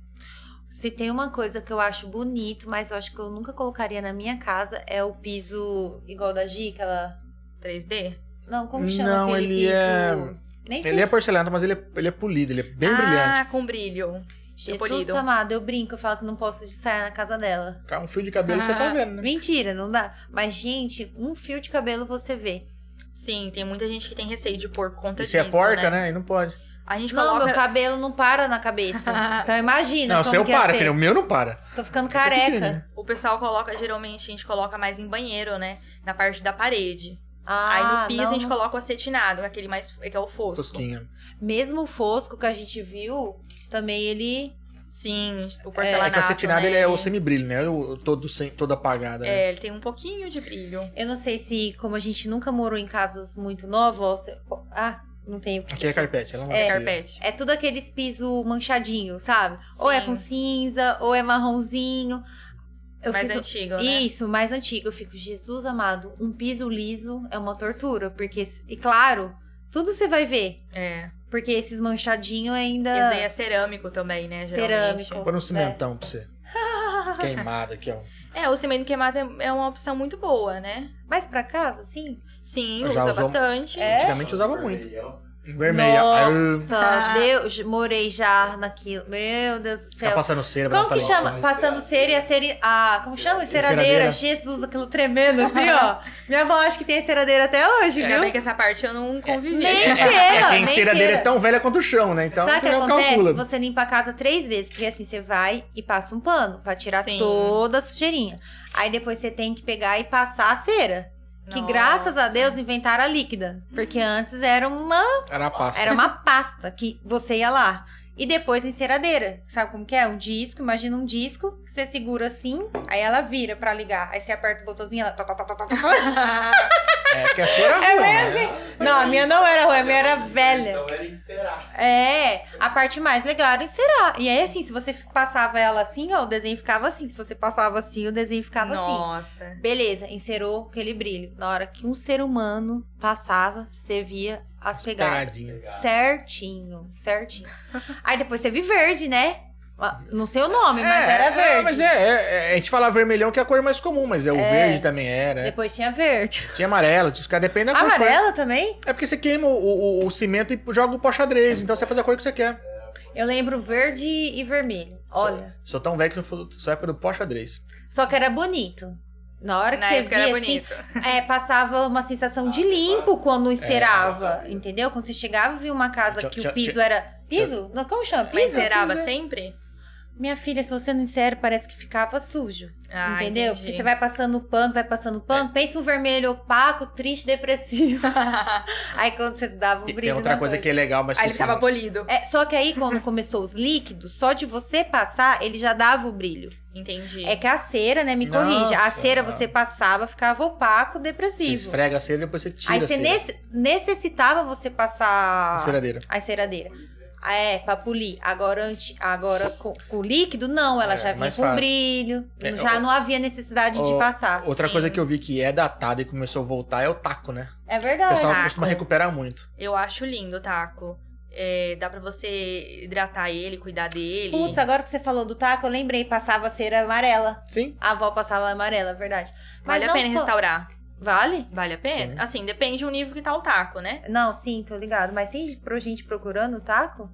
[SPEAKER 1] Se tem uma coisa que eu acho bonito, mas eu acho que eu nunca colocaria na minha casa, é o piso igual da Gi, que ela...
[SPEAKER 3] 3D?
[SPEAKER 1] Não, como chama
[SPEAKER 2] Não,
[SPEAKER 1] aquele
[SPEAKER 2] ele
[SPEAKER 1] piso?
[SPEAKER 2] é-
[SPEAKER 1] Nem sei.
[SPEAKER 2] ele é porcelana, mas ele é, ele é polido, ele é bem
[SPEAKER 3] ah,
[SPEAKER 2] brilhante.
[SPEAKER 3] com brilho.
[SPEAKER 1] Jesus
[SPEAKER 3] polido.
[SPEAKER 1] amado, eu brinco, eu falo que não posso sair na casa dela.
[SPEAKER 2] Cai Um fio de cabelo você tá vendo, né?
[SPEAKER 1] Mentira, não dá. Mas, gente, um fio de cabelo você vê.
[SPEAKER 3] Sim, tem muita gente que tem receio de pôr por conta
[SPEAKER 2] E se
[SPEAKER 3] disso,
[SPEAKER 2] é porca, né? Aí não pode.
[SPEAKER 3] A gente
[SPEAKER 1] Não,
[SPEAKER 3] coloca...
[SPEAKER 1] meu cabelo não para na cabeça. Então imagina.
[SPEAKER 2] não, o
[SPEAKER 1] como
[SPEAKER 2] seu
[SPEAKER 1] que ia
[SPEAKER 2] para,
[SPEAKER 1] ser.
[SPEAKER 2] filho. é O meu não para.
[SPEAKER 1] Tô ficando
[SPEAKER 2] Fica
[SPEAKER 1] careca.
[SPEAKER 2] pequenininho.
[SPEAKER 3] O pessoal coloca, geralmente, a gente coloca mais em banheiro, né? Na parte da parede.
[SPEAKER 1] Ah,
[SPEAKER 3] Aí no piso
[SPEAKER 1] não,
[SPEAKER 3] a gente
[SPEAKER 1] não-
[SPEAKER 3] coloca o acetinado, aquele mais... que é o fosco.
[SPEAKER 2] Tosquinha.
[SPEAKER 1] Mesmo o fosco que a gente viu, também ele.
[SPEAKER 3] Sim, o
[SPEAKER 2] É
[SPEAKER 3] porcelanato,
[SPEAKER 2] que o acetinado
[SPEAKER 3] né?
[SPEAKER 2] ele é o semibrilho, né? Ele é o todo, sem, todo apagado. né?
[SPEAKER 3] É, ele tem um pouquinho de brilho.
[SPEAKER 1] Eu não sei se, como a gente nunca morou em casas muito novas. ó, Ah, não tenho.
[SPEAKER 2] Aqui é carpete. Ela não
[SPEAKER 3] É.
[SPEAKER 2] vai conseguir.
[SPEAKER 3] Carpete.
[SPEAKER 1] É tudo aqueles piso manchadinho, sabe? Ou é
[SPEAKER 3] Sim.
[SPEAKER 1] com cinza, ou é marronzinho. Eu
[SPEAKER 3] mais
[SPEAKER 1] fico...
[SPEAKER 3] antigo, né?
[SPEAKER 1] Isso, mais antigo. Eu fico, Jesus amado, um piso liso é uma tortura. Porque, e claro, tudo você vai ver.
[SPEAKER 3] É.
[SPEAKER 1] Porque esses manchadinhos
[SPEAKER 3] Esse daí
[SPEAKER 1] ainda.
[SPEAKER 3] é cerâmico também, né? geralmente.
[SPEAKER 1] Cerâmico.
[SPEAKER 2] Põe um cimentão pra você. Queimado aqui, ó.
[SPEAKER 3] É, o cimento queimado é- é uma opção muito boa, né?
[SPEAKER 1] Mas pra casa, sim.
[SPEAKER 3] Sim,
[SPEAKER 2] Eu já um-
[SPEAKER 3] usa
[SPEAKER 2] usou-
[SPEAKER 3] bastante.
[SPEAKER 1] É,
[SPEAKER 4] é
[SPEAKER 2] Antigamente usava
[SPEAKER 1] um
[SPEAKER 2] muito.
[SPEAKER 4] Vermelhão.
[SPEAKER 2] Vermelha. Aí,
[SPEAKER 3] Tá.
[SPEAKER 1] Nossa, Deus, morei já naquilo. Meu Deus do
[SPEAKER 2] Ficar
[SPEAKER 1] céu.
[SPEAKER 2] passando cera.
[SPEAKER 1] Como
[SPEAKER 2] pra
[SPEAKER 1] que
[SPEAKER 2] lá.
[SPEAKER 1] chama? Passando cera e a cera. Ah, como chama?
[SPEAKER 2] Enceradeira.
[SPEAKER 1] Ceradeira. Jesus, aquilo tremendo assim, ó. Minha avó acha que tem ceradeira até hoje,
[SPEAKER 3] Ainda
[SPEAKER 1] viu?
[SPEAKER 3] bem que essa parte eu não convivi.
[SPEAKER 1] Nem queira,
[SPEAKER 2] É que a
[SPEAKER 1] nem
[SPEAKER 2] enceradeira
[SPEAKER 1] queira.
[SPEAKER 2] é tão velha quanto o chão, né? Então
[SPEAKER 1] Sabe o que
[SPEAKER 2] você já
[SPEAKER 1] acontece?
[SPEAKER 2] calcula.
[SPEAKER 1] Você limpa a casa três vezes, porque assim você vai e passa um pano pra tirar
[SPEAKER 3] Sim.
[SPEAKER 1] toda a sujeirinha. Aí depois você tem que pegar e passar a cera. Que graças a
[SPEAKER 3] Nossa.
[SPEAKER 1] Deus inventaram a líquida. Porque antes era uma,
[SPEAKER 2] Era a pasta.
[SPEAKER 1] era uma pasta que você ia lá. E depois enceradeira. Sabe como que é? Um disco, imagina um disco que você segura assim, aí ela vira pra ligar. Aí você aperta o botãozinho, ela. tá, tá, tá, tá, tá, tá.
[SPEAKER 2] É, que a sua era ruim, né?
[SPEAKER 4] é um
[SPEAKER 1] Não, a minha não era ruim, a minha era velha.
[SPEAKER 4] Então era encerar.
[SPEAKER 1] É, a parte mais legal era encerar. E aí, assim, se você passava ela assim, ó, o desenho ficava assim. Se você passava assim, o desenho ficava assim.
[SPEAKER 3] Nossa.
[SPEAKER 1] Beleza, encerou aquele brilho. Na hora que um ser humano passava, você via as pegadas.
[SPEAKER 2] Pegadinha.
[SPEAKER 1] Certinho, certinho. aí depois teve verde, né? Não sei o nome, mas
[SPEAKER 2] É,
[SPEAKER 1] era
[SPEAKER 2] É,
[SPEAKER 1] verde.
[SPEAKER 2] mas é, é, é, a gente fala vermelhão que é a cor mais comum, mas é o verde também era. né?
[SPEAKER 1] Depois tinha verde.
[SPEAKER 2] Tinha amarelo, tinha os caras dependem da Tá cor.
[SPEAKER 1] Amarela também?
[SPEAKER 2] É porque você queima o, o- o cimento e joga o pó xadrez, então você faz a cor que você quer.
[SPEAKER 1] Eu lembro verde e vermelho. Olha,
[SPEAKER 2] Sou tão velho que eu sou sou época do pó xadrez.
[SPEAKER 1] só que era bonito. Na hora que
[SPEAKER 3] Na
[SPEAKER 1] você
[SPEAKER 3] época era
[SPEAKER 1] via assim,
[SPEAKER 3] bonito.
[SPEAKER 1] É, passava uma sensação
[SPEAKER 2] Ah, é
[SPEAKER 1] de limpo quando encerava, entendeu? Quando você chegava e via uma casa
[SPEAKER 2] Tchau,
[SPEAKER 1] que
[SPEAKER 2] tchau,
[SPEAKER 1] o piso era. Piso? Não, como chama? Piso?
[SPEAKER 3] Mas zerava
[SPEAKER 1] Piso, é-
[SPEAKER 3] sempre?
[SPEAKER 1] Minha filha, se você não insere, parece que ficava sujo.
[SPEAKER 3] Ah,
[SPEAKER 1] entendeu?
[SPEAKER 3] entendi. É.
[SPEAKER 1] Porque você vai passando pano, vai passando pano, pensa um vermelho opaco, triste, depressivo. aí quando você dava um
[SPEAKER 2] E
[SPEAKER 1] brilho.
[SPEAKER 2] tem outra
[SPEAKER 1] na
[SPEAKER 2] coisa
[SPEAKER 1] coisa.
[SPEAKER 2] que é legal, mas que
[SPEAKER 3] Aí ele
[SPEAKER 2] assim,
[SPEAKER 3] tava polido.
[SPEAKER 1] É, só que aí, quando começou os líquidos, só de você passar, ele já dava o brilho.
[SPEAKER 3] Entendi.
[SPEAKER 1] É que a cera, né? Me
[SPEAKER 2] Nossa.
[SPEAKER 1] corrija. A cera você passava, ficava opaco,
[SPEAKER 2] você
[SPEAKER 1] depressivo.
[SPEAKER 2] esfrega a cera e depois você tira
[SPEAKER 1] Aí
[SPEAKER 2] a
[SPEAKER 1] você
[SPEAKER 2] cera.
[SPEAKER 1] nece- necessitava você
[SPEAKER 2] A
[SPEAKER 1] passar
[SPEAKER 2] ceradeira.
[SPEAKER 1] a ceradeira. Ah, É, pra polir. Agora, anti- agora com, com o líquido, não. Ela
[SPEAKER 2] É,
[SPEAKER 1] já vinha
[SPEAKER 2] mais
[SPEAKER 1] com
[SPEAKER 2] fácil.
[SPEAKER 1] brilho.
[SPEAKER 2] É,
[SPEAKER 1] já
[SPEAKER 2] o-
[SPEAKER 1] não havia necessidade de
[SPEAKER 2] o-
[SPEAKER 1] passar.
[SPEAKER 2] Outra
[SPEAKER 3] Sim.
[SPEAKER 2] coisa que eu vi que é datada e começou a voltar é o taco, né?
[SPEAKER 1] É
[SPEAKER 2] O
[SPEAKER 1] verdade.
[SPEAKER 2] pessoal
[SPEAKER 3] taco.
[SPEAKER 2] costuma recuperar muito.
[SPEAKER 3] Eu acho lindo o taco. É, dá pra você hidratar ele, cuidar dele.
[SPEAKER 1] Putz, agora que você falou do taco, eu lembrei. Passava cera amarela.
[SPEAKER 2] Sim.
[SPEAKER 1] A avó passava amarela, é verdade. Mas
[SPEAKER 3] vale a
[SPEAKER 1] não
[SPEAKER 3] pena
[SPEAKER 1] só...
[SPEAKER 3] restaurar.
[SPEAKER 1] Vale?
[SPEAKER 3] Vale a pena?
[SPEAKER 2] Sim.
[SPEAKER 3] Assim, depende do nível que tá o taco, né?
[SPEAKER 1] Não, sim, tô ligado. Mas tem pro- gente procurando o taco?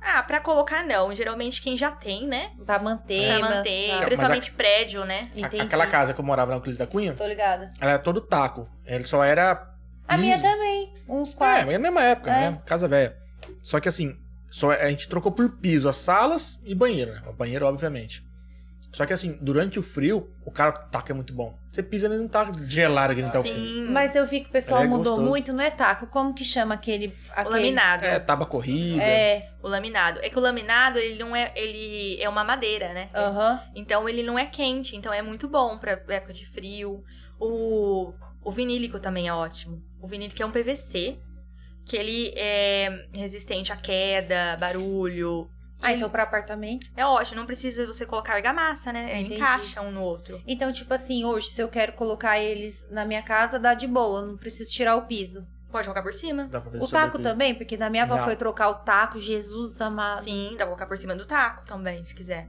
[SPEAKER 3] Ah, pra colocar não. Geralmente quem já tem, né?
[SPEAKER 1] Pra manter.
[SPEAKER 3] Pra
[SPEAKER 1] man-
[SPEAKER 3] manter.
[SPEAKER 1] tá.
[SPEAKER 2] mas
[SPEAKER 3] Principalmente prédio, né?
[SPEAKER 2] A-
[SPEAKER 1] Entendi.
[SPEAKER 2] Aquela casa que eu morava na Euclides da Cunha,
[SPEAKER 1] Tô ligada.
[SPEAKER 2] ela era todo taco. Ele só era.
[SPEAKER 1] A
[SPEAKER 2] liso.
[SPEAKER 1] minha também. Uns
[SPEAKER 2] É,
[SPEAKER 1] quatro.
[SPEAKER 2] mas é a mesma época,
[SPEAKER 1] É.
[SPEAKER 2] né? Casa velha. Só que assim, só a gente trocou por piso as salas e banheiro, né? O banheiro, obviamente. Só que assim, durante o frio, o cara, o taco é muito bom. Você pisa nele não tá gelado aqui, não tá o frio.
[SPEAKER 3] Sim.
[SPEAKER 1] Hum. Mas eu vi que o pessoal
[SPEAKER 2] É
[SPEAKER 1] mudou
[SPEAKER 2] gostoso.
[SPEAKER 1] muito, não é taco? Como que chama aquele.
[SPEAKER 3] O
[SPEAKER 1] aquele...
[SPEAKER 3] laminado.
[SPEAKER 2] É, tábua corrida.
[SPEAKER 1] É,
[SPEAKER 3] O laminado. É que o laminado, ele não é. Ele é uma madeira, né?
[SPEAKER 1] aham.
[SPEAKER 3] Então ele não é quente, então é muito bom pra época de frio. O, o vinílico também é ótimo. O vinílico é um PVC, que ele é resistente à queda, barulho.
[SPEAKER 1] Ah, então pra apartamento.
[SPEAKER 3] É ótimo, não precisa você colocar argamassa, né? Ele
[SPEAKER 1] É, Entendi.
[SPEAKER 3] Encaixa um no outro.
[SPEAKER 1] Então, tipo assim, hoje, se eu quero colocar eles na minha casa, dá de boa. eu Não preciso tirar o piso.
[SPEAKER 3] Pode colocar por cima?
[SPEAKER 2] Dá pra fazer
[SPEAKER 1] O
[SPEAKER 2] sobre
[SPEAKER 1] taco
[SPEAKER 2] piso.
[SPEAKER 1] também, porque na minha avó
[SPEAKER 2] Não.
[SPEAKER 1] foi trocar o taco, Jesus amado.
[SPEAKER 3] Sim, dá pra colocar por cima do taco também, se quiser.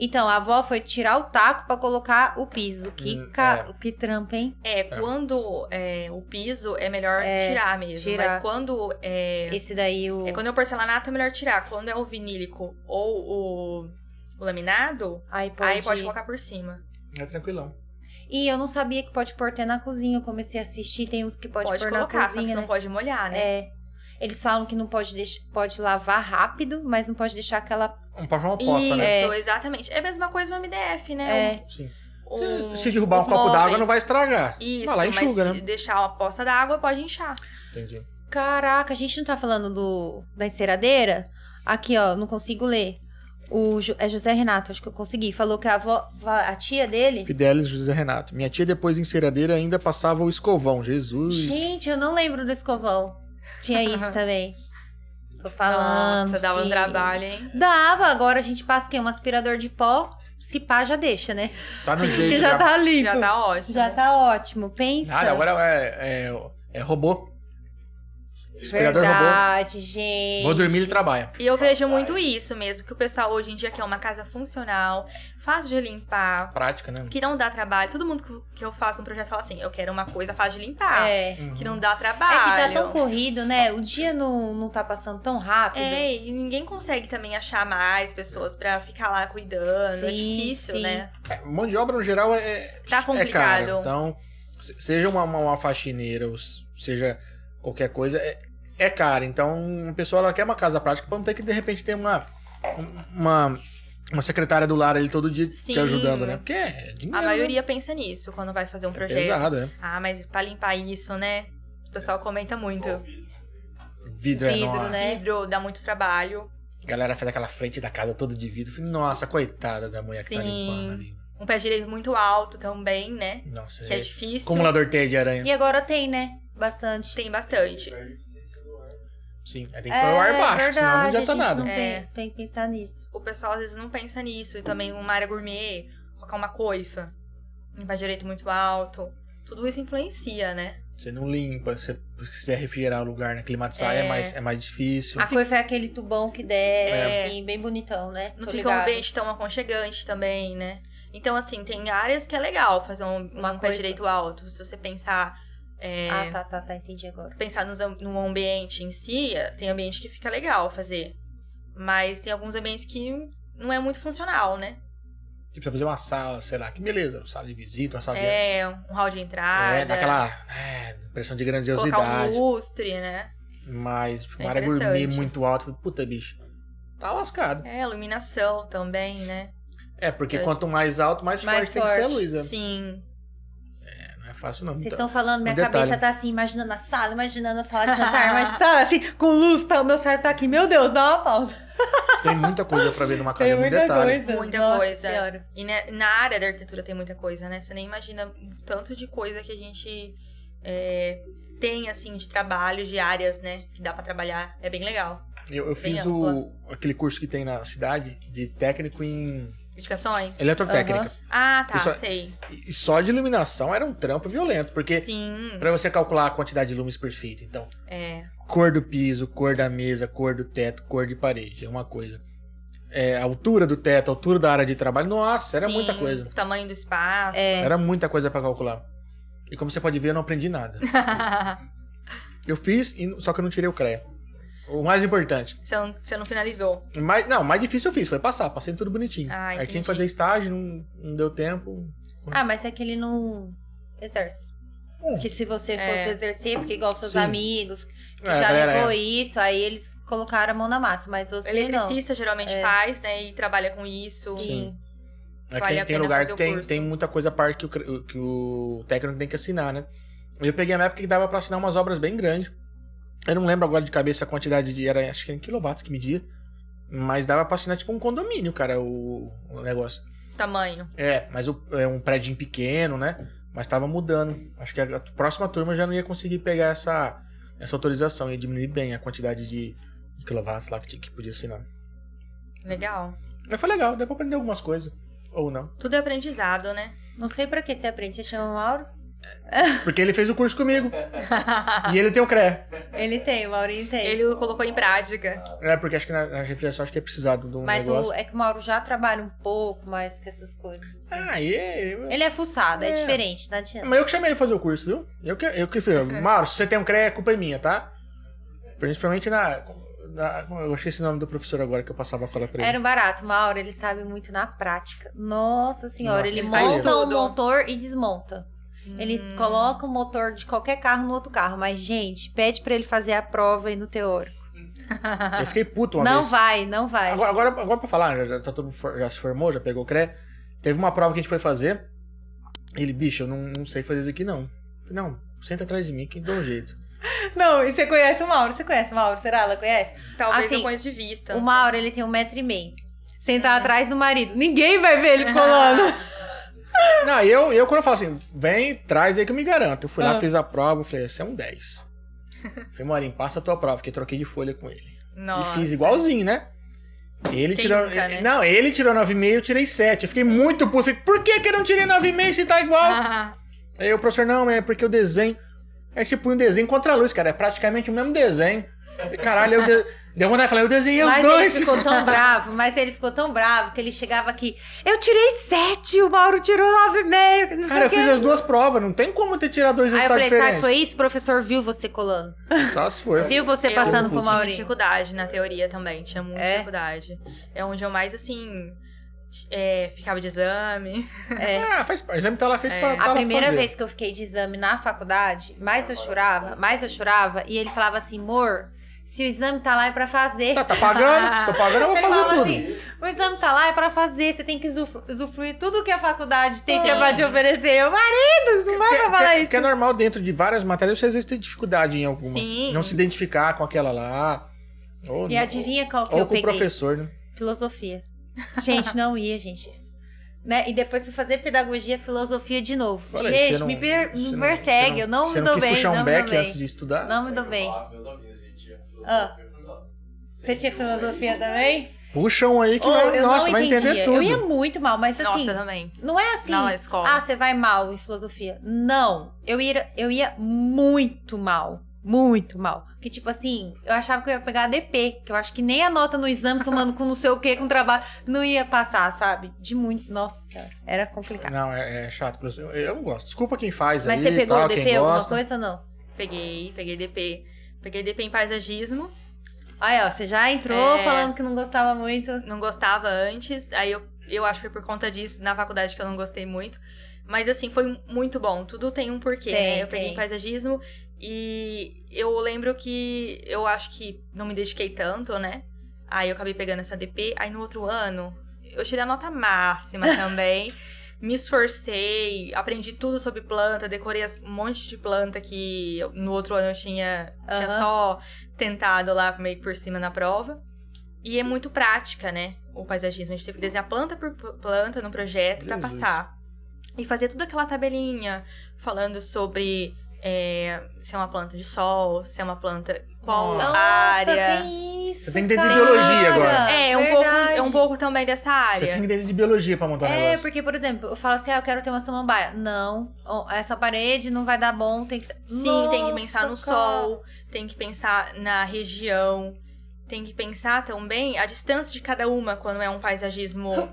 [SPEAKER 1] Então, a avó foi tirar o taco pra colocar o piso. Que,
[SPEAKER 2] Hum,
[SPEAKER 1] ca... que trampa, hein?
[SPEAKER 3] É, quando é, o piso é melhor tirar mesmo.
[SPEAKER 1] tirar.
[SPEAKER 3] Mas quando é,
[SPEAKER 1] Esse daí, o.
[SPEAKER 3] é. Quando é o porcelanato é melhor tirar. Quando é o vinílico ou o- o laminado,
[SPEAKER 1] Aí
[SPEAKER 3] Aí Ah, pode colocar por cima.
[SPEAKER 2] É tranquilão.
[SPEAKER 1] E eu não sabia que pode pôr até na cozinha. Eu comecei a assistir, tem uns que pode,
[SPEAKER 3] Pode,
[SPEAKER 1] pôr na
[SPEAKER 3] colocar, só que
[SPEAKER 1] cozinha,
[SPEAKER 3] você
[SPEAKER 1] né?
[SPEAKER 3] não pode molhar, né?
[SPEAKER 1] É. Eles falam que não pode deixar, pode lavar rápido, mas não pode deixar aquela.
[SPEAKER 2] Um pra uma poça, né?
[SPEAKER 3] Isso, exatamente. É a mesma coisa no MDF, né?
[SPEAKER 1] É.
[SPEAKER 2] Sim.
[SPEAKER 3] Um-
[SPEAKER 2] se, se derrubar um
[SPEAKER 3] os
[SPEAKER 2] copo
[SPEAKER 3] móveis.
[SPEAKER 2] d'água, não vai estragar.
[SPEAKER 3] Isso,
[SPEAKER 2] vai lá e enxuga,
[SPEAKER 3] mas
[SPEAKER 2] né?
[SPEAKER 3] se deixar uma poça d'água, pode inchar.
[SPEAKER 2] Entendi.
[SPEAKER 1] Caraca, a gente não tá falando do da enceradeira? Aqui, ó, não consigo ler. O Jo- é José Renato, acho que eu consegui. Falou que a avó, a tia dele.
[SPEAKER 2] Fidelis José Renato. Minha tia, depois em ceradeira, ainda passava o escovão. Jesus.
[SPEAKER 1] Gente, eu não lembro do escovão. Tinha isso também. Tô falando.
[SPEAKER 3] Nossa, dava um
[SPEAKER 1] filho.
[SPEAKER 3] trabalho, hein?
[SPEAKER 1] Dava, agora a gente passa o quê? Um aspirador de pó. Se pá, já deixa, né?
[SPEAKER 2] Tá no jeito.
[SPEAKER 1] Porque já
[SPEAKER 2] cara.
[SPEAKER 1] tá limpo.
[SPEAKER 3] Já tá ótimo.
[SPEAKER 1] Já tá ótimo. Pensa.
[SPEAKER 2] Nada, agora é, é, é robô.
[SPEAKER 4] Eles
[SPEAKER 2] Aspirador robô.
[SPEAKER 1] Verdade, gente.
[SPEAKER 2] Vou dormir e trabalha.
[SPEAKER 3] E eu vejo muito isso mesmo, que o pessoal hoje em dia quer uma casa funcional, fácil de limpar,
[SPEAKER 2] Prática, né?
[SPEAKER 3] que não dá trabalho. Todo mundo que- que eu faço um projeto fala assim, eu quero uma coisa fácil de limpar,
[SPEAKER 1] É.
[SPEAKER 2] Uhum.
[SPEAKER 3] que não dá tá trabalho.
[SPEAKER 1] É que tá tão corrido, né? O dia não, não tá passando tão rápido.
[SPEAKER 3] É, e ninguém consegue também achar mais pessoas pra ficar lá cuidando. é
[SPEAKER 1] Sim,
[SPEAKER 3] difícil,
[SPEAKER 1] sim.
[SPEAKER 3] né?
[SPEAKER 2] É, mão de obra, no geral, é,
[SPEAKER 3] Tá
[SPEAKER 2] é
[SPEAKER 3] complicado.
[SPEAKER 2] caro. Então, se- seja uma, uma, uma faxineira, ou s- seja qualquer coisa, é, é caro. Então, a pessoa ela quer uma casa prática pra não ter que, de repente, ter uma, uma, uma secretária do lar ali todo dia
[SPEAKER 3] Sim.
[SPEAKER 2] te ajudando, né? Porque é dinheiro.
[SPEAKER 3] A
[SPEAKER 2] né?
[SPEAKER 3] maioria pensa nisso quando vai fazer um
[SPEAKER 2] é
[SPEAKER 3] projeto.
[SPEAKER 2] pesado, né?
[SPEAKER 3] Ah, mas pra limpar isso, né? O pessoal comenta muito.
[SPEAKER 1] Então,
[SPEAKER 2] Vidro, é
[SPEAKER 1] Vidro,
[SPEAKER 2] nossa.
[SPEAKER 1] né?
[SPEAKER 3] Vidro dá muito trabalho.
[SPEAKER 2] A galera faz aquela frente da casa toda de vidro. Eu falei, Nossa, coitada da mulher que tá
[SPEAKER 3] Sim.
[SPEAKER 2] limpando ali.
[SPEAKER 3] Um pé direito muito alto também, né?
[SPEAKER 2] Nossa,
[SPEAKER 3] Que é
[SPEAKER 2] é
[SPEAKER 3] difícil.
[SPEAKER 2] acumulador teia de aranha.
[SPEAKER 1] E agora tem, né? Bastante.
[SPEAKER 3] Tem bastante.
[SPEAKER 2] Sim, aí tem que pôr o ar baixo, senão não
[SPEAKER 1] É verdade,
[SPEAKER 2] adianta
[SPEAKER 1] a gente
[SPEAKER 2] nada.
[SPEAKER 1] Não
[SPEAKER 3] É.
[SPEAKER 1] tem, tem que pensar nisso.
[SPEAKER 3] O pessoal às vezes não pensa nisso. E também uma área gourmet, colocar uma coifa. Um pé direito muito alto. Tudo isso influencia, né?
[SPEAKER 2] Você não limpa, você precisa refrigerar o lugar, né? Climatizar é,
[SPEAKER 3] É.
[SPEAKER 2] mais, é mais difícil.
[SPEAKER 1] A coifa é aquele tubão que desce,
[SPEAKER 3] É.
[SPEAKER 1] assim, bem bonitão, né?
[SPEAKER 3] Não
[SPEAKER 1] Tô
[SPEAKER 3] fica um
[SPEAKER 1] ligada.
[SPEAKER 3] ambiente tão aconchegante também, né? Então, assim, tem áreas que é legal fazer um, um
[SPEAKER 1] Uma
[SPEAKER 3] pé
[SPEAKER 1] coisa.
[SPEAKER 3] direito alto. Se você pensar. é,
[SPEAKER 1] Ah, tá, tá, tá, entendi agora.
[SPEAKER 3] pensar nos am- no ambiente em si, é, tem ambiente que fica legal fazer. Mas tem alguns ambientes que não é muito funcional, né?
[SPEAKER 2] Tipo, você fazer uma sala, sei lá, que beleza, uma sala de visita,
[SPEAKER 1] Ah,
[SPEAKER 2] uma sala de.
[SPEAKER 3] É, um hall de entrada.
[SPEAKER 2] É, dá aquela é, impressão de
[SPEAKER 3] Colocar um
[SPEAKER 2] grandiosidade.
[SPEAKER 3] lustre, né?
[SPEAKER 2] Mas tipo,
[SPEAKER 3] É
[SPEAKER 2] uma área gourmet
[SPEAKER 3] interessante.
[SPEAKER 2] muito alta. Puta, bicho. tá lascado.
[SPEAKER 3] É, iluminação também, né?
[SPEAKER 2] É, porque
[SPEAKER 3] É.
[SPEAKER 2] quanto mais alto, mais,
[SPEAKER 1] Mais
[SPEAKER 2] forte, tem que ser a
[SPEAKER 1] forte.
[SPEAKER 2] luz. né?
[SPEAKER 3] Sim.
[SPEAKER 2] É, não é fácil não.
[SPEAKER 1] Vocês
[SPEAKER 2] Então,
[SPEAKER 1] estão falando, minha
[SPEAKER 2] um detalhe.
[SPEAKER 1] cabeça tá assim, imaginando a sala, imaginando a sala de jantar, mas
[SPEAKER 5] Sabe, assim, com luz, tá, o meu cérebro tá aqui. Meu Deus, dá uma pausa.
[SPEAKER 2] tem muita coisa pra ver numa casa,
[SPEAKER 5] Tem
[SPEAKER 2] é muito
[SPEAKER 5] muita
[SPEAKER 2] detalhe.
[SPEAKER 5] coisa.
[SPEAKER 3] Muita
[SPEAKER 5] Nossa
[SPEAKER 3] coisa.
[SPEAKER 5] Senhora.
[SPEAKER 3] E né, na área da arquitetura tem muita coisa, né? Você nem imagina o tanto de coisa que a gente é, tem, assim, de trabalho, de áreas, né? Que dá pra trabalhar. É bem legal.
[SPEAKER 2] Eu, eu fiz
[SPEAKER 3] Bem
[SPEAKER 2] o, aquele curso que tem na cidade de técnico em
[SPEAKER 3] Edificações?
[SPEAKER 2] eletrotécnica.
[SPEAKER 3] Ah, tá,
[SPEAKER 2] Isso é-
[SPEAKER 3] sei.
[SPEAKER 2] E só de iluminação era um trampo violento, porque
[SPEAKER 3] Sim.
[SPEAKER 2] pra você calcular a quantidade de lumes perfeita, então
[SPEAKER 3] É.
[SPEAKER 2] cor do piso, cor da mesa, cor do teto, cor de parede, é uma coisa. É, a altura do teto, a altura da área de trabalho, nossa, era
[SPEAKER 3] Sim, é.
[SPEAKER 2] muita coisa.
[SPEAKER 3] O tamanho do espaço.
[SPEAKER 1] É.
[SPEAKER 2] Era muita coisa pra calcular. E como você pode ver, eu não aprendi nada. Eu fiz, e- só que eu não tirei o CREA. O mais importante.
[SPEAKER 3] você, não, você não finalizou.
[SPEAKER 2] O Mais, não, o mais difícil eu fiz, foi passar, passei tudo bonitinho.
[SPEAKER 3] Ah,
[SPEAKER 2] Aí tinha
[SPEAKER 3] entendi.
[SPEAKER 2] que fazer estágio, não, não deu tempo.
[SPEAKER 1] Ah, mas é que ele não exerce.
[SPEAKER 2] Hum.
[SPEAKER 1] Que se você
[SPEAKER 3] É.
[SPEAKER 1] fosse exercer, porque igual seus
[SPEAKER 2] Sim.
[SPEAKER 1] amigos, que
[SPEAKER 2] É,
[SPEAKER 1] já
[SPEAKER 2] galera,
[SPEAKER 1] levou
[SPEAKER 2] é.
[SPEAKER 1] isso, aí eles colocaram a mão na massa, mas você não. É.
[SPEAKER 3] Eletricista geralmente faz, né? E trabalha com isso.
[SPEAKER 1] Sim.
[SPEAKER 2] É que
[SPEAKER 3] Então, Vale
[SPEAKER 2] tem,
[SPEAKER 3] a
[SPEAKER 2] tem
[SPEAKER 3] pena
[SPEAKER 2] lugar
[SPEAKER 3] fazer
[SPEAKER 2] que
[SPEAKER 3] o
[SPEAKER 2] tem,
[SPEAKER 3] curso.
[SPEAKER 2] tem muita coisa à parte que o, cre- que o técnico tem que assinar, né? Eu peguei a época que dava pra assinar umas obras bem grandes. Eu não lembro agora de cabeça a quantidade de. Era acho que era em quilowatts que media. Mas dava pra assinar tipo um condomínio, cara, o, o negócio.
[SPEAKER 3] Tamanho.
[SPEAKER 2] É, mas o- é um prédio pequeno, né? Mas tava mudando. Acho que a, a próxima turma já não ia conseguir pegar essa, essa autorização. Ia diminuir bem a quantidade de, de quilowatts lá que, tinha- que podia assinar.
[SPEAKER 3] Legal.
[SPEAKER 2] Mas foi legal, deu pra aprender algumas coisas. Ou não.
[SPEAKER 3] Tudo é aprendizado, né?
[SPEAKER 1] Não sei pra que você aprende. Você chama o Mauro?
[SPEAKER 2] Porque ele fez o curso comigo. E ele tem o CREA.
[SPEAKER 5] Ele tem, o Maurinho tem.
[SPEAKER 3] Ele colocou em prática.
[SPEAKER 2] É, porque acho que na, na refiliação acho que é precisado de um
[SPEAKER 1] Mas o,
[SPEAKER 2] negócio.
[SPEAKER 1] é que o Mauro já trabalha um pouco mais com essas coisas.
[SPEAKER 2] Ah, e é-
[SPEAKER 1] Ele é fuçado, é,
[SPEAKER 2] É.
[SPEAKER 1] diferente, não adianta.
[SPEAKER 2] Mas eu que chamei ele pra fazer o curso, viu? Eu que, eu que fiz. Mauro, se você tem um CREA, a culpa é minha, tá? Principalmente na, na- Eu achei esse nome do professor agora que eu passava a cola pra ele.
[SPEAKER 1] Era um barato. Mauro, ele sabe muito na prática. Nossa senhora,
[SPEAKER 2] Nossa,
[SPEAKER 1] ele
[SPEAKER 2] ele
[SPEAKER 3] faz
[SPEAKER 1] monta o
[SPEAKER 3] tudo.
[SPEAKER 1] motor e desmonta. Ele
[SPEAKER 3] Hum.
[SPEAKER 1] coloca o motor de qualquer carro no outro carro. Mas, gente, pede pra ele fazer a prova aí no teórico.
[SPEAKER 2] Eu fiquei puto uma
[SPEAKER 1] não
[SPEAKER 2] vez.
[SPEAKER 1] vai, não vai.
[SPEAKER 2] Agora, agora, agora pra falar, já, já tá todo mundo for- já se formou, já pegou o CREA. Teve uma prova que a gente foi fazer. Ele, bicho, eu não, não sei fazer isso aqui, não. Eu falei, não, senta atrás de mim que dou um jeito.
[SPEAKER 5] Não, e você conhece o Mauro? Você conhece o Mauro? Será? Ela conhece?
[SPEAKER 3] Talvez
[SPEAKER 1] Assim,
[SPEAKER 3] eu conheça de vista.
[SPEAKER 1] o
[SPEAKER 3] não
[SPEAKER 1] Mauro, ele tem um metro e meio.
[SPEAKER 5] Sentar atrás do marido. Ninguém vai ver ele colando.
[SPEAKER 2] Não, eu, eu quando eu falo assim, vem, traz aí que eu me garanto. Eu fui lá,
[SPEAKER 5] Ah.
[SPEAKER 2] fiz a prova, eu falei, esse é um 10. falei, Morim, passa a tua prova, que eu troquei de folha com ele.
[SPEAKER 3] sei. Nossa.
[SPEAKER 2] E fiz igualzinho, né? Ele
[SPEAKER 3] Quem
[SPEAKER 2] tirou. eh,
[SPEAKER 3] nunca, né?
[SPEAKER 2] Não, ele tirou 9,5, eu tirei 7. Eu fiquei muito puto. Falei, por que, que eu não tirei 9,5 se tá
[SPEAKER 1] Ah.
[SPEAKER 2] igual? Aí o professor, não, é porque o desenho. Aí você põe um desenho contra a luz, cara. É praticamente o mesmo desenho. Falei, Caralho, eu. De... Deu vontade de falar, eu desenhei os
[SPEAKER 1] Mas ele
[SPEAKER 2] dois.
[SPEAKER 1] ficou tão bravo, mas ele ficou tão bravo que ele chegava aqui.
[SPEAKER 5] Eu tirei sete, o Mauro tirou nove e meio. Não
[SPEAKER 2] Cara, eu
[SPEAKER 5] sei o
[SPEAKER 2] fiz
[SPEAKER 5] quê.
[SPEAKER 2] as duas provas, não tem como eu ter tirado dois
[SPEAKER 1] é Aí eu
[SPEAKER 2] resultados
[SPEAKER 1] falei, sabe,
[SPEAKER 2] diferentes.
[SPEAKER 1] que foi isso? O professor viu você colando.
[SPEAKER 2] Só se for.
[SPEAKER 1] Viu você
[SPEAKER 3] Eu
[SPEAKER 1] passando pro
[SPEAKER 2] pude.
[SPEAKER 3] Tinha
[SPEAKER 1] Maurinho.
[SPEAKER 3] dificuldade na teoria também, tinha muita
[SPEAKER 1] É?
[SPEAKER 3] dificuldade. É onde eu mais, assim, t- é, ficava de exame.
[SPEAKER 2] Ah, faz parte. O exame tá lá feito
[SPEAKER 3] É.
[SPEAKER 2] pra, pra
[SPEAKER 1] É. A
[SPEAKER 2] lá
[SPEAKER 1] primeira
[SPEAKER 2] fazer.
[SPEAKER 1] vez que eu fiquei de exame na faculdade, mais eu chorava, mais eu chorava. E ele falava assim, amor, se o exame tá lá é pra fazer.
[SPEAKER 2] Tá, tá pagando? Tô pagando, eu vou
[SPEAKER 1] Ele
[SPEAKER 2] fazer
[SPEAKER 1] falava
[SPEAKER 2] tudo.
[SPEAKER 1] assim, o exame tá lá é pra fazer, você tem que usufru- usufruir tudo que a faculdade tem
[SPEAKER 5] Gente,
[SPEAKER 1] de
[SPEAKER 5] vai te oferecer. Eu, marido, não vai pra falar isso.
[SPEAKER 2] Porque é normal dentro de várias matérias, você às vezes tem dificuldade em alguma.
[SPEAKER 3] Sim.
[SPEAKER 2] Não se identificar com aquela lá. Ou,
[SPEAKER 1] E adivinha qual que
[SPEAKER 2] ou
[SPEAKER 1] eu
[SPEAKER 2] com o
[SPEAKER 1] peguei?
[SPEAKER 2] professor, né?
[SPEAKER 1] Filosofia. Gente, não ia, gente. Né? E depois fui fazer pedagogia, filosofia de novo.
[SPEAKER 2] Falei,
[SPEAKER 1] gente,
[SPEAKER 2] você não-
[SPEAKER 1] me, per- me
[SPEAKER 2] você não-
[SPEAKER 1] persegue,
[SPEAKER 2] você
[SPEAKER 1] eu não me
[SPEAKER 2] você não
[SPEAKER 1] dou
[SPEAKER 2] quis
[SPEAKER 1] bem,
[SPEAKER 2] puxar um
[SPEAKER 1] não me
[SPEAKER 2] back
[SPEAKER 1] dou bem.
[SPEAKER 2] antes de estudar?
[SPEAKER 1] Não me dou bem. Ah. Você tinha filosofia também?
[SPEAKER 2] Puxa um aí que
[SPEAKER 1] Ou
[SPEAKER 2] vai,
[SPEAKER 1] eu
[SPEAKER 2] nossa,
[SPEAKER 1] não
[SPEAKER 2] vai entender
[SPEAKER 1] entendia. Eu
[SPEAKER 2] tudo.
[SPEAKER 1] ia muito mal, mas assim,
[SPEAKER 3] Nossa, também.
[SPEAKER 1] não é assim.
[SPEAKER 3] Na escola.
[SPEAKER 1] Ah, você vai mal em filosofia. Não, eu ia, eu ia muito mal. Muito mal. Que tipo assim, eu achava que eu ia pegar DP, que eu acho que nem a nota no exame, somando com não sei o que, com trabalho, não ia passar, sabe? De muito. Nossa senhora, era complicado.
[SPEAKER 2] Não, é, é chato. professor. Eu, eu não gosto. Desculpa quem faz
[SPEAKER 1] Mas
[SPEAKER 2] aí,
[SPEAKER 1] você pegou
[SPEAKER 2] tal,
[SPEAKER 1] o DP
[SPEAKER 2] quem
[SPEAKER 1] alguma
[SPEAKER 2] gosta.
[SPEAKER 1] coisa ou não?
[SPEAKER 3] Peguei, peguei DP. Peguei DP em paisagismo,
[SPEAKER 1] Aí, ó, você já entrou
[SPEAKER 3] É.
[SPEAKER 1] falando que não gostava muito.
[SPEAKER 3] não gostava antes, aí eu, eu acho que foi por conta disso, na faculdade que eu não gostei muito. Mas assim, foi muito bom, tudo tem um porquê,
[SPEAKER 1] Tem,
[SPEAKER 3] né? Eu peguei
[SPEAKER 1] tem.
[SPEAKER 3] em paisagismo e eu lembro que eu acho que não me dediquei tanto, né? Aí eu acabei pegando essa DP. Aí no outro ano, eu tirei a nota máxima também. Me esforcei, aprendi tudo sobre planta, decorei as- um monte de planta que eu- no outro ano eu tinha, tinha
[SPEAKER 11] Aham.
[SPEAKER 3] só tentado lá meio que por cima na prova. E é muito prática, né? O paisagismo. A gente teve que desenhar planta por p- planta no projeto pra
[SPEAKER 2] Jesus.
[SPEAKER 3] passar. E fazer toda aquela tabelinha falando sobre é, se é uma planta de sol, se é uma planta. qual
[SPEAKER 2] Nossa,
[SPEAKER 3] área.
[SPEAKER 11] tem isso.
[SPEAKER 2] Você tem que entender
[SPEAKER 11] cara.
[SPEAKER 2] biologia agora.
[SPEAKER 3] É, um pouco,
[SPEAKER 11] Verdade.
[SPEAKER 3] é um pouco também dessa área.
[SPEAKER 2] Você tem que entender de biologia pra montar um
[SPEAKER 1] É,
[SPEAKER 2] negócio.
[SPEAKER 1] porque, por exemplo, eu falo assim, ah, eu quero ter uma samambaia. Não, ó, essa parede não vai dar bom, tem que...
[SPEAKER 3] Sim, tem que pensar no
[SPEAKER 1] Nossa, cara.
[SPEAKER 3] sol, tem que pensar na região, tem que pensar também a distância de cada uma quando é um paisagismo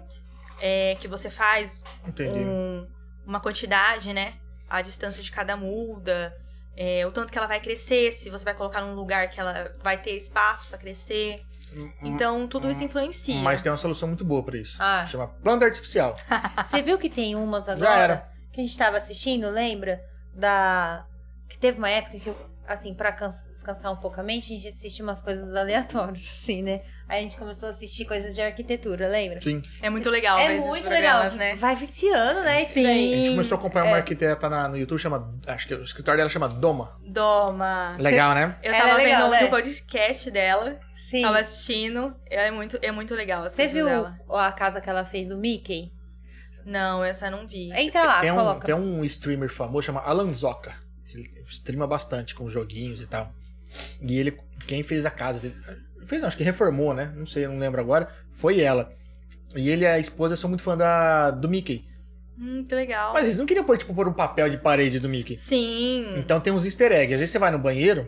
[SPEAKER 3] é, que você faz
[SPEAKER 2] Entendi.
[SPEAKER 1] hum.
[SPEAKER 3] um- uma quantidade, né? A distância de cada muda, é, o tanto que ela vai crescer, se você vai colocar num lugar que ela vai ter espaço pra crescer.
[SPEAKER 2] Hum,
[SPEAKER 1] Hum,
[SPEAKER 3] Então, tudo isso influencia.
[SPEAKER 2] Mas tem uma solução muito boa pra isso.
[SPEAKER 1] Ah.
[SPEAKER 2] Chama planta artificial.
[SPEAKER 1] Você viu que tem umas agora?
[SPEAKER 2] Já era.
[SPEAKER 1] Que a gente tava assistindo, lembra? Da... Que teve uma época que, eu, assim, pra cansa- descansar um pouco a mente, a gente assiste umas coisas aleatórias, assim, né? Aí a gente começou a assistir coisas de arquitetura, lembra?
[SPEAKER 2] Sim.
[SPEAKER 3] É muito legal ver
[SPEAKER 1] É
[SPEAKER 3] esses
[SPEAKER 1] muito legal.
[SPEAKER 3] programas, né?
[SPEAKER 1] Vai viciando, né? Isso
[SPEAKER 3] Sim.
[SPEAKER 2] A
[SPEAKER 1] daí.
[SPEAKER 2] gente começou
[SPEAKER 1] é
[SPEAKER 2] a acompanhar uma arquiteta na- no YouTube, chama. Acho que o escritório dela chama Doma.
[SPEAKER 3] Doma.
[SPEAKER 2] Legal, né?
[SPEAKER 3] Eu
[SPEAKER 1] Ela
[SPEAKER 3] tava
[SPEAKER 1] é legal,
[SPEAKER 3] vendo
[SPEAKER 1] né?
[SPEAKER 3] o podcast dela.
[SPEAKER 1] Sim.
[SPEAKER 3] Tava assistindo. É muito, é muito legal. as
[SPEAKER 1] Você
[SPEAKER 3] coisas
[SPEAKER 1] viu
[SPEAKER 3] dela.
[SPEAKER 1] a casa que ela fez do Mickey?
[SPEAKER 3] Não, essa eu não vi.
[SPEAKER 1] Entra lá,
[SPEAKER 2] tem, um,
[SPEAKER 1] Ah, coloca.
[SPEAKER 2] tem um streamer famoso, chama Alanzoca. Ele streama bastante com joguinhos e tal. E ele, quem fez a casa dele. Fez, não, acho que reformou, né? Não sei, eu não lembro agora. Foi ela. E ele e a esposa são muito fã da, do Mickey.
[SPEAKER 3] Hum, que legal.
[SPEAKER 2] Mas eles não queriam pôr, tipo, pôr um papel de parede do Mickey.
[SPEAKER 1] Hum.
[SPEAKER 3] Sim.
[SPEAKER 2] Então tem uns easter eggs. Às vezes você vai no banheiro,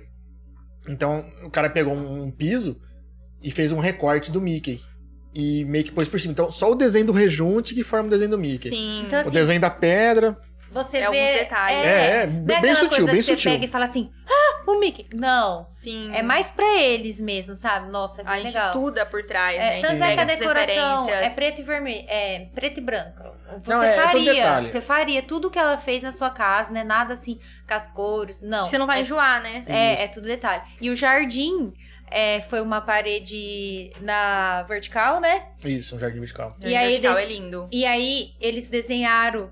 [SPEAKER 2] então o cara pegou um, um piso e fez um recorte do Mickey. E meio que pôs por cima. Então só o desenho do rejunte que forma o desenho do Mickey.
[SPEAKER 3] Sim.
[SPEAKER 1] Então,
[SPEAKER 2] O
[SPEAKER 1] assim,
[SPEAKER 2] desenho da pedra.
[SPEAKER 1] você
[SPEAKER 3] É
[SPEAKER 1] vê.
[SPEAKER 3] alguns detalhes.
[SPEAKER 2] É, é,
[SPEAKER 1] não
[SPEAKER 2] bem
[SPEAKER 1] aquela
[SPEAKER 2] sutil,
[SPEAKER 1] coisa
[SPEAKER 2] bem
[SPEAKER 1] que você
[SPEAKER 2] sutil. Hum.
[SPEAKER 1] pega e fala assim: ah, o Mickey. Não.
[SPEAKER 3] Sim.
[SPEAKER 1] É mais pra eles mesmo, sabe? Nossa, é bem
[SPEAKER 3] A gente
[SPEAKER 1] legal.
[SPEAKER 3] estuda por trás. né?
[SPEAKER 1] É, tanto é
[SPEAKER 3] pega
[SPEAKER 1] que a
[SPEAKER 3] essas
[SPEAKER 1] decoração é
[SPEAKER 3] referências.
[SPEAKER 1] preto e vermelho, é preto e branco. Você
[SPEAKER 2] Não, é- é todo
[SPEAKER 1] faria,
[SPEAKER 2] detalhe.
[SPEAKER 1] você faria tudo que ela fez na sua casa, né? Nada assim, com as cores, não.
[SPEAKER 3] Você não vai
[SPEAKER 1] é,
[SPEAKER 3] enjoar, né?
[SPEAKER 1] É, é tudo detalhe. E o jardim é, foi uma parede na vertical, né?
[SPEAKER 2] Isso, um jardim vertical.
[SPEAKER 1] E aí
[SPEAKER 3] vertical
[SPEAKER 1] eles-
[SPEAKER 3] é lindo.
[SPEAKER 1] E aí eles desenharam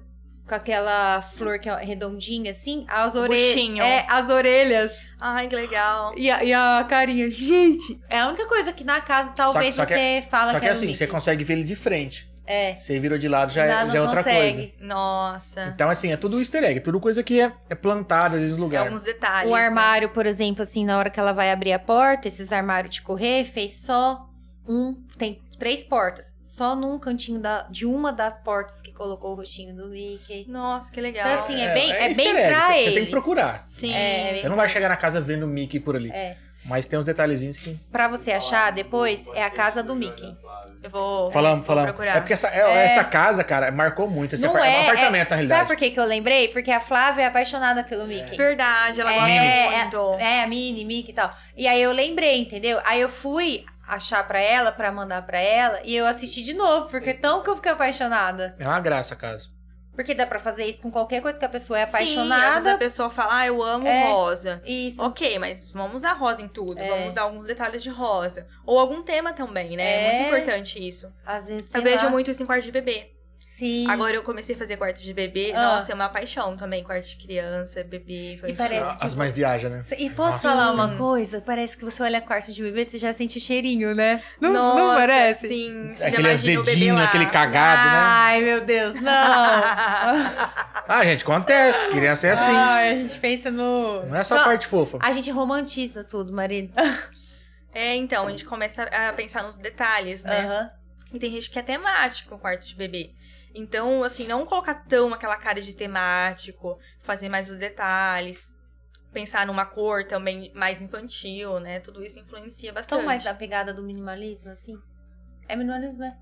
[SPEAKER 1] com aquela flor que é redondinha assim, as
[SPEAKER 3] buchinho.
[SPEAKER 1] orelhas, é, as orelhas
[SPEAKER 3] Ai, que legal.
[SPEAKER 1] e a, e a carinha. Gente, é a única coisa que na casa talvez
[SPEAKER 2] Só que- só que
[SPEAKER 1] você fala
[SPEAKER 2] Só
[SPEAKER 1] que
[SPEAKER 2] que
[SPEAKER 1] é
[SPEAKER 2] assim, você consegue ver ele de frente.
[SPEAKER 1] É.
[SPEAKER 2] Você virou de lado, já, é-
[SPEAKER 1] Não,
[SPEAKER 2] já é
[SPEAKER 1] não
[SPEAKER 2] outra
[SPEAKER 1] consegue.
[SPEAKER 2] coisa.
[SPEAKER 3] Nossa.
[SPEAKER 2] Então, assim, é tudo easter egg, tudo coisa que é, é plantada às vezes no
[SPEAKER 3] É
[SPEAKER 1] um
[SPEAKER 2] lugar.
[SPEAKER 3] alguns detalhes.
[SPEAKER 1] O
[SPEAKER 3] né?
[SPEAKER 1] armário, por exemplo, assim, na hora que ela vai abrir a porta, esses armários de correr, fez só um. Tem três portas. Só num cantinho da, de uma das portas que colocou o rostinho do Mickey.
[SPEAKER 3] Nossa, que legal.
[SPEAKER 1] Então, assim, é bem, é bem
[SPEAKER 2] easter egg,
[SPEAKER 1] pra
[SPEAKER 2] você,
[SPEAKER 1] eles.
[SPEAKER 2] você tem que procurar.
[SPEAKER 3] Sim.
[SPEAKER 1] é, é bem-
[SPEAKER 2] Você não vai chegar na casa vendo o Mickey por ali.
[SPEAKER 1] É.
[SPEAKER 2] Mas tem uns detalhezinhos que.
[SPEAKER 1] Pra você achar depois, é a casa do Mickey.
[SPEAKER 3] Eu vou,
[SPEAKER 2] Falamos,
[SPEAKER 3] vou
[SPEAKER 2] falamos.
[SPEAKER 3] procurar.
[SPEAKER 2] É porque essa, é- essa casa, cara, marcou muito. Esse
[SPEAKER 1] Não
[SPEAKER 2] apar- é um
[SPEAKER 1] é,
[SPEAKER 2] apartamento, na
[SPEAKER 1] é,
[SPEAKER 2] realidade.
[SPEAKER 1] sabe por que que eu lembrei? Porque a Flávia é apaixonada pelo Mickey.
[SPEAKER 3] Verdade, ela
[SPEAKER 1] É,
[SPEAKER 3] gosta
[SPEAKER 1] é-
[SPEAKER 3] muito.
[SPEAKER 1] É, a Mini, Mickey e tal. E aí eu lembrei, entendeu? Aí eu fui achar pra ela, pra mandar pra ela, e eu assisti de novo, porque é tão que eu fiquei apaixonada.
[SPEAKER 2] É uma graça a casa.
[SPEAKER 1] Porque dá pra fazer isso com qualquer coisa que a pessoa é
[SPEAKER 3] Sim, às vezes a
[SPEAKER 1] apaixonada.
[SPEAKER 3] pessoa fala, ah, eu amo
[SPEAKER 1] É.
[SPEAKER 3] rosa.
[SPEAKER 1] Isso.
[SPEAKER 3] Ok, mas vamos usar rosa em tudo.
[SPEAKER 1] É.
[SPEAKER 3] Vamos usar alguns detalhes de rosa. Ou algum tema também, né? É,
[SPEAKER 1] É.
[SPEAKER 3] muito importante isso.
[SPEAKER 1] Às vezes,
[SPEAKER 3] eu vejo muito isso em quarto de bebê.
[SPEAKER 1] Sim.
[SPEAKER 3] Agora eu comecei a fazer quarto de bebê.
[SPEAKER 1] Ah.
[SPEAKER 3] Nossa, é uma paixão também. Quarto de criança, bebê, infantil.
[SPEAKER 1] parece-
[SPEAKER 2] As mães viajam, né?
[SPEAKER 1] E posso
[SPEAKER 2] Nossa.
[SPEAKER 1] falar
[SPEAKER 3] Hum.
[SPEAKER 1] uma coisa? Parece que você olha quarto de bebê, você já sente o cheirinho, né?
[SPEAKER 5] Não, não
[SPEAKER 3] Nossa,
[SPEAKER 5] parece?
[SPEAKER 3] Sim. Você já
[SPEAKER 2] Aquele
[SPEAKER 3] imagina o bebê
[SPEAKER 2] azedinho,
[SPEAKER 3] lá.
[SPEAKER 2] aquele cagado, né?
[SPEAKER 5] Ai, meu Deus, não.
[SPEAKER 2] Ah, gente, acontece. Criança é assim.
[SPEAKER 5] Ai, a gente pensa no...
[SPEAKER 2] Não é só a parte fofa.
[SPEAKER 1] A gente romantiza tudo, marido. né?
[SPEAKER 3] é, então, a gente começa a pensar nos detalhes, né?
[SPEAKER 1] Aham.
[SPEAKER 3] E tem gente que é temático o quarto de bebê. Então, assim, não colocar tão aquela cara de temático, fazer mais os detalhes, pensar numa cor também mais infantil, né? Tudo isso influencia bastante.
[SPEAKER 1] Estão mais na pegada do minimalismo, assim? É minimalismo, né?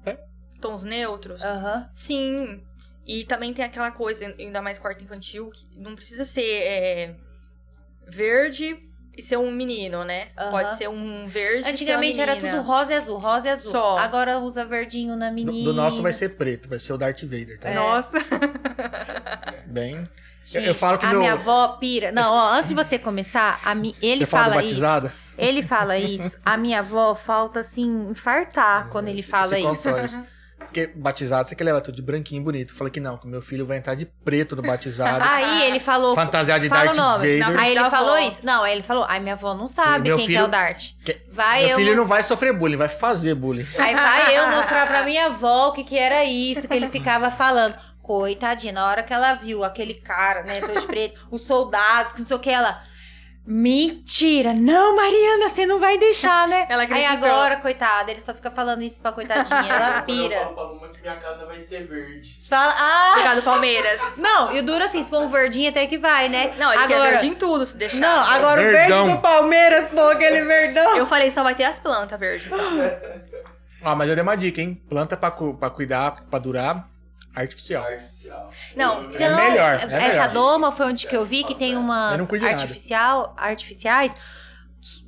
[SPEAKER 3] Tons neutros.
[SPEAKER 1] Aham.
[SPEAKER 3] Sim. E também tem aquela coisa, ainda mais quarto infantil, que não precisa ser é, verde e ser um menino, né?
[SPEAKER 1] Aham.
[SPEAKER 3] Pode ser um verde e
[SPEAKER 1] Antigamente
[SPEAKER 3] ser uma
[SPEAKER 1] era
[SPEAKER 3] menina.
[SPEAKER 1] tudo rosa e azul, rosa e azul.
[SPEAKER 3] Só.
[SPEAKER 1] Agora usa verdinho na
[SPEAKER 2] Do,
[SPEAKER 1] menina. É.
[SPEAKER 2] do nosso vai ser preto, vai ser o Darth Vader, tá?
[SPEAKER 3] É. Nossa.
[SPEAKER 2] Bem. Eu-
[SPEAKER 1] Gente,
[SPEAKER 2] eu falo que
[SPEAKER 1] a
[SPEAKER 2] meu-
[SPEAKER 1] minha avó pira. Não, ó, antes de você começar, a mi... ele
[SPEAKER 2] Você fala do
[SPEAKER 1] fala isso.
[SPEAKER 2] batizado?
[SPEAKER 1] Ele fala isso. A minha avó falta assim, infartar quando ele
[SPEAKER 2] Se-
[SPEAKER 1] fala
[SPEAKER 2] se
[SPEAKER 1] isso.
[SPEAKER 2] controla Porque batizado, você quer levar tudo de branquinho bonito. Falei que não, que meu filho vai entrar de preto no batizado.
[SPEAKER 1] Aí ele falou.
[SPEAKER 2] fantasiado tá de
[SPEAKER 1] Fala
[SPEAKER 2] Darth
[SPEAKER 1] o nome.
[SPEAKER 2] Vader.
[SPEAKER 3] Não,
[SPEAKER 1] Aí ele
[SPEAKER 3] Da
[SPEAKER 1] falou
[SPEAKER 3] avó.
[SPEAKER 1] isso. Não, aí ele falou. Ai, minha avó não sabe
[SPEAKER 2] Meu
[SPEAKER 1] quem que é
[SPEAKER 2] filho-
[SPEAKER 1] o Dart.
[SPEAKER 2] que-
[SPEAKER 1] Vai
[SPEAKER 2] meu
[SPEAKER 1] eu.
[SPEAKER 2] filho
[SPEAKER 1] mos-
[SPEAKER 2] não vai sofrer bullying, vai fazer bullying.
[SPEAKER 1] Aí vai eu mostrar pra minha avó o que, que era isso que ele ficava falando. Coitadinha, na hora que ela viu aquele cara, né, dois preto, os soldados, que não sei o que, ela. Mentira! Não, Mariana, você não vai deixar, né?
[SPEAKER 3] Ela
[SPEAKER 1] Aí
[SPEAKER 3] acreditou.
[SPEAKER 1] agora, coitada, ele só fica falando isso pra coitadinha. Ela
[SPEAKER 4] Eu
[SPEAKER 1] pira.
[SPEAKER 4] falo pra mamãe que minha casa vai ser verde.
[SPEAKER 1] Fala, ah!
[SPEAKER 3] Jogado Palmeiras.
[SPEAKER 1] Não, e o duro assim, se for um verdinho até que vai, né?
[SPEAKER 3] Não, ele quer
[SPEAKER 1] agora,
[SPEAKER 3] verde em tudo se deixar.
[SPEAKER 5] Não, agora o
[SPEAKER 2] Verdão.
[SPEAKER 5] verde do Palmeiras, pô, aquele verdão.
[SPEAKER 3] Eu falei, só vai ter as plantas verdes. só.
[SPEAKER 2] Ah, mas eu dei uma dica, hein? Planta pra, cu- pra cuidar, pra durar, artificial.
[SPEAKER 4] Artificial.
[SPEAKER 3] Não,
[SPEAKER 4] Eu-
[SPEAKER 2] É melhor, é
[SPEAKER 1] Então, essa
[SPEAKER 2] melhor.
[SPEAKER 1] doma foi onde que eu vi que tem
[SPEAKER 2] Eu não
[SPEAKER 1] umas
[SPEAKER 2] cuido de nada.
[SPEAKER 1] artificial, artificiais.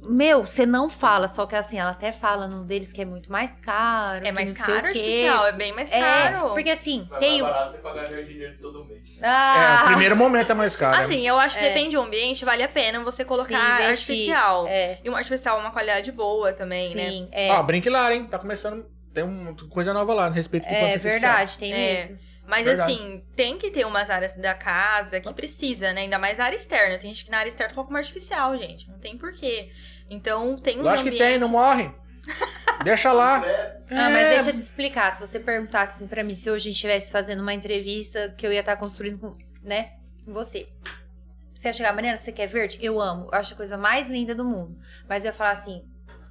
[SPEAKER 1] Meu, você não fala, só que assim, ela até fala num deles que é muito mais caro.
[SPEAKER 3] É
[SPEAKER 1] que
[SPEAKER 3] mais
[SPEAKER 1] não sei o
[SPEAKER 3] caro
[SPEAKER 1] quê.
[SPEAKER 3] artificial, é bem mais
[SPEAKER 1] É,
[SPEAKER 3] caro.
[SPEAKER 1] porque assim,
[SPEAKER 4] Mas
[SPEAKER 1] tem
[SPEAKER 4] mais
[SPEAKER 1] o.
[SPEAKER 4] barato você pagar jardineiro todo mês. né?
[SPEAKER 2] É, o
[SPEAKER 1] Ah!
[SPEAKER 2] primeiro momento é mais caro.
[SPEAKER 3] Assim, eu acho que depende do ambiente, vale a pena você colocar
[SPEAKER 1] é. investir.
[SPEAKER 3] artificial.
[SPEAKER 1] É,
[SPEAKER 3] E uma artificial é uma qualidade boa também, né?
[SPEAKER 1] sim, é.
[SPEAKER 2] Ó, brinquilar, hein? Tá começando. Tem uma coisa nova lá, a respeito do planta
[SPEAKER 1] É
[SPEAKER 2] artificial.
[SPEAKER 1] verdade, tem
[SPEAKER 3] É.
[SPEAKER 1] mesmo.
[SPEAKER 3] Mas
[SPEAKER 2] Verdade.
[SPEAKER 3] assim, tem que ter umas áreas da casa que precisa, né? Ainda mais a área externa. Tem gente que na área externa coloca uma artificial, gente. Não tem porquê. Então tem uns
[SPEAKER 2] Lógico que tem, não
[SPEAKER 3] ambientes-
[SPEAKER 2] morre. Deixa lá.
[SPEAKER 1] Ah,
[SPEAKER 2] É.
[SPEAKER 1] mas deixa eu te explicar. Se você perguntasse assim pra mim, se hoje a gente estivesse fazendo uma entrevista que eu ia estar construindo com, né, com você. Você ia chegar, Mariana, você quer verde? Eu amo. Eu acho a coisa mais linda do mundo. Mas eu ia falar assim,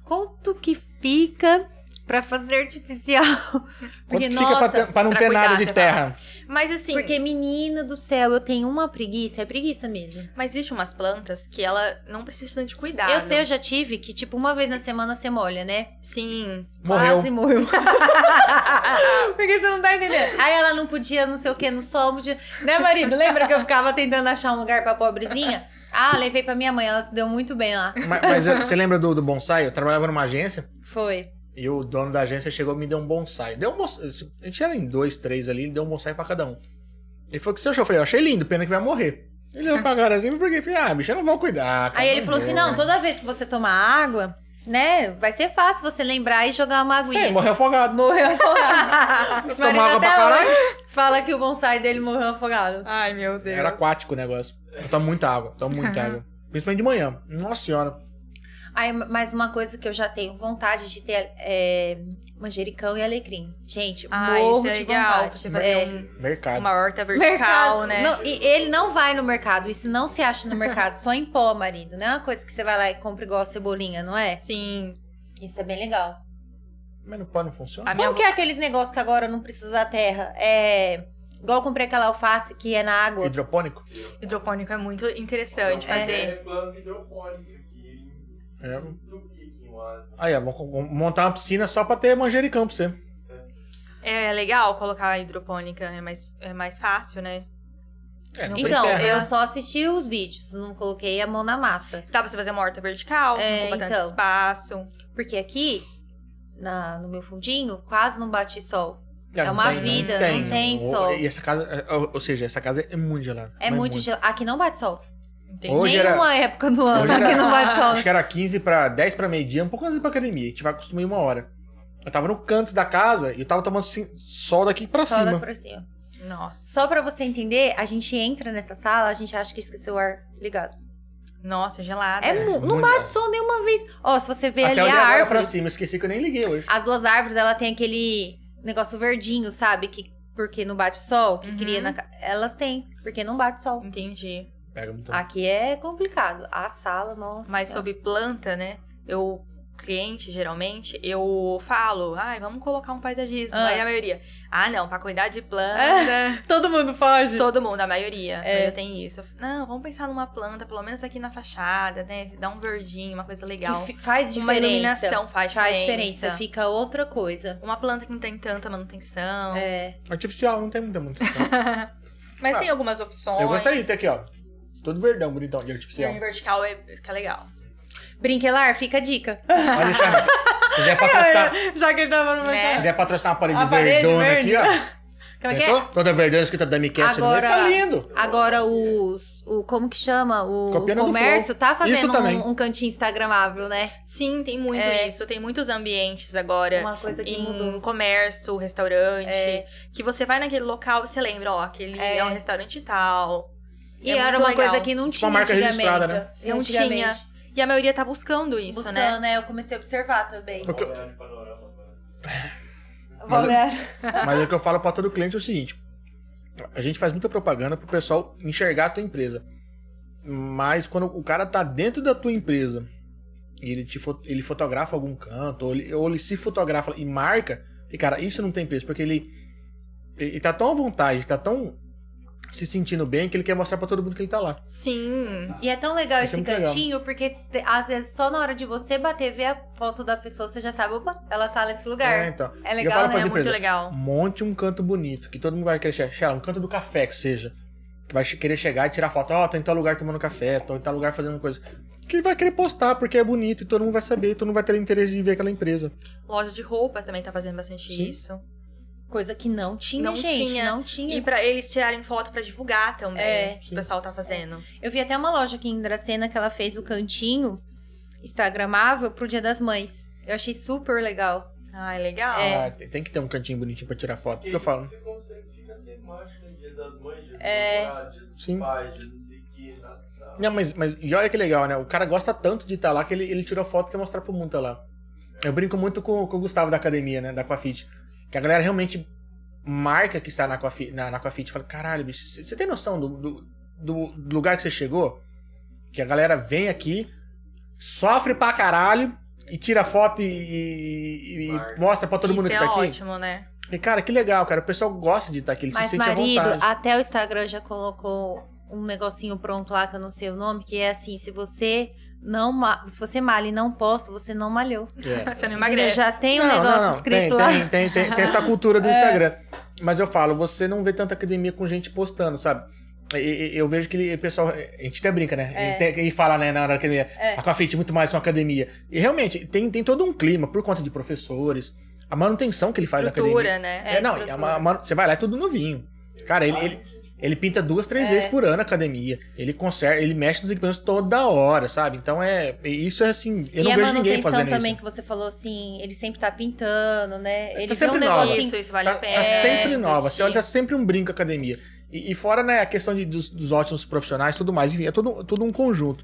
[SPEAKER 1] quanto que fica pra fazer artificial? Porque,
[SPEAKER 2] Quanto que fica pra,
[SPEAKER 1] nossa,
[SPEAKER 2] ter- um- pra não
[SPEAKER 3] pra
[SPEAKER 2] ter
[SPEAKER 3] cuidar,
[SPEAKER 2] nada
[SPEAKER 3] você
[SPEAKER 2] de terra?
[SPEAKER 3] Mas assim,
[SPEAKER 1] porque menina do céu, eu tenho uma preguiça, é preguiça mesmo.
[SPEAKER 3] mas existe umas plantas que ela não precisa tanto de
[SPEAKER 2] Ah,
[SPEAKER 3] cuidado.
[SPEAKER 1] eu sei, eu já tive que, tipo, uma vez na semana você molha, né?
[SPEAKER 3] Sim.
[SPEAKER 2] Morreu.
[SPEAKER 1] Quase morreu.
[SPEAKER 5] Porque você não tá entendendo.
[SPEAKER 1] Aí ela não podia, não sei o que, no sol, não podia.
[SPEAKER 5] Né, marido? Lembra que eu ficava...
[SPEAKER 1] Tava tentando achar um lugar pra pobrezinha. Ah, levei pra minha mãe, ela se deu muito bem lá.
[SPEAKER 2] Ma- Mas, eh, você lembra do, do bonsai? Eu trabalhava numa agência
[SPEAKER 1] Foi.
[SPEAKER 2] e o dono da agência chegou e me deu um bonsai. Deu um bonsai. A gente era em dois, três ali, ele deu um bonsai pra cada um. Ele falou: o que você achou? Eu falei: eu achei lindo, pena que vai morrer. Ele olhou pra cara assim, por quê? Eu falei: ah, bicho, eu não vou cuidar. cara,
[SPEAKER 1] Aí ele falou
[SPEAKER 2] vou." né?"
[SPEAKER 1] assim: não, toda vez que você tomar água, né, vai ser fácil você lembrar e jogar uma
[SPEAKER 2] É,
[SPEAKER 1] aguinha.
[SPEAKER 2] morreu afogado.
[SPEAKER 1] morreu afogado.
[SPEAKER 2] Tomou água
[SPEAKER 1] até
[SPEAKER 2] pra caralho.
[SPEAKER 1] hoje fala que o bonsai dele morreu afogado.
[SPEAKER 3] Ai, meu Deus.
[SPEAKER 2] Era aquático o negócio. Eu tomo muita água, tomo muita água. Principalmente de manhã. Nossa senhora.
[SPEAKER 1] Aí, mas uma coisa que eu já tenho vontade de ter é manjericão e alecrim. Gente,
[SPEAKER 3] Ai,
[SPEAKER 1] morro
[SPEAKER 3] isso é
[SPEAKER 1] de
[SPEAKER 3] legal.
[SPEAKER 1] vontade.
[SPEAKER 3] Você fazer
[SPEAKER 1] É.
[SPEAKER 3] um-
[SPEAKER 2] Mercado.
[SPEAKER 3] uma horta vertical,
[SPEAKER 1] Mercado,
[SPEAKER 3] né?
[SPEAKER 1] Não, e ele não vai no mercado, isso não se acha no mercado, só em pó, marido. Não é uma coisa que você vai lá e compra igual a cebolinha, não é?
[SPEAKER 3] Sim.
[SPEAKER 1] Isso é bem legal.
[SPEAKER 2] Mas no pó não funciona?
[SPEAKER 3] Assim, A minha
[SPEAKER 1] Como
[SPEAKER 3] avó-
[SPEAKER 1] que é aqueles negócios que agora não precisa da terra? É. Igual eu comprei aquela alface que é na água.
[SPEAKER 2] Hidropônico?
[SPEAKER 3] Hidropônico é muito interessante
[SPEAKER 4] É.
[SPEAKER 3] fazer.
[SPEAKER 4] É planta hidropônica aqui.
[SPEAKER 2] É.
[SPEAKER 4] Muito pique, mas...
[SPEAKER 2] Aí, ó, vamos vamos montar uma piscina só pra ter manjericão pra você.
[SPEAKER 3] É legal colocar a hidropônica, é mais, é mais fácil, né?
[SPEAKER 2] É, não tem
[SPEAKER 1] Então,
[SPEAKER 2] terra.
[SPEAKER 1] eu só assisti os vídeos, não coloquei a mão na massa.
[SPEAKER 3] Dá pra você fazer uma horta vertical,
[SPEAKER 1] É,
[SPEAKER 3] com bastante
[SPEAKER 1] então.
[SPEAKER 3] espaço.
[SPEAKER 1] Porque aqui, na- no meu fundinho, quase não bate sol.
[SPEAKER 2] Não,
[SPEAKER 1] é
[SPEAKER 2] não
[SPEAKER 1] uma
[SPEAKER 2] tem,
[SPEAKER 1] vida,
[SPEAKER 2] não
[SPEAKER 1] não
[SPEAKER 2] tem,
[SPEAKER 1] tem
[SPEAKER 2] Ou-
[SPEAKER 1] sol.
[SPEAKER 2] E essa casa, ou, ou seja, essa casa é muito gelada.
[SPEAKER 1] É
[SPEAKER 2] Mas
[SPEAKER 1] muito, gelado. Aqui não bate sol.
[SPEAKER 3] Entendi.
[SPEAKER 2] Hoje era-
[SPEAKER 1] Nenhuma época do ano
[SPEAKER 2] Hoje era-
[SPEAKER 1] aqui não bate sol.
[SPEAKER 2] Acho que era 15 pra 10 pra meio-dia, um pouco antes de ir pra academia. A gente vai acostumar em uma hora. Eu tava no canto da casa e eu tava tomando assim, sol daqui pra
[SPEAKER 1] Só dá
[SPEAKER 2] cima.
[SPEAKER 1] pra cima.
[SPEAKER 3] Nossa,
[SPEAKER 1] Só pra você entender, a gente entra nessa sala, a gente acha que esqueceu o ar ligado.
[SPEAKER 3] nossa, gelada.
[SPEAKER 1] É, mu- não
[SPEAKER 2] muito
[SPEAKER 1] bate
[SPEAKER 2] gelado.
[SPEAKER 1] sol nenhuma vez. Ó, se você vê
[SPEAKER 2] Até
[SPEAKER 1] ali
[SPEAKER 2] olhei
[SPEAKER 1] a
[SPEAKER 2] agora
[SPEAKER 1] árvore, Ah.
[SPEAKER 2] pra cima, esqueci que eu nem liguei hoje.
[SPEAKER 1] as duas árvores, ela tem aquele negócio verdinho, sabe? Que porque não bate sol, que
[SPEAKER 3] Uhum.
[SPEAKER 1] cria na ca- elas têm, porque não bate sol.
[SPEAKER 3] Entendi.
[SPEAKER 2] Pega muito.
[SPEAKER 1] Aqui é complicado. A sala, nossa.
[SPEAKER 3] Mas
[SPEAKER 1] senhora.
[SPEAKER 3] sobre planta, né? Eu, cliente, geralmente, eu falo, ai, vamos colocar um paisagismo.
[SPEAKER 5] Ah.
[SPEAKER 3] Aí a maioria, ah, não, pra cuidar de planta,
[SPEAKER 5] Todo mundo foge.
[SPEAKER 3] todo mundo, a maioria,
[SPEAKER 5] É.
[SPEAKER 3] já tem isso. Eu falo, Não, vamos pensar numa planta, pelo menos aqui na fachada, né? Dá um verdinho, uma coisa
[SPEAKER 1] Que
[SPEAKER 3] legal.
[SPEAKER 1] fi- faz diferença.
[SPEAKER 3] Uma iluminação faz,
[SPEAKER 1] Faz diferença, fica outra coisa.
[SPEAKER 3] Uma planta que não tem tanta
[SPEAKER 5] Então.
[SPEAKER 3] manutenção.
[SPEAKER 1] É.
[SPEAKER 2] Artificial, não tem muita manutenção.
[SPEAKER 3] Mas
[SPEAKER 2] Ah,
[SPEAKER 3] tem algumas opções.
[SPEAKER 2] eu gostaria de ter aqui, ó. Todo verdão, bonitão, de artificial.
[SPEAKER 3] Um vertical é, fica legal.
[SPEAKER 1] Brinquelar, fica a dica.
[SPEAKER 2] Olha, Charles. Quiser patrocinar,
[SPEAKER 5] Já que ele tava no mercado.
[SPEAKER 3] Né?
[SPEAKER 2] quiser patrocinar uma parede,
[SPEAKER 5] A parede
[SPEAKER 2] verdona
[SPEAKER 5] verde.
[SPEAKER 2] aqui, ó.
[SPEAKER 1] Como é que é?
[SPEAKER 2] Pensou? Toda verdade escrita da Miquel Agora...
[SPEAKER 1] Agora-
[SPEAKER 2] tá lindo.
[SPEAKER 1] Agora os, o como que chama? O
[SPEAKER 2] Copiando do
[SPEAKER 1] comércio tá
[SPEAKER 2] Isso
[SPEAKER 1] fazendo
[SPEAKER 2] também.
[SPEAKER 1] um, um cantinho instagramável, né?
[SPEAKER 3] Sim, tem muito
[SPEAKER 1] É.
[SPEAKER 3] isso. Tem muitos ambientes agora.
[SPEAKER 1] Uma coisa que
[SPEAKER 3] em
[SPEAKER 1] mudou.
[SPEAKER 3] comércio, restaurante.
[SPEAKER 1] É.
[SPEAKER 3] Que você vai naquele local, você lembra, ó, aquele
[SPEAKER 1] É.
[SPEAKER 3] é, um restaurante tal.
[SPEAKER 1] E
[SPEAKER 3] É
[SPEAKER 1] era
[SPEAKER 3] muito
[SPEAKER 1] uma
[SPEAKER 3] legal.
[SPEAKER 1] coisa que não tinha
[SPEAKER 2] marca
[SPEAKER 1] antigamente.
[SPEAKER 2] registrada, né?
[SPEAKER 3] Não
[SPEAKER 1] antigamente.
[SPEAKER 3] E a maioria tá buscando isso,
[SPEAKER 1] Buscando,
[SPEAKER 3] né?
[SPEAKER 1] né? Eu comecei a observar também.
[SPEAKER 2] O que eu-
[SPEAKER 4] Balneário Panorama, mano.
[SPEAKER 1] Balneário.
[SPEAKER 2] Mas o que eu falo pra todo cliente é o seguinte: a gente faz muita propaganda pro pessoal enxergar a tua empresa. Mas quando o cara tá dentro da tua empresa e ele te fo- ele fotografa algum canto, ou ele, ou ele se fotografa e marca, e cara, isso não tem preço, porque ele, ele tá tão à vontade, tá tão se sentindo bem que ele quer mostrar pra todo mundo que ele tá lá.
[SPEAKER 3] Sim.
[SPEAKER 1] E é tão legal
[SPEAKER 2] Isso é
[SPEAKER 1] esse
[SPEAKER 2] muito legal.
[SPEAKER 1] cantinho, porque te- às vezes só na hora de você bater, ver a foto da pessoa, você já sabe, opa, ela tá nesse
[SPEAKER 2] É,
[SPEAKER 1] lugar.
[SPEAKER 2] então.
[SPEAKER 1] É,
[SPEAKER 2] eu
[SPEAKER 1] legal,
[SPEAKER 2] falo
[SPEAKER 1] né?
[SPEAKER 2] pras
[SPEAKER 3] É muito
[SPEAKER 2] empresas,
[SPEAKER 3] legal.
[SPEAKER 2] monte um canto bonito, que todo mundo vai querer chegar, sei lá, um canto do café que seja. Que vai che- querer chegar e tirar foto, ó, tô em tal lugar tomando café, tô em tal lugar fazendo coisa. Que ele vai querer postar, porque é bonito e todo mundo vai saber, e todo mundo vai ter interesse de ver aquela empresa.
[SPEAKER 3] Loja de roupa também tá fazendo bastante
[SPEAKER 2] Sim.
[SPEAKER 3] isso.
[SPEAKER 1] Coisa que não tinha,
[SPEAKER 3] Não
[SPEAKER 1] gente.
[SPEAKER 3] tinha.
[SPEAKER 1] Não tinha.
[SPEAKER 3] E pra eles tirarem foto pra divulgar também.
[SPEAKER 1] É.
[SPEAKER 3] o pessoal tá fazendo.
[SPEAKER 1] Eu vi até uma loja aqui em Dracena que ela fez o cantinho instagramável pro Dia das Mães. Eu achei super legal.
[SPEAKER 3] Ah, é legal.
[SPEAKER 2] Ah, tem, tem que ter um cantinho bonitinho pra tirar foto.
[SPEAKER 4] Porque
[SPEAKER 2] que eu falo?
[SPEAKER 4] Você consegue ficar temática né? dia das mães, dia dos
[SPEAKER 1] É.
[SPEAKER 4] namorados, dia dos
[SPEAKER 2] Sim.
[SPEAKER 4] pais, dia não sei o tá que, Natal.
[SPEAKER 2] Não, mas, mas e olha que legal, né? O cara gosta tanto de estar lá que ele, ele tirou foto e quer mostrar pro mundo tá lá. Eu brinco muito com, com o Gustavo da academia, né? Da Aquafit. Que a galera realmente marca que está na Aquafit. Na, na Aquafit e fala, caralho, bicho, você você tem noção do, do, do- do lugar que você chegou? Que a galera vem aqui, sofre pra caralho e tira foto e, e- e
[SPEAKER 4] Marca.
[SPEAKER 2] mostra pra todo mundo
[SPEAKER 3] isso
[SPEAKER 2] que
[SPEAKER 3] é
[SPEAKER 2] tá aqui.
[SPEAKER 3] ótimo, né?
[SPEAKER 2] E, cara, que legal, cara. O pessoal gosta de estar aqui, ele
[SPEAKER 1] Mas,
[SPEAKER 2] se sente
[SPEAKER 1] marido,
[SPEAKER 2] à vontade.
[SPEAKER 1] até o Instagram já colocou um negocinho pronto lá, que eu não sei o nome, que é assim, se você não ma- se você malha e não posta, você não malhou.
[SPEAKER 2] É.
[SPEAKER 3] Você não
[SPEAKER 1] Entendeu?
[SPEAKER 3] emagrece.
[SPEAKER 1] Já tem um negócio
[SPEAKER 2] tem,
[SPEAKER 1] escrito lá. É.
[SPEAKER 2] Tem, tem, tem, tem essa cultura do Instagram. Mas eu falo, você não vê tanta academia com gente postando, sabe? E- e- Eu vejo que ele- o pessoal. A gente até brinca, né?
[SPEAKER 1] É.
[SPEAKER 2] E tem- E fala, né, na hora da academia. A Aquafit é muito mais que uma academia. E realmente, tem, tem todo um clima por conta de professores, a manutenção que ele faz na academia.
[SPEAKER 3] Estrutura, né?
[SPEAKER 2] É, não, e a ma- a manu- você vai lá, é tudo novinho. Cara, ele, ele, ele pinta duas, três
[SPEAKER 1] É.
[SPEAKER 2] vezes por ano a academia. Ele conserta, ele mexe nos equipamentos toda hora, sabe? Então é. Isso é assim. Eu
[SPEAKER 1] e
[SPEAKER 2] não
[SPEAKER 1] a
[SPEAKER 2] vejo ninguém
[SPEAKER 1] manutenção
[SPEAKER 2] fazendo
[SPEAKER 1] também
[SPEAKER 2] isso. Tá
[SPEAKER 1] que você falou assim, ele sempre tá pintando, né? Ele vê
[SPEAKER 2] sempre
[SPEAKER 1] um
[SPEAKER 2] nova.
[SPEAKER 1] negocinho
[SPEAKER 3] Isso, isso vale
[SPEAKER 2] Tá,
[SPEAKER 3] a pena.
[SPEAKER 2] tá sempre nova. Você
[SPEAKER 3] Investir.
[SPEAKER 2] olha, tá sempre um brinco academia. E, e fora, né, a questão de, dos, dos ótimos profissionais e tudo mais, enfim, é todo, todo um conjunto.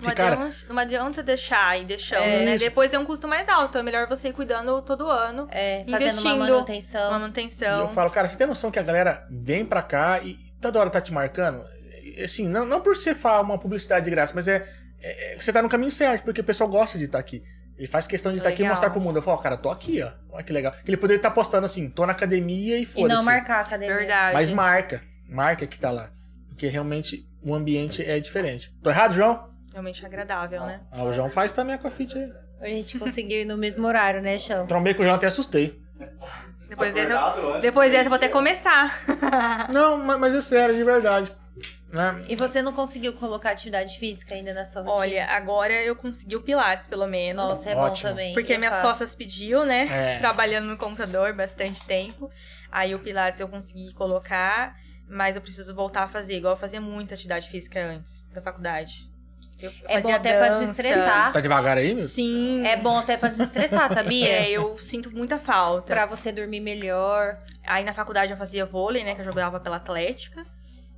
[SPEAKER 3] Não
[SPEAKER 2] Que, cara,
[SPEAKER 3] adianta, um, não adianta deixar e deixando,
[SPEAKER 2] É
[SPEAKER 3] né?
[SPEAKER 2] isso.
[SPEAKER 3] Depois é um custo mais alto. É melhor você ir cuidando todo ano,
[SPEAKER 1] é, fazendo uma
[SPEAKER 3] Investindo.
[SPEAKER 1] manutenção.
[SPEAKER 2] e
[SPEAKER 3] manutenção.
[SPEAKER 2] eu falo, cara, você tem noção que a galera vem pra cá e toda hora tá te marcando? E, Assim, não, não por você falar uma publicidade de graça, mas é, é- é que você tá no caminho certo, porque o pessoal gosta de estar aqui. Ele faz questão de estar aqui e
[SPEAKER 3] Legal.
[SPEAKER 2] mostrar pro mundo. Eu falo, ó, cara, tô aqui, ó. Olha que legal. Ele poderia estar postando assim, tô na academia e
[SPEAKER 1] E não
[SPEAKER 2] foda-se.
[SPEAKER 1] marcar a academia.
[SPEAKER 3] Verdade.
[SPEAKER 2] Mas marca. Marca que tá lá. Porque realmente o ambiente é diferente. Tô errado, João?
[SPEAKER 3] Realmente agradável, né?
[SPEAKER 2] Ah, o João faz também com a fit aí.
[SPEAKER 1] A gente conseguiu ir no mesmo horário, né, Chão?
[SPEAKER 2] Trombei com o João até assustei. Ah, é
[SPEAKER 3] Depois dessa,
[SPEAKER 4] Acordado antes,
[SPEAKER 3] depois
[SPEAKER 4] né?
[SPEAKER 3] dessa eu vou até começar. Ah.
[SPEAKER 2] Não, ma- mas é sério, de verdade. Né?
[SPEAKER 1] E você não conseguiu colocar atividade física ainda na sua rotina?
[SPEAKER 3] Olha, agora eu consegui o Pilates, pelo menos.
[SPEAKER 1] Nossa, é bom
[SPEAKER 2] Ótimo.
[SPEAKER 1] também.
[SPEAKER 3] Porque
[SPEAKER 1] eu
[SPEAKER 3] minhas
[SPEAKER 1] faço.
[SPEAKER 3] costas pediu, né?
[SPEAKER 2] É.
[SPEAKER 3] Trabalhando no computador bastante tempo. Aí o Pilates eu consegui colocar, mas eu preciso voltar a fazer, igual eu fazia muita atividade física antes da faculdade. Eu
[SPEAKER 1] É bom
[SPEAKER 3] fazia
[SPEAKER 1] até pra
[SPEAKER 3] dança.
[SPEAKER 1] desestressar.
[SPEAKER 2] Tá devagar aí, meu?
[SPEAKER 3] Sim.
[SPEAKER 1] É bom até pra desestressar, sabia?
[SPEAKER 3] É, eu sinto muita falta.
[SPEAKER 1] Pra você dormir melhor.
[SPEAKER 3] Aí na faculdade eu fazia vôlei, né? Que eu jogava pela Atlética.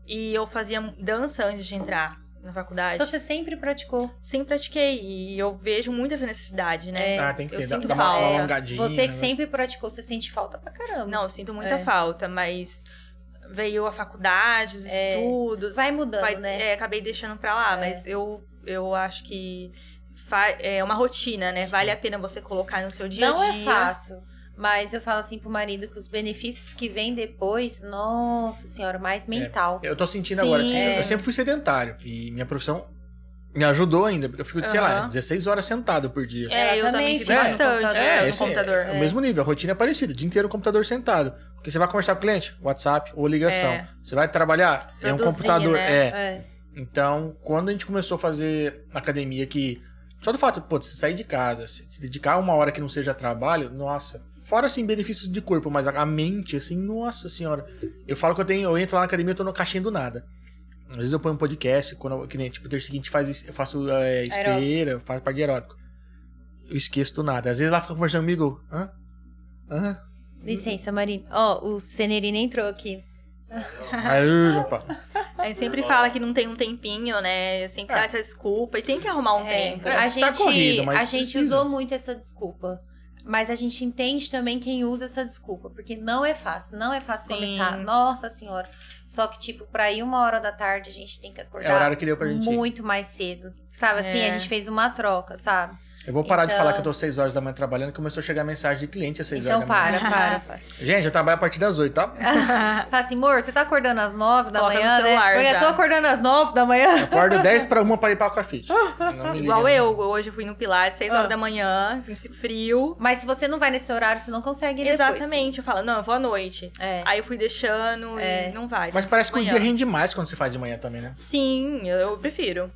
[SPEAKER 3] E eu fazia dança antes de entrar na faculdade.
[SPEAKER 1] Então você sempre praticou.
[SPEAKER 3] Sempre pratiquei. E eu vejo muito essa necessidade, né?
[SPEAKER 1] É.
[SPEAKER 2] Ah, tem que
[SPEAKER 3] Eu
[SPEAKER 2] ter, dá,
[SPEAKER 3] sinto
[SPEAKER 2] dá uma
[SPEAKER 3] falta.
[SPEAKER 2] alongadinha.
[SPEAKER 1] Você que
[SPEAKER 2] né?
[SPEAKER 1] sempre praticou, você sente falta pra caramba.
[SPEAKER 3] Não, eu sinto muita
[SPEAKER 1] É.
[SPEAKER 3] falta, mas veio a faculdade, os
[SPEAKER 1] É.
[SPEAKER 3] estudos.
[SPEAKER 1] Vai mudando, né?
[SPEAKER 3] É, acabei deixando pra lá, mas eu, eu acho que fa- é uma rotina, né? Vale a pena você colocar no seu dia
[SPEAKER 1] Não
[SPEAKER 3] a
[SPEAKER 1] é
[SPEAKER 3] dia.
[SPEAKER 1] fácil. Mas eu falo assim pro marido que os benefícios que vem depois, nossa senhora,
[SPEAKER 2] É,
[SPEAKER 1] mais mental.
[SPEAKER 2] Eu tô sentindo
[SPEAKER 3] Sim.
[SPEAKER 2] agora. assim,
[SPEAKER 1] É.
[SPEAKER 2] Eu sempre fui sedentário. E minha profissão me ajudou ainda. porque Eu fico, sei lá,
[SPEAKER 3] Aham.
[SPEAKER 2] 16 horas sentado por dia.
[SPEAKER 1] Ela
[SPEAKER 3] É, eu
[SPEAKER 1] também
[SPEAKER 3] também fico
[SPEAKER 1] fica no
[SPEAKER 3] bastante
[SPEAKER 1] computador.
[SPEAKER 3] né,
[SPEAKER 2] É,
[SPEAKER 3] no
[SPEAKER 2] esse-
[SPEAKER 3] computador.
[SPEAKER 2] É o mesmo nível, a rotina é parecida, o dia inteiro o computador sentado. Porque você vai conversar com o cliente, WhatsApp ou ligação.
[SPEAKER 3] É.
[SPEAKER 2] Você vai trabalhar, é um
[SPEAKER 3] Produzir,
[SPEAKER 2] computador.
[SPEAKER 3] né?
[SPEAKER 2] É. Então, quando a gente começou a fazer academia que. Só do fato, pô, de você sair de casa, se se dedicar uma hora que não seja trabalho, nossa, Fora, assim, benefícios de corpo, mas a a mente, assim, nossa senhora. Eu falo que eu tenho, eu entro lá na academia, eu tô no caixinha do nada. Às vezes eu ponho um podcast, quando eu, que nem, tipo, o dia seguinte faz, isso- eu faço é, esteira, eu faço parte de erótico. Eu esqueço do nada. Às vezes ela fica conversando comigo, hã? Hã?
[SPEAKER 11] Licença, Marina. Ó, o Cenerino entrou aqui.
[SPEAKER 2] Aí, opa.
[SPEAKER 3] Aí sempre fala que não tem um tempinho, né? Sempre
[SPEAKER 2] É.
[SPEAKER 3] dá essa desculpa. E tem que arrumar um
[SPEAKER 1] É,
[SPEAKER 3] tempo.
[SPEAKER 2] tá
[SPEAKER 1] a gente,
[SPEAKER 2] corrido, mas
[SPEAKER 1] a gente
[SPEAKER 2] precisa.
[SPEAKER 1] usou muito essa desculpa. Mas a gente entende também quem usa essa desculpa, porque não é fácil, não é fácil
[SPEAKER 3] Sim.
[SPEAKER 1] começar. Nossa senhora. Só que, tipo, pra ir uma hora da tarde, a gente tem que
[SPEAKER 2] É o
[SPEAKER 1] acordar
[SPEAKER 2] horário que deu pra gente. ir.
[SPEAKER 1] Tá muito mais cedo. Sabe assim?
[SPEAKER 3] É.
[SPEAKER 1] A gente fez uma troca, sabe?
[SPEAKER 2] Eu vou parar de
[SPEAKER 1] Então-
[SPEAKER 2] falar que eu tô 6 horas da manhã trabalhando, começou a chegar mensagem de cliente às 6
[SPEAKER 1] Então
[SPEAKER 2] horas da manhã.
[SPEAKER 1] para, para.
[SPEAKER 2] Gente, eu trabalho a partir das 8, tá?
[SPEAKER 1] Fala assim, amor, você tá acordando às nove da
[SPEAKER 3] Coloca no
[SPEAKER 1] manhã, né?
[SPEAKER 3] celular
[SPEAKER 1] Eu
[SPEAKER 3] já.
[SPEAKER 1] tô acordando às nove da manhã.
[SPEAKER 2] Acordo 10 pra 1 pra ir pra Aquafit. Não me liga,
[SPEAKER 3] Igual
[SPEAKER 2] né?
[SPEAKER 3] eu, hoje eu fui no Pilates, 6
[SPEAKER 1] Ah.
[SPEAKER 3] horas da manhã, nesse frio.
[SPEAKER 1] Mas se você não vai nesse horário, você não consegue ir
[SPEAKER 3] Exatamente, eu falo, não, eu vou à noite.
[SPEAKER 1] depois. É.
[SPEAKER 3] Aí eu fui deixando e não vai.
[SPEAKER 2] Mas parece que o
[SPEAKER 3] Manhã.
[SPEAKER 2] dia rende mais quando você faz de manhã também, né?
[SPEAKER 3] Sim, eu, eu prefiro.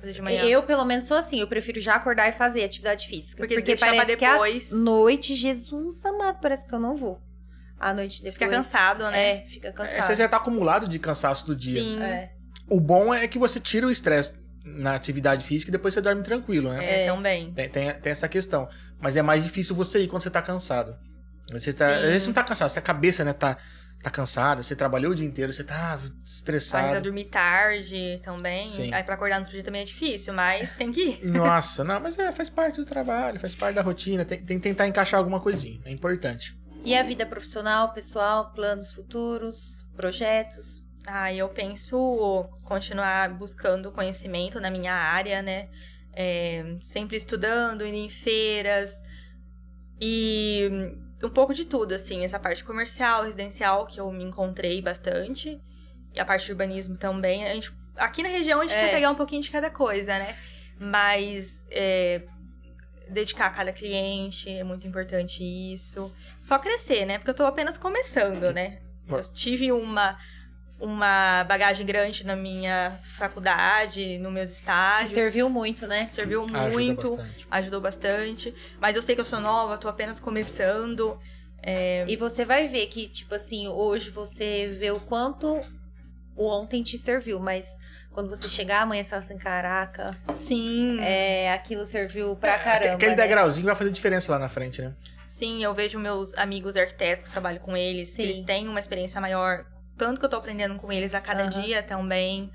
[SPEAKER 3] Fazer de manhã.
[SPEAKER 1] Eu, pelo menos, sou assim. Eu prefiro já acordar e fazer atividade física.
[SPEAKER 3] Porque
[SPEAKER 1] Porque,
[SPEAKER 3] deixar pra
[SPEAKER 1] parece que é a
[SPEAKER 3] depois.
[SPEAKER 1] noite, Jesus amado, parece que eu não vou. A noite
[SPEAKER 3] Você
[SPEAKER 1] depois.
[SPEAKER 3] fica cansado, né?
[SPEAKER 1] É, fica
[SPEAKER 2] É, você
[SPEAKER 1] cansado.
[SPEAKER 2] já tá acumulado de cansaço do dia.
[SPEAKER 3] Sim.
[SPEAKER 1] É.
[SPEAKER 2] O bom é que você tira o estresse na atividade física e depois você dorme tranquilo, né?
[SPEAKER 3] É, também.
[SPEAKER 2] Tem, tem- tem essa questão. Mas é mais difícil você ir quando você tá cansado. Você tá, às
[SPEAKER 3] Sim.
[SPEAKER 2] vezes você não tá cansado, se a cabeça, né, tá, tá cansada, você trabalhou o dia inteiro, você tá
[SPEAKER 3] Aí pra
[SPEAKER 2] estressado.
[SPEAKER 3] dormir tarde também.
[SPEAKER 2] Sim.
[SPEAKER 3] Aí pra acordar no outro dia também é difícil, mas tem que ir.
[SPEAKER 2] Nossa, não, mas é, faz parte do trabalho, faz parte da rotina, tem, tem que tentar encaixar alguma coisinha, é importante.
[SPEAKER 1] E a vida profissional, pessoal, planos futuros, projetos.
[SPEAKER 3] Aí Ah, eu penso continuar buscando conhecimento na minha área, né? É, sempre estudando, indo em feiras e um pouco de tudo, assim, essa parte comercial, residencial, que eu me encontrei bastante, e a parte de urbanismo também. A gente, aqui na região a gente
[SPEAKER 1] É.
[SPEAKER 3] quer pegar um pouquinho de cada coisa, né? Mas é, dedicar a cada cliente é muito importante isso. Só crescer, né? Porque eu tô apenas começando, né? Eu tive uma uma bagagem grande na minha faculdade, nos meus
[SPEAKER 1] Que
[SPEAKER 3] estágios.
[SPEAKER 1] serviu muito, né?
[SPEAKER 3] Serviu
[SPEAKER 2] Ajuda
[SPEAKER 3] muito,
[SPEAKER 2] bastante.
[SPEAKER 3] ajudou bastante. Mas eu sei que eu sou nova, tô apenas começando. É.
[SPEAKER 1] E você vai ver que, tipo assim, hoje você vê o quanto o ontem te serviu, mas quando você chegar amanhã, você fala assim: caraca,
[SPEAKER 3] Sim,
[SPEAKER 1] é, aquilo serviu pra caramba. né?
[SPEAKER 2] Aquele degrauzinho vai fazer diferença lá na frente, né?
[SPEAKER 3] sim, eu vejo meus amigos arquitetos que eu trabalho com eles, que
[SPEAKER 1] Sim.
[SPEAKER 3] eles têm uma experiência maior. Tanto que eu tô aprendendo com eles a cada
[SPEAKER 1] Aham.
[SPEAKER 3] dia também.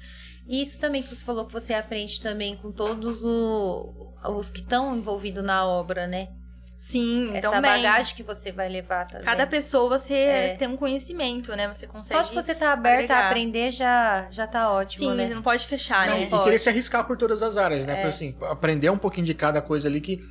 [SPEAKER 1] E isso também que você falou que você aprende também com todos o- os que estão envolvidos na obra, né?
[SPEAKER 3] Sim, então
[SPEAKER 1] Essa
[SPEAKER 3] bem,
[SPEAKER 1] bagagem que você vai levar também.
[SPEAKER 3] Cada pessoa você
[SPEAKER 1] É.
[SPEAKER 3] tem um conhecimento, né? Você consegue.
[SPEAKER 1] Só de você estar aberta a
[SPEAKER 3] agregar.
[SPEAKER 1] aprender já, já tá ótimo,
[SPEAKER 3] Sim,
[SPEAKER 1] né?
[SPEAKER 3] você não pode fechar,
[SPEAKER 1] Não
[SPEAKER 2] e-
[SPEAKER 3] né?
[SPEAKER 2] e
[SPEAKER 1] pode.
[SPEAKER 2] querer se arriscar por todas as áreas, né? Pra, assim, aprender um pouquinho de cada coisa ali que,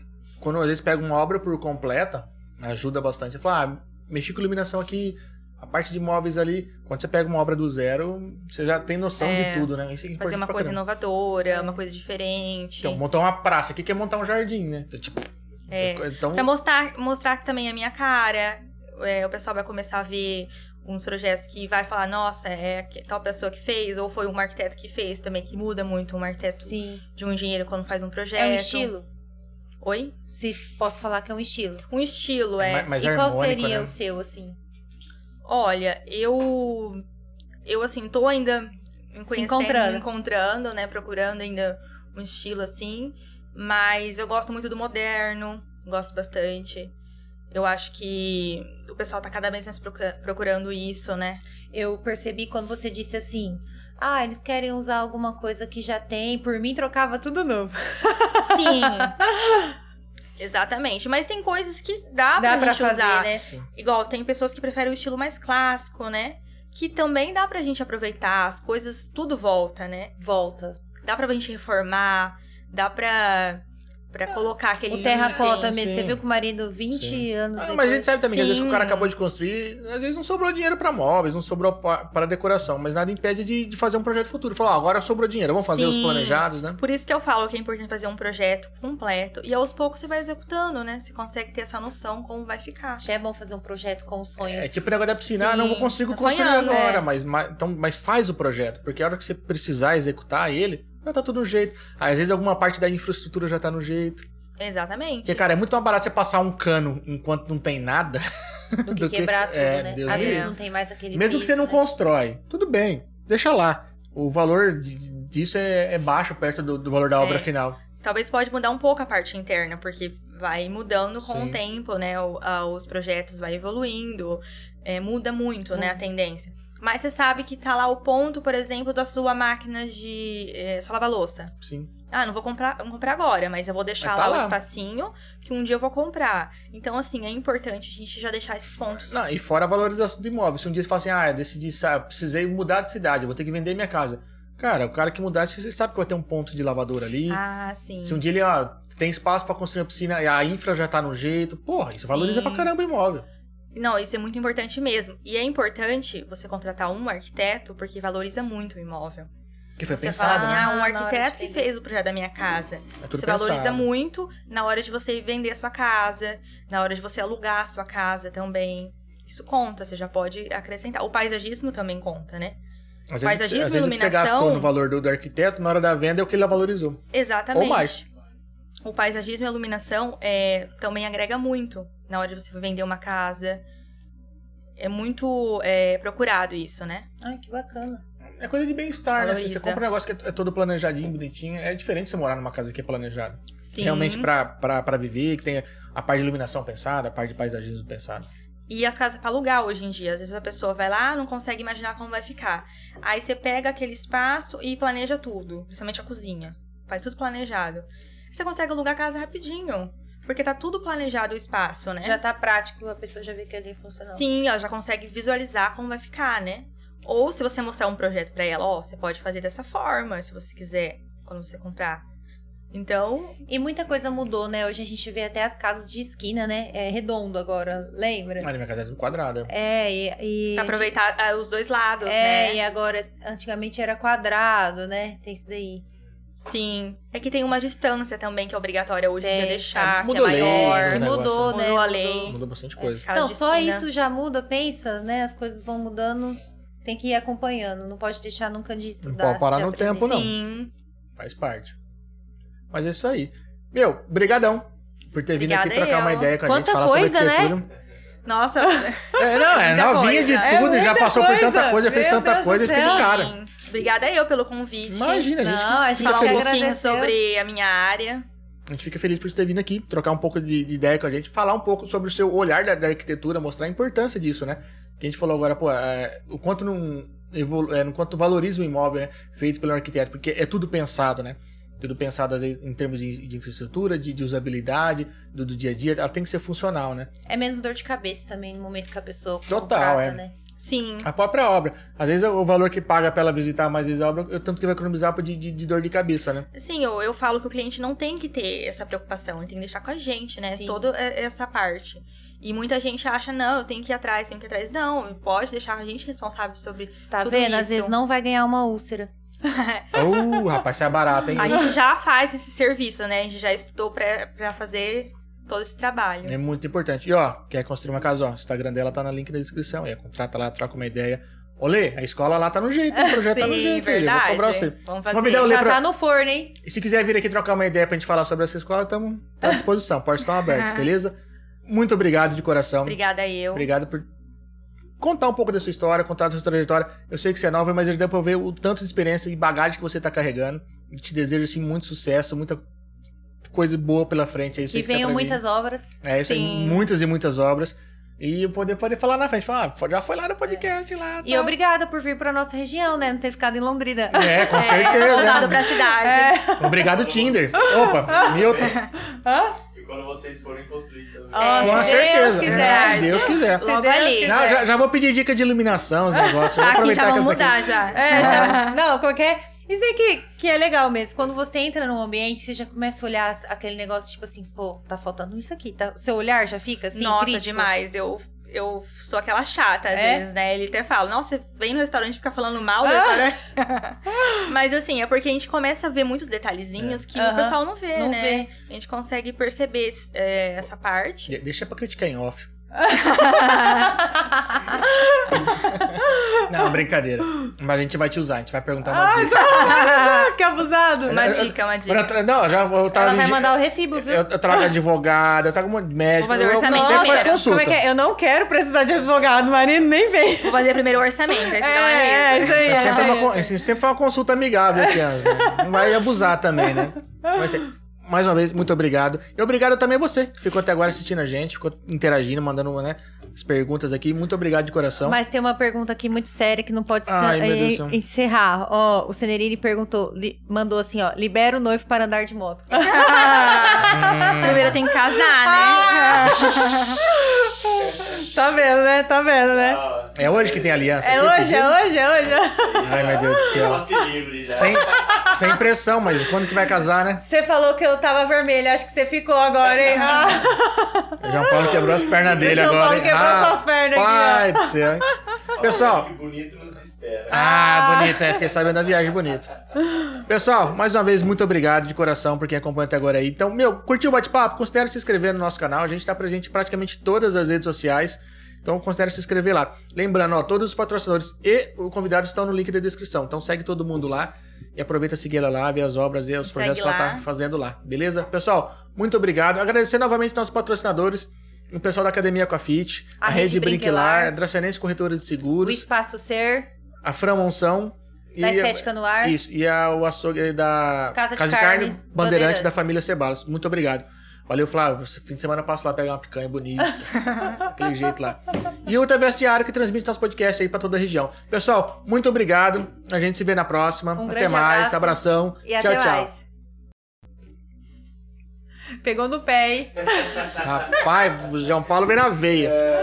[SPEAKER 2] quando às vezes pega uma obra por completa, ajuda bastante. Você fala, ah, mexi com iluminação aqui, a parte de móveis ali. Quando você pega uma obra do zero, você já tem noção de tudo, né? Isso é importante
[SPEAKER 3] Fazer uma
[SPEAKER 2] pra
[SPEAKER 3] coisa
[SPEAKER 2] caramba. É.
[SPEAKER 3] inovadora, uma coisa diferente.
[SPEAKER 2] Então, montar uma praça. O que que é montar um jardim, né? Então, Tipo,
[SPEAKER 3] É.
[SPEAKER 2] então,
[SPEAKER 3] Pra mostrar, mostrar também a minha cara. é, o pessoal vai começar a ver uns projetos que vai falar, nossa, é que- tal pessoa que fez, ou foi um arquiteto que fez também, que muda muito um arquiteto
[SPEAKER 1] Sim.
[SPEAKER 3] de um engenheiro quando faz um projeto.
[SPEAKER 1] É um estilo?
[SPEAKER 3] Oi?
[SPEAKER 1] Se posso falar que é um estilo.
[SPEAKER 3] Um estilo, é.
[SPEAKER 2] mas, mas
[SPEAKER 1] e
[SPEAKER 2] é
[SPEAKER 1] qual
[SPEAKER 2] harmônico,
[SPEAKER 1] seria
[SPEAKER 2] né?
[SPEAKER 1] o seu, assim?
[SPEAKER 3] Olha, eu. Eu, assim, tô ainda me conhecendo,
[SPEAKER 1] encontrando.
[SPEAKER 3] me encontrando, né? Procurando ainda um estilo assim. Mas eu gosto muito do moderno, gosto bastante. Eu acho que o pessoal tá cada vez mais procu- procurando isso, né?
[SPEAKER 1] Eu percebi quando você disse assim. Ah, eles querem usar alguma coisa que já tem. Por mim, trocava tudo novo.
[SPEAKER 3] Sim. Exatamente. Mas tem coisas que dá,
[SPEAKER 1] Dá
[SPEAKER 3] pra,
[SPEAKER 1] pra
[SPEAKER 3] gente
[SPEAKER 1] fazer,
[SPEAKER 3] usar.
[SPEAKER 1] né?
[SPEAKER 3] Igual, tem pessoas que preferem o estilo mais clássico, né? Que também dá pra gente aproveitar, as coisas tudo volta, né?
[SPEAKER 1] Volta.
[SPEAKER 3] Dá pra gente reformar, dá pra, pra colocar aquele.
[SPEAKER 1] É, o terracota
[SPEAKER 3] item.
[SPEAKER 1] mesmo.
[SPEAKER 2] sim.
[SPEAKER 1] Você viu que o marido, 20
[SPEAKER 2] Sim.
[SPEAKER 1] anos
[SPEAKER 2] Ah,
[SPEAKER 1] depois.
[SPEAKER 2] mas a gente sabe também que às vezes que o cara
[SPEAKER 3] Sim.
[SPEAKER 2] acabou de construir, às vezes não sobrou dinheiro pra móveis, não sobrou pa- pra decoração, mas nada impede de, de fazer um projeto futuro. Falar, ah, agora sobrou dinheiro, vamos fazer os
[SPEAKER 3] Sim.
[SPEAKER 2] planejados, né?
[SPEAKER 3] Por isso que eu falo que é importante fazer um projeto completo. E aos poucos você vai executando, né? Você consegue ter essa noção como vai ficar.
[SPEAKER 1] Já é bom fazer um projeto com sonhos.
[SPEAKER 2] É tipo o negócio da piscina, ah, não vou
[SPEAKER 3] Sim,
[SPEAKER 2] consigo
[SPEAKER 3] tá
[SPEAKER 2] construir
[SPEAKER 3] sonhando,
[SPEAKER 2] agora,
[SPEAKER 3] é.
[SPEAKER 2] mas, mas- então, mas faz o projeto, porque a hora que você precisar executar ele, Já tá tudo no jeito. Às vezes alguma parte da infraestrutura já tá no jeito.
[SPEAKER 3] Exatamente.
[SPEAKER 2] Porque, cara, é muito mais barato você passar um cano enquanto não tem nada.
[SPEAKER 1] Do que quebrar tudo,
[SPEAKER 2] é,
[SPEAKER 1] né?
[SPEAKER 2] Deus
[SPEAKER 1] Às
[SPEAKER 2] me
[SPEAKER 1] vezes
[SPEAKER 2] livre.
[SPEAKER 1] não tem mais
[SPEAKER 3] É
[SPEAKER 1] aquele
[SPEAKER 2] Mesmo que
[SPEAKER 1] piso,
[SPEAKER 2] você não
[SPEAKER 1] né?
[SPEAKER 2] constrói, tudo bem, deixa lá. O valor de- disso é, é baixo perto do, do valor da obra
[SPEAKER 3] É.
[SPEAKER 2] final.
[SPEAKER 3] Talvez pode mudar um pouco a parte interna, porque vai mudando com
[SPEAKER 2] Sim.
[SPEAKER 3] o tempo, né? O- a- os projetos vai evoluindo, é, muda muito, né, a tendência. Mas você sabe que tá lá o ponto, por exemplo, da sua máquina de é, só lavar louça.
[SPEAKER 2] Sim.
[SPEAKER 3] Ah, não vou comprar, não vou comprar agora, mas eu vou deixar
[SPEAKER 2] Mas tá
[SPEAKER 3] lá,
[SPEAKER 2] lá.
[SPEAKER 3] o espacinho que um dia eu vou comprar. Então, assim, é importante a gente já deixar esses pontos.
[SPEAKER 2] Não, e fora a valorização do imóvel. Se um dia você fala assim, ah, eu decidi, sabe, precisei mudar de cidade, eu vou ter que vender minha casa. Cara, o cara que mudar, você sabe que vai ter um ponto de lavadora ali.
[SPEAKER 3] Ah, sim.
[SPEAKER 2] Se um dia ele, ó, tem espaço pra construir uma piscina e a infra já tá no jeito, porra, isso valoriza
[SPEAKER 3] Sim.
[SPEAKER 2] pra caramba o imóvel.
[SPEAKER 3] Não, isso é muito importante mesmo. E é importante você contratar um arquiteto, porque valoriza muito o imóvel.
[SPEAKER 2] Que foi
[SPEAKER 3] Você
[SPEAKER 2] Tá pensado,
[SPEAKER 3] fala
[SPEAKER 2] né?
[SPEAKER 3] assim, ah, um
[SPEAKER 1] Ah, na hora de
[SPEAKER 3] arquiteto que
[SPEAKER 1] vender.
[SPEAKER 3] fez o projeto da minha casa.
[SPEAKER 2] É tudo
[SPEAKER 3] você
[SPEAKER 2] pensado.
[SPEAKER 3] valoriza muito na hora de você vender a sua casa, na hora de você alugar a sua casa também. Isso conta, você já pode acrescentar. O paisagismo também conta, né?
[SPEAKER 2] Às vezes, o que você-
[SPEAKER 3] Paisagismo,
[SPEAKER 2] às vezes o que você
[SPEAKER 3] iluminação.
[SPEAKER 2] gastou no valor do, do arquiteto, na hora da venda é o que ele valorizou.
[SPEAKER 3] Exatamente.
[SPEAKER 2] Ou mais.
[SPEAKER 3] O paisagismo e a iluminação é, também agrega muito na hora de você vender uma casa. É muito é, procurado isso, né?
[SPEAKER 1] Ai, que bacana.
[SPEAKER 2] É coisa de bem-estar, né? Assim, Você
[SPEAKER 3] Valoriza.
[SPEAKER 2] compra um negócio que é, é todo planejadinho, bonitinho. É diferente você morar numa casa que é planejada.
[SPEAKER 3] Sim.
[SPEAKER 2] Realmente pra, pra, pra viver, que tem a parte de iluminação pensada, a parte de paisagismo pensada.
[SPEAKER 3] E as casas pra alugar hoje em dia. Às vezes a pessoa vai lá, "Ah, não consegue imaginar como vai ficar. Aí você pega aquele espaço e planeja tudo, principalmente a cozinha. Faz tudo planejado. Você consegue alugar a casa rapidinho. Porque tá tudo planejado o espaço, né?
[SPEAKER 1] Já tá prático, a pessoa já vê que ali funcionou.
[SPEAKER 3] Sim, ela já consegue visualizar como vai ficar, né? Ou se você mostrar um projeto pra ela, ó, você pode fazer dessa forma, se você quiser, quando você comprar. Então,
[SPEAKER 11] E muita coisa mudou, né? Hoje a gente vê até as casas de esquina, né? É redondo agora, lembra?
[SPEAKER 2] Mas minha casa é tudo quadrada.
[SPEAKER 11] É, e. e-
[SPEAKER 3] Ah. pra aproveitar ah, os dois lados,
[SPEAKER 11] É,
[SPEAKER 3] né?
[SPEAKER 11] e agora, antigamente era quadrado, né? Tem isso daí.
[SPEAKER 3] Sim. É que tem uma distância também que é obrigatória hoje em
[SPEAKER 11] Tem.
[SPEAKER 3] dia deixar, que é
[SPEAKER 2] mudou lei,
[SPEAKER 3] maior.
[SPEAKER 2] né?
[SPEAKER 11] que mudou,
[SPEAKER 3] negócio,
[SPEAKER 11] né?
[SPEAKER 3] né? Mudou a lei.
[SPEAKER 2] Mudou bastante coisa.
[SPEAKER 3] Casa
[SPEAKER 11] Então,
[SPEAKER 3] de
[SPEAKER 11] só
[SPEAKER 3] esquina.
[SPEAKER 11] isso já muda, pensa, né? As coisas vão mudando, tem que ir acompanhando, não pode deixar nunca de
[SPEAKER 2] Não
[SPEAKER 11] estudar.
[SPEAKER 2] pode parar
[SPEAKER 11] de
[SPEAKER 2] no
[SPEAKER 11] aprender.
[SPEAKER 2] tempo, não.
[SPEAKER 3] Sim.
[SPEAKER 2] Faz parte. Mas é isso aí. Meu, brigadão por ter vindo
[SPEAKER 3] Obrigada
[SPEAKER 2] aqui trocar
[SPEAKER 3] eu.
[SPEAKER 2] uma ideia com a
[SPEAKER 11] Quanta
[SPEAKER 2] gente, falar
[SPEAKER 11] coisa,
[SPEAKER 2] sobre
[SPEAKER 11] né?
[SPEAKER 2] arquitetura.
[SPEAKER 3] Nossa.
[SPEAKER 2] É, não, é
[SPEAKER 3] Muita
[SPEAKER 2] novinha de
[SPEAKER 3] coisa. É
[SPEAKER 2] tudo, já
[SPEAKER 5] muita
[SPEAKER 2] passou por tanta
[SPEAKER 5] coisa.
[SPEAKER 2] coisa, já fez
[SPEAKER 5] Meu
[SPEAKER 2] tanta
[SPEAKER 5] Deus do
[SPEAKER 2] coisa e fica de
[SPEAKER 5] céu.
[SPEAKER 2] cara.
[SPEAKER 3] sim. Obrigada eu pelo convite.
[SPEAKER 2] Imagina, a gente
[SPEAKER 11] Não, a gente
[SPEAKER 2] fica
[SPEAKER 3] Falar um
[SPEAKER 11] que
[SPEAKER 2] feliz.
[SPEAKER 3] pouquinho
[SPEAKER 11] agradeceu.
[SPEAKER 3] sobre a minha área.
[SPEAKER 2] A gente fica feliz por você ter vindo aqui, trocar um pouco de, de ideia com a gente, falar um pouco sobre o seu olhar da, da arquitetura, mostrar a importância disso, né? Que a gente falou agora, pô, é, o quanto não evolu- é, no quanto valoriza o imóvel, né? Feito pelo arquiteto, porque é tudo pensado, né? Tudo pensado, às vezes, em termos de, de infraestrutura, de, de usabilidade, do, do dia a dia. Ela tem que ser funcional, né?
[SPEAKER 1] É menos dor de cabeça também no momento que a pessoa
[SPEAKER 2] Total,
[SPEAKER 1] contrata,
[SPEAKER 2] é.
[SPEAKER 1] né?
[SPEAKER 3] Sim.
[SPEAKER 2] A própria obra. Às vezes, o valor que paga pra ela visitar mais vezes a obra, eu tanto que vai economizar de, de, de dor de cabeça, né?
[SPEAKER 3] Sim, eu, eu falo que o cliente não tem que ter essa preocupação, ele tem que deixar com a gente, né?
[SPEAKER 1] Sim.
[SPEAKER 3] Toda e- essa parte. E muita gente acha, não, eu tenho que ir atrás, tenho que ir atrás. Não, pode deixar a gente responsável sobre.
[SPEAKER 11] Tá
[SPEAKER 3] Tudo
[SPEAKER 11] vendo? Às
[SPEAKER 3] isso.
[SPEAKER 11] vezes não vai ganhar uma úlcera.
[SPEAKER 2] Uh, rapaz, isso é barato, hein?
[SPEAKER 3] A gente já faz esse serviço, né? A gente já estudou pra, pra fazer todo esse trabalho.
[SPEAKER 2] É muito importante. E ó, quer construir uma casa, ó, o Instagram dela tá no link da descrição. Aí, contrata lá, troca uma ideia. Olê, a escola lá tá no jeito, o projeto tá no jeito. ele, eu Vou
[SPEAKER 3] verdade.
[SPEAKER 2] cobrar você.
[SPEAKER 3] Vamos fazer.
[SPEAKER 2] Vamos dar o
[SPEAKER 11] Já
[SPEAKER 2] Lembra-
[SPEAKER 11] tá no forno, hein?
[SPEAKER 2] E se quiser vir aqui trocar uma ideia pra gente falar sobre essa escola, estamos à disposição. Portas estão abertas, beleza? Muito obrigado de coração.
[SPEAKER 3] Obrigada eu.
[SPEAKER 2] Obrigado por contar um pouco da sua história, contar da sua trajetória. Eu sei que você é nova, mas já deu pra eu ver o tanto de experiência e bagagem que você tá carregando. E te desejo, assim, muito sucesso, muita coisa boa pela frente. aí, sei
[SPEAKER 11] Que
[SPEAKER 2] tá
[SPEAKER 11] venham
[SPEAKER 2] pra vir.
[SPEAKER 11] muitas obras.
[SPEAKER 2] É, isso aí,
[SPEAKER 3] Sim.
[SPEAKER 2] muitas e muitas obras. E eu poder, poder falar na frente, falar, ah, já foi lá no podcast lá.
[SPEAKER 11] E
[SPEAKER 2] tá.
[SPEAKER 11] obrigada por vir pra nossa região, né? Não ter ficado em Londrina.
[SPEAKER 2] É, com
[SPEAKER 3] É, voltado
[SPEAKER 2] certeza. né? É.
[SPEAKER 3] pra cidade.
[SPEAKER 2] Obrigado, Tinder. Opa, Milton.
[SPEAKER 4] E quando vocês forem construir também.
[SPEAKER 11] É,
[SPEAKER 5] Ó,
[SPEAKER 2] com
[SPEAKER 5] se
[SPEAKER 2] certeza.
[SPEAKER 5] Deus quiser.
[SPEAKER 2] Se Deus quiser.
[SPEAKER 5] Se
[SPEAKER 3] Logo
[SPEAKER 5] Deus
[SPEAKER 3] ali. Tá
[SPEAKER 5] quiser.
[SPEAKER 2] Não, já, já vou pedir dica de iluminação, os negócios. Eu Vou
[SPEAKER 3] né? Aqui
[SPEAKER 2] aproveitar que tá
[SPEAKER 3] já vão
[SPEAKER 2] eu tô aqui.
[SPEAKER 3] mudar já. Tá.
[SPEAKER 11] É, já- Não, qualquer. Isso aí que, que é legal mesmo. Quando você entra num ambiente, você já começa a olhar as- aquele negócio, tipo assim, pô, tá faltando isso aqui. Tá... Seu olhar já fica assim,
[SPEAKER 3] nossa,
[SPEAKER 11] crítico.
[SPEAKER 3] demais. Eu, eu sou aquela chata, às
[SPEAKER 11] É?
[SPEAKER 3] vezes, né? Ele até fala, nossa, você vem no restaurante e fica falando mal do restaurante. Mas assim, é porque a gente começa a ver muitos detalhezinhos que
[SPEAKER 11] Aham.
[SPEAKER 3] o pessoal não vê,
[SPEAKER 11] Não
[SPEAKER 3] né? A gente consegue perceber é, essa parte.
[SPEAKER 2] De- Deixa pra criticar em off. Não, brincadeira. Mas a gente vai te usar, a gente vai perguntar umas dicas.
[SPEAKER 5] que abusado.
[SPEAKER 1] É,
[SPEAKER 3] Uma
[SPEAKER 2] Eu- eu-
[SPEAKER 3] dica, uma
[SPEAKER 2] Quando
[SPEAKER 3] dica.
[SPEAKER 2] eu tra- Não, eu já vou. Eu trago
[SPEAKER 1] Ela vai
[SPEAKER 2] indi-
[SPEAKER 1] mandar o recibo,
[SPEAKER 2] eu,
[SPEAKER 1] viu?
[SPEAKER 2] eu trago advogado, eu trago um monte de médico.
[SPEAKER 3] Vou fazer
[SPEAKER 2] eu- eu
[SPEAKER 3] orçamento
[SPEAKER 1] né,
[SPEAKER 2] sempre faço
[SPEAKER 3] primeiro.
[SPEAKER 2] consulta.
[SPEAKER 5] Como é que é? Eu não quero precisar de advogado, marido nem vem.
[SPEAKER 3] Vou fazer primeiro o orçamento, aí você dá uma
[SPEAKER 5] É,
[SPEAKER 3] mesa.
[SPEAKER 5] isso aí.
[SPEAKER 2] É sempre,
[SPEAKER 5] é.
[SPEAKER 2] uma, con- é sempre foi uma consulta amigável aqui, Ana, né? Não vai abusar também, né? Vai ser- mais uma vez, muito obrigado. E obrigado também a você, que ficou até agora assistindo a gente, ficou interagindo, mandando né, as perguntas aqui. Muito obrigado de
[SPEAKER 5] Então-
[SPEAKER 2] coração.
[SPEAKER 1] Mas tem uma pergunta aqui muito séria que não pode ser.
[SPEAKER 2] Ai, meu Deus do
[SPEAKER 1] eh,
[SPEAKER 2] céu.
[SPEAKER 1] encerrar. Ó, o Cenerini perguntou, li- mandou assim, ó, libera o noivo para andar de moto.
[SPEAKER 3] Primeiro tem que casar, né?
[SPEAKER 5] Tá vendo, né? Tá vendo, né?
[SPEAKER 4] Ah,
[SPEAKER 2] É hoje que tem aliança.
[SPEAKER 5] É
[SPEAKER 2] aqui,
[SPEAKER 5] hoje, é
[SPEAKER 2] pedido?
[SPEAKER 5] hoje, é hoje.
[SPEAKER 2] Ai, meu Deus do céu.
[SPEAKER 4] passe livre já.
[SPEAKER 2] Sem, sem pressão, mas quando que vai casar, né?
[SPEAKER 5] Você falou que eu tava vermelha, acho que você ficou agora, hein? Ah,
[SPEAKER 2] O João Paulo quebrou as pernas dele
[SPEAKER 5] João
[SPEAKER 2] agora.
[SPEAKER 5] Paulo
[SPEAKER 2] hein? Ah,
[SPEAKER 5] quebrou suas pernas aqui,
[SPEAKER 2] Pai do céu, hein? Pessoal,
[SPEAKER 4] Olha Que bonito nos espera.
[SPEAKER 2] Ah, bonito, é. Fiquei sabendo da viagem, bonito. Pessoal, mais uma vez, muito obrigado de coração por quem acompanha até agora aí. Então, meu, curtiu o bate-papo? Considere se inscrever no nosso canal. A gente tá presente em praticamente todas as redes sociais. Então, considere se inscrever lá. Lembrando, ó, todos os patrocinadores e o convidado estão no link da descrição. Então, segue todo mundo lá e aproveita seguir ela lá, ver as obras e os
[SPEAKER 3] Segue
[SPEAKER 2] projetos que ela tá
[SPEAKER 3] lá.
[SPEAKER 2] fazendo lá. Beleza? Pessoal, muito obrigado. Agradecer novamente nossos patrocinadores. O pessoal da Academia com a Fit, a,
[SPEAKER 1] A
[SPEAKER 2] Rede
[SPEAKER 1] Rede
[SPEAKER 2] Brinquilar,
[SPEAKER 1] Brinquilar,
[SPEAKER 2] a Dracenense Corretora de
[SPEAKER 1] O
[SPEAKER 2] Seguros,
[SPEAKER 1] espaço ser,
[SPEAKER 2] a Fran Monção
[SPEAKER 1] da
[SPEAKER 2] e a-
[SPEAKER 1] estética no ar.
[SPEAKER 2] isso, e a, o açougue da
[SPEAKER 1] Casa de
[SPEAKER 2] Carne,
[SPEAKER 1] Carnes,
[SPEAKER 2] Bandeirante,
[SPEAKER 1] Bandeirantes.
[SPEAKER 2] da família Cebalos. Muito obrigado. Valeu, Flávio. Esse fim de semana eu passo lá pegar uma picanha bonita. Aquele jeito lá. E o TV Diário que transmite nosso podcast aí pra toda a região. Pessoal, muito obrigado. A gente se vê na próxima.
[SPEAKER 1] Um
[SPEAKER 2] até
[SPEAKER 1] grande
[SPEAKER 2] mais.
[SPEAKER 1] abraço.
[SPEAKER 2] Abração.
[SPEAKER 1] E
[SPEAKER 2] tchau,
[SPEAKER 1] até mais.
[SPEAKER 2] tchau.
[SPEAKER 5] Pegou no pé, hein?
[SPEAKER 2] Rapaz, o João Paulo vem na veia.